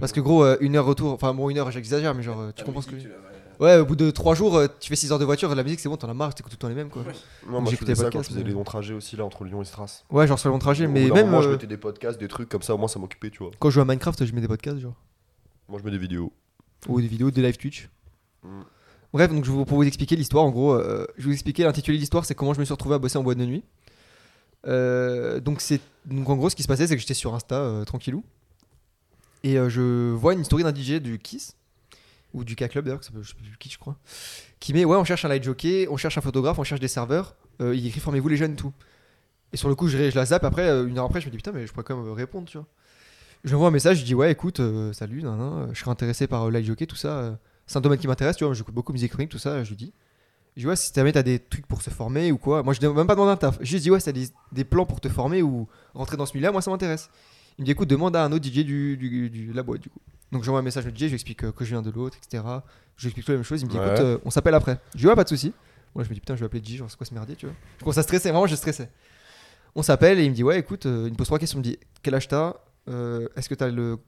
[SPEAKER 2] Parce que
[SPEAKER 3] Mm.
[SPEAKER 2] gros, euh, une heure retour, enfin bon, une heure, j'exagère, mais genre, euh, tu
[SPEAKER 1] Ta
[SPEAKER 2] comprends ce que.
[SPEAKER 1] musique,
[SPEAKER 2] je-
[SPEAKER 1] tu l'as- ouais.
[SPEAKER 2] Ouais, au bout de trois jours, euh, tu fais 6 heures de voiture, la musique c'est bon, t'en as marre, t'écoutes tout le temps les mêmes quoi.
[SPEAKER 1] Ouais.
[SPEAKER 2] Donc
[SPEAKER 3] Non, moi je
[SPEAKER 2] j'écoutais
[SPEAKER 3] faisais ça quand
[SPEAKER 2] podcast,
[SPEAKER 3] je faisais
[SPEAKER 2] mais-
[SPEAKER 3] les longs trajets aussi là entre Lyon et Stras.
[SPEAKER 2] Ouais, genre sur le long trajet,
[SPEAKER 3] Au
[SPEAKER 2] mais
[SPEAKER 3] bout d'un
[SPEAKER 2] même
[SPEAKER 3] moment, je
[SPEAKER 2] euh,
[SPEAKER 3] mettais des podcasts, des trucs comme ça, au moins ça m'occupait, tu vois.
[SPEAKER 2] quand je joue à Minecraft, je mets des podcasts, genre.
[SPEAKER 3] Moi je mets des vidéos.
[SPEAKER 2] Ou des vidéos, des live Twitch.
[SPEAKER 3] Mm.
[SPEAKER 2] Bref, donc je vous, pour vous expliquer l'histoire, en gros, euh, je vais vous expliquer l'intitulé de l'histoire, c'est comment je me suis retrouvé à bosser en boîte de nuit. Euh, donc, c'est, donc en gros, ce qui se passait, c'est que j'étais sur Insta, euh, tranquillou, et euh, je vois une story d'un DJ du Kiss, ou du K-Club d'ailleurs, que ça peut- je sais plus qui je crois, qui met Ouais, on cherche un light jockey, on cherche un photographe, on cherche des serveurs, euh, il écrit Formez-vous les jeunes, tout. Et sur le coup, je, ré- je la zappe, après, euh, une heure après, je me dis Putain, mais je pourrais quand même euh, répondre, tu vois. Je lui envoie un message, je dis Ouais, écoute, euh, salut, nan, nan, euh, je serais intéressé par euh, light jockey, tout ça. euh, c'est un domaine qui m'intéresse, tu vois, j'écoute beaucoup musique électronique, tout ça, je lui dis. Je dis, ouais, si jamais t'as des trucs pour se former ou quoi. Moi, je n'ai même pas demandé un taf. Juste dis, ouais, si t'as des, des plans pour te former ou rentrer dans ce milieu-là, moi, ça m'intéresse. Il me dit, écoute, demande à un autre DJ du, du, du- la boîte, du coup. Donc, j'envoie un message au DJ, je lui explique euh, que je viens de l'autre, etc. Je lui explique tout la même chose. Il me dit,
[SPEAKER 3] Ouais.
[SPEAKER 2] écoute, euh, on s'appelle après. Je lui dis, ouais, pas de souci. Moi, je me dis, putain, je vais appeler DJ, genre, c'est quoi ce merdier, tu vois. Je commence à stresser, vraiment, je stressais. On s'appelle et il me dit, ouais, écoute, euh, il me pose trois questions. Il me dit, quel âge t'as Euh, Est-ce que t'as le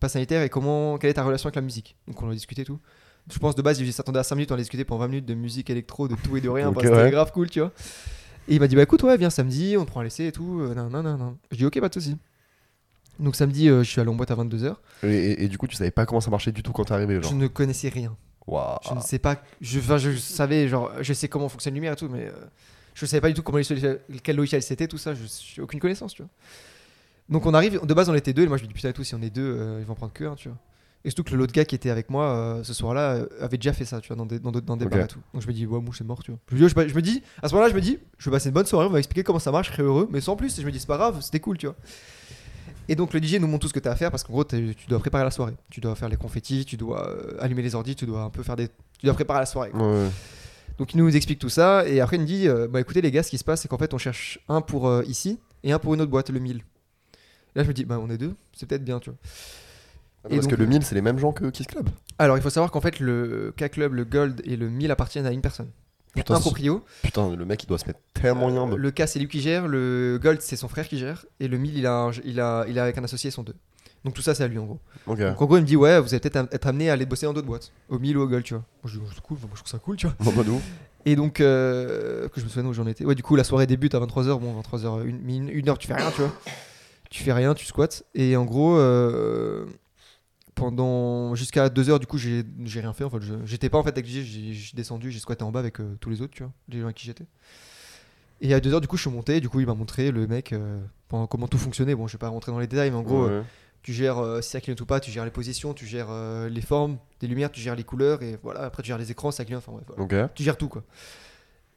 [SPEAKER 2] pass sanitaire et comment, quelle est ta relation avec la musique Donc, on en discutait et tout. Je pense de base, il s'attendait à 5 minutes, on a discuté pendant 20 minutes de musique électro, de tout et de rien.
[SPEAKER 3] Ok,
[SPEAKER 2] parce que c'était
[SPEAKER 3] ouais.
[SPEAKER 2] grave cool, tu vois. Et il m'a dit, bah écoute, ouais, viens samedi, on te prend un laisser et tout. euh, nan, nan, nan, nan. Je dis, ok, pas de soucis. Donc samedi, euh, je suis allé en boîte à 22h.
[SPEAKER 3] Et, et- et du coup, tu savais pas comment ça marchait du tout quand t'es arrivé, genre.
[SPEAKER 2] Je ne connaissais rien.
[SPEAKER 3] Waouh.
[SPEAKER 2] Je ne sais pas. Je, enfin, je savais, genre, je sais comment fonctionne la lumière et tout, mais euh, je ne savais pas du tout comment les logiciels- quel logiciel c'était, tout ça. Je n'ai aucune connaissance, tu vois. Donc on arrive, de base on était deux, et moi je me dis putain et tout, si on est deux, euh, ils vont prendre que un, tu vois. Et surtout que l'autre gars qui était avec moi euh, ce soir-là euh, avait déjà fait ça, tu vois, dans des, dans d'autres- dans des
[SPEAKER 3] Ok.
[SPEAKER 2] bars et tout. Donc je me dis, ouais, moi c'est mort, tu vois. Je, me dis, je- je me dis, à ce moment-là, je me dis, je vais passer une bonne soirée, on va expliquer comment ça marche, je serai heureux, mais sans plus. Et je me dis, c'est pas grave, c'était cool, tu vois. Et donc le DJ nous montre tout ce que tu as à faire parce qu'en gros, t'es- tu dois préparer la soirée. Tu dois faire les confettis, tu dois euh, allumer les ordi, tu dois un peu faire des. Tu dois préparer la soirée. quoi.
[SPEAKER 3] Ah, Ouais.
[SPEAKER 2] Donc il nous explique tout ça et après il me dit euh, bah écoutez les gars ce qui se passe c'est qu'en fait on cherche un pour euh, ici et un pour une autre boîte le 1000. Et là, je me dis, bah, on est deux, c'est peut-être bien, tu vois.
[SPEAKER 3] Ah,
[SPEAKER 2] Et
[SPEAKER 3] parce
[SPEAKER 2] donc- euh,
[SPEAKER 3] que le 1000, c'est les mêmes gens que Kiss Club.
[SPEAKER 2] Alors, il faut savoir qu'en fait, le K-Club, le Gold et le 1000 appartiennent à une personne.
[SPEAKER 3] Putain,
[SPEAKER 2] un
[SPEAKER 3] c'est-
[SPEAKER 2] proprio.
[SPEAKER 3] Putain, le mec, il doit se mettre tellement yimbe.
[SPEAKER 2] Euh, Le K, c'est lui qui gère. Le Gold, c'est son frère qui gère. Et le 1000, il a, un- il a, il a avec un associé, son deux. Donc tout ça, c'est à lui en gros.
[SPEAKER 3] Ok.
[SPEAKER 2] Donc en gros, il me dit, ouais, vous allez peut-être am- être amené à aller bosser dans d'autres boîtes. Au 1000 ou au Gold, tu vois. Moi, je dis, oh, c'est cool, moi, je trouve ça cool, tu vois.
[SPEAKER 3] En mode ouf.
[SPEAKER 2] Et donc, euh, que je me souviens où j'en étais. Ouais, du coup, la soirée débute à 23h. Bon, 23h, une, une- une heure, tu fais rien, tu vois. Tu fais rien, tu squattes. Et en gros, euh, pendant jusqu'à 2h, du coup, j'ai j'ai rien fait. En fait, Je- j'étais pas en fait avec DJ, j'ai j'ai descendu, j'ai squatté en bas avec euh, tous les autres, tu vois, les gens avec qui j'étais. Et à 2h, du coup, je suis monté. Et du coup, il m'a montré le mec euh, pendant- comment tout fonctionnait. Bon, je vais pas rentrer dans les détails, mais en gros, euh,
[SPEAKER 3] Ouais.
[SPEAKER 2] tu gères euh, si ça clignote ou pas, tu gères les positions, tu gères euh, les formes, les lumières, tu gères les couleurs. Et voilà, après, tu gères les écrans, ça clignote. Enfin, bref, voilà
[SPEAKER 3] Ok.
[SPEAKER 2] tu gères tout quoi.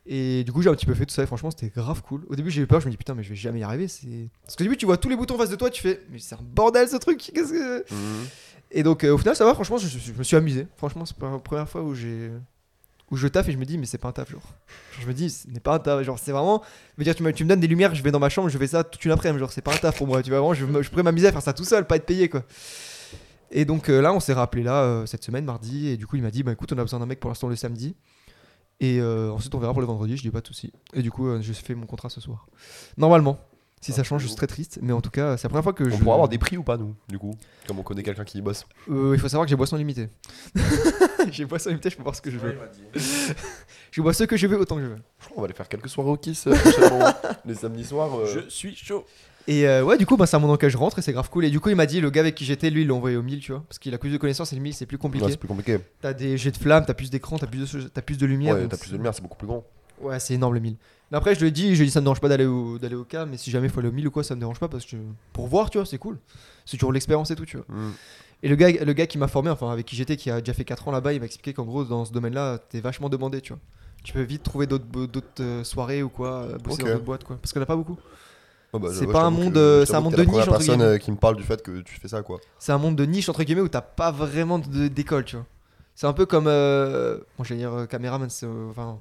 [SPEAKER 2] Et du coup, j'ai un petit peu fait tout ça et franchement, c'était grave cool. Au début, j'ai eu peur, je me dis putain, mais je vais jamais y arriver. C'est... Parce qu'au début, tu vois tous les boutons en face de toi, tu fais, mais c'est un bordel ce truc. qu'est-ce que... Et donc, euh, au final, ça va, franchement, je, je me suis amusé. Franchement, c'est pas la première fois où j'ai. Où je taffe et je me dis, mais c'est pas un taf, genre. Genre, je me dis, ce n'est pas un taf, genre, c'est vraiment. Je veux dire, tu me, tu me donnes des lumières, je vais dans ma chambre, je fais ça toute une après-midi, genre, c'est pas un taf pour moi, tu vois, vraiment, je, me- je pourrais m'amuser à faire ça tout seul, pas être payé, quoi. Et donc euh, là, on s'est rappelé là, euh, cette semaine, mardi, et du coup, il m'a dit, bah écoute, on a besoin d'un mec pour l'instant le samedi. Et euh, ensuite, on verra pour le vendredi. Je dis pas de soucis. Et du coup, euh, je fais mon contrat ce soir. Normalement. Si ça change, je serais triste. Mais en tout cas, c'est la première fois que
[SPEAKER 3] Ah, On
[SPEAKER 2] je.
[SPEAKER 3] pourra avoir des prix ou pas, nous, du coup Comme on connaît quelqu'un qui y bosse.
[SPEAKER 2] Euh, il faut savoir que j'ai boisson limitée. j'ai boisson limitée, je peux boire ce que je veux. je bois ce que je veux autant que je veux.
[SPEAKER 3] Je crois qu'on va aller faire quelques soirées au Kiss euh, prochainement. les samedis soirs. euh,
[SPEAKER 1] Je suis chaud.
[SPEAKER 2] Et euh, ouais, du coup, bah, c'est un moment que je rentre et c'est grave cool. Et du coup, il m'a dit, le gars avec qui j'étais, lui, il l'a envoyé au 1000, tu vois. Parce qu'il a plus de connaissances et le 1000, c'est plus
[SPEAKER 3] ouais,
[SPEAKER 2] compliqué.
[SPEAKER 3] c'est plus compliqué.
[SPEAKER 2] t'as des jets de flammes, t'as plus d'écran, t'as plus, de choses- t'as plus de lumière.
[SPEAKER 3] Ouais,
[SPEAKER 2] donc
[SPEAKER 3] t'as plus de lumière, c'est beaucoup plus grand.
[SPEAKER 2] Ouais, c'est énorme le 1000. Mais Après, je lui ai dit, je lui ai dit, ça me dérange pas d'aller au, d'aller au cas, mais si jamais il faut aller au 1000 ou quoi, ça me dérange pas parce que pour voir, tu vois, c'est cool. C'est toujours l'expérience et tout, tu vois. Et le gars, le gars qui m'a formé, enfin avec qui j'étais, qui a déjà fait 4 ans là-bas, il m'a expliqué qu'en gros, dans ce domaine-là, t'es vachement demandé, tu vois. Tu peux vite trouver d'autres, bo- d'autres euh, soirées ou quoi, euh, bosser
[SPEAKER 3] Ok.
[SPEAKER 2] dans d'autres boîtes, quoi. Parce qu'il n'y en a pas beaucoup.
[SPEAKER 3] Ah bah,
[SPEAKER 2] C'est
[SPEAKER 3] j'avoue,
[SPEAKER 2] pas un
[SPEAKER 3] j'avoue que-
[SPEAKER 2] monde, euh,
[SPEAKER 3] j'avoue
[SPEAKER 2] c'est un
[SPEAKER 3] que
[SPEAKER 2] monde
[SPEAKER 3] t'es
[SPEAKER 2] de
[SPEAKER 3] la première
[SPEAKER 2] niche, entre
[SPEAKER 3] personne
[SPEAKER 2] guillemets.
[SPEAKER 3] euh, qui me parle du fait que tu fais ça, quoi.
[SPEAKER 2] C'est un monde de niche, entre guillemets, où t'as pas vraiment de- d'école, tu vois. C'est un peu comme. euh, bon, j'allais dire euh, caméraman, c'est. euh, enfin.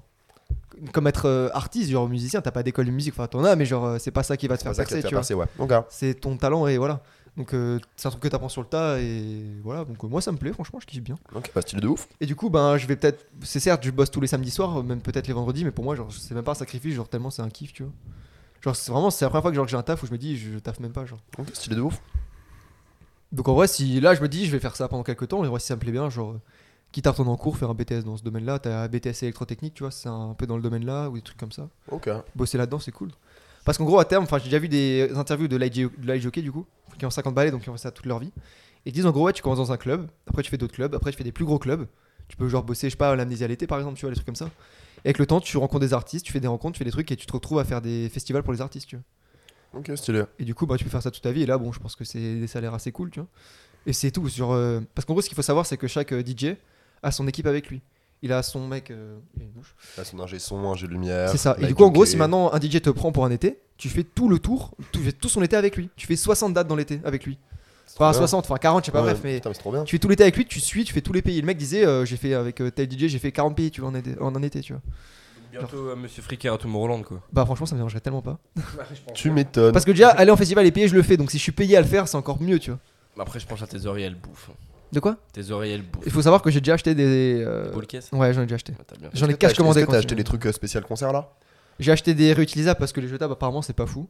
[SPEAKER 2] Comme être euh, artiste, genre musicien, t'as pas d'école de musique, enfin t'en as, mais genre, euh, c'est pas ça qui va te
[SPEAKER 3] C'est
[SPEAKER 2] faire
[SPEAKER 3] pas ça qui va
[SPEAKER 2] percer,
[SPEAKER 3] te
[SPEAKER 2] tu
[SPEAKER 3] faire
[SPEAKER 2] vois.
[SPEAKER 3] passer, ouais. Ok.
[SPEAKER 2] c'est ton talent et voilà. Donc euh, c'est un truc que t'apprends sur le tas et voilà. Donc euh, moi ça me plaît franchement, je kiffe bien.
[SPEAKER 3] Ok, bah, style de ouf.
[SPEAKER 2] Et du coup ben je vais peut-être, c'est certes je bosse tous les samedis soirs, même peut-être les vendredis, mais pour moi genre c'est même pas un sacrifice, genre tellement c'est un kiff tu vois. Genre c'est vraiment c'est la première fois que genre que j'ai un taf où je me dis je, je taffe même pas genre.
[SPEAKER 3] Ok, stylé de ouf.
[SPEAKER 2] Donc en vrai si là je me dis je vais faire ça pendant quelques temps, on va voir si ça me plaît bien genre. euh, Quitte à retourner en cours, faire un BTS dans ce domaine-là, t'as un BTS électrotechnique, tu vois, c'est un peu dans le domaine-là, ou des trucs comme ça.
[SPEAKER 3] Ok.
[SPEAKER 2] bosser là-dedans, c'est cool. Parce qu'en gros, à terme, enfin, j'ai déjà vu des interviews de l'IJ de l'IJ hockey, du coup, qui ont 50 balais, donc qui ont fait ça toute leur vie. Et ils disent en gros, ouais, tu commences dans un club, après tu fais d'autres clubs, après tu fais des plus gros clubs. Tu peux genre bosser, je sais pas, à l'amnésie à l'été par exemple, tu vois, des trucs comme ça. Et avec le temps, tu rencontres des artistes, tu fais des rencontres, tu fais des trucs et tu te retrouves à faire des festivals pour les artistes, tu vois.
[SPEAKER 3] Ok, stylé.
[SPEAKER 2] Et du coup, bah, tu peux faire ça toute ta vie. Et là, bon, je pense que c'est des salaires assez cool, tu vois. Et c'est tout. Genre, euh, Parce qu'en gros, ce qu'il faut savoir, c'est que chaque euh, DJ a son équipe avec lui. Il a son mec. euh, il y a une mouche.
[SPEAKER 3] Là, son ingé son, ingé lumière.
[SPEAKER 2] C'est ça. Et
[SPEAKER 3] light
[SPEAKER 2] du coup, en gros,
[SPEAKER 3] hockey.
[SPEAKER 2] si maintenant un DJ te prend pour un été, tu fais tout le tour, tu fais tout son été avec lui. Tu fais 60 dates dans l'été avec lui.
[SPEAKER 3] C'est trop
[SPEAKER 2] Enfin,
[SPEAKER 3] bien.
[SPEAKER 2] 60, enfin 40, je sais pas,
[SPEAKER 3] Ouais,
[SPEAKER 2] bref, mais
[SPEAKER 3] Putain, mais c'est trop bien.
[SPEAKER 2] tu fais tout l'été avec lui, tu suis, tu fais tous les pays. Le mec disait, euh, j'ai fait avec euh, tel DJ, j'ai fait 40 pays, tu vois, en, été- en un été, tu vois.
[SPEAKER 1] Bientôt euh, Monsieur Fricard à Tomorrowland quoi.
[SPEAKER 2] Bah, franchement, ça me dérangerait tellement pas.
[SPEAKER 3] Tu m'étonnes.
[SPEAKER 2] Parce que déjà, aller en festival et payer, je le fais, donc si je suis payé à le faire, c'est encore mieux, tu vois.
[SPEAKER 1] Après je pense à tes oreilles elles bouffent.
[SPEAKER 2] De quoi
[SPEAKER 1] Tes oreilles elles bouffent.
[SPEAKER 2] Il faut savoir que j'ai déjà acheté des. euh,
[SPEAKER 1] Pour le caisse
[SPEAKER 2] Ouais, j'en ai déjà acheté.
[SPEAKER 1] Ah, t'as bien fait.
[SPEAKER 2] J'en ai
[SPEAKER 3] Est-ce que t'as
[SPEAKER 2] cash
[SPEAKER 3] acheté-
[SPEAKER 2] commandé
[SPEAKER 3] Est-ce que
[SPEAKER 2] quand
[SPEAKER 3] t'as
[SPEAKER 2] tu
[SPEAKER 3] acheté
[SPEAKER 2] veux.
[SPEAKER 3] les trucs euh, spécial concert là
[SPEAKER 2] J'ai acheté des réutilisables parce que les jetables, apparemment, c'est pas fou.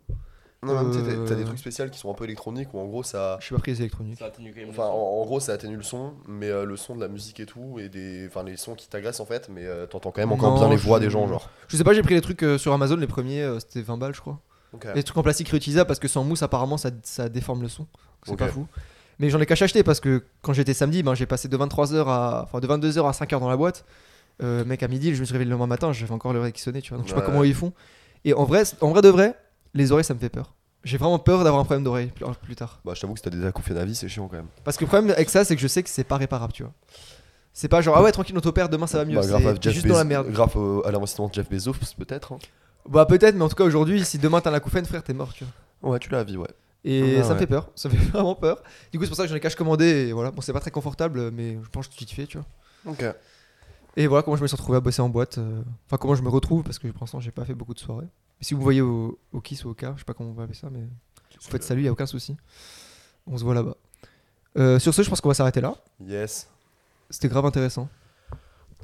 [SPEAKER 3] Non, mais tu sais,
[SPEAKER 2] Euh,
[SPEAKER 3] t'as- t'as des trucs spéciaux qui sont un peu électroniques où en gros ça.
[SPEAKER 2] Je suis pas prise électronique.
[SPEAKER 1] Ça atténue quand même le
[SPEAKER 3] Enfin, en,
[SPEAKER 1] son.
[SPEAKER 3] en gros, ça atténue le son, mais euh, le son de la musique et tout, et des, enfin les sons qui t'agressent en fait, mais euh, t'entends quand même encore
[SPEAKER 2] Non,
[SPEAKER 3] bien les
[SPEAKER 2] je-
[SPEAKER 3] voix des gens, genre.
[SPEAKER 2] Je sais pas, j'ai pris les trucs euh, sur Amazon, les premiers, euh, c'était 20 balles, je crois.
[SPEAKER 3] Ok.
[SPEAKER 2] Les trucs en plastique réutilisables parce que sans mousse apparemment ça, ça déforme le son. C'est
[SPEAKER 3] Ok.
[SPEAKER 2] pas fou. Mais j'en ai caché acheté parce que quand j'étais samedi, ben, j'ai passé de 23h à enfin de 22h à 5h dans la boîte. Euh, mec à midi, je me suis réveillé le lendemain matin, j'avais encore l'oreille qui sonnait, tu vois. Donc je sais
[SPEAKER 3] Ouais.
[SPEAKER 2] pas comment ils font. Et en vrai, en vrai de vrai, les oreilles ça me fait peur. J'ai vraiment peur d'avoir un problème d'oreille plus, plus tard.
[SPEAKER 3] Bah, je t'avoue que si t'as des acouphènes c'est chiant quand même.
[SPEAKER 2] Parce que le problème avec ça, c'est que je sais que c'est pas réparable, tu vois. C'est pas genre ah ouais tranquille on t'opère demain ça va mieux.
[SPEAKER 3] Bah, grave à
[SPEAKER 2] c'est t'es
[SPEAKER 3] Jeff
[SPEAKER 2] juste dans la
[SPEAKER 3] Bezo-
[SPEAKER 2] merde.
[SPEAKER 3] grave, euh, à l'investissement de Jeff Bezos, peut-être. hein.
[SPEAKER 2] Bah peut-être mais en tout cas aujourd'hui si demain t'as un acouphène frère t'es mort tu vois.
[SPEAKER 3] Ouais, tu l'as à vie, ouais.
[SPEAKER 2] Et
[SPEAKER 3] Ah
[SPEAKER 2] ça
[SPEAKER 3] ouais.
[SPEAKER 2] me fait peur, ça me fait vraiment peur. Du coup, c'est pour ça que j'en ai cash commandé. Et voilà, bon, c'est pas très confortable, mais je pense que tu kiffé, tu vois.
[SPEAKER 3] Ok.
[SPEAKER 2] Et voilà comment je me suis retrouvé à bosser en boîte. euh, Enfin, comment je me retrouve, parce que pour l'instant, j'ai pas fait beaucoup de soirées. Mais si vous me voyez au, au Kiss ou au K, je sais pas comment on va appeler ça, mais. Vous faites salut, il n'y a aucun souci. On se voit là-bas. Euh, sur ce, je pense qu'on va s'arrêter là.
[SPEAKER 3] Yes.
[SPEAKER 2] C'était grave intéressant.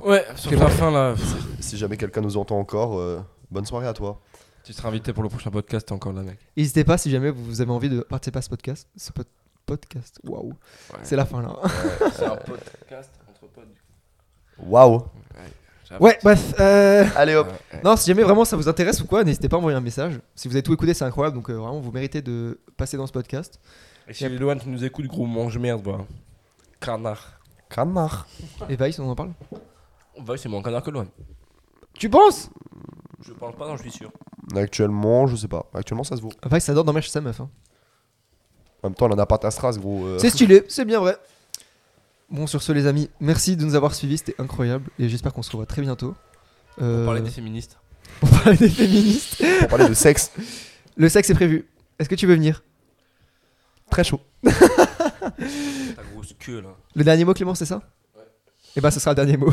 [SPEAKER 1] Ouais, sur la fin là, pff,
[SPEAKER 3] Si jamais quelqu'un nous entend encore, euh, bonne soirée à toi.
[SPEAKER 1] tu seras invité pour le prochain podcast, t'es encore là, mec.
[SPEAKER 2] N'hésitez pas si jamais vous avez envie de participer à ce podcast. Ce pod- podcast, waouh. C'est la fin là.
[SPEAKER 1] C'est un podcast entre potes.
[SPEAKER 3] Waouh.
[SPEAKER 2] ouais, bref. euh,
[SPEAKER 3] Allez hop.
[SPEAKER 2] Non, si jamais vraiment ça vous intéresse ou quoi, n'hésitez pas à envoyer un message. Si vous avez tout écouté, c'est incroyable. Donc euh, vraiment, vous méritez de passer dans ce podcast.
[SPEAKER 1] Et si Loan tu nous écoutes, gros, mange merde, bah. Canard.
[SPEAKER 3] Canard.
[SPEAKER 2] Et Vice, on en parle
[SPEAKER 1] Bah, c'est moins canard que Loan.
[SPEAKER 2] Tu penses
[SPEAKER 1] Je parle pas, non, je suis sûr.
[SPEAKER 3] Actuellement, je sais pas. Actuellement, ça se vaut.
[SPEAKER 2] Vice adore dormir chez sa meuf. hein.
[SPEAKER 3] En même temps, elle en a pas ta strass, gros. euh.
[SPEAKER 2] C'est stylé, c'est bien vrai. Bon, sur ce, les amis, merci de nous avoir suivis. C'était incroyable. Et j'espère qu'on se revoit très bientôt. Euh,
[SPEAKER 1] On parlait des féministes.
[SPEAKER 2] on parlait des féministes.
[SPEAKER 3] Pour parler de sexe,
[SPEAKER 2] Le sexe est prévu. Est-ce que tu veux venir
[SPEAKER 3] très chaud.
[SPEAKER 1] Ta grosse queue là.
[SPEAKER 2] Le dernier mot, Clément, c'est ça
[SPEAKER 1] Ouais.
[SPEAKER 2] Et eh ben, ce sera le dernier mot.